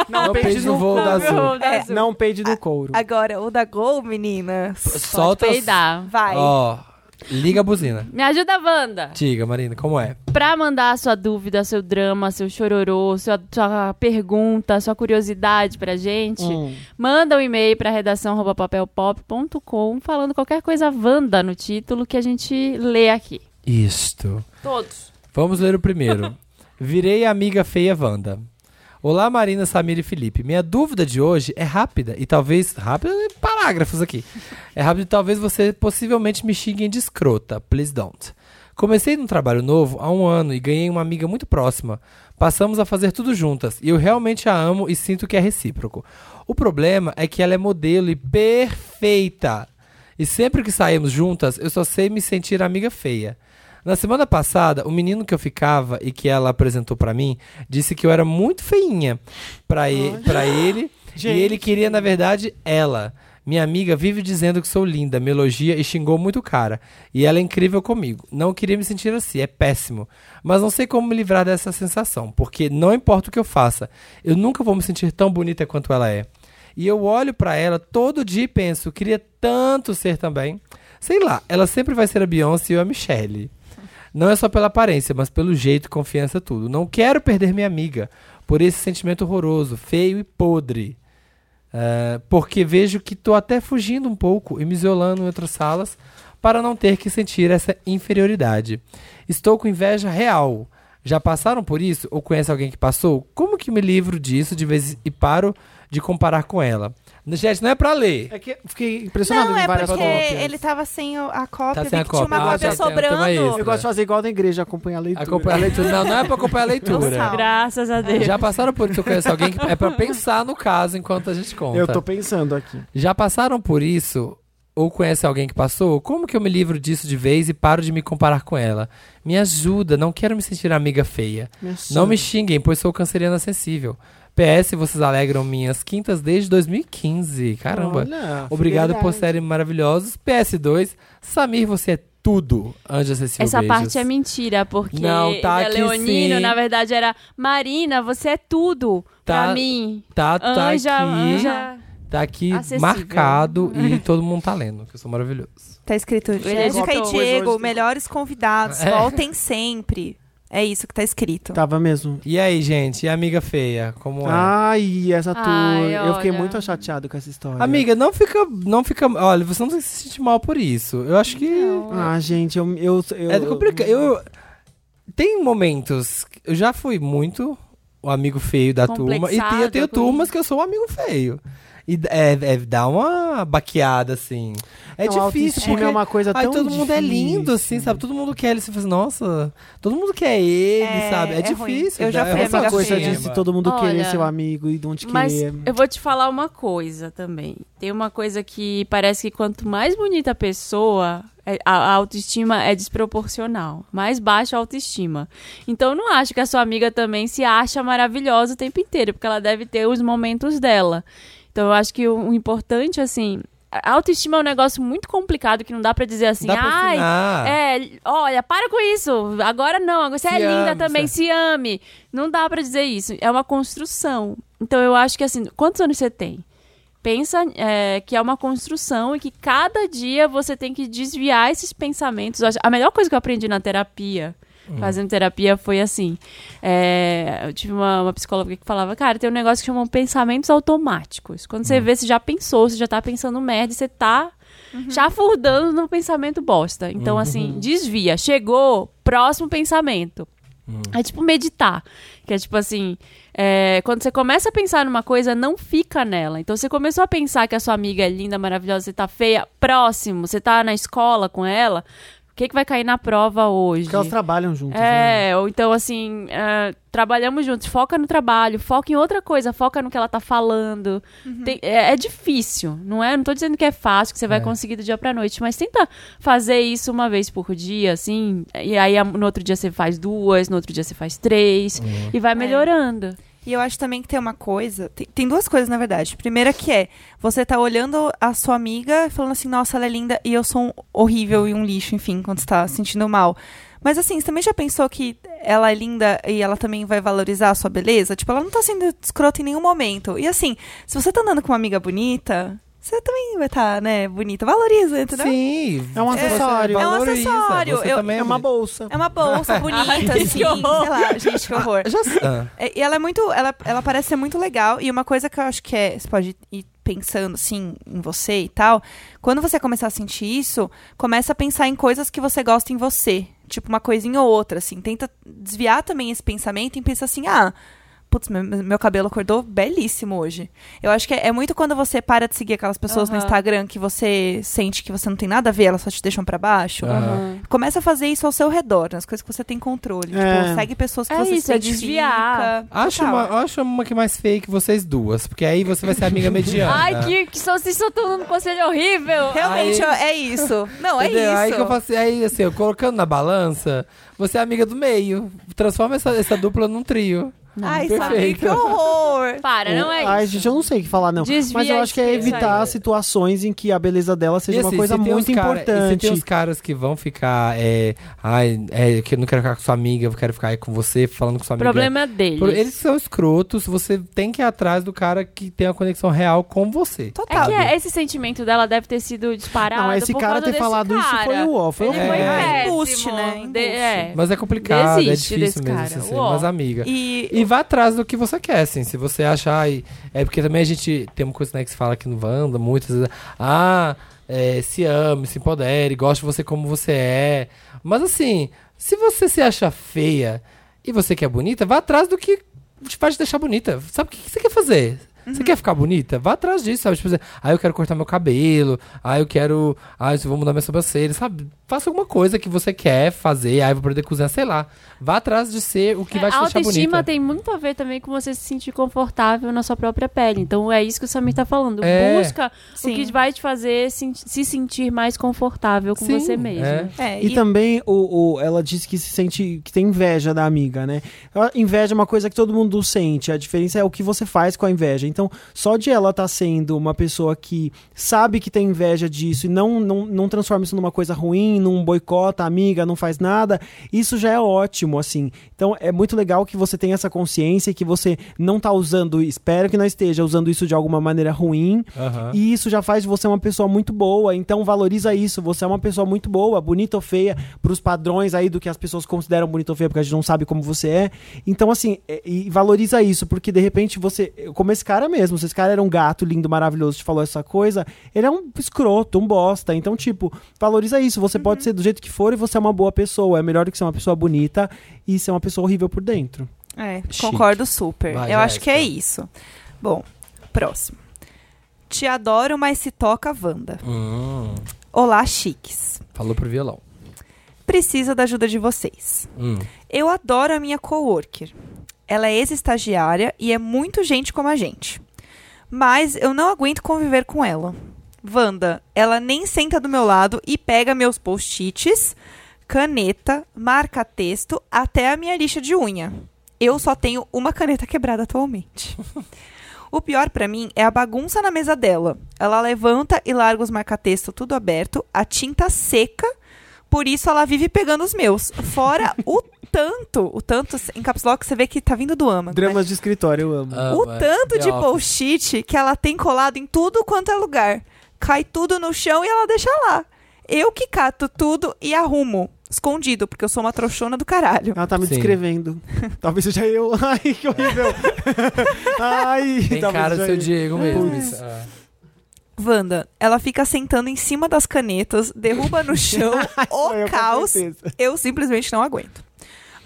Speaker 5: Não,
Speaker 2: Não
Speaker 5: peide
Speaker 2: peido
Speaker 5: no
Speaker 2: no voo da azul.
Speaker 1: Da azul.
Speaker 5: Não peide no couro.
Speaker 4: É, Agora, o da Gol, meninas.
Speaker 2: Solta.
Speaker 1: Peidar.
Speaker 4: Vai.
Speaker 2: Ó, liga a buzina.
Speaker 1: Me ajuda, Wanda.
Speaker 2: Diga, Marina, como é?
Speaker 1: Pra mandar sua dúvida, seu drama, seu chororô, sua, sua pergunta, sua curiosidade pra gente,
Speaker 2: Hum.
Speaker 1: manda um e-mail pra redação@papelpop.com falando qualquer coisa Wanda no título que a gente lê aqui.
Speaker 2: Isto.
Speaker 1: Todos.
Speaker 2: Vamos ler o primeiro. Virei a amiga feia Wanda. Olá, Marina, Samir e Felipe. Minha dúvida de hoje é rápida e talvez. Rápida é parágrafos aqui. É rápido e talvez você possivelmente me xinguem de escrota. Please don't. Comecei num trabalho novo há um ano e ganhei uma amiga muito próxima. Passamos a fazer tudo juntas e eu realmente a amo e sinto que é recíproco. O problema é que ela é modelo e perfeita. E sempre que saímos juntas, eu só sei me sentir amiga feia. Na semana passada, o menino que eu ficava e que ela apresentou pra mim disse que eu era muito feinha pra, e- pra ele
Speaker 5: Gente.
Speaker 2: e ele queria, na verdade, ela. Minha amiga vive dizendo que sou linda, me elogia e xingou muito o cara. E ela é incrível comigo. Não queria me sentir assim, é péssimo. Mas não sei como me livrar dessa sensação, porque não importa o que eu faça, eu nunca vou me sentir tão bonita quanto ela é. E eu olho pra ela todo dia e penso, queria tanto ser também. Sei lá, ela sempre vai ser a Beyoncé e eu a Michelle. Não é só pela aparência, mas pelo jeito, confiança, tudo. Não quero perder minha amiga por esse sentimento horroroso, feio e podre. É, porque vejo que tô até fugindo um pouco e me isolando em outras salas para não ter que sentir essa inferioridade. Estou com inveja real. Já passaram por isso ou conhece alguém que passou? Como que me livro disso de vez e paro de comparar com ela? Gente, não é pra ler.
Speaker 5: É que eu fiquei impressionado
Speaker 4: Não,
Speaker 5: em
Speaker 4: é
Speaker 5: várias
Speaker 4: porque
Speaker 5: cópias.
Speaker 4: ele tava sem o- a
Speaker 2: Tá
Speaker 4: cópia,
Speaker 2: sem
Speaker 4: vi
Speaker 2: a
Speaker 4: que tinha
Speaker 2: cópia.
Speaker 4: uma
Speaker 2: Ah,
Speaker 4: cópia
Speaker 2: já tem- tem
Speaker 4: sobrando.
Speaker 2: uma extra.
Speaker 5: Eu gosto de fazer igual na igreja, acompanhar a É leitura.
Speaker 2: Acompanhar a leitura. Não, não é pra acompanhar a leitura.
Speaker 4: Nossa.
Speaker 1: Graças a Deus.
Speaker 2: Já passaram por isso ou conhece alguém que é pra pensar no caso enquanto a gente conta.
Speaker 5: Eu tô pensando aqui.
Speaker 2: Já passaram por isso? Ou conhece alguém que passou? Como que eu me livro disso de vez e paro de me comparar com ela? Me ajuda, não quero me sentir amiga feia. Não me xinguem, pois sou canceriana sensível. PS, vocês alegram minhas quintas desde 2015. Caramba.
Speaker 5: Olha, é
Speaker 2: Obrigado por
Speaker 5: fidelidade.
Speaker 2: serem maravilhosos. PS2, Samir, você é tudo. Anja Cecília.
Speaker 1: Essa
Speaker 2: beijos.
Speaker 1: parte é mentira, porque
Speaker 2: Não, tá
Speaker 1: ele é
Speaker 2: aqui
Speaker 1: Leonino,
Speaker 2: sim.
Speaker 1: na verdade, era Marina, você é tudo
Speaker 2: Tá-
Speaker 1: pra mim.
Speaker 2: Tá, tá
Speaker 1: anja,
Speaker 2: aqui.
Speaker 1: anja.
Speaker 2: Tá aqui
Speaker 1: acessível.
Speaker 2: marcado e todo mundo tá lendo, que eu sou maravilhoso.
Speaker 4: Tá escrito
Speaker 1: é
Speaker 4: Jéssica e
Speaker 1: escritor.
Speaker 2: É.
Speaker 4: Diego, melhores convidados, voltem sempre. É isso que tá escrito.
Speaker 5: Tava mesmo.
Speaker 2: E aí, gente? E a amiga feia? Como é?
Speaker 5: Ah, Ai, essa tour.
Speaker 1: Ai,
Speaker 5: eu fiquei
Speaker 1: olha.
Speaker 5: muito chateado com essa história.
Speaker 2: Amiga, não fica, não fica. Olha, você não tem que se sentir mal por isso. Eu acho que.
Speaker 5: Ah, gente, eu. eu, eu
Speaker 2: É complicado. Eu. Tem momentos. que Eu já fui muito o amigo feio da turma. E tem- eu
Speaker 1: Complexada
Speaker 2: tenho
Speaker 1: com
Speaker 2: turmas que eu sou o amigo feio. E d- é, é, dá uma baqueada, assim. É
Speaker 5: Não, a
Speaker 2: difícil.
Speaker 5: autoestima
Speaker 2: porque-
Speaker 5: é uma coisa
Speaker 4: Tá
Speaker 2: ai,
Speaker 5: tão
Speaker 2: todo mundo é
Speaker 5: difícil.
Speaker 2: lindo, assim, sabe? Todo mundo quer ele. Você fala assim, nossa, todo mundo quer ele,
Speaker 4: É,
Speaker 2: sabe? É,
Speaker 4: é ruim.
Speaker 2: difícil.
Speaker 4: Eu já
Speaker 2: dá-
Speaker 4: fui
Speaker 2: é
Speaker 4: amiga assim.
Speaker 5: Essa coisa
Speaker 4: feia.
Speaker 5: de se todo mundo
Speaker 1: Olha,
Speaker 5: querer seu amigo e de onde
Speaker 1: Mas
Speaker 2: é-
Speaker 5: querer.
Speaker 1: eu vou te falar uma coisa também. Tem uma coisa que parece que quanto mais bonita a pessoa, é- a a autoestima é desproporcional. Mais baixa a autoestima. Então eu não acho que a sua amiga também se acha maravilhosa o tempo inteiro, porque ela deve ter os momentos dela. Então eu acho que o, o importante, assim. A autoestima é um negócio muito complicado que não dá pra dizer assim,
Speaker 2: Dá pra
Speaker 1: ai,
Speaker 2: afinar."
Speaker 1: é, olha, para com isso. Agora não, agora você
Speaker 2: Se
Speaker 1: é linda
Speaker 2: ame,
Speaker 1: também, se ame. Não dá pra dizer isso. É uma construção. Então eu acho que assim, quantos anos você tem? Pensa é, que é uma construção e que cada dia você tem que desviar esses pensamentos. Eu acho- A melhor coisa que eu aprendi na terapia,
Speaker 2: Hum.
Speaker 1: fazendo terapia, foi assim. é, eu tive uma, uma psicóloga que falava, cara, tem um negócio que chamam pensamentos automáticos. Quando
Speaker 2: Hum.
Speaker 1: você vê, você já pensou, você já tá pensando merda, e você tá chafurdando no pensamento bosta. Então, assim, desvia. Chegou, próximo pensamento. É tipo meditar. Que é tipo assim. é, quando você começa a pensar numa coisa, não fica nela. Então você começou a pensar que a sua amiga é linda, maravilhosa, você tá feia, próximo, você tá na escola com ela. O que, que vai cair na prova hoje?
Speaker 5: Porque elas trabalham juntas. né?
Speaker 1: É, ou então assim, é, trabalhamos juntos, foca no trabalho, foca em outra coisa, foca no que ela tá falando.
Speaker 5: Uhum.
Speaker 1: Tem- é, é difícil, não é? Não tô dizendo que é fácil, que você vai conseguir do dia pra noite, mas tenta fazer isso uma vez por dia, assim, e aí a- no outro dia você faz duas, no outro dia você faz três,
Speaker 5: Uhum.
Speaker 1: e
Speaker 5: É.
Speaker 1: vai melhorando.
Speaker 4: E eu acho também que tem uma coisa. Tem, tem duas coisas, na verdade. Primeira que é, você tá olhando a sua amiga e falando assim, nossa, ela é linda e eu sou um horrível e um lixo, enfim, quando você tá se sentindo mal. Mas assim, você também já pensou que ela é linda e ela também vai valorizar a sua beleza? Tipo, ela não tá sendo escrota em nenhum momento. E assim, se você tá andando com uma amiga bonita, você também vai estar, né, bonita. Valoriza, entendeu?
Speaker 2: Sim.
Speaker 5: É um
Speaker 2: você
Speaker 5: acessório.
Speaker 4: É um
Speaker 2: valoriza,
Speaker 4: acessório.
Speaker 2: Você
Speaker 4: Eu-
Speaker 2: também
Speaker 5: É uma
Speaker 2: bonita.
Speaker 5: bolsa.
Speaker 4: É uma bolsa bonita, assim, sei lá, gente, que horror.
Speaker 2: Já ah,
Speaker 4: É, E ela é muito. Ela, ela parece ser muito legal. E uma coisa que eu acho que é. Você pode ir pensando, assim, em você e tal. Quando você começar a sentir isso, começa a pensar em coisas que você gosta em você. Tipo, uma coisinha ou outra, assim. Tenta desviar também esse pensamento e pensa assim, ah. Putz, meu, meu cabelo acordou belíssimo hoje. Eu acho que é, é muito quando você para de seguir aquelas pessoas no
Speaker 1: Aham.
Speaker 4: Instagram que você sente que você não tem nada a ver, elas só te deixam pra
Speaker 2: ah.
Speaker 4: baixo. Começa a fazer isso ao seu redor, nas coisas que você tem controle.
Speaker 5: É.
Speaker 4: Tipo, segue pessoas que
Speaker 1: É
Speaker 4: você
Speaker 1: isso,
Speaker 4: se
Speaker 1: é
Speaker 4: identifica.
Speaker 1: desviar.
Speaker 2: Acho
Speaker 4: Total.
Speaker 2: uma, acho uma que mais feia que vocês duas, porque aí você vai ser amiga
Speaker 5: É.
Speaker 2: mediana.
Speaker 1: Ai, que, que só vocês estão dando um conselho horrível!
Speaker 4: Realmente,
Speaker 2: Aí-
Speaker 4: ó, é isso. Não, é
Speaker 2: Entendeu?
Speaker 4: isso.
Speaker 2: Aí que eu faço, aí assim, eu colocando na balança, você é amiga do meio. Transforma essa, essa dupla num trio.
Speaker 4: Ai, sabe,
Speaker 2: Perfeito.
Speaker 4: que horror.
Speaker 1: Para, não é isso.
Speaker 5: Ai, gente, eu não sei o que falar, não.
Speaker 1: Desvia
Speaker 5: Mas eu acho que é
Speaker 1: isso aí.
Speaker 5: evitar situações em que a beleza dela seja
Speaker 2: E,
Speaker 5: uma
Speaker 2: assim,
Speaker 5: coisa
Speaker 2: se tem uns
Speaker 5: muito
Speaker 2: cara- e se
Speaker 5: importante.
Speaker 2: tem os caras que vão ficar, é, ai, é, eu que- não quero ficar com sua amiga, eu quero ficar aí com você, falando com sua
Speaker 1: O
Speaker 2: amiga.
Speaker 1: problema é deles.
Speaker 2: Por- Eles são escrotos, você tem que ir atrás do cara que tem a conexão real com você.
Speaker 1: É
Speaker 4: Total.
Speaker 1: que é- esse sentimento dela deve ter sido disparado.
Speaker 5: Não, esse
Speaker 1: por
Speaker 5: cara
Speaker 1: causa
Speaker 5: ter
Speaker 1: desse
Speaker 5: falado isso
Speaker 1: cara.
Speaker 5: foi um o ó, foi
Speaker 1: Ele
Speaker 2: É.
Speaker 1: foi um
Speaker 4: É.
Speaker 1: péssimo.
Speaker 4: Embuste, né?
Speaker 1: De- é.
Speaker 2: Mas é complicado,
Speaker 1: Desiste desse
Speaker 2: é difícil mesmo.
Speaker 1: cara.
Speaker 2: Assim, ser
Speaker 1: Uó.
Speaker 2: umas amigas.
Speaker 4: E,
Speaker 2: E vá atrás do que você quer, assim. Se você achar. e- É porque também a gente. Tem uma coisa né, que se fala aqui no Wanda, muitas vezes. Ah, é, se ame, se empodere, goste de você como você é. Mas assim, se você se acha feia e você quer bonita, vá atrás do que te faz te deixar bonita. Sabe o que que você quer fazer? Você quer ficar bonita? Vá atrás disso, sabe? Tipo, assim, ah, eu quero cortar meu cabelo, ah, eu quero. Ah, eu vou mudar minha sobrancelha, sabe? Faça alguma coisa que você quer fazer, ah, eu vou aprender a cozinhar, sei lá. Vá atrás de ser o que vai te
Speaker 1: a
Speaker 2: deixar bonita.
Speaker 1: É, autoestima tem muito a ver também com você se sentir confortável na sua própria pele. Então é isso que o Samir tá falando.
Speaker 2: É.
Speaker 1: Busca
Speaker 4: Sim.
Speaker 1: o que vai te fazer se, se sentir mais confortável com
Speaker 2: Sim,
Speaker 1: você mesmo.
Speaker 2: é.
Speaker 4: é,
Speaker 5: E,
Speaker 4: e-
Speaker 5: também o, o- ela disse que se sente que tem inveja da amiga, né? A Inveja é uma coisa que todo mundo sente. A diferença é o que você faz com a inveja. Então, Então, só de ela estar sendo uma pessoa que sabe que tem inveja disso e não, não, não transforma isso numa coisa ruim, num boicota, amiga, não faz nada, isso já é ótimo, assim. Então, é muito legal que você tenha essa consciência e que você não tá usando, espero que não esteja usando isso de alguma maneira ruim.
Speaker 2: Aham.
Speaker 5: E isso já faz de você uma pessoa muito boa, então valoriza isso. Você é uma pessoa muito boa, bonita ou feia, pros padrões aí do que as pessoas consideram bonita ou feia, porque a gente não sabe como você é. Então, assim, é- e valoriza isso, porque de repente você. Como esse cara mesmo, se esse cara era um gato lindo, maravilhoso, te falou essa coisa, ele é um escroto, um bosta. Então, tipo, valoriza isso. Você pode ser do jeito que for e você é uma boa pessoa. É melhor do que ser uma pessoa bonita e ser uma pessoa horrível por dentro.
Speaker 4: É,
Speaker 2: então- Chique.
Speaker 4: concordo super.
Speaker 2: Vai,
Speaker 4: Eu acho que é
Speaker 2: Jéssica.
Speaker 4: isso. Bom, próximo. Te adoro, mas se toca Wanda.
Speaker 2: Hum,
Speaker 4: Olá, chiques.
Speaker 9: Falou pro violão.
Speaker 4: Preciso da ajuda de vocês.
Speaker 2: hum.
Speaker 4: Eu adoro a minha coworker. Ela é ex-estagiária e é muito gente como a gente. Mas eu não aguento conviver com ela. Wanda, ela nem senta do meu lado e pega meus post-its, caneta, marca-texto, até a minha lixa de unha. Eu só tenho uma caneta quebrada atualmente. O pior pra mim é a bagunça na mesa dela. Ela levanta e larga os marca-texto tudo aberto, a tinta seca, por isso ela vive pegando os meus. Fora o tanto, o tanto em caps lock você vê que tá vindo do ama. né?
Speaker 5: Dramas de escritório, eu amo.
Speaker 9: Ah,
Speaker 4: O
Speaker 2: é
Speaker 9: vai.
Speaker 4: tanto de
Speaker 9: The Office.
Speaker 4: bullshit que ela tem colado em tudo quanto é lugar. Cai tudo no chão e ela deixa lá. Eu que cato tudo e arrumo. Escondido, porque eu sou uma trouxona do caralho.
Speaker 5: Ela tá me
Speaker 2: Sim.
Speaker 5: descrevendo. Talvez seja eu. Ai, que horrível. Ai,
Speaker 9: Tem
Speaker 5: talvez
Speaker 9: cara
Speaker 5: seja
Speaker 9: seu
Speaker 5: eu.
Speaker 9: Diego mesmo.
Speaker 5: Putz.
Speaker 9: isso. Ah.
Speaker 4: Wanda, ela fica sentando em cima das canetas, derruba no chão
Speaker 5: Sou eu,
Speaker 4: o
Speaker 5: com
Speaker 4: caos.
Speaker 5: certeza.
Speaker 4: Eu simplesmente não aguento.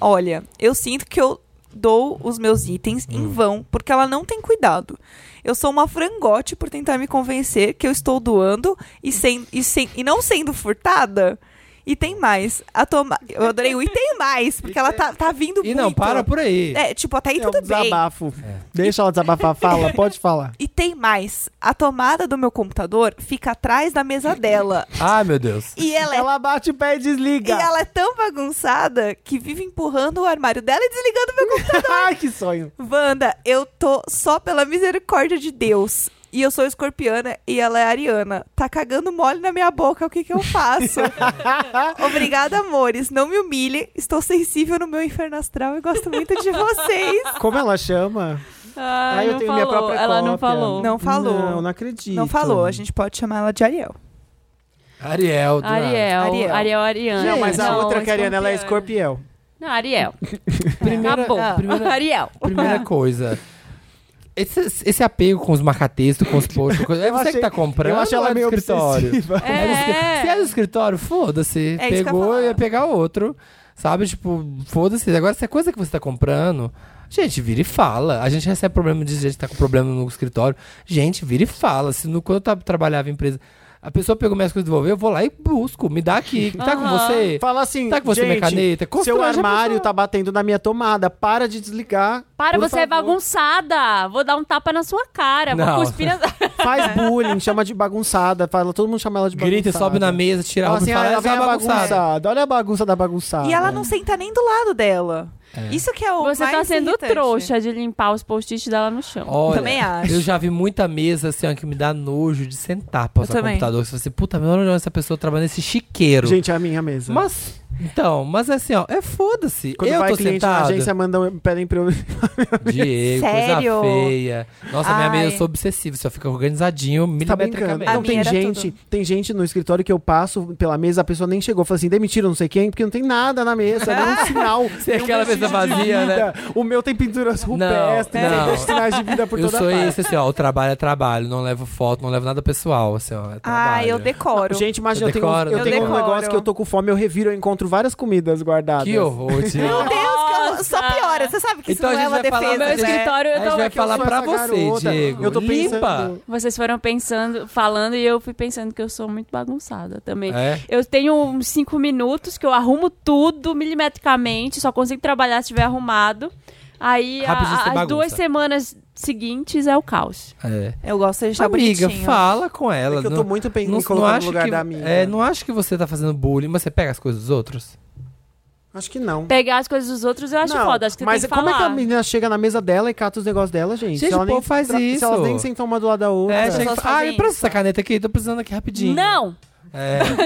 Speaker 4: Olha, eu sinto que eu dou os meus itens em vão, porque ela não tem cuidado. Eu sou uma frangote por tentar me convencer que eu estou doando e, sem, e, sem, e não sendo furtada. E tem mais. A toma... Eu adorei o e tem mais, porque ela tá, tá vindo
Speaker 2: E
Speaker 4: muito.
Speaker 2: não, para por aí.
Speaker 4: É, tipo, até aí
Speaker 5: É um
Speaker 4: tudo bem.
Speaker 5: desabafo.
Speaker 2: É.
Speaker 5: Deixa ela desabafar. Fala, pode falar.
Speaker 4: E tem mais. A tomada do meu computador fica atrás da mesa dela.
Speaker 2: Ah, meu Deus.
Speaker 4: E ela é
Speaker 5: Ela bate o pé e
Speaker 4: E
Speaker 5: desliga.
Speaker 4: ela é tão bagunçada que vive empurrando o armário dela e desligando meu computador.
Speaker 5: Ai, que sonho.
Speaker 4: Wanda, eu tô só pela misericórdia de Deus. E eu sou escorpiana e ela é ariana. Tá cagando mole na minha boca, o que que eu faço? Obrigada, amores. Não me humilhe. Estou sensível no meu inferno astral e gosto muito de vocês.
Speaker 5: Como ela chama?
Speaker 1: Ah,
Speaker 5: Ah, eu
Speaker 1: não
Speaker 5: tenho minha
Speaker 1: falou.
Speaker 5: própria
Speaker 1: Ela não
Speaker 5: cópia.
Speaker 1: falou.
Speaker 4: Não falou.
Speaker 5: Não, não acredito.
Speaker 4: Não falou, a gente pode chamar ela de Ariel.
Speaker 9: Ariel, do nada.
Speaker 1: Ariel.
Speaker 4: Ariel.
Speaker 1: Ariel, Ariana.
Speaker 5: Não, mas a
Speaker 1: Não,
Speaker 5: outra, Karina, ela é
Speaker 1: escorpiana.
Speaker 5: escorpião.
Speaker 1: Não, Ariel.
Speaker 2: Primeira,
Speaker 1: Acabou.
Speaker 2: primeira,
Speaker 1: Ariel.
Speaker 2: primeira coisa. Esse, esse apego com os macatextos, com os posts, com- é
Speaker 5: Eu
Speaker 2: você que
Speaker 5: achei-
Speaker 2: tá comprando
Speaker 5: Eu acho
Speaker 2: ou é
Speaker 5: ela
Speaker 2: do
Speaker 5: meio
Speaker 2: escritório?
Speaker 5: obsessiva.
Speaker 2: É do escri- Se é
Speaker 1: É.
Speaker 2: do escritório, foda-se.
Speaker 4: É isso que eu ia
Speaker 2: Pegou
Speaker 4: falar.
Speaker 2: ia pegar outro. Sabe, tipo, foda-se. Agora, se é coisa que você tá comprando, gente, vira e fala. A gente recebe problema de gente que tá com problema no escritório. Gente, vira e fala. Se no, quando eu tava- trabalhava em empresa, a pessoa pegou minhas coisas e devolveu, eu vou lá e busco. Me dá aqui. Tá com
Speaker 1: Aham.
Speaker 2: você?
Speaker 5: Fala assim,
Speaker 2: Tá com você, minha
Speaker 5: gente,
Speaker 2: caneta? Constrange
Speaker 5: seu
Speaker 2: a
Speaker 5: armário
Speaker 2: pessoa.
Speaker 5: tá batendo na minha tomada. Para de desligar.
Speaker 1: Para,
Speaker 5: por
Speaker 1: você é
Speaker 5: favor.
Speaker 1: bagunçada. Vou dar um tapa na sua cara.
Speaker 2: Não.
Speaker 1: Vou cuspir na...
Speaker 5: Faz bullying, chama de bagunçada. Fala, todo mundo chama ela de bagunçada.
Speaker 2: Grita, sobe na mesa, tira
Speaker 5: Fala
Speaker 2: algo
Speaker 5: assim,
Speaker 2: e
Speaker 5: ah,
Speaker 2: fala,
Speaker 5: ela
Speaker 2: essa
Speaker 5: vem
Speaker 2: é
Speaker 5: a
Speaker 2: uma bagunçada.
Speaker 5: bagunçada. Olha a bagunça da bagunçada.
Speaker 4: E ela não senta nem do lado dela. Isso que é o
Speaker 1: Você
Speaker 4: mais
Speaker 1: tá sendo
Speaker 4: irritante.
Speaker 1: trouxa de limpar os post-its dela no chão.
Speaker 2: Olha,
Speaker 4: Também acho.
Speaker 2: Eu já vi muita mesa assim, ó, que me dá nojo de sentar pra
Speaker 4: Eu
Speaker 2: usar o
Speaker 4: também.
Speaker 2: computador. Você fala assim, puta, meu onde essa pessoa trabalha nesse chiqueiro.
Speaker 5: Gente, é a minha mesa.
Speaker 2: Mas, então, mas assim, ó, é foda-se.
Speaker 5: Quando
Speaker 2: eu
Speaker 5: vai
Speaker 2: tô
Speaker 5: cliente na
Speaker 2: sentado.
Speaker 5: agência, manda um... Pedem pra eu...
Speaker 2: Diego,
Speaker 4: Sério?
Speaker 2: coisa feia. Nossa, minha
Speaker 4: Ai.
Speaker 2: meia eu sou obsessiva, só fica organizadinho
Speaker 5: Tá brincando.
Speaker 2: milimetricamente.
Speaker 4: A
Speaker 5: Não, tem
Speaker 4: minha era
Speaker 5: gente,
Speaker 4: tudo.
Speaker 5: tem gente no escritório que eu passo pela mesa, a pessoa nem chegou. Fala assim, demitiram não sei quem, porque não tem nada na mesa, nenhum sinal.
Speaker 2: Você é
Speaker 5: nenhum
Speaker 2: aquela mesa
Speaker 5: vestígio de
Speaker 2: vazia, né?
Speaker 5: vida. O meu tem pinturas rupestres,
Speaker 2: não.
Speaker 5: tem sinais de vida por
Speaker 2: eu
Speaker 5: toda
Speaker 2: sou
Speaker 5: parte.
Speaker 2: esse, assim, ó, o trabalho é trabalho, não levo foto, não levo nada pessoal, assim, ó, é
Speaker 4: Ah,
Speaker 2: trabalho.
Speaker 4: eu decoro.
Speaker 5: Gente, imagina, eu,
Speaker 2: Eu
Speaker 5: tenho,
Speaker 2: decoro,
Speaker 5: eu
Speaker 2: eu
Speaker 5: tenho um
Speaker 4: decoro.
Speaker 5: negócio que eu tô com fome, eu reviro, eu encontro várias comidas guardadas.
Speaker 2: Que horror, Diego.
Speaker 4: Meu Deus, que eu- só
Speaker 1: Nossa.
Speaker 4: piora. Você sabe que
Speaker 2: Então a
Speaker 4: isso não é
Speaker 2: gente
Speaker 4: uma
Speaker 2: vai falar
Speaker 4: defesa.
Speaker 1: Meu
Speaker 2: mais
Speaker 4: né?
Speaker 1: escritório,
Speaker 2: A
Speaker 1: eu
Speaker 2: gente
Speaker 1: tô...
Speaker 2: vai
Speaker 5: que eu
Speaker 2: falar
Speaker 5: sou
Speaker 2: pra
Speaker 5: essa
Speaker 2: você,
Speaker 5: garota.
Speaker 2: Diego.
Speaker 5: Eu tô
Speaker 2: Limpa.
Speaker 5: pensando-
Speaker 1: Vocês foram pensando, falando, e eu fui pensando que eu sou muito bagunçada também.
Speaker 2: É?
Speaker 1: Eu tenho uns cinco minutos que eu arrumo tudo milimetricamente, só consigo trabalhar se estiver arrumado. Aí a-
Speaker 2: Rapidinho, você
Speaker 1: as
Speaker 2: bagunça.
Speaker 1: duas semanas seguintes é o caos.
Speaker 2: É.
Speaker 4: Eu gosto de deixar
Speaker 2: Amiga,
Speaker 4: bonitinho.
Speaker 2: fala com ela.
Speaker 5: É que eu
Speaker 2: não-
Speaker 5: tô muito bem
Speaker 2: não-
Speaker 5: me
Speaker 2: não
Speaker 5: colocando no
Speaker 2: acho
Speaker 5: lugar
Speaker 2: que,
Speaker 5: da amiga.
Speaker 2: É, não acho que você tá fazendo bullying, mas você pega as coisas dos outros.
Speaker 5: Acho que não.
Speaker 1: Pegar as coisas dos outros eu acho
Speaker 5: não,
Speaker 1: foda. Acho que você
Speaker 5: mas
Speaker 1: tem que
Speaker 5: como
Speaker 1: falar.
Speaker 5: é que a menina chega na mesa dela e cata os negócios dela, gente?
Speaker 2: Gente,
Speaker 5: se ela
Speaker 2: o
Speaker 5: nem
Speaker 2: povo faz
Speaker 5: tra- Se elas
Speaker 2: isso.
Speaker 5: nem sentam uma do lado da outra.
Speaker 2: É, chega e
Speaker 4: pessoas
Speaker 2: fala, ah,
Speaker 4: fazem
Speaker 2: empresta
Speaker 4: isso.
Speaker 2: essa caneta aqui, tô precisando aqui rapidinho. É.
Speaker 1: Não!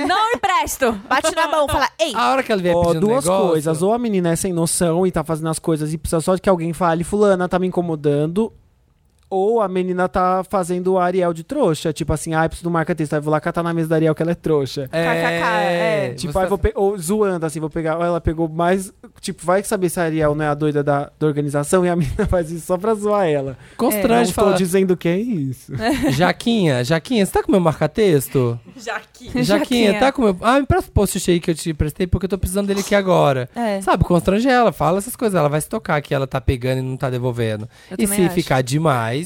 Speaker 1: Não empresto!
Speaker 4: Bate na mão, fala, ei,
Speaker 2: A hora que ela vier
Speaker 5: Ó,
Speaker 2: pedindo
Speaker 5: duas
Speaker 2: um negócio,
Speaker 5: coisas. Ou a menina é sem noção e tá fazendo as coisas e precisa só de que alguém fale, fulana, tá me incomodando. Ou a menina tá fazendo o Ariel de trouxa. Tipo assim, ah, eu preciso do marca-texto. Aí eu vou lá catar na mesa da Ariel que ela é trouxa.
Speaker 2: É,
Speaker 4: KKK, é.
Speaker 5: Tipo,
Speaker 2: você tá
Speaker 5: aí vou pe- ou zoando, assim, vou pegar. ou Ela pegou mais. Tipo, vai saber se a Ariel não é a doida da, da organização e a menina faz isso só pra zoar ela. Não
Speaker 2: constrange
Speaker 5: estou
Speaker 2: É. falar,
Speaker 5: dizendo que é isso.
Speaker 2: Jaquinha, Jaquinha, você tá com meu marca-texto? Jaquinha. Jaquinha, tá com meu... Ah, me empresta o post aí que eu te emprestei porque eu tô precisando dele aqui agora.
Speaker 4: É.
Speaker 2: Sabe, constrange ela, fala essas coisas. Ela vai se tocar que ela tá pegando e não tá devolvendo.
Speaker 4: Eu
Speaker 2: e
Speaker 4: também
Speaker 2: se
Speaker 4: acho.
Speaker 2: ficar demais,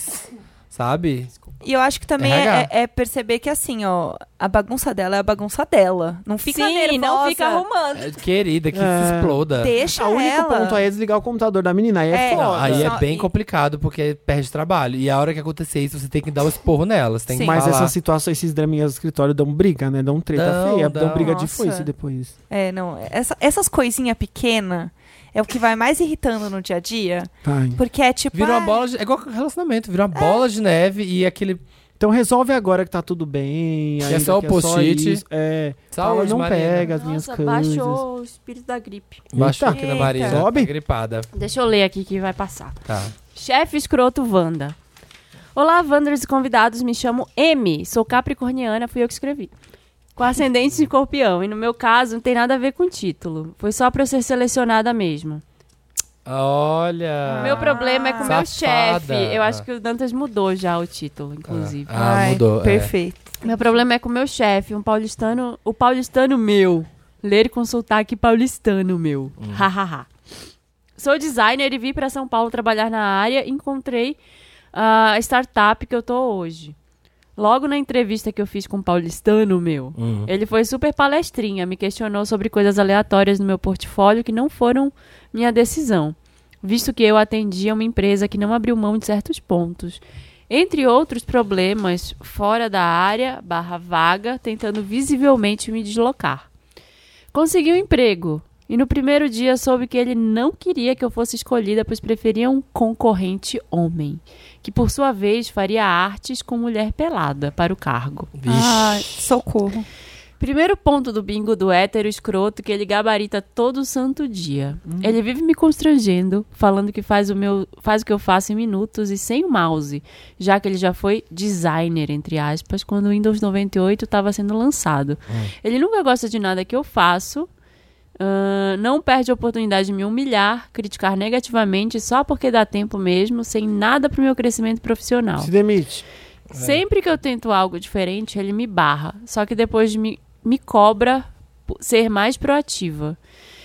Speaker 2: sabe?
Speaker 4: E eu acho que também
Speaker 2: RH.
Speaker 4: é, é perceber que assim, ó, a bagunça dela é a bagunça dela. Não fica
Speaker 1: Sim,
Speaker 4: nervosa.
Speaker 1: não fica
Speaker 4: arrumando.
Speaker 2: É, Querida, que
Speaker 5: É.
Speaker 2: se exploda.
Speaker 4: Deixa
Speaker 5: Ah, o único
Speaker 4: ela.
Speaker 5: ponto aí é desligar o computador da menina. Aí é,
Speaker 4: É.
Speaker 5: foda.
Speaker 2: Não, aí
Speaker 4: Só-
Speaker 2: é bem
Speaker 4: e-
Speaker 2: complicado, porque perde trabalho. E a hora que acontecer isso, você tem que dar o esporro nela. Você tem que
Speaker 4: Sim.
Speaker 5: Mas
Speaker 2: falar.
Speaker 5: essas situações, esses draminhas do escritório dão briga, né? Dão treta
Speaker 2: Dão,
Speaker 5: feia, dão,
Speaker 2: dão.
Speaker 5: briga de
Speaker 4: Nossa.
Speaker 5: foice depois.
Speaker 4: É, não. essa- essas coisinhas pequenas é o que vai mais irritando no dia a dia.
Speaker 5: Tá.
Speaker 4: Porque é tipo.
Speaker 2: Vira uma
Speaker 4: ah,
Speaker 2: bola de... É igual relacionamento. Vira
Speaker 4: É.
Speaker 2: uma bola de neve e aquele...
Speaker 5: Então resolve agora que tá tudo bem.
Speaker 2: é
Speaker 5: ainda
Speaker 2: só o
Speaker 5: que
Speaker 2: post-it.
Speaker 5: isso. É,
Speaker 2: Saúde,
Speaker 5: fala, não
Speaker 2: Marina.
Speaker 5: pega as minhas
Speaker 1: Nossa,
Speaker 5: coisas.
Speaker 1: baixou o espírito da gripe.
Speaker 2: Baixou
Speaker 5: Eita.
Speaker 2: aqui na Maria.
Speaker 5: Eita. Sobe?
Speaker 2: Tá gripada.
Speaker 1: Deixa eu ler aqui que vai passar.
Speaker 2: Tá.
Speaker 1: Chefe escroto Wanda. Olá, Wanders e convidados. Me chamo M. Sou capricorniana, fui eu que escrevi. Com ascendente em escorpião. E no meu caso, não tem nada a ver com o título. Foi só pra eu ser selecionada mesmo.
Speaker 2: Olha.
Speaker 1: meu problema é com o meu
Speaker 2: Safada.
Speaker 1: chefe. Eu acho que o Dantas mudou já o título, inclusive.
Speaker 2: Ah,
Speaker 4: ai,
Speaker 2: mudou. é.
Speaker 4: Perfeito.
Speaker 1: Meu problema é com o meu chefe, um paulistano, o paulistano meu. Ler com sotaque paulistano meu. Hahaha. Sou designer e vim para São Paulo trabalhar na área e encontrei ah, a startup que eu tô hoje. Logo na entrevista que eu fiz com o paulistano meu,
Speaker 2: Hum.
Speaker 1: ele foi super palestrinha, me questionou sobre coisas aleatórias no meu portfólio que não foram minha decisão, visto que eu atendia uma empresa que não abriu mão de certos pontos. Entre outros problemas, fora da área, barra vaga, tentando visivelmente me deslocar. Consegui um emprego e no primeiro dia soube que ele não queria que eu fosse escolhida, pois preferia um concorrente homem, que por sua vez faria artes com mulher pelada para o cargo.
Speaker 4: Ai, socorro.
Speaker 1: Primeiro ponto do bingo do hétero escroto que ele gabarita todo santo dia. Ele vive me constrangendo, falando que faz o, meu, faz o que eu faço em minutos e sem o mouse, já que ele já foi designer, entre aspas, quando o Windows 98 estava sendo lançado. Ele nunca gosta de nada que eu faço, ah, não perde a oportunidade de me humilhar, criticar negativamente só porque dá tempo mesmo, sem nada pro meu crescimento profissional.
Speaker 5: Se demite.
Speaker 1: Sempre que eu tento algo diferente, ele me barra. Só que depois de me, me cobra po- ser mais proativa.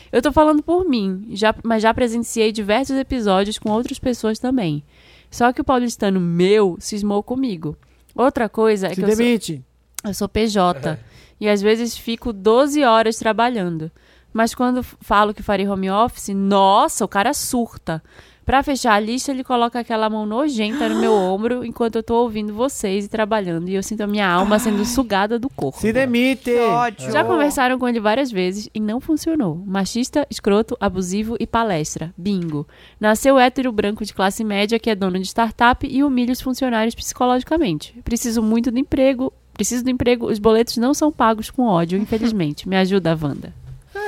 Speaker 1: Eu tô falando por mim, já- mas já presenciei diversos episódios com outras pessoas também. Só que o paulistano meu cismou comigo. Outra coisa é
Speaker 5: Se
Speaker 1: que eu sou,
Speaker 5: demite.
Speaker 1: eu sou PJ e às vezes fico 12 horas trabalhando. Mas quando f- falo que farei home office, nossa, o cara surta. Pra fechar a lista, ele coloca aquela mão nojenta no meu ombro enquanto eu tô ouvindo vocês e trabalhando e eu sinto a minha alma sendo sugada do corpo.
Speaker 5: Se demite.
Speaker 4: Que ódio.
Speaker 1: Já conversaram com ele várias vezes e não funcionou. Machista, escroto, abusivo e palestra. Bingo. Nasceu hétero branco de classe média que é dono de startup e humilha os funcionários psicologicamente. Preciso muito do emprego. Preciso do emprego. Os boletos não são pagos com ódio, infelizmente. Me ajuda, Wanda.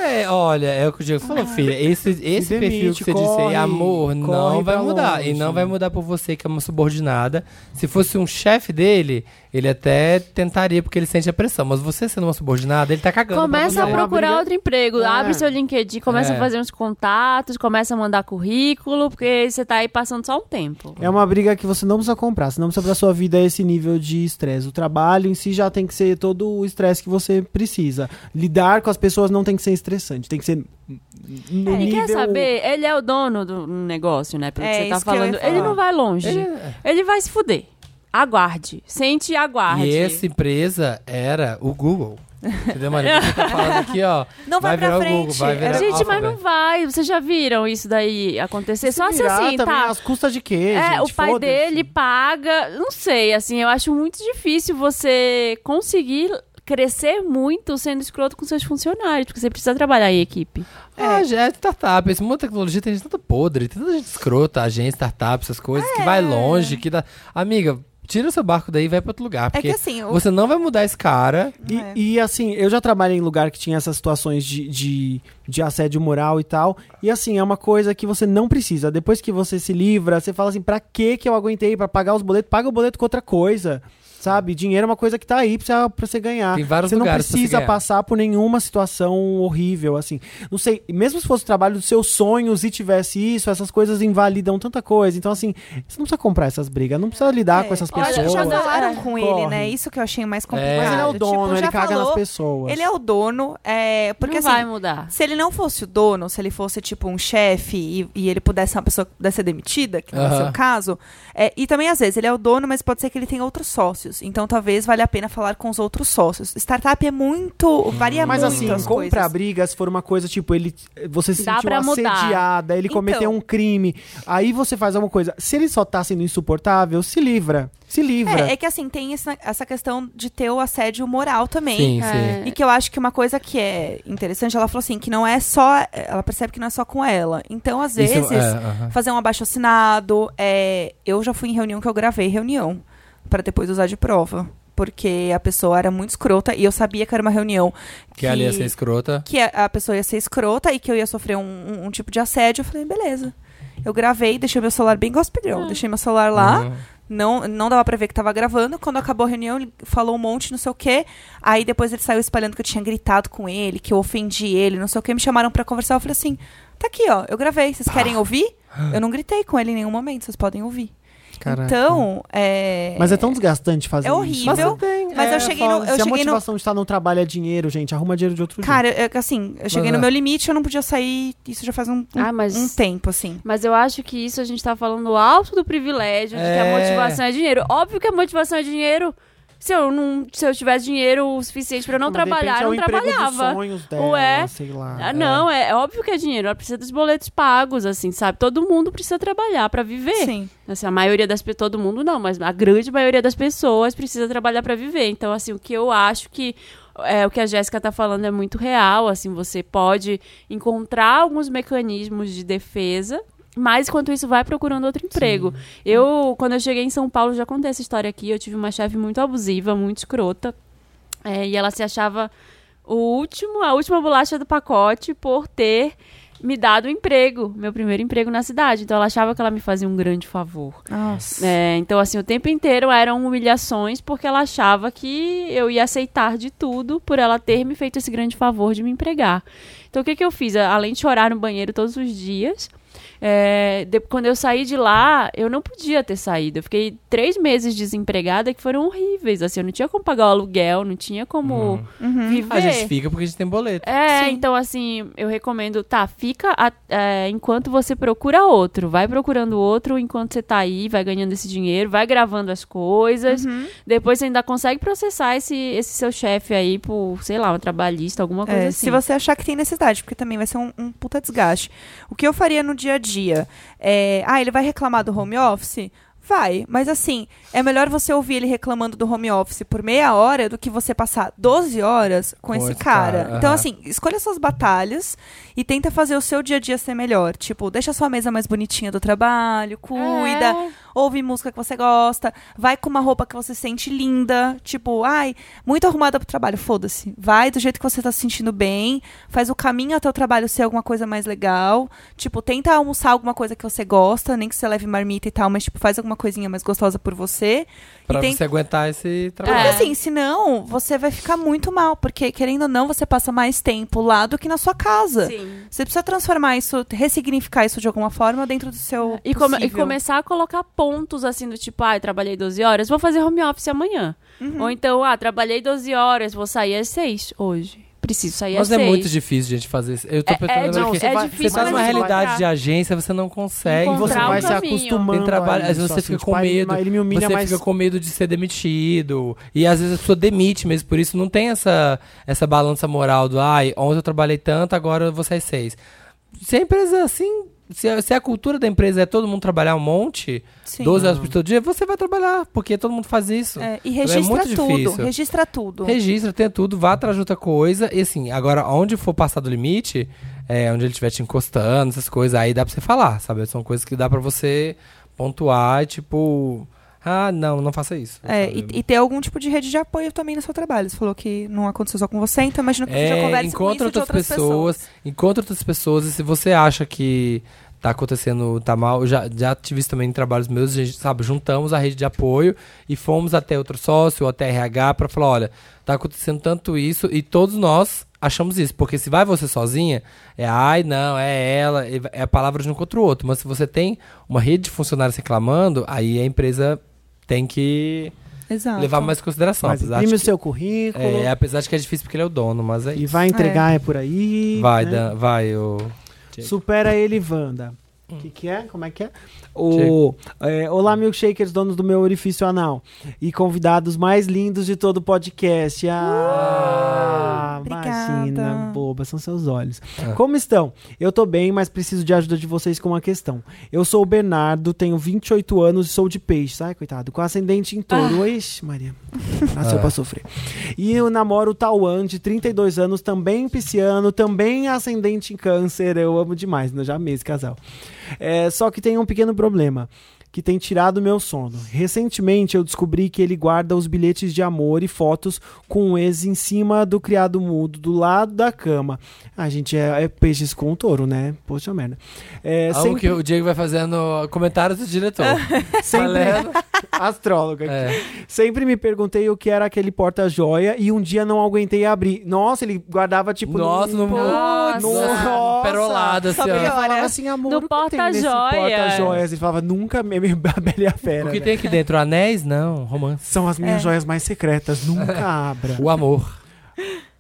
Speaker 2: É, olha, é o que o Diego falou, filha. Esse, esse
Speaker 5: demite,
Speaker 2: perfil que você disse
Speaker 5: corre,
Speaker 2: aí, amor,
Speaker 5: corre
Speaker 2: não vai
Speaker 5: pra
Speaker 2: mudar.
Speaker 5: longe.
Speaker 2: E não vai mudar por você, que é uma subordinada. Se fosse um chefe dele, ele até tentaria, porque ele sente a pressão. Mas você sendo uma subordinada, ele tá cagando. pra
Speaker 1: Começa a
Speaker 2: você.
Speaker 5: pro-
Speaker 1: procurar
Speaker 5: briga-
Speaker 1: outro emprego.
Speaker 5: É.
Speaker 1: Abre seu LinkedIn, começa
Speaker 2: É.
Speaker 1: a fazer uns contatos, começa a mandar currículo, porque você tá aí passando só um tempo.
Speaker 5: É uma briga que você não precisa comprar, você não precisa pra sua vida esse nível de estresse. O trabalho em si já tem que ser todo o estresse que você precisa. Lidar com as pessoas não tem que ser estressante, tem que ser n- no
Speaker 1: Ele
Speaker 5: nível...
Speaker 1: É, quer saber, ele é o dono do negócio, né? Pelo
Speaker 4: É,
Speaker 1: que você tá
Speaker 4: isso que eu ia
Speaker 1: falando.
Speaker 4: falar.
Speaker 1: Ele não vai longe. Ele... vai se fuder. Aguarde. Sente e aguarde.
Speaker 2: E essa empresa era o Google. Entendeu, Maria? Você tá falando aqui, ó.
Speaker 4: Não vai pra
Speaker 2: virar
Speaker 4: frente.
Speaker 2: O Google, vai virar
Speaker 1: É, Gente, mas não
Speaker 2: Alphabet.
Speaker 1: vai. Vocês já viram isso daí acontecer? Só se
Speaker 5: Virar
Speaker 1: assim,
Speaker 5: também,
Speaker 1: tá?
Speaker 5: Às custas de quê,
Speaker 1: É,
Speaker 5: gente?
Speaker 1: o pai
Speaker 5: Foda-se.
Speaker 1: dele paga. Não sei, assim, eu acho muito difícil você conseguir crescer muito sendo escroto com seus funcionários, porque você precisa trabalhar em equipe.
Speaker 2: Ah, já é startup. Esse mundo da tecnologia tem gente tanta podre, tem tanta gente escrota, agência, startup, essas coisas, que vai longe, que dá. Amiga, tira o seu barco daí e vai pra outro lugar. Porque
Speaker 4: que assim, o-
Speaker 2: você não vai mudar esse cara.
Speaker 5: E,
Speaker 4: Ah, é.
Speaker 5: e, assim, eu já trabalhei em lugar que tinha essas situações de, de, de assédio moral e tal. E assim, é uma coisa que você não precisa. Depois que você se livra, você fala assim: pra que que eu aguentei? Pra pagar os boletos? Paga o boleto com outra coisa. Sabe? Dinheiro é uma coisa que tá aí pra você, pra você ganhar.
Speaker 2: Tem vários
Speaker 5: você não
Speaker 2: lugares pra você
Speaker 5: precisa
Speaker 2: ganhar.
Speaker 5: passar por nenhuma situação horrível, assim. Não sei, mesmo se fosse o trabalho dos seus sonhos e tivesse isso, essas coisas invalidam tanta coisa. Então, assim, você não precisa comprar essas brigas, não precisa lidar com essas pessoas.
Speaker 4: É. Olha, já falaram
Speaker 5: é, Corre.
Speaker 4: com ele, né? Isso que eu achei mais complicado.
Speaker 5: Mas ele é o dono,
Speaker 4: Tipo,
Speaker 5: ele
Speaker 4: já
Speaker 5: caga
Speaker 4: falou,
Speaker 5: nas pessoas.
Speaker 4: Ele é o dono, é, porque
Speaker 1: não
Speaker 4: assim,
Speaker 1: vai mudar.
Speaker 4: se ele não fosse o dono, se ele fosse tipo um chefe e, e ele pudesse ser uma pessoa que pudesse ser demitida, que não é o
Speaker 2: Aham.
Speaker 4: seu caso, é, e também às vezes ele é o dono, mas pode ser que ele tenha outros sócios. Então talvez valha a pena falar com os outros sócios. Startup é muito, varia
Speaker 5: Mas
Speaker 4: muito
Speaker 5: assim,
Speaker 4: as
Speaker 5: comprar
Speaker 4: coisas.
Speaker 5: briga se for uma coisa tipo, ele você se
Speaker 1: Dá
Speaker 5: sentiu
Speaker 1: pra mudar.
Speaker 5: assediada, ele
Speaker 4: Então.
Speaker 5: cometeu um crime, aí você faz alguma coisa. Se ele só tá sendo insuportável, se livra. Se livra.
Speaker 4: É, é que assim, tem essa, essa questão de ter o assédio moral também.
Speaker 2: Sim, sim.
Speaker 1: É.
Speaker 4: E que eu acho que uma coisa que é interessante, ela falou assim, que não é só. Ela percebe que não é só com ela. Então, às
Speaker 2: Isso,
Speaker 4: vezes,
Speaker 2: é, aham.
Speaker 4: fazer um abaixo assinado. É, eu já fui em reunião que eu gravei reunião pra depois usar de prova. Porque a pessoa era muito escrota e eu sabia que era uma reunião
Speaker 2: Que ali ia ser escrota.
Speaker 4: que a, a pessoa ia ser escrota e que eu ia sofrer um, um- um tipo de assédio. Eu falei, beleza. Eu gravei, deixei meu celular bem
Speaker 1: Ah.
Speaker 4: gospelhão. Deixei meu celular lá.
Speaker 5: Uhum.
Speaker 4: Não, não dava pra ver que tava gravando. Quando acabou a reunião, ele falou um monte, não sei o quê. Aí depois ele saiu espalhando que eu tinha gritado com ele, que eu ofendi ele, não sei o quê. Me chamaram pra conversar. Eu falei assim: tá aqui, ó, eu gravei. Vocês querem ouvir? Eu não gritei com ele em nenhum momento, vocês podem ouvir.
Speaker 5: Caraca.
Speaker 4: Então, é.
Speaker 5: Mas é tão desgastante fazer
Speaker 4: É
Speaker 5: isso.
Speaker 4: horrível. Mas,
Speaker 5: É,
Speaker 4: eu cheguei
Speaker 5: fala,
Speaker 4: no.
Speaker 5: Se
Speaker 4: Eu
Speaker 5: a
Speaker 4: cheguei no
Speaker 5: motivação de estar no trabalho é dinheiro, gente, arruma dinheiro de outro jeito.
Speaker 4: Cara, eu- eu- assim, eu cheguei
Speaker 2: Mas,
Speaker 4: no
Speaker 2: é.
Speaker 4: meu limite, eu não podia sair. Isso já faz um, um-
Speaker 1: Ah, mas-
Speaker 4: um tempo, assim.
Speaker 1: Mas eu acho que isso a gente tá falando alto do privilégio, de que
Speaker 2: É.
Speaker 1: a motivação é dinheiro. Óbvio que a motivação é dinheiro. Se eu, não, se eu tivesse dinheiro o suficiente pra eu não
Speaker 5: Mas, de repente,
Speaker 1: trabalhar,
Speaker 5: é
Speaker 1: eu
Speaker 5: o
Speaker 1: não
Speaker 5: emprego dos
Speaker 1: trabalhava.
Speaker 5: sonhos dela,
Speaker 1: Ué.
Speaker 5: sei lá.
Speaker 1: Ah, não, é. é óbvio que é dinheiro. Ela precisa dos boletos pagos, assim, sabe? Todo mundo precisa trabalhar pra viver.
Speaker 4: Sim.
Speaker 1: Assim, a maioria das pessoas, todo mundo não, mas a grande maioria das pessoas precisa trabalhar pra viver. Então, assim, o que eu acho que é, o que a Jéssica tá falando é muito real, assim, você pode encontrar alguns mecanismos de defesa, mas enquanto isso vai procurando outro emprego. Eu, quando eu cheguei em São Paulo, já contei essa história aqui, eu tive uma chefe muito abusiva, muito escrota, é, e ela se achava o último, a última bolacha do pacote por ter me dado um emprego, meu primeiro emprego na cidade. Então ela achava que ela me fazia um grande favor.
Speaker 4: Nossa.
Speaker 1: É, então, assim, o tempo inteiro eram humilhações porque ela achava que eu ia aceitar de tudo por ela ter me feito esse grande favor de me empregar. Então, o que, que eu fiz? Além de chorar no banheiro todos os dias, é, de- quando eu saí de lá, eu não podia ter saído. Eu fiquei três meses desempregada que foram horríveis. Assim, eu não tinha como pagar o aluguel, não tinha como viver.
Speaker 2: Uhum. A gente fica porque a gente tem boleto.
Speaker 1: É, então assim, eu recomendo, tá, fica a- é, enquanto você procura outro. Vai procurando outro enquanto você tá aí, vai ganhando esse dinheiro, vai gravando as
Speaker 2: Uhum.
Speaker 1: coisas. Depois você ainda consegue processar esse, esse seu chefe aí por, sei lá, um trabalhista, alguma coisa
Speaker 4: É,
Speaker 1: assim.
Speaker 4: Se você achar que tem necessidade, porque também vai ser um, um puta desgaste. O que eu faria no dia a dia? É, ah, ele vai reclamar do home office? Vai, mas assim, é melhor você ouvir ele reclamando do home office por meia hora do que você passar 12 horas com,
Speaker 2: Com
Speaker 4: esse
Speaker 2: esse
Speaker 4: cara.
Speaker 2: cara,
Speaker 4: Então,
Speaker 2: aham.
Speaker 4: assim, escolha suas batalhas e tenta fazer o seu dia a dia ser melhor. Tipo, deixa a sua mesa mais bonitinha do trabalho, cuida,
Speaker 1: É.
Speaker 4: ouve música que você gosta, vai com uma roupa que você sente linda, tipo, ai, muito arrumada pro trabalho, foda-se. Vai do jeito que você tá se sentindo bem, faz o caminho até o trabalho ser alguma coisa mais legal, tipo, tenta almoçar alguma coisa que você gosta, nem que você leve marmita e tal, mas tipo, faz alguma coisinha mais gostosa por você.
Speaker 2: Pra
Speaker 4: e tem...
Speaker 2: você é aguentar esse
Speaker 4: Porque
Speaker 2: trabalho.
Speaker 4: assim, senão você vai ficar muito mal, porque querendo ou não, você passa mais tempo lá do que na sua casa.
Speaker 1: Sim.
Speaker 4: Você precisa transformar isso, ressignificar isso de alguma forma dentro do seu
Speaker 1: E, come- e
Speaker 4: possível.
Speaker 1: começar a colocar pontos assim do tipo, ah, eu trabalhei 12 horas, vou fazer home office amanhã.
Speaker 2: Uhum.
Speaker 1: Ou então, ah, trabalhei 12 horas, vou sair às 6 hoje. Preciso sair
Speaker 2: Mas
Speaker 1: às
Speaker 2: é
Speaker 1: 6.
Speaker 2: muito difícil, gente, fazer isso. Eu tô
Speaker 1: É- é
Speaker 2: pensando
Speaker 1: difícil,
Speaker 2: aqui.
Speaker 1: é difícil,
Speaker 2: Você
Speaker 1: mas
Speaker 2: faz uma
Speaker 1: você vai
Speaker 2: realidade
Speaker 1: entrar.
Speaker 2: de agência, você não consegue.
Speaker 5: E você
Speaker 1: Encontrar um
Speaker 5: vai se
Speaker 1: caminho.
Speaker 5: acostumando.
Speaker 2: Tem trabalho,
Speaker 5: a
Speaker 2: às vezes
Speaker 5: isso,
Speaker 2: você
Speaker 5: assim,
Speaker 2: fica
Speaker 5: tipo,
Speaker 2: com
Speaker 5: ah, ele-
Speaker 2: medo,
Speaker 5: Ele me humilha,
Speaker 2: você
Speaker 5: mas
Speaker 2: fica com medo de ser demitido. E às vezes a pessoa demite mesmo, por isso não tem essa, essa balança moral do ai, ontem eu trabalhei tanto, agora eu vou sair seis. Se a empresa assim se, a- se a cultura da empresa é todo mundo trabalhar um monte,
Speaker 4: Sim.
Speaker 2: 12 horas por todo dia, você vai trabalhar, porque todo mundo faz isso.
Speaker 4: É, e
Speaker 2: Então
Speaker 4: registra
Speaker 2: muito
Speaker 4: tudo,
Speaker 2: difícil.
Speaker 4: registra tudo.
Speaker 2: Registra, tem tudo, vá atrás de outra coisa. E assim, agora, onde for passar do limite, é, onde ele estiver te encostando, essas coisas, aí dá pra você falar, sabe? São coisas que dá pra você pontuar, tipo, ah, não, não faça isso.
Speaker 4: É,
Speaker 2: sabe?
Speaker 4: e, e ter algum tipo de rede de apoio também no seu trabalho. Você falou que não aconteceu só com você, então imagino que você já
Speaker 2: É,
Speaker 4: converse
Speaker 2: encontra
Speaker 4: com isso de
Speaker 2: outras,
Speaker 4: outras
Speaker 2: pessoas, encontra outras pessoas e se você acha que tá acontecendo, tá mal, eu já, já tive isso também em trabalhos meus, a gente, sabe, juntamos a rede de apoio e fomos até outro sócio ou até RH pra falar, olha, tá acontecendo tanto isso e todos nós achamos isso, porque se vai você sozinha, é ai, não, é ela, e vai- é a palavra de um contra o outro, mas se você tem uma rede de funcionários reclamando, aí a empresa tem que
Speaker 4: Exato.
Speaker 2: levar mais em consideração,
Speaker 5: Ah, então Mas
Speaker 2: apesar de
Speaker 5: imprime o
Speaker 2: que-
Speaker 5: seu currículo
Speaker 2: é, apesar de que é difícil porque ele é o dono, mas é
Speaker 5: e vai entregar é por aí.
Speaker 2: Vai,
Speaker 5: né?
Speaker 2: Dan, vai, o.
Speaker 5: Supera ele, Wanda. O que, que é? Como é que é? O, é? Olá, milkshakers, donos do meu orifício anal. E convidados mais lindos de todo o podcast. Ah, imagina,
Speaker 4: Obrigada.
Speaker 5: boba, são seus olhos. Como estão? Eu tô bem, mas preciso de ajuda de vocês com uma questão. Eu sou o Bernardo, tenho 28 anos e sou de peixe. Ai, coitado, com ascendente em touro. Ixi, Maria. Nasceu pra sofrer. E eu namoro o Tauan, de 32 anos, também pisciano, também ascendente em câncer. Eu amo demais, né? já amei esse casal. É, só que tem um pequeno problema. Que tem tirado meu sono. Recentemente eu descobri que ele guarda os bilhetes de amor e fotos com o ex em cima do criado mudo, do lado da cama. A gente é, é peixes com touro, né? Poxa merda. É,
Speaker 2: Algo que o Diego vai fazendo comentários do diretor.
Speaker 5: sempre
Speaker 2: Valendo.
Speaker 5: astróloga. aqui.
Speaker 2: É.
Speaker 5: Sempre me perguntei o que era aquele porta-joia e um dia não aguentei abrir. Nossa, ele guardava tipo no-
Speaker 2: Nossa, no-
Speaker 1: Nossa.
Speaker 5: Nossa.
Speaker 2: Perolada, assim,
Speaker 5: Sabe, ele
Speaker 2: ó.
Speaker 5: falava assim, amor,
Speaker 1: No
Speaker 5: o que tem nesse
Speaker 1: porta-joias.
Speaker 5: porta-joias? Ele falava, nunca me me- a Bela e a Fera.
Speaker 2: O que
Speaker 5: né?
Speaker 2: tem aqui dentro? Anéis? Não, romance.
Speaker 5: São as
Speaker 1: É.
Speaker 5: minhas joias mais secretas, nunca abra.
Speaker 2: O amor.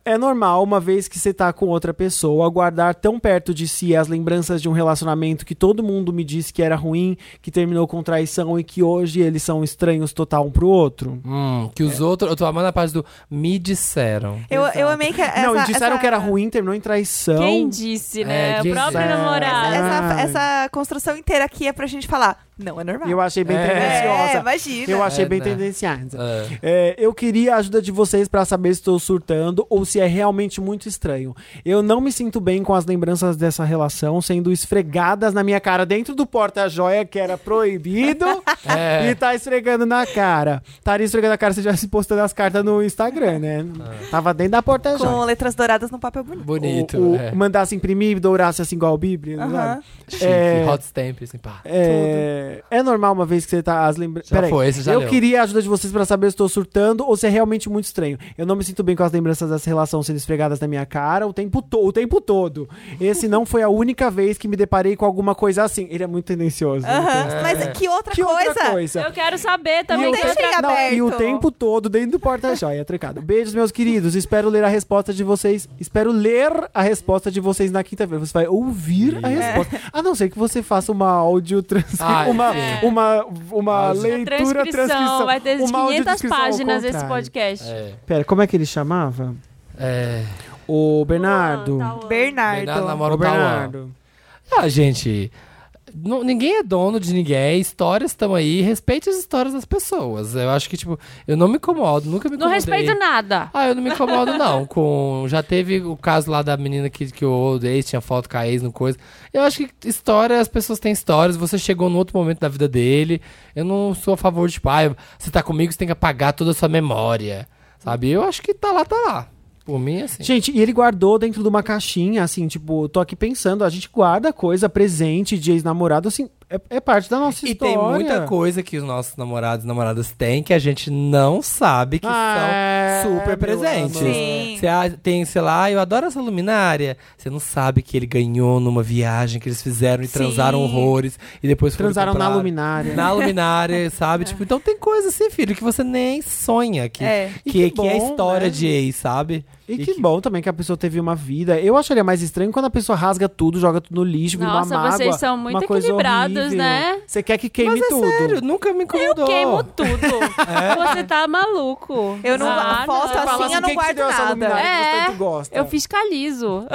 Speaker 5: É normal, uma vez que você tá com outra pessoa, guardar tão perto de si as lembranças de um relacionamento que todo mundo me disse que era ruim, que terminou com traição e que hoje eles são estranhos total um pro outro.
Speaker 2: Hum, que
Speaker 5: É.
Speaker 2: os outros. Eu tô amando a parte do me disseram.
Speaker 4: pessoas. Eu, eu amei que essa,
Speaker 5: Não, e disseram
Speaker 4: essa-
Speaker 5: que era ruim, terminou em traição.
Speaker 1: Quem disse, né?
Speaker 2: É,
Speaker 1: o
Speaker 2: quem
Speaker 1: próprio
Speaker 2: disse.
Speaker 1: namorado.
Speaker 4: Essa,
Speaker 5: Ah.
Speaker 4: essa construção inteira aqui é pra gente falar, não é normal.
Speaker 5: Eu achei bem
Speaker 2: É.
Speaker 5: tendenciosa.
Speaker 4: É, imagina.
Speaker 5: Eu achei
Speaker 2: É,
Speaker 5: bem
Speaker 2: né?
Speaker 5: tendenciosa.
Speaker 2: É.
Speaker 5: É, eu queria a ajuda de vocês pra saber se estou surtando ou se é realmente muito estranho. Eu não me sinto bem com as lembranças dessa relação sendo esfregadas na minha cara dentro do porta-joia que era proibido
Speaker 2: É.
Speaker 5: e tá esfregando na cara. Estaria esfregando na cara se tivesse postando as cartas no Instagram, né? Tava dentro da
Speaker 4: Com
Speaker 5: porta-joia.
Speaker 4: letras douradas no papel bonito.
Speaker 2: Ah. Bonito.
Speaker 5: O- o-
Speaker 2: é.
Speaker 5: Mandasse imprimir e dourasse assim igual o Bíblia,
Speaker 4: Aham.
Speaker 5: sabe?
Speaker 2: Chique,
Speaker 5: é-
Speaker 2: hot stamp, assim, pá.
Speaker 5: É... é normal uma vez que você tá as lembranças.
Speaker 2: Já foi, esse já
Speaker 5: Eu
Speaker 2: leu.
Speaker 5: queria a ajuda de vocês pra saber se estou surtando ou se é realmente muito estranho. Eu não me sinto bem com as lembranças dessa relação sendo esfregadas na minha cara o tempo, to o tempo todo. Esse não foi a única vez que me deparei com alguma coisa assim. Ele é muito tendencioso. né? Então,
Speaker 4: Aham.
Speaker 2: É.
Speaker 4: Mas que outra
Speaker 5: Que
Speaker 4: coisa?
Speaker 5: outra coisa?
Speaker 1: Eu quero saber também.
Speaker 5: o
Speaker 1: que eu
Speaker 4: deixa
Speaker 5: tempo-
Speaker 4: em
Speaker 5: não, e o
Speaker 4: aberto.
Speaker 5: tempo todo dentro do porta-joia, trancado. Beijos, meus queridos. Espero ler a resposta de vocês. Espero ler a resposta de vocês na quinta-feira. Você vai ouvir a resposta.
Speaker 2: É.
Speaker 5: A não ser que você faça uma áudio transcrição,
Speaker 2: Ah,
Speaker 5: uma,
Speaker 2: sim.
Speaker 5: uma, uma
Speaker 2: Áudio.
Speaker 5: leitura, transcrição.
Speaker 1: vai ter
Speaker 5: uma
Speaker 1: 500
Speaker 5: audiodescrição ao
Speaker 1: páginas esse
Speaker 5: contrário.
Speaker 1: podcast.
Speaker 2: É.
Speaker 5: Pera, como é que ele chamava?
Speaker 2: É.
Speaker 5: O Bernardo.
Speaker 1: tá
Speaker 4: Bernardo.
Speaker 2: Bernardo namora
Speaker 5: O
Speaker 2: o Bernardo.
Speaker 5: Ah, então, Bernardo.
Speaker 2: Ah, gente. não- ninguém é dono de ninguém, histórias estão aí, respeite as histórias das pessoas. Eu acho que, tipo, eu não me incomodo, nunca me
Speaker 1: Não
Speaker 2: incomodei.
Speaker 1: respeito nada.
Speaker 2: Ah, eu não me incomodo, não. Com... Já teve o caso lá da menina que, que eu odeio, tinha foto com a ex no coisa. Eu acho que história, as pessoas têm histórias, você chegou num outro momento da vida dele. Eu não sou a favor de, tipo, ah, você tá comigo, você tem que apagar toda a sua memória. Sabe? Eu acho que tá lá, tá lá. Por mim, assim.
Speaker 5: Gente, e ele guardou dentro de uma caixinha, assim, tipo, tô aqui pensando, a gente guarda coisa presente de ex-namorado, assim, é, é parte da nossa
Speaker 2: E
Speaker 5: história.
Speaker 2: tem muita coisa que os nossos namorados e namoradas têm que a gente não sabe que
Speaker 5: Ah,
Speaker 2: são super
Speaker 5: meu
Speaker 2: presentes.
Speaker 5: amor.
Speaker 4: Sim.
Speaker 2: Você é a- tem, sei lá, "Ah, eu adoro essa luminária. Você não sabe que ele ganhou numa viagem que eles fizeram e transaram horrores e depois foram
Speaker 5: Transaram na
Speaker 2: comprar-
Speaker 5: luminária.
Speaker 2: Na luminária, sabe? Tipo, então tem coisa assim, filho, que você nem sonha que
Speaker 4: É.
Speaker 2: que,
Speaker 5: E que
Speaker 2: que é
Speaker 5: bom,
Speaker 2: história
Speaker 5: né?
Speaker 2: de ex, sabe?
Speaker 5: E, que, bom também que a pessoa teve uma vida. Eu acharia mais estranho quando a pessoa rasga tudo, joga tudo no lixo, vira uma
Speaker 1: Nossa,
Speaker 5: mágoa.
Speaker 1: vocês são muito
Speaker 5: uma coisa
Speaker 1: equilibrados,
Speaker 5: horrível.
Speaker 1: né?
Speaker 5: Você quer que queime
Speaker 2: Mas é
Speaker 5: tudo.
Speaker 2: sério, nunca me incomodou.
Speaker 1: Eu queimo tudo.
Speaker 5: É?
Speaker 1: Você tá maluco.
Speaker 4: Eu não-
Speaker 1: ah,
Speaker 4: a foto
Speaker 1: não.
Speaker 4: assim,
Speaker 5: Fala
Speaker 4: eu não
Speaker 5: quem que te
Speaker 4: guardo
Speaker 5: deu essa
Speaker 4: nada.
Speaker 5: luminária que você
Speaker 1: É,
Speaker 5: tanto gosta?
Speaker 1: Eu fiscalizo.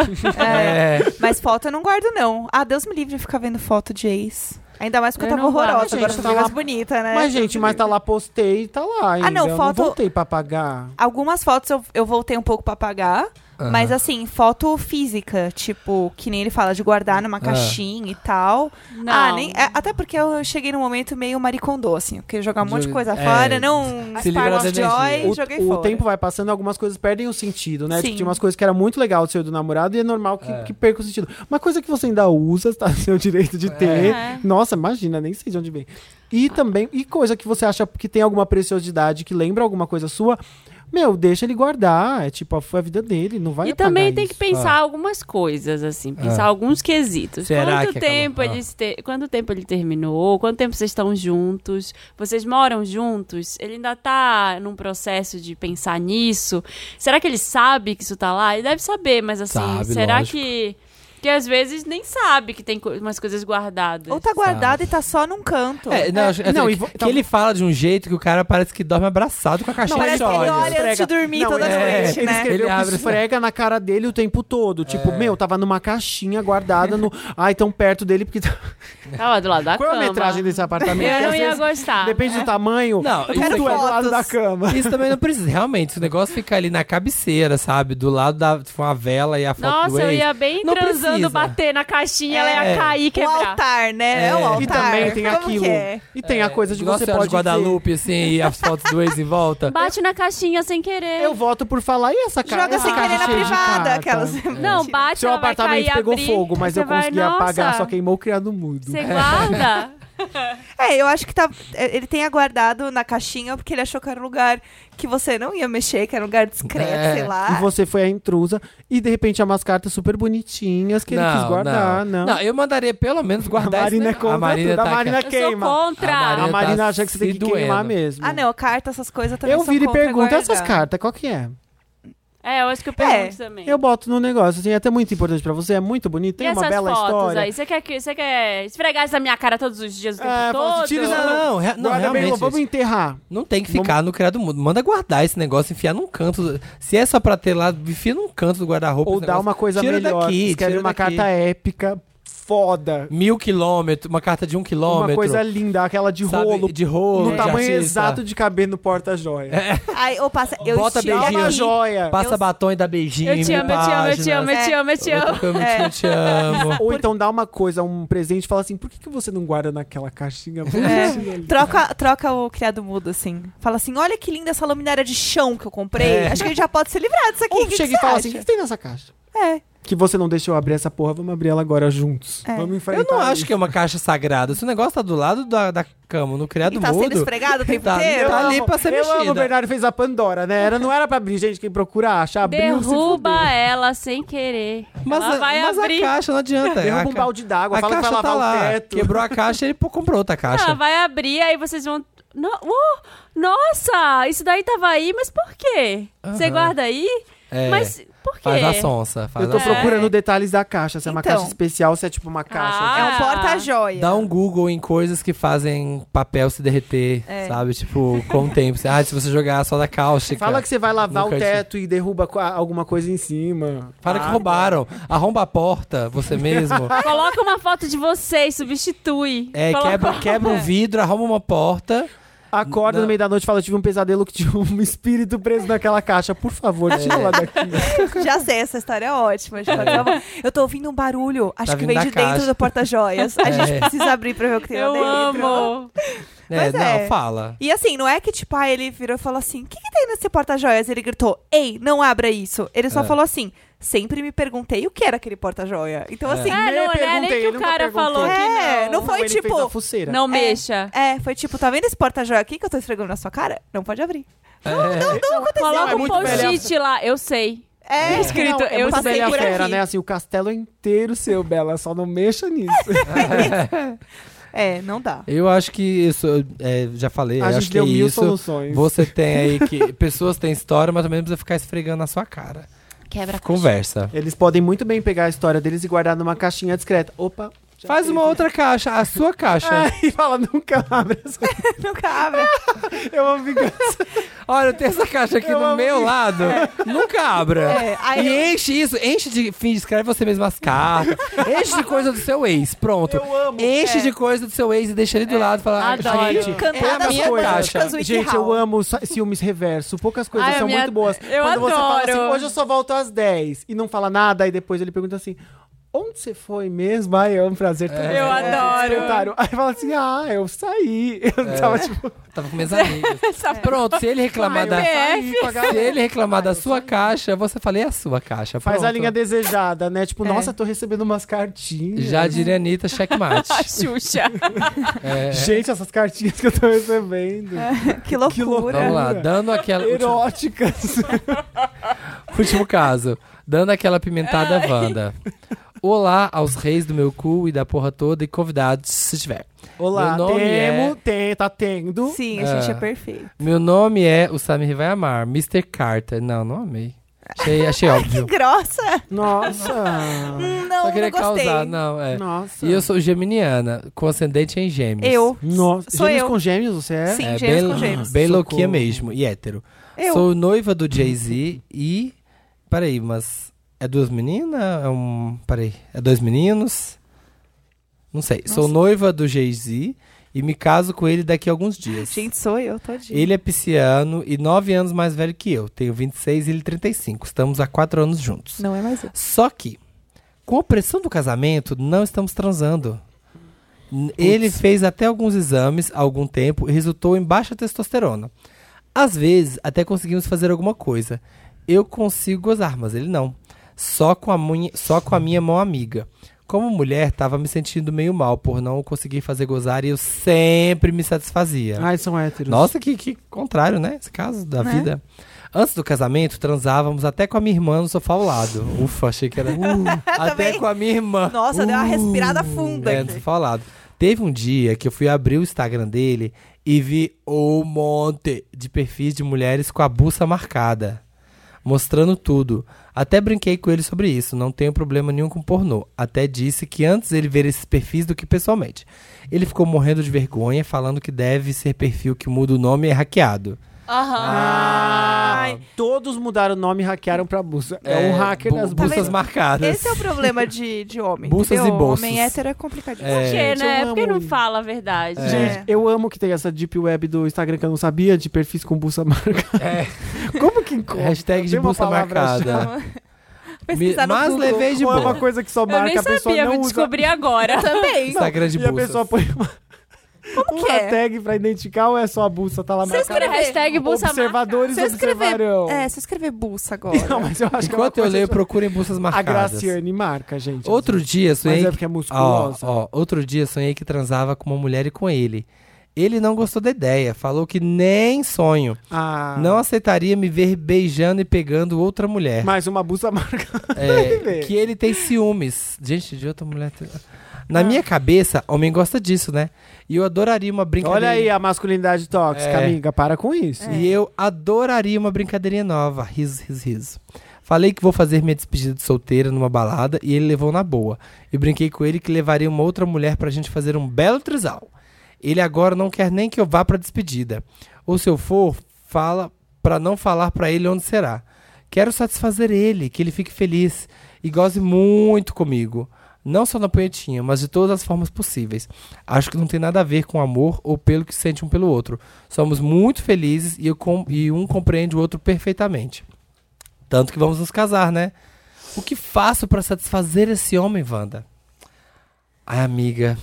Speaker 2: É.
Speaker 4: Mas foto eu não guardo, não. Ah, Deus me livre de ficar vendo foto de ex. Ainda mais porque
Speaker 1: Eu
Speaker 4: eu, tava
Speaker 1: não guardo.
Speaker 4: horrorosa.
Speaker 5: Gente,
Speaker 4: Agora eu tô
Speaker 5: tá
Speaker 4: mais
Speaker 5: lá-
Speaker 4: bonita, né?
Speaker 5: Mas, gente, mas tá lá, postei, tá
Speaker 1: Ah,
Speaker 5: lá. Ainda.
Speaker 4: não,
Speaker 5: eu
Speaker 4: foto-
Speaker 5: não voltei pra pagar.
Speaker 4: Algumas fotos eu, eu voltei um pouco pra apagar. Mas assim, foto física, tipo, que nem ele fala, de guardar
Speaker 5: Ah.
Speaker 4: numa caixinha e tal.
Speaker 1: Não.
Speaker 4: Ah, nem, é, até porque eu cheguei num momento meio maricondô, assim. Eu queria jogar um monte de coisa
Speaker 5: é,
Speaker 4: fora, não
Speaker 2: Se
Speaker 4: Spark
Speaker 2: livra
Speaker 4: of
Speaker 2: da
Speaker 4: Joy,
Speaker 2: energia.
Speaker 5: o,
Speaker 4: joguei
Speaker 5: o
Speaker 4: fora.
Speaker 5: tempo vai passando, algumas coisas perdem o sentido, né?
Speaker 4: Sim.
Speaker 5: Tipo, tinha umas coisas que era muito legal do seu e do namorado e é normal que, que perca o sentido. Uma coisa que você ainda usa, tá? Seu direito de ter.
Speaker 1: É. Ah.
Speaker 5: Nossa, imagina, nem sei de onde vem. E também, e coisa que você acha que tem alguma preciosidade, que lembra alguma coisa sua, meu, deixa ele guardar. É tipo, foi a vida dele, não vai
Speaker 1: e também
Speaker 5: apagar
Speaker 1: tem que
Speaker 5: isso. Ah.
Speaker 1: pensar algumas coisas, assim, pensar
Speaker 2: Ah.
Speaker 1: alguns quesitos.
Speaker 2: Será
Speaker 1: quanto
Speaker 2: que acabou?
Speaker 1: tempo
Speaker 2: Ah.
Speaker 1: eles te- quanto tempo ele terminou? Quanto tempo vocês estão juntos? Vocês moram juntos? Ele ainda tá num processo de pensar nisso? Será que ele sabe que isso tá lá? Ele deve saber, mas assim,
Speaker 2: Sabe,
Speaker 1: será
Speaker 2: lógico.
Speaker 1: que que às vezes nem sabe que tem co- umas coisas guardadas.
Speaker 4: Ou tá guardado e tá só num canto.
Speaker 2: É, não, acho-
Speaker 5: não,
Speaker 2: assim,
Speaker 5: e vo-
Speaker 2: que
Speaker 5: tá-
Speaker 2: ele fala de um jeito que o cara parece que dorme abraçado com a caixinha
Speaker 4: Parece
Speaker 2: de
Speaker 4: que ele
Speaker 2: olhos.
Speaker 4: olha antes de dormir
Speaker 5: Não,
Speaker 4: toda
Speaker 5: é,
Speaker 4: noite,
Speaker 5: Ele
Speaker 4: né?
Speaker 5: escreveu
Speaker 2: Ele
Speaker 5: que
Speaker 2: abre-
Speaker 5: esfrega na cara dele o tempo todo. Tipo, meu, tava numa caixinha guardada no. Ai, tão perto dele porque.
Speaker 1: Tá lá do lado da
Speaker 5: Qual
Speaker 1: cama.
Speaker 5: é a metragem desse apartamento?
Speaker 1: Eu
Speaker 5: Porque
Speaker 1: não
Speaker 5: às
Speaker 1: ia
Speaker 5: vezes,
Speaker 4: Ah,
Speaker 1: gostar.
Speaker 4: né?
Speaker 5: Depende do tamanho.
Speaker 2: Não,
Speaker 5: tudo
Speaker 2: isso
Speaker 5: é
Speaker 2: aqui-
Speaker 5: do lado
Speaker 4: fotos.
Speaker 5: da cama.
Speaker 2: Isso também não precisa, realmente. Esse negócio fica ali na cabeceira, sabe? Do lado da tipo, uma vela e a foto do
Speaker 1: Nossa, eu
Speaker 2: ex.
Speaker 1: ia bem
Speaker 2: Não
Speaker 1: transando,
Speaker 2: precisa.
Speaker 1: bater na caixinha, ela ia
Speaker 2: É.
Speaker 1: cair e
Speaker 4: O
Speaker 1: quebrar.
Speaker 4: altar, né? É, o altar.
Speaker 5: E também tem
Speaker 4: Como
Speaker 5: aquilo.
Speaker 4: que é?
Speaker 5: E tem a coisa de
Speaker 2: Igual
Speaker 5: você
Speaker 2: Senhora
Speaker 5: pode
Speaker 2: de Guadalupe, assim, e as fotos do ex em volta.
Speaker 1: Bate na caixinha sem querer.
Speaker 5: dizer, eu voto por falar, e essa cara?
Speaker 4: Joga
Speaker 5: essa
Speaker 4: sem
Speaker 5: caixa
Speaker 4: querer na
Speaker 5: cheia de
Speaker 4: privada,
Speaker 5: carta?
Speaker 4: aquelas.
Speaker 1: Não, bate,
Speaker 5: Seu
Speaker 1: ela vai
Speaker 5: apartamento
Speaker 1: cair,
Speaker 5: pegou
Speaker 1: abrir,
Speaker 5: fogo, mas
Speaker 1: aí
Speaker 5: eu
Speaker 1: você vai,
Speaker 5: consegui
Speaker 1: "Nossa,
Speaker 5: apagar, só É. queimou o criado mudo.
Speaker 1: Você guarda?
Speaker 4: É, eu acho que tá, é, ele tem aguardado na caixinha porque ele achou que era um lugar que você não ia mexer, que era um lugar discreto,
Speaker 2: É.
Speaker 4: sei
Speaker 5: E
Speaker 4: lá.
Speaker 5: você foi a intrusa, e de repente é umas cartas super bonitinhas que ele quis guardar, não.
Speaker 2: eu mandaria pelo menos guardar
Speaker 5: a Marina é
Speaker 2: esse negócio.
Speaker 5: contra tudo. A Marina é
Speaker 1: Eu
Speaker 5: queima.
Speaker 1: sou contra.
Speaker 2: tá A
Speaker 5: A
Speaker 2: Marina-
Speaker 5: Marina
Speaker 2: tá
Speaker 5: acha que você tem
Speaker 2: se
Speaker 5: que
Speaker 2: doendo.
Speaker 5: queimar mesmo.
Speaker 4: Ah, não, carta, essas coisas também
Speaker 5: Eu
Speaker 4: são
Speaker 5: viro e
Speaker 4: contra
Speaker 5: pergunto
Speaker 4: guardar.
Speaker 5: essas cartas, qual que é?
Speaker 1: É, eu acho que eu pergunto também.
Speaker 5: Eu boto no negócio, assim, é até muito importante pra você, é muito bonito,
Speaker 1: e
Speaker 5: tem
Speaker 1: essas
Speaker 5: uma bela
Speaker 1: fotos
Speaker 5: história.
Speaker 1: aí? Você quer, que- você quer esfregar essa minha cara todos os dias o tempo
Speaker 5: É, fala
Speaker 1: todo?
Speaker 5: assim, tira isso
Speaker 2: Não, não, re- não,
Speaker 5: Guarda bem,
Speaker 2: realmente,
Speaker 5: vamos
Speaker 2: gente.
Speaker 5: enterrar.
Speaker 2: Não tem que ficar no criado mudo. Manda guardar esse negócio, enfiar num canto. Se é só pra ter lá, enfia num canto do guarda-roupa.
Speaker 5: Ou
Speaker 2: esse
Speaker 5: dá
Speaker 2: negócio.
Speaker 5: uma coisa
Speaker 2: tira
Speaker 5: melhor.
Speaker 2: Daqui,
Speaker 5: escreve
Speaker 2: tira
Speaker 5: uma
Speaker 2: daqui.
Speaker 5: carta é- épica foda.
Speaker 2: Mil quilômetros, uma carta de um quilômetro.
Speaker 5: Uma coisa linda, aquela de
Speaker 2: sabe?
Speaker 5: rolo.
Speaker 2: De rolo.
Speaker 5: no
Speaker 2: de
Speaker 5: tamanho
Speaker 2: artista.
Speaker 5: exato de caber no porta-joia.
Speaker 4: Aí, ou passa, eu
Speaker 2: Bota
Speaker 4: estive
Speaker 5: Dá uma
Speaker 2: beijinho.
Speaker 4: aqui.
Speaker 5: joia.
Speaker 2: Passa
Speaker 4: Eu-
Speaker 2: batom e dá beijinho.
Speaker 1: Eu te
Speaker 2: mil
Speaker 1: amo, eu te amo, eu te amo, eu
Speaker 2: páginas.
Speaker 1: te amo, eu te amo. É.
Speaker 2: Eu te amo, eu te amo.
Speaker 5: Ou então dá uma coisa, um presente e fala assim: por que, que você não guarda naquela caixinha?
Speaker 4: É, troca, troca o criado mudo, assim. Fala assim: olha que linda essa luminária de chão que eu comprei.
Speaker 2: É.
Speaker 4: Acho que a gente já pode se livrar disso aqui.
Speaker 5: Ou
Speaker 4: que que
Speaker 5: chega
Speaker 4: você
Speaker 5: e fala
Speaker 4: acha?
Speaker 5: assim: o que que tem nessa caixa?
Speaker 4: É.
Speaker 5: Que você não deixou abrir essa porra, vamos abrir ela agora juntos.
Speaker 4: É.
Speaker 5: Vamos enfrentar.
Speaker 2: Eu não acho
Speaker 5: isso.
Speaker 2: que é uma caixa sagrada. Se o negócio tá do lado da, da cama, no criado
Speaker 4: E tá sendo
Speaker 2: mudo.
Speaker 4: esfregado o tempo
Speaker 2: Tá,
Speaker 4: inteiro?
Speaker 2: tá ali pra ser
Speaker 5: Eu amo, o
Speaker 2: mexida.
Speaker 5: Bernardo fez a Pandora, né? Era, não era pra abrir, gente. Quem procura acha, abriu se fudeu.
Speaker 1: Derruba ela sem querer.
Speaker 2: Mas,
Speaker 1: ela
Speaker 2: a,
Speaker 1: vai
Speaker 2: mas
Speaker 1: abrir.
Speaker 2: a caixa não adianta.
Speaker 5: Derruba
Speaker 2: a,
Speaker 5: um
Speaker 2: ca-
Speaker 5: balde d'água,
Speaker 2: a
Speaker 5: fala que vai
Speaker 2: caixa
Speaker 5: lavar
Speaker 2: tá
Speaker 5: o
Speaker 2: lá.
Speaker 5: teto.
Speaker 2: Quebrou a caixa, ele pô, comprou outra caixa.
Speaker 1: Ela vai abrir, aí vocês vão. No, uh, nossa, isso daí tava aí, mas por quê? Você
Speaker 2: Aham.
Speaker 1: guarda aí?
Speaker 2: É,
Speaker 1: Mas por quê?
Speaker 2: Faz a sonsa. Faz
Speaker 5: Eu tô
Speaker 2: a sonsa.
Speaker 5: procurando detalhes da caixa. Se é uma
Speaker 4: Então.
Speaker 5: caixa especial, se é tipo uma caixa.
Speaker 1: Ah.
Speaker 4: É um porta-joia.
Speaker 2: Dá um Google em coisas que fazem papel se derreter,
Speaker 4: É.
Speaker 2: sabe? Tipo, com o tempo. Ah, se você jogar só da cáustica.
Speaker 5: Fala que você vai lavar
Speaker 2: Nunca
Speaker 5: o teto e derruba co- alguma coisa em cima. Ah.
Speaker 2: Fala
Speaker 1: Ah,
Speaker 2: que roubaram. Arromba a porta, você mesmo.
Speaker 1: Coloca uma foto de vocês, substitui.
Speaker 2: É,
Speaker 1: Coloca-
Speaker 2: quebra, quebra um vidro, arruma uma porta.
Speaker 5: Acorda
Speaker 2: Não.
Speaker 5: no meio da noite e fala: tive um pesadelo que tinha um espírito preso naquela caixa. Por favor, tira lá daqui.
Speaker 4: Já sei, essa história é ótima. Já tava- Eu tô ouvindo um barulho. Acho
Speaker 2: Tá
Speaker 4: que
Speaker 2: vindo
Speaker 4: vem
Speaker 2: da
Speaker 4: de dentro
Speaker 2: caixa.
Speaker 4: do porta-joias. A gente precisa abrir pra ver o que tem lá
Speaker 1: Eu
Speaker 4: dentro.
Speaker 1: amo.
Speaker 2: É,
Speaker 4: Mas
Speaker 2: não,
Speaker 4: é.
Speaker 2: fala.
Speaker 4: E assim, não é que tipo, ah, ele virou e falou assim: o que, que tem nesse porta-joias? Ele gritou: ei, não abra isso. Ele
Speaker 2: É.
Speaker 4: só falou assim: sempre me perguntei o que era aquele porta-joia. Então assim.
Speaker 1: É,
Speaker 5: nem
Speaker 1: não, não é nem
Speaker 5: perguntei,
Speaker 1: que o
Speaker 5: nunca
Speaker 1: cara
Speaker 5: perguntou.
Speaker 1: falou que
Speaker 4: É, não
Speaker 1: não.
Speaker 4: foi
Speaker 5: Ele fez
Speaker 4: tipo,
Speaker 5: a fuceira.
Speaker 1: Não mexa.
Speaker 4: É, foi tipo, tá vendo esse porta-joia aqui que eu tô esfregando na sua cara? Não pode abrir.
Speaker 2: É.
Speaker 5: Não,
Speaker 1: Coloca
Speaker 5: é
Speaker 1: um
Speaker 5: muito
Speaker 1: post-it lá, eu sei.
Speaker 4: É,
Speaker 1: escrito,
Speaker 5: Não, é
Speaker 1: eu
Speaker 5: muito
Speaker 1: sei
Speaker 5: Bela
Speaker 4: por
Speaker 5: Fera,
Speaker 4: aqui.
Speaker 5: né? Assim, o castelo é inteiro seu, Bela. Só não mexa nisso.
Speaker 4: É, não dá.
Speaker 2: Eu acho que isso, é, já falei,
Speaker 5: a
Speaker 2: eu
Speaker 5: gente
Speaker 2: acho que é
Speaker 5: deu mil
Speaker 2: isso.
Speaker 5: soluções.
Speaker 2: Você tem aí que. Pessoas têm história, mas também não precisa ficar esfregando na sua cara.
Speaker 4: Quebra a caixa.
Speaker 2: Conversa.
Speaker 5: Eles podem muito bem pegar a história deles e guardar numa caixinha discreta. Opa. já
Speaker 2: Faz
Speaker 5: teve.
Speaker 2: uma outra caixa, a sua caixa.
Speaker 5: É, e fala, nunca abre essa.
Speaker 4: Nunca abre.
Speaker 5: Eu amo vingança.
Speaker 2: Olha, tem essa caixa aqui
Speaker 5: Eu
Speaker 2: no
Speaker 5: amo
Speaker 2: meu
Speaker 5: isso.
Speaker 2: lado. Nunca abra.
Speaker 4: É, aí
Speaker 2: e
Speaker 4: eu-
Speaker 2: enche isso, enche de. Fim, escreve você mesmo as cartas. enche de coisa do seu ex. Pronto. Eu amo. Enche
Speaker 4: É.
Speaker 2: de coisa do seu ex e deixa ele do lado e fala.
Speaker 1: Adoro.
Speaker 2: "Ah,
Speaker 5: Gente,
Speaker 2: É a
Speaker 4: Cantadas
Speaker 2: minha
Speaker 4: românticas,
Speaker 2: caixa.
Speaker 4: Wiki
Speaker 5: Gente, eu
Speaker 4: Hall.
Speaker 5: amo sa- ciúmes reverso. Poucas coisas
Speaker 1: Ai, a
Speaker 5: são
Speaker 1: minha-
Speaker 5: muito boas.
Speaker 1: eu
Speaker 5: Quando você fala
Speaker 1: adoro.
Speaker 5: assim, hoje eu só volto às 10 e não fala nada, e depois ele pergunta assim. Onde você foi mesmo? Ai, é um prazer também.
Speaker 1: Eu adoro.
Speaker 5: Aí fala assim: ah, eu saí. Eu tava tipo.
Speaker 2: Tava com minhas amigas. Pronto, se ele reclamar da. Se ele reclamar da sua caixa, você fala, e a sua caixa?
Speaker 5: Faz a
Speaker 2: Pronto.
Speaker 5: linha desejada, né?
Speaker 1: É.
Speaker 5: Tipo, nossa, tô recebendo umas cartinhas.
Speaker 2: Já diria Anitta, checkmate.
Speaker 1: Xuxa.
Speaker 2: É.
Speaker 5: Gente, essas cartinhas que eu tô recebendo.
Speaker 1: É.
Speaker 4: Que loucura.
Speaker 5: loucura.
Speaker 2: Vamos lá, dando aquela. Último,
Speaker 5: Eróticas.
Speaker 2: último caso. Dando aquela pimentada Wanda. Olá aos reis do meu cu e da porra toda e convidados, se tiver.
Speaker 5: Olá,
Speaker 2: Meu nome
Speaker 5: temo,
Speaker 2: é-
Speaker 5: tem, tá tendo.
Speaker 4: Sim, a gente
Speaker 2: É.
Speaker 4: é perfeito.
Speaker 2: Meu nome é o Samir vai amar, Mr. Carter. Não, não amei. Achei, achei óbvio.
Speaker 4: Grossa?
Speaker 5: Nossa.
Speaker 4: Hum, Não,
Speaker 2: Só queria
Speaker 4: não gostei.
Speaker 2: causar, não, é.
Speaker 5: Nossa.
Speaker 2: E eu sou geminiana, com ascendente em gêmeos.
Speaker 4: Eu.
Speaker 5: Nossa.
Speaker 4: Sou
Speaker 5: gêmeos
Speaker 4: eu.
Speaker 5: com gêmeos, você é?
Speaker 4: Sim,
Speaker 2: É,
Speaker 4: gêmeos
Speaker 2: bem,
Speaker 4: com gêmeos.
Speaker 2: bem
Speaker 5: Socorro.
Speaker 2: louquinha mesmo, e hétero.
Speaker 4: Eu.
Speaker 2: Sou noiva do Jay-Z e. Peraí, mas. É duas meninas? É um. Peraí. É dois meninos? Não sei. Sou noiva do Jay-Z e me caso com ele daqui a alguns dias.
Speaker 4: Gente, sou eu, todinho.
Speaker 2: Ele é pisciano e nove anos mais velho que eu. Tenho 26 e ele 35. Estamos há quatro anos juntos.
Speaker 4: Não é mais eu.
Speaker 2: Só que, com a pressão do casamento, não estamos transando. N- Ele fez até alguns exames há algum tempo e resultou em baixa testosterona. Às vezes, até conseguimos fazer alguma coisa. Eu consigo gozar, mas ele não. Só com a, munhe- só com a minha mão amiga. Como mulher, tava me sentindo meio mal por não conseguir fazer gozar e eu sempre me satisfazia.
Speaker 5: Ai, são héteros.
Speaker 2: Nossa, que, que contrário, né? Esse caso da vida. Antes do casamento, transávamos até com a minha irmã no sofá ao lado. Ufa, achei que era. até
Speaker 4: Também.
Speaker 2: com a minha irmã.
Speaker 4: Nossa, deu uma
Speaker 2: Uh,
Speaker 4: respirada funda
Speaker 2: É, no
Speaker 4: aqui.
Speaker 2: sofá ao lado. Teve um dia que eu fui abrir o Instagram dele e vi um monte de perfis de mulheres com a buça marcada. Mostrando tudo. Até brinquei com ele sobre isso, não tenho problema nenhum com pornô. Até disse que antes ele ver esses perfis do que pessoalmente. Ele ficou morrendo de vergonha, falando que deve ser perfil que muda o nome e é hackeado.
Speaker 5: Ah, Ai, todos mudaram o nome e hackearam pra Bussa. É, um hacker
Speaker 2: bu-
Speaker 5: das
Speaker 2: buças
Speaker 5: Bussas.
Speaker 2: marcadas.
Speaker 4: Esse é o problema de, de homem.
Speaker 2: Buças
Speaker 4: entendeu?
Speaker 2: e bolsos.
Speaker 4: Homem hétero é complicadinho.
Speaker 1: Por quê,
Speaker 5: Gente, eu
Speaker 1: né? Por
Speaker 5: amo
Speaker 1: que não
Speaker 5: isso.
Speaker 1: fala a verdade?
Speaker 2: é.
Speaker 5: Gente, eu amo que tem essa deep web do Instagram que eu não sabia, de perfis com bussa marcada. Como que encontra?
Speaker 2: É. Hashtag de
Speaker 5: Tem uma
Speaker 2: buça
Speaker 5: palavra assim.
Speaker 2: marcada.
Speaker 4: Então, pesquisar
Speaker 2: Me-
Speaker 4: no
Speaker 2: mas
Speaker 4: Google.
Speaker 2: levei de
Speaker 5: Ou é
Speaker 2: boa.
Speaker 5: uma coisa que só
Speaker 1: eu
Speaker 5: marca,
Speaker 1: nem
Speaker 5: a pessoa
Speaker 1: sabia,
Speaker 5: não
Speaker 1: eu
Speaker 5: usa.
Speaker 1: descobri agora.
Speaker 4: Também.
Speaker 2: Instagram de
Speaker 5: e a
Speaker 2: buças.
Speaker 5: pessoa põe uma, uma
Speaker 4: que é?
Speaker 5: tag pra identificar ou é só a bussa? Tá lá
Speaker 4: Você
Speaker 5: marcada.
Speaker 4: escreve-
Speaker 1: Hashtag Bolsa
Speaker 5: Observadores
Speaker 4: Se eu escrever.
Speaker 5: observarão.
Speaker 4: É, se eu escrever buça agora.
Speaker 5: Não, mas eu acho que é uma
Speaker 2: Enquanto eu
Speaker 5: coisa
Speaker 2: leio,
Speaker 5: de-
Speaker 2: procurem buças
Speaker 5: A
Speaker 2: marcadas.
Speaker 5: Graciane marca, gente.
Speaker 2: Outro dia sonhei.
Speaker 5: Mas é porque é musculosa.
Speaker 2: Ó, ó, outro dia sonhei que transava com uma mulher e com ele. Ele não gostou da ideia, falou que nem sonho.
Speaker 5: Ah,
Speaker 2: Não é. aceitaria me ver beijando e pegando outra mulher.
Speaker 5: Mais uma bussa marca.
Speaker 2: É, que ele tem ciúmes. Gente, de outra mulher. Na
Speaker 5: Ah.
Speaker 2: minha cabeça, homem gosta disso, né? E eu adoraria uma brincadeira.
Speaker 5: Olha aí a masculinidade tóxica,
Speaker 2: É.
Speaker 5: amiga. Para com isso.
Speaker 2: E eu adoraria uma brincadeirinha nova. Riso, riso, riso. Falei que vou fazer minha despedida de solteira numa balada e ele levou na boa. E brinquei com ele que levaria uma outra mulher pra gente fazer um belo trisal. Ele agora não quer nem que eu vá pra despedida. Ou se eu for, fala pra não falar pra ele onde será. Quero satisfazer ele, que ele fique feliz e goze muito comigo. Não só na punhetinha, mas de todas as formas possíveis. Acho que não tem nada a ver com amor ou pelo que sente um pelo outro. Somos muito felizes e, eu com- e um compreende o outro perfeitamente. Tanto que vamos nos casar, né? O que faço pra satisfazer esse homem, Wanda? Ai, amiga.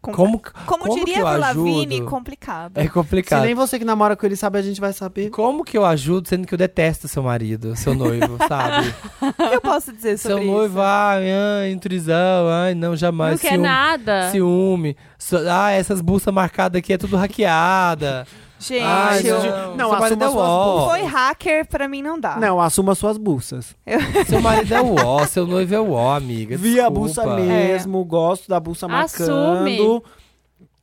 Speaker 4: Com-
Speaker 2: Como,
Speaker 4: Como,
Speaker 2: como que
Speaker 4: diria
Speaker 2: eu
Speaker 4: a
Speaker 2: ajudo?
Speaker 4: Lavigne, complicado.
Speaker 2: É
Speaker 5: Se
Speaker 2: complicado.
Speaker 5: nem você que namora com ele sabe, a gente vai saber.
Speaker 2: Como que eu ajudo sendo que eu detesto seu marido, seu noivo, sabe?
Speaker 4: O que eu posso dizer
Speaker 2: seu
Speaker 4: sobre
Speaker 2: noivo, ai, ai, intrusão, ai, não, jamais.
Speaker 1: não quer
Speaker 2: ciúme,
Speaker 1: nada.
Speaker 2: Ciúme. So- ah, essas buças marcadas aqui é tudo hackeada.
Speaker 4: isso? Gente,
Speaker 2: Ai,
Speaker 4: eu-
Speaker 2: não,
Speaker 5: Não,
Speaker 2: seu marido
Speaker 5: assuma
Speaker 2: é
Speaker 5: suas
Speaker 2: uó.
Speaker 4: foi hacker, pra mim não dá.
Speaker 5: Não, assuma suas bussas.
Speaker 2: Seu marido é uó, seu noivo é uó, amiga.
Speaker 5: Vi a
Speaker 2: desculpa.
Speaker 5: bussa
Speaker 4: É.
Speaker 5: mesmo, gosto da bussa
Speaker 1: Assume.
Speaker 5: marcando.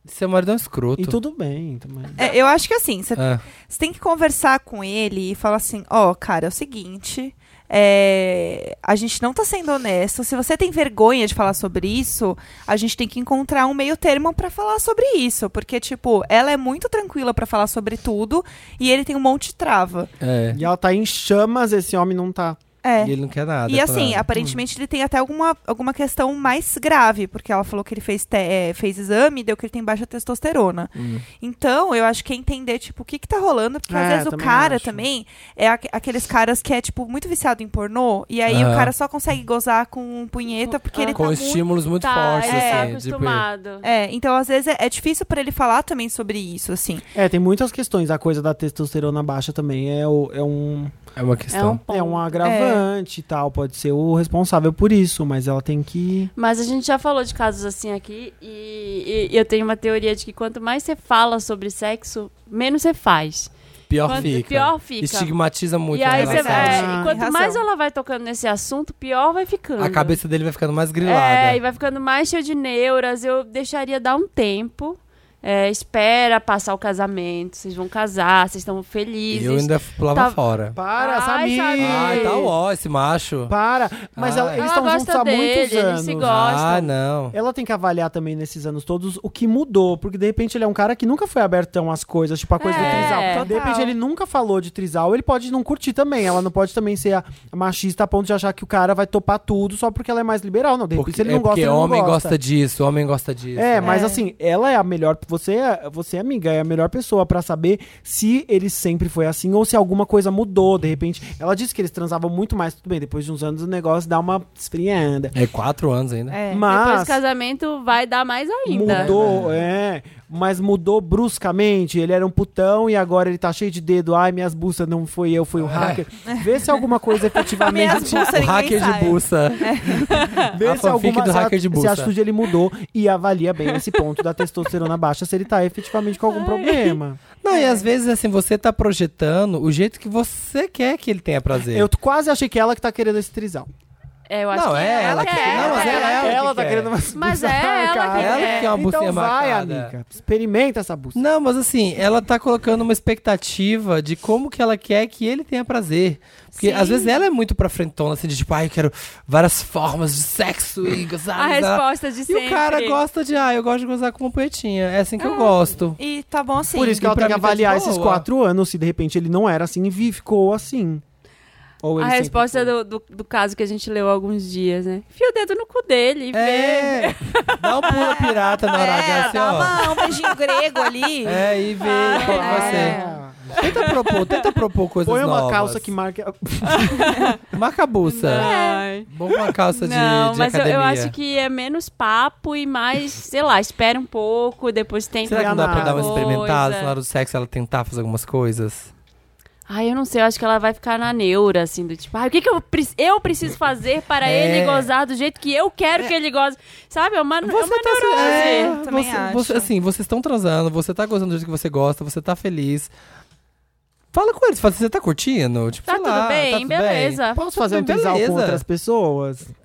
Speaker 2: Seu marido é um escroto.
Speaker 5: E tudo bem também.
Speaker 4: É, eu acho que assim, você
Speaker 2: Ah,
Speaker 4: Você tem que conversar com ele e falar assim: ó, cara, é o seguinte. é, a gente não tá sendo honesto. Se você tem vergonha de falar sobre isso, a gente tem que encontrar um meio termo pra falar sobre isso. Porque, tipo, ela é muito tranquila pra falar sobre tudo e ele tem um monte de trava.
Speaker 2: É.
Speaker 5: E ela tá em chamas, esse homem não tá.
Speaker 4: É.
Speaker 2: E ele não quer nada.
Speaker 4: E
Speaker 2: é pra-
Speaker 4: assim, aparentemente ele tem até alguma, alguma questão mais grave, porque ela falou que ele fez, te- eh, fez exame e deu que ele tem baixa testosterona.
Speaker 2: Hum.
Speaker 4: Então, eu acho que é entender, tipo, o que que tá rolando, porque
Speaker 5: É,
Speaker 4: às vezes o
Speaker 5: também
Speaker 4: cara
Speaker 5: acho.
Speaker 4: também é aque- aqueles caras que é, tipo, muito viciado em pornô, e aí
Speaker 2: Aham.
Speaker 4: o cara só consegue gozar com um punheta porque ele
Speaker 2: com
Speaker 4: tá muito...
Speaker 2: estímulos muito
Speaker 1: é tá,
Speaker 2: fortes,
Speaker 1: ele tá
Speaker 2: assim. tipo,
Speaker 1: acostumado.
Speaker 4: É, então às vezes é, é difícil pra ele falar também sobre isso, assim.
Speaker 5: É, tem muitas questões. A coisa da testosterona baixa também é, o- é um,
Speaker 2: é uma
Speaker 1: É um
Speaker 2: questão.
Speaker 1: ponto.
Speaker 5: é um agravante e tal. Pode ser o responsável por isso, mas ela tem que.
Speaker 1: Mas a gente já falou de casos assim aqui e, e eu tenho uma teoria de que quanto mais você fala sobre sexo, menos você faz.
Speaker 2: Pior
Speaker 1: Quando-
Speaker 2: fica.
Speaker 1: pior fica.
Speaker 2: Estigmatiza muito
Speaker 1: e
Speaker 2: a
Speaker 1: aí você
Speaker 2: relação.
Speaker 1: vai,
Speaker 5: né?
Speaker 1: é,
Speaker 5: Ah,
Speaker 1: e
Speaker 4: tem
Speaker 1: quanto
Speaker 4: razão.
Speaker 1: mais ela vai tocando nesse assunto, pior vai ficando.
Speaker 2: A cabeça dele vai ficando mais grilada.
Speaker 1: É, e vai ficando mais cheio de neuras. Eu deixaria dar um tempo. É, espera passar o casamento. Vocês vão casar, vocês estão felizes.
Speaker 2: eu ainda pulava
Speaker 1: Tá-
Speaker 2: fora.
Speaker 5: Para,
Speaker 1: Ai,
Speaker 5: Samir!
Speaker 1: Samir! Ah,
Speaker 2: Ai, tá ó esse macho.
Speaker 5: Para! Mas ela-
Speaker 2: Ai.
Speaker 5: eles
Speaker 1: Ela
Speaker 5: estão juntos
Speaker 1: gosta
Speaker 5: há
Speaker 1: dele,
Speaker 5: muitos
Speaker 1: eles
Speaker 5: anos. né?
Speaker 1: se gostam.
Speaker 5: tá,
Speaker 2: Ah, não.
Speaker 5: Ela tem que avaliar também nesses anos todos o que mudou, porque de repente ele é um cara que nunca foi abertão às coisas, tipo a coisa do
Speaker 1: É,
Speaker 5: trisal. De
Speaker 4: total.
Speaker 5: repente ele nunca falou de trisal, ele pode não curtir também. Ela não pode também ser a- a machista a ponto de achar que o cara vai topar tudo só porque ela é mais liberal, não. De repente
Speaker 2: Porque,
Speaker 5: ele não
Speaker 2: é
Speaker 5: gosta,
Speaker 2: porque
Speaker 5: ele não
Speaker 2: homem
Speaker 5: gosta.
Speaker 2: gosta disso, homem gosta disso.
Speaker 5: É, mas assim, ela é a melhor. Você, é- você é amiga, é a melhor pessoa pra saber se ele sempre foi assim ou se alguma coisa mudou. De repente, ela disse que eles transavam muito mais. Tudo bem, depois de uns anos o negócio dá uma esfriada.
Speaker 2: É quatro anos ainda.
Speaker 4: É.
Speaker 1: Depois do
Speaker 5: Mas
Speaker 1: casamento vai dar mais ainda.
Speaker 5: mudou, é. Mas mudou bruscamente. Ele era um putão e agora ele tá cheio de dedo. Ai, minhas buças não foi eu,
Speaker 2: É.
Speaker 5: foi o hacker. Vê se alguma coisa
Speaker 4: Minhas
Speaker 5: efetivamente.
Speaker 4: bolsas
Speaker 2: O
Speaker 4: ninguém
Speaker 2: hacker
Speaker 4: sabe.
Speaker 2: de buça.
Speaker 5: Vê
Speaker 2: A
Speaker 5: se
Speaker 2: fanfic
Speaker 5: alguma
Speaker 2: do
Speaker 5: se a-
Speaker 2: hacker de
Speaker 5: se
Speaker 2: buça.
Speaker 5: a atitude ele mudou e avalia bem esse ponto da testosterona baixa se ele tá efetivamente com algum problema.
Speaker 2: Não,
Speaker 1: É.
Speaker 2: e às vezes, assim, você tá projetando o jeito que você quer que ele tenha prazer.
Speaker 5: Eu quase achei que ela que tá querendo esse trisal.
Speaker 1: É, eu acho
Speaker 2: Não,
Speaker 1: que
Speaker 2: é ela que-
Speaker 1: quer,
Speaker 2: não, mas
Speaker 1: é
Speaker 2: ela- ela que
Speaker 5: tá
Speaker 2: quer.
Speaker 5: querendo uma
Speaker 1: Mas é ela que
Speaker 2: Ela
Speaker 1: quer.
Speaker 2: que é uma
Speaker 5: Então
Speaker 2: bucinha
Speaker 5: vai,
Speaker 2: marcada.
Speaker 5: amiga. Experimenta essa buça.
Speaker 2: Não, mas assim, ela tá colocando uma expectativa de como que ela quer que ele tenha prazer. Porque às vezes ela é muito pra frentona, assim, de tipo, ai, eu quero várias formas de sexo e gozar.
Speaker 1: A
Speaker 2: gozar.
Speaker 1: resposta de
Speaker 2: E
Speaker 1: sempre. Ah,
Speaker 2: o cara gosta de, ah, eu gosto de gozar com uma poetinha. É assim que eu gosto.
Speaker 4: E tá bom assim.
Speaker 5: Por isso que ela
Speaker 2: pra
Speaker 5: tem que
Speaker 2: mim tá de
Speaker 5: avaliar esses
Speaker 2: boa.
Speaker 5: quatro anos, se de repente ele não era assim e vi- ficou assim. Ou
Speaker 1: A
Speaker 5: ele sempre
Speaker 1: resposta
Speaker 5: foi.
Speaker 1: do, do, do caso que a gente leu há alguns dias, né? Fia o dedo no cu dele e vê.
Speaker 2: É. Dá um pulo pirata na hora H,
Speaker 4: É,
Speaker 2: assim,
Speaker 4: dá
Speaker 2: ó.
Speaker 4: uma, um beijinho grego ali.
Speaker 2: É, e vê qual que vai
Speaker 1: é.
Speaker 2: ser.
Speaker 5: Ah,
Speaker 2: Tenta propor, tenta propor coisas
Speaker 5: Põe uma
Speaker 2: novas.
Speaker 5: calça que marca.
Speaker 2: Marca a buça.
Speaker 1: Ai.
Speaker 2: Bom uma calça de,
Speaker 1: É. Não,
Speaker 2: de
Speaker 1: mas eu,
Speaker 2: academia.
Speaker 1: eu acho que é menos papo e mais, sei lá, espera um pouco, depois tenta
Speaker 2: Será que não dá pra
Speaker 1: outra
Speaker 2: dar uma
Speaker 1: coisa.
Speaker 2: experimentada na hora do sexo ela tentar fazer algumas coisas?
Speaker 1: Ai, eu não sei, eu acho que ela vai ficar na neura, assim, do tipo, ai, o que, que eu, pre- eu preciso fazer para
Speaker 2: É.
Speaker 1: ele gozar do jeito que eu quero que ele goze? Sabe, é uma, é uma neurose.
Speaker 2: É,
Speaker 4: também
Speaker 2: você,
Speaker 4: acho.
Speaker 2: você- assim, vocês estão transando, você tá gozando do jeito que você gosta, você tá feliz. Fala com eles, fala assim, você tá curtindo? Tipo,
Speaker 1: Tá
Speaker 2: sei
Speaker 1: tudo
Speaker 2: lá,
Speaker 1: bem,
Speaker 2: tá tudo
Speaker 1: beleza.
Speaker 5: Posso fazer um trisal com
Speaker 2: Beleza.
Speaker 5: outras pessoas?
Speaker 2: Bem.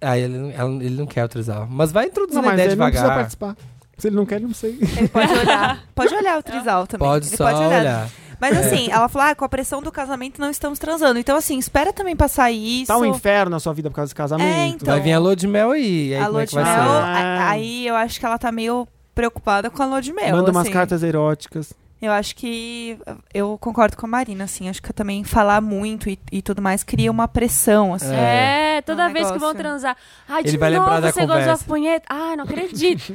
Speaker 2: Ah, ele, não- ela- ele não quer autorizar. Mas vai introduzindo
Speaker 5: Não, mas
Speaker 2: a ideia
Speaker 5: ele não precisa
Speaker 2: devagar.
Speaker 5: participar. Se ele não quer, ele não sei.
Speaker 4: Ele pode olhar. Pode olhar o trisal também.
Speaker 2: É. Pode
Speaker 4: Ele
Speaker 2: só olhar.
Speaker 4: Mas assim, ela falou, ah, com a pressão do casamento não estamos transando. Então assim, espera também passar isso.
Speaker 5: Tá um inferno na sua vida por causa do casamento.
Speaker 4: É, então.
Speaker 2: Vai vir a lua de mel aí. e aí
Speaker 4: a
Speaker 2: como
Speaker 4: lua
Speaker 2: é que
Speaker 4: de
Speaker 2: vai
Speaker 4: mel,
Speaker 2: ser?
Speaker 4: a- aí eu acho que ela tá meio preocupada com a lua de mel.
Speaker 5: Manda umas
Speaker 4: assim.
Speaker 5: cartas eróticas.
Speaker 4: Eu acho que eu concordo com a Marina, assim. Acho que também falar muito e, e tudo mais cria uma pressão, assim.
Speaker 1: É, toda
Speaker 4: um
Speaker 1: vez que vão
Speaker 4: negócio.
Speaker 1: transar. Ai, de
Speaker 2: Ele vai
Speaker 1: novo
Speaker 2: lembrar da
Speaker 1: você gozou a
Speaker 2: conversa.
Speaker 1: punheta. Ai, não acredito.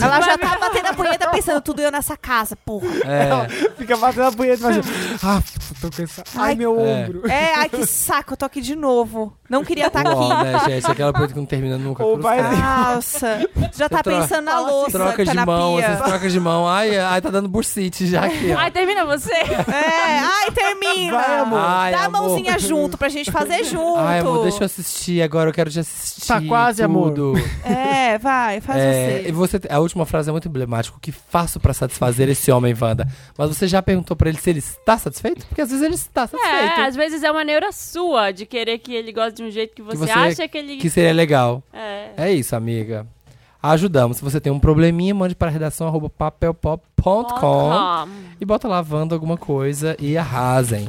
Speaker 4: Ela já tá batendo a punheta pensando, tudo eu nessa casa, porra.
Speaker 2: É,
Speaker 5: Fica batendo a punheta e faz assim, Ah, tô cansado. Ai,
Speaker 4: Ai,
Speaker 5: meu
Speaker 2: É.
Speaker 5: ombro.
Speaker 4: É, ai que saco, eu tô aqui de novo. Não queria
Speaker 1: tá
Speaker 4: estar
Speaker 2: uau,
Speaker 4: aqui.
Speaker 2: né, gente? Aquela coisa que não termina nunca.
Speaker 5: Ou
Speaker 2: cruzada.
Speaker 5: vai-
Speaker 4: Nossa, já tá
Speaker 2: Você troca-
Speaker 4: pensando na louça,
Speaker 2: Troca
Speaker 4: que tá
Speaker 2: de
Speaker 4: na
Speaker 2: mão,
Speaker 4: pia.
Speaker 2: essas trocas de mão. Ai, ai, tá dando bursite já aqui. ó.
Speaker 1: Ai, termina você.
Speaker 4: É, ai, termina.
Speaker 5: Vai, amor.
Speaker 2: Ai,
Speaker 4: Dá a
Speaker 2: amor.
Speaker 4: mãozinha junto pra gente fazer junto.
Speaker 2: Ai, amor, deixa eu assistir agora, eu quero te assistir.
Speaker 5: Tá quase, amor.
Speaker 2: tudo.
Speaker 4: É, vai, faz
Speaker 2: É,
Speaker 4: você.
Speaker 2: e você. A última frase é muito emblemática. O que faço pra satisfazer esse homem, Wanda? Mas você já perguntou pra ele se ele está satisfeito? Porque às vezes ele está satisfeito.
Speaker 1: É, às vezes é uma neura sua de querer que ele goste de um jeito que você,
Speaker 2: você
Speaker 1: acha que ele.
Speaker 2: Que seria legal.
Speaker 1: É.
Speaker 2: É isso, amiga. Ajudamos. Se você tem um probleminha, mande pra redação arroba papelpop.com
Speaker 1: Com.
Speaker 2: e bota lá Wanda alguma coisa e arrasem.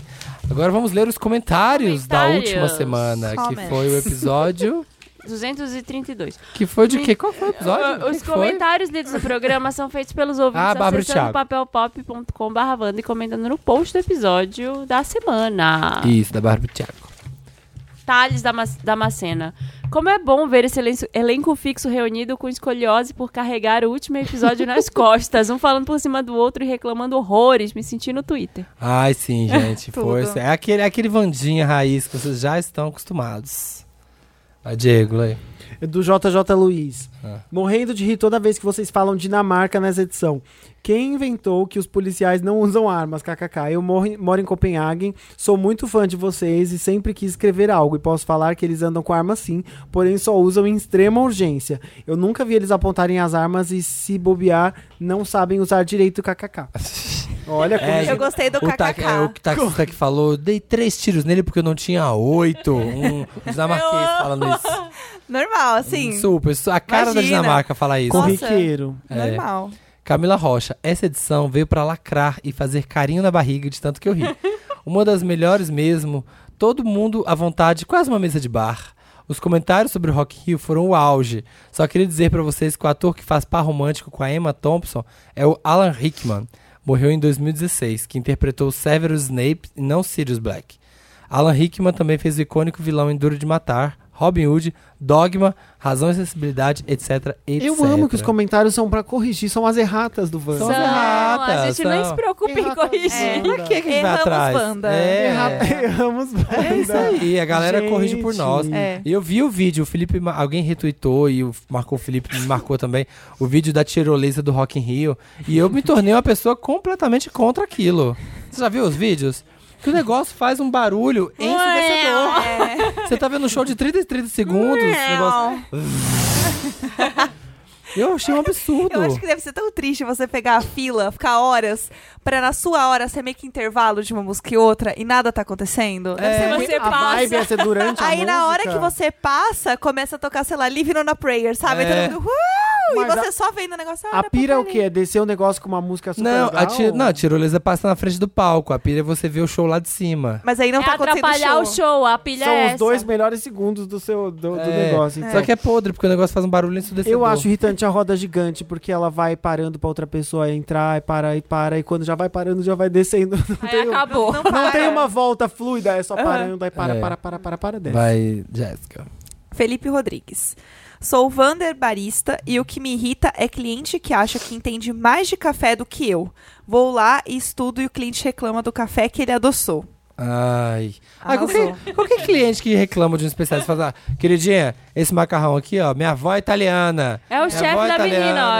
Speaker 2: Agora vamos ler os comentários,
Speaker 1: Comentários.
Speaker 2: da última semana, que
Speaker 4: Comments.
Speaker 2: foi o episódio.
Speaker 1: 232.
Speaker 2: Que foi de quê? Qual foi o episódio?
Speaker 4: Uh,
Speaker 1: Os
Speaker 2: Quem que foi?
Speaker 1: comentários lidos no programa são feitos pelos ouvintes
Speaker 2: Ah, Bárbara e
Speaker 1: acessando
Speaker 2: Thiago.
Speaker 1: papelpop.com.br e comentando no post do episódio da semana.
Speaker 2: Isso, da Bárbara e Thiago.
Speaker 1: Thales da, Mas- da Macena. Como é bom ver esse elen- elenco fixo reunido com escoliose por carregar o último episódio nas costas, um falando por cima do outro e reclamando horrores. Me senti no Twitter.
Speaker 2: Ai, sim, gente.
Speaker 4: Tudo.
Speaker 2: foi. É aquele, é aquele Vandinha raiz que vocês já estão acostumados. Vai, Diego, lê.
Speaker 5: É do JJ Luiz.
Speaker 2: Ah.
Speaker 5: Morrendo de rir toda vez que vocês falam Dinamarca nessa edição. Quem inventou que os policiais não usam armas? KKK. Eu moro, em- moro em Copenhague, sou muito fã de vocês e sempre quis escrever algo. E posso falar que eles andam com armas sim, porém só usam em extrema urgência. Eu nunca vi eles apontarem as armas e, se bobear, não sabem usar direito KKK. Olha como.
Speaker 2: É,
Speaker 4: Eu gostei do
Speaker 2: O, ta-
Speaker 4: KKK.
Speaker 2: é, o taxista que falou, dei três tiros nele porque eu não tinha oito. Um dinamarquês falando isso.
Speaker 4: Normal, assim.
Speaker 2: Super, su- a cara da
Speaker 4: Imagina.
Speaker 2: Dinamarca falar isso.
Speaker 5: Corriqueiro.
Speaker 2: É.
Speaker 4: Normal.
Speaker 2: Camila Rocha, essa edição veio pra lacrar e fazer carinho na barriga de tanto que eu ri. Uma das melhores mesmo, todo mundo à vontade, quase uma mesa de bar. Os comentários sobre o Rock in Rio foram o auge. Só queria dizer pra vocês que o ator que faz par romântico com a Emma Thompson é o Alan Rickman. Morreu em 2016, que interpretou Severus Snape e não Sirius Black. Alan Rickman também fez o icônico vilão em Duro de Matar, Robin Hood, Dogma, Razão e Sensibilidade, etc, etc.
Speaker 5: Eu amo que os comentários são pra corrigir, são as erratas do Van.
Speaker 2: São
Speaker 1: Não,
Speaker 2: erratas,
Speaker 1: a gente não É.
Speaker 2: são.
Speaker 1: se preocupa em
Speaker 5: Erratas.
Speaker 1: corrigir.
Speaker 2: Pra que que a gente vai
Speaker 4: É. Erramos,
Speaker 2: atrás?
Speaker 4: banda.
Speaker 2: É,
Speaker 5: Erramos, Wanda.
Speaker 2: é isso aí, a galera
Speaker 5: Gente.
Speaker 2: corrige por nós.
Speaker 4: É.
Speaker 2: E Eu vi o vídeo, o Felipe, ma- alguém retweetou e o F- marcou o Felipe, me marcou também, o vídeo da tirolesa do Rock in Rio. E eu me tornei uma pessoa completamente contra aquilo. Você já viu os vídeos? Que o negócio faz um barulho ensurdecedor.
Speaker 4: É.
Speaker 2: Você tá vendo um show de 30 e 30 segundos. esse negócio- Eu achei um absurdo.
Speaker 4: Eu acho que é deve ser tão triste você pegar a fila, ficar horas, pra na sua hora ser meio que intervalo de uma música e outra e nada tá acontecendo. Deve ser
Speaker 1: É.
Speaker 4: muito-
Speaker 1: Você
Speaker 5: a vibe
Speaker 1: passa.
Speaker 5: ia ser durante a
Speaker 4: Aí na hora
Speaker 5: música.
Speaker 4: que você passa, começa a tocar, sei lá, Living on a Prayer, sabe? Aí
Speaker 2: É.
Speaker 4: Todo mundo, "Uau!"
Speaker 5: Mas
Speaker 4: e você só vendo o negócio. "Ah,
Speaker 5: A pira é o quê? É descer um negócio com uma música super
Speaker 2: Não,
Speaker 5: legal?
Speaker 2: a ti- não, a tirolesa passa na frente do palco. A pira é você vê o show lá de cima.
Speaker 4: Mas aí não
Speaker 1: é
Speaker 4: tá acontecendo
Speaker 1: atrapalhar o show, a pilha é
Speaker 5: São
Speaker 1: essa.
Speaker 5: os dois melhores segundos do seu do, do
Speaker 2: É.
Speaker 5: negócio. então.
Speaker 2: Só que é podre, porque o negócio faz um barulho ensurdecedor.
Speaker 5: Eu acho irritante a roda gigante, porque ela vai parando pra outra pessoa entrar, e para, e para, e quando já vai parando, já vai descendo. Não,
Speaker 1: Aí
Speaker 5: tem,
Speaker 1: acabou.
Speaker 4: Não
Speaker 5: não
Speaker 4: para.
Speaker 5: tem uma volta fluida, é só parando, aí para,
Speaker 2: É.
Speaker 5: para, para, para, para, desce.
Speaker 2: Vai, Jéssica.
Speaker 4: Felipe Rodrigues. Sou Vander Barista e o que me irrita é cliente que acha que entende mais de café do que eu. Vou lá e estudo e o cliente reclama do café que ele adoçou.
Speaker 2: Ai. Ah, Ai,
Speaker 4: Arrasou.
Speaker 2: qualquer, qualquer cliente é- que reclama de um especialista fala, ah, queridinha, esse macarrão aqui, ó, minha avó é italiana.
Speaker 1: É o
Speaker 2: Minha avó
Speaker 1: chefe
Speaker 2: é
Speaker 1: da menina, ó.
Speaker 2: italiana,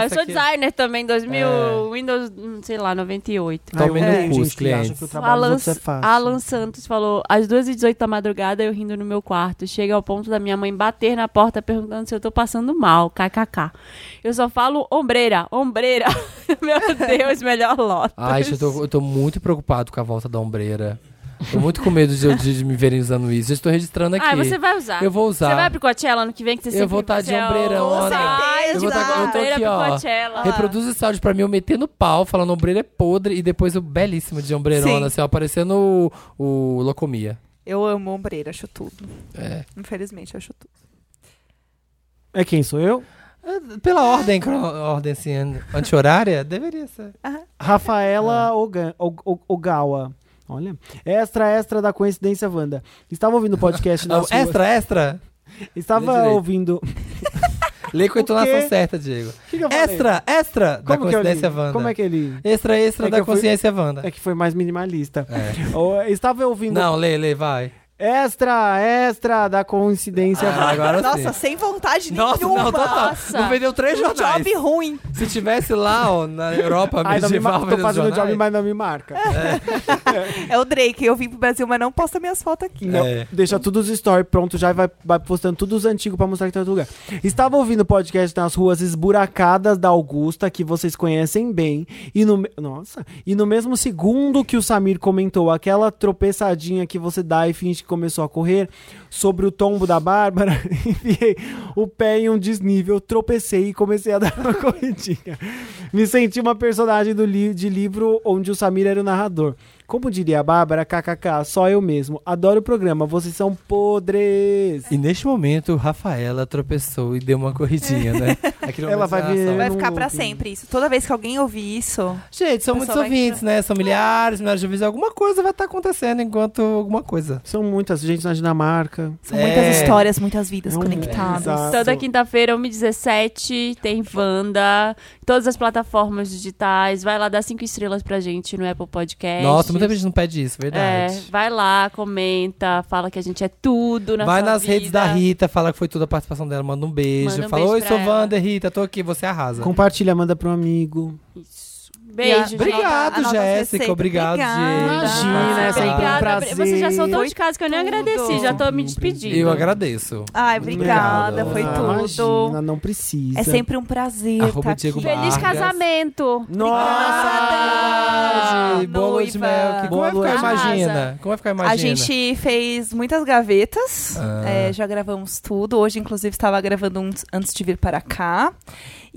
Speaker 1: Eu
Speaker 2: isso
Speaker 1: sou
Speaker 2: aqui.
Speaker 1: designer também, 2000,
Speaker 2: É.
Speaker 1: Windows, hum, sei lá, 98.
Speaker 5: Aí eu
Speaker 2: Tomem no
Speaker 5: odeio
Speaker 2: cu,
Speaker 5: é, gente
Speaker 2: os
Speaker 5: que acha
Speaker 2: clientes.
Speaker 5: que o trabalho dos
Speaker 1: Alan,
Speaker 5: outros é fácil.
Speaker 1: Alan Santos falou, às 2h18 da madrugada, eu rindo no meu quarto. Chega ao ponto da minha mãe bater na porta perguntando se eu tô passando mal. KKK. Eu só falo ombreira, ombreira. meu Deus, melhor lote.
Speaker 2: Ai, gente, eu tô, eu tô muito preocupado com a volta da ombreira. Tô muito com medo de, de- de me verem usando isso. Já estou registrando aqui.
Speaker 1: Ah, você vai usar.
Speaker 2: Eu vou usar.
Speaker 1: Você vai pro Coachella ano que vem, que você
Speaker 2: Tá. Eu
Speaker 1: sempre
Speaker 2: vou tá de
Speaker 1: você é o-
Speaker 2: ombreirão,
Speaker 1: Você
Speaker 2: Ana.
Speaker 1: vai
Speaker 4: Eu
Speaker 1: de
Speaker 4: vou tá- eu tô
Speaker 1: ombreira
Speaker 2: aqui,
Speaker 1: pro
Speaker 2: ó.
Speaker 1: Coachella.
Speaker 2: Reproduz esse áudio pra mim, eu meter no pau, falando ombreira é podre, e depois eu belíssimo de ombreirona,
Speaker 4: Sim.
Speaker 2: assim, ó, aparecendo o, o Locomia.
Speaker 4: Eu amo ombreira, acho tudo.
Speaker 2: É.
Speaker 4: Infelizmente, acho tudo.
Speaker 5: É quem sou eu?
Speaker 2: Pela ordem, crono- ordem assim, an- anti-horária, deveria ser. É.
Speaker 5: Rafaela Oga- Og- Og- Ogawa. Olha. Extra, extra da coincidência, Wanda. Estava ouvindo o podcast
Speaker 2: Ah,
Speaker 5: na
Speaker 2: o
Speaker 5: sua...
Speaker 2: extra, extra? Lê
Speaker 5: Estava
Speaker 2: direito.
Speaker 5: ouvindo...
Speaker 2: Lê com a
Speaker 5: O quê?
Speaker 2: entonação certa, Diego.
Speaker 5: O que que eu falei?
Speaker 2: Extra, extra da
Speaker 5: Como que eu li?
Speaker 2: consciência Wanda.
Speaker 5: Como é que ele...
Speaker 2: Extra, extra
Speaker 5: É que
Speaker 2: da
Speaker 5: eu fui-
Speaker 2: consciência Wanda.
Speaker 5: É que foi mais minimalista.
Speaker 2: É.
Speaker 5: Oh, Estava ouvindo...
Speaker 2: Não, lê, lê, vai.
Speaker 5: Extra, extra da coincidência.
Speaker 2: Ah, agora
Speaker 4: Nossa,
Speaker 2: sim.
Speaker 4: sem vontade
Speaker 2: Nossa,
Speaker 4: nenhuma.
Speaker 2: não, total.
Speaker 1: Nossa.
Speaker 2: Não vendeu três
Speaker 4: Um
Speaker 2: jornais.
Speaker 4: job ruim.
Speaker 2: Se tivesse lá, ó, na Europa
Speaker 5: Ai, não me
Speaker 2: medieval,
Speaker 5: mar... Tô
Speaker 2: vendendo
Speaker 5: fazendo um
Speaker 2: jornais.
Speaker 5: job, mas não me marca.
Speaker 4: É o Drake. Eu vim pro Brasil, mas não posta minhas fotos aqui.
Speaker 5: Não,
Speaker 2: É.
Speaker 5: Deixa tudo os stories pronto, já vai, vai postando todos os antigos pra mostrar que tá em outro lugar. Estava ouvindo o podcast nas ruas esburacadas da Augusta, que vocês conhecem bem. E no, me- nossa, e no mesmo segundo que o Samir comentou, aquela tropeçadinha que você dá e finge que começou a correr, sobre o tombo da Bárbara, enfiei o pé em um desnível, tropecei e comecei a dar uma corridinha. Me senti uma personagem do li de livro onde o Samir era o narrador. Como diria a Bárbara, kkk, só eu mesmo. Adoro o programa, vocês são podres.
Speaker 2: E neste momento, Rafaela tropeçou e deu uma corridinha, né? Aquele
Speaker 5: Ela
Speaker 2: momento
Speaker 5: vai
Speaker 2: de
Speaker 5: ver-
Speaker 2: narração.
Speaker 4: Vai
Speaker 5: não
Speaker 4: ficar pra
Speaker 5: ouvi.
Speaker 4: sempre isso. Toda vez que alguém ouvir isso.
Speaker 2: Gente, são
Speaker 4: O
Speaker 2: muitos
Speaker 4: pessoal vai
Speaker 2: ouvintes, né? São milhares, milhares de ouvintes. Alguma coisa vai estar acontecendo enquanto alguma coisa.
Speaker 5: São muitas gente na Dinamarca.
Speaker 4: São
Speaker 2: É.
Speaker 4: muitas histórias, muitas vidas
Speaker 5: É um-
Speaker 4: conectadas.
Speaker 5: Exato.
Speaker 1: Toda quinta-feira, 1h17, tem Wanda. Todas as plataformas digitais. Vai lá dar cinco estrelas pra gente no Apple Podcast.
Speaker 2: Nossa, muita gente não pede isso,
Speaker 1: É,
Speaker 2: verdade.
Speaker 1: vai lá, comenta, fala que a gente é tudo na
Speaker 2: Vai
Speaker 1: sua
Speaker 2: nas redes
Speaker 1: vida.
Speaker 2: da Rita, fala que foi tudo a participação dela, manda um beijo.
Speaker 1: Manda um
Speaker 2: fala,
Speaker 1: beijo
Speaker 2: oi,
Speaker 1: pra
Speaker 2: sou
Speaker 1: ela."
Speaker 2: Wander, Rita, tô aqui, você arrasa.
Speaker 5: Compartilha, manda pro amigo.
Speaker 1: Isso. Beijo, gente. Tá?
Speaker 2: Obrigado,
Speaker 4: Anota as
Speaker 2: Jéssica,
Speaker 4: receitas.
Speaker 2: obrigado, gente.
Speaker 5: Imagina, é sempre um
Speaker 1: Obrigada.
Speaker 5: prazer.
Speaker 1: Vocês já soltou de casa que eu nem
Speaker 4: Tudo.
Speaker 1: agradeci, já tô me despedindo.
Speaker 2: Eu agradeço.
Speaker 4: Ai, obrigada,
Speaker 2: Obrigado.
Speaker 4: foi
Speaker 5: Ah,
Speaker 4: tudo.
Speaker 5: Imagina, não precisa.
Speaker 4: É sempre um prazer.
Speaker 2: Arroba
Speaker 4: tá
Speaker 2: Diego
Speaker 4: aqui.
Speaker 2: Barra.
Speaker 1: Feliz
Speaker 2: Vargas.
Speaker 1: casamento.
Speaker 2: Ah,
Speaker 4: Obrigada,
Speaker 2: boa noite,
Speaker 4: noiva.
Speaker 2: Mel. Que- Como vai ficar
Speaker 1: Arrasa.
Speaker 2: imagina? Como vai ficar imagina? Ah.
Speaker 4: A gente fez muitas gavetas, é, já gravamos tudo. Hoje, inclusive, estava gravando um antes de vir para cá.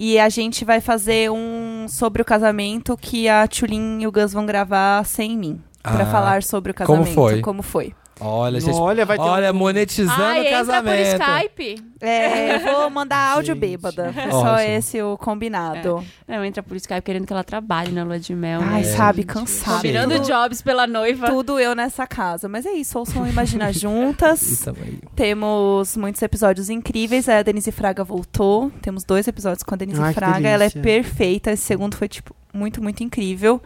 Speaker 4: E a gente vai fazer um sobre o casamento que a Tulin e o Gus vão gravar sem mim. Pra
Speaker 2: Ah.
Speaker 4: falar sobre o
Speaker 2: Como
Speaker 4: casamento.
Speaker 2: foi?
Speaker 4: Como foi.
Speaker 2: Olha, gente.
Speaker 5: Olha, vai ter um-
Speaker 2: Olha, monetizando
Speaker 1: Ai,
Speaker 2: o
Speaker 1: entra por
Speaker 2: casamento.
Speaker 1: Skype.
Speaker 4: É, eu vou mandar áudio
Speaker 5: Gente.
Speaker 4: bêbada. Foi
Speaker 2: Ótimo.
Speaker 4: só esse o combinado.
Speaker 1: Não, entra por Skype querendo que ela trabalhe na lua de mel.
Speaker 4: Ai,
Speaker 1: né?
Speaker 2: É.
Speaker 4: sabe, cansado.
Speaker 1: Combinando
Speaker 4: Tudo-
Speaker 1: jobs pela noiva.
Speaker 4: Tudo eu nessa casa. Mas é isso, ouçam o Imagina Juntas.
Speaker 2: Isso aí.
Speaker 4: Temos muitos episódios incríveis. A Denise Fraga voltou. Temos dois episódios com a Denise
Speaker 5: Ai, que
Speaker 4: Fraga. Ela é
Speaker 5: delícia.
Speaker 4: perfeita. Esse segundo foi, tipo, muito, muito incrível.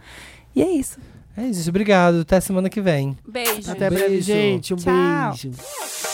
Speaker 4: E é isso.
Speaker 2: É isso, obrigado. Até semana que vem.
Speaker 1: Beijo.
Speaker 5: Até breve,
Speaker 2: Beijo.
Speaker 5: gente. Um
Speaker 4: Tchau.
Speaker 5: beijo.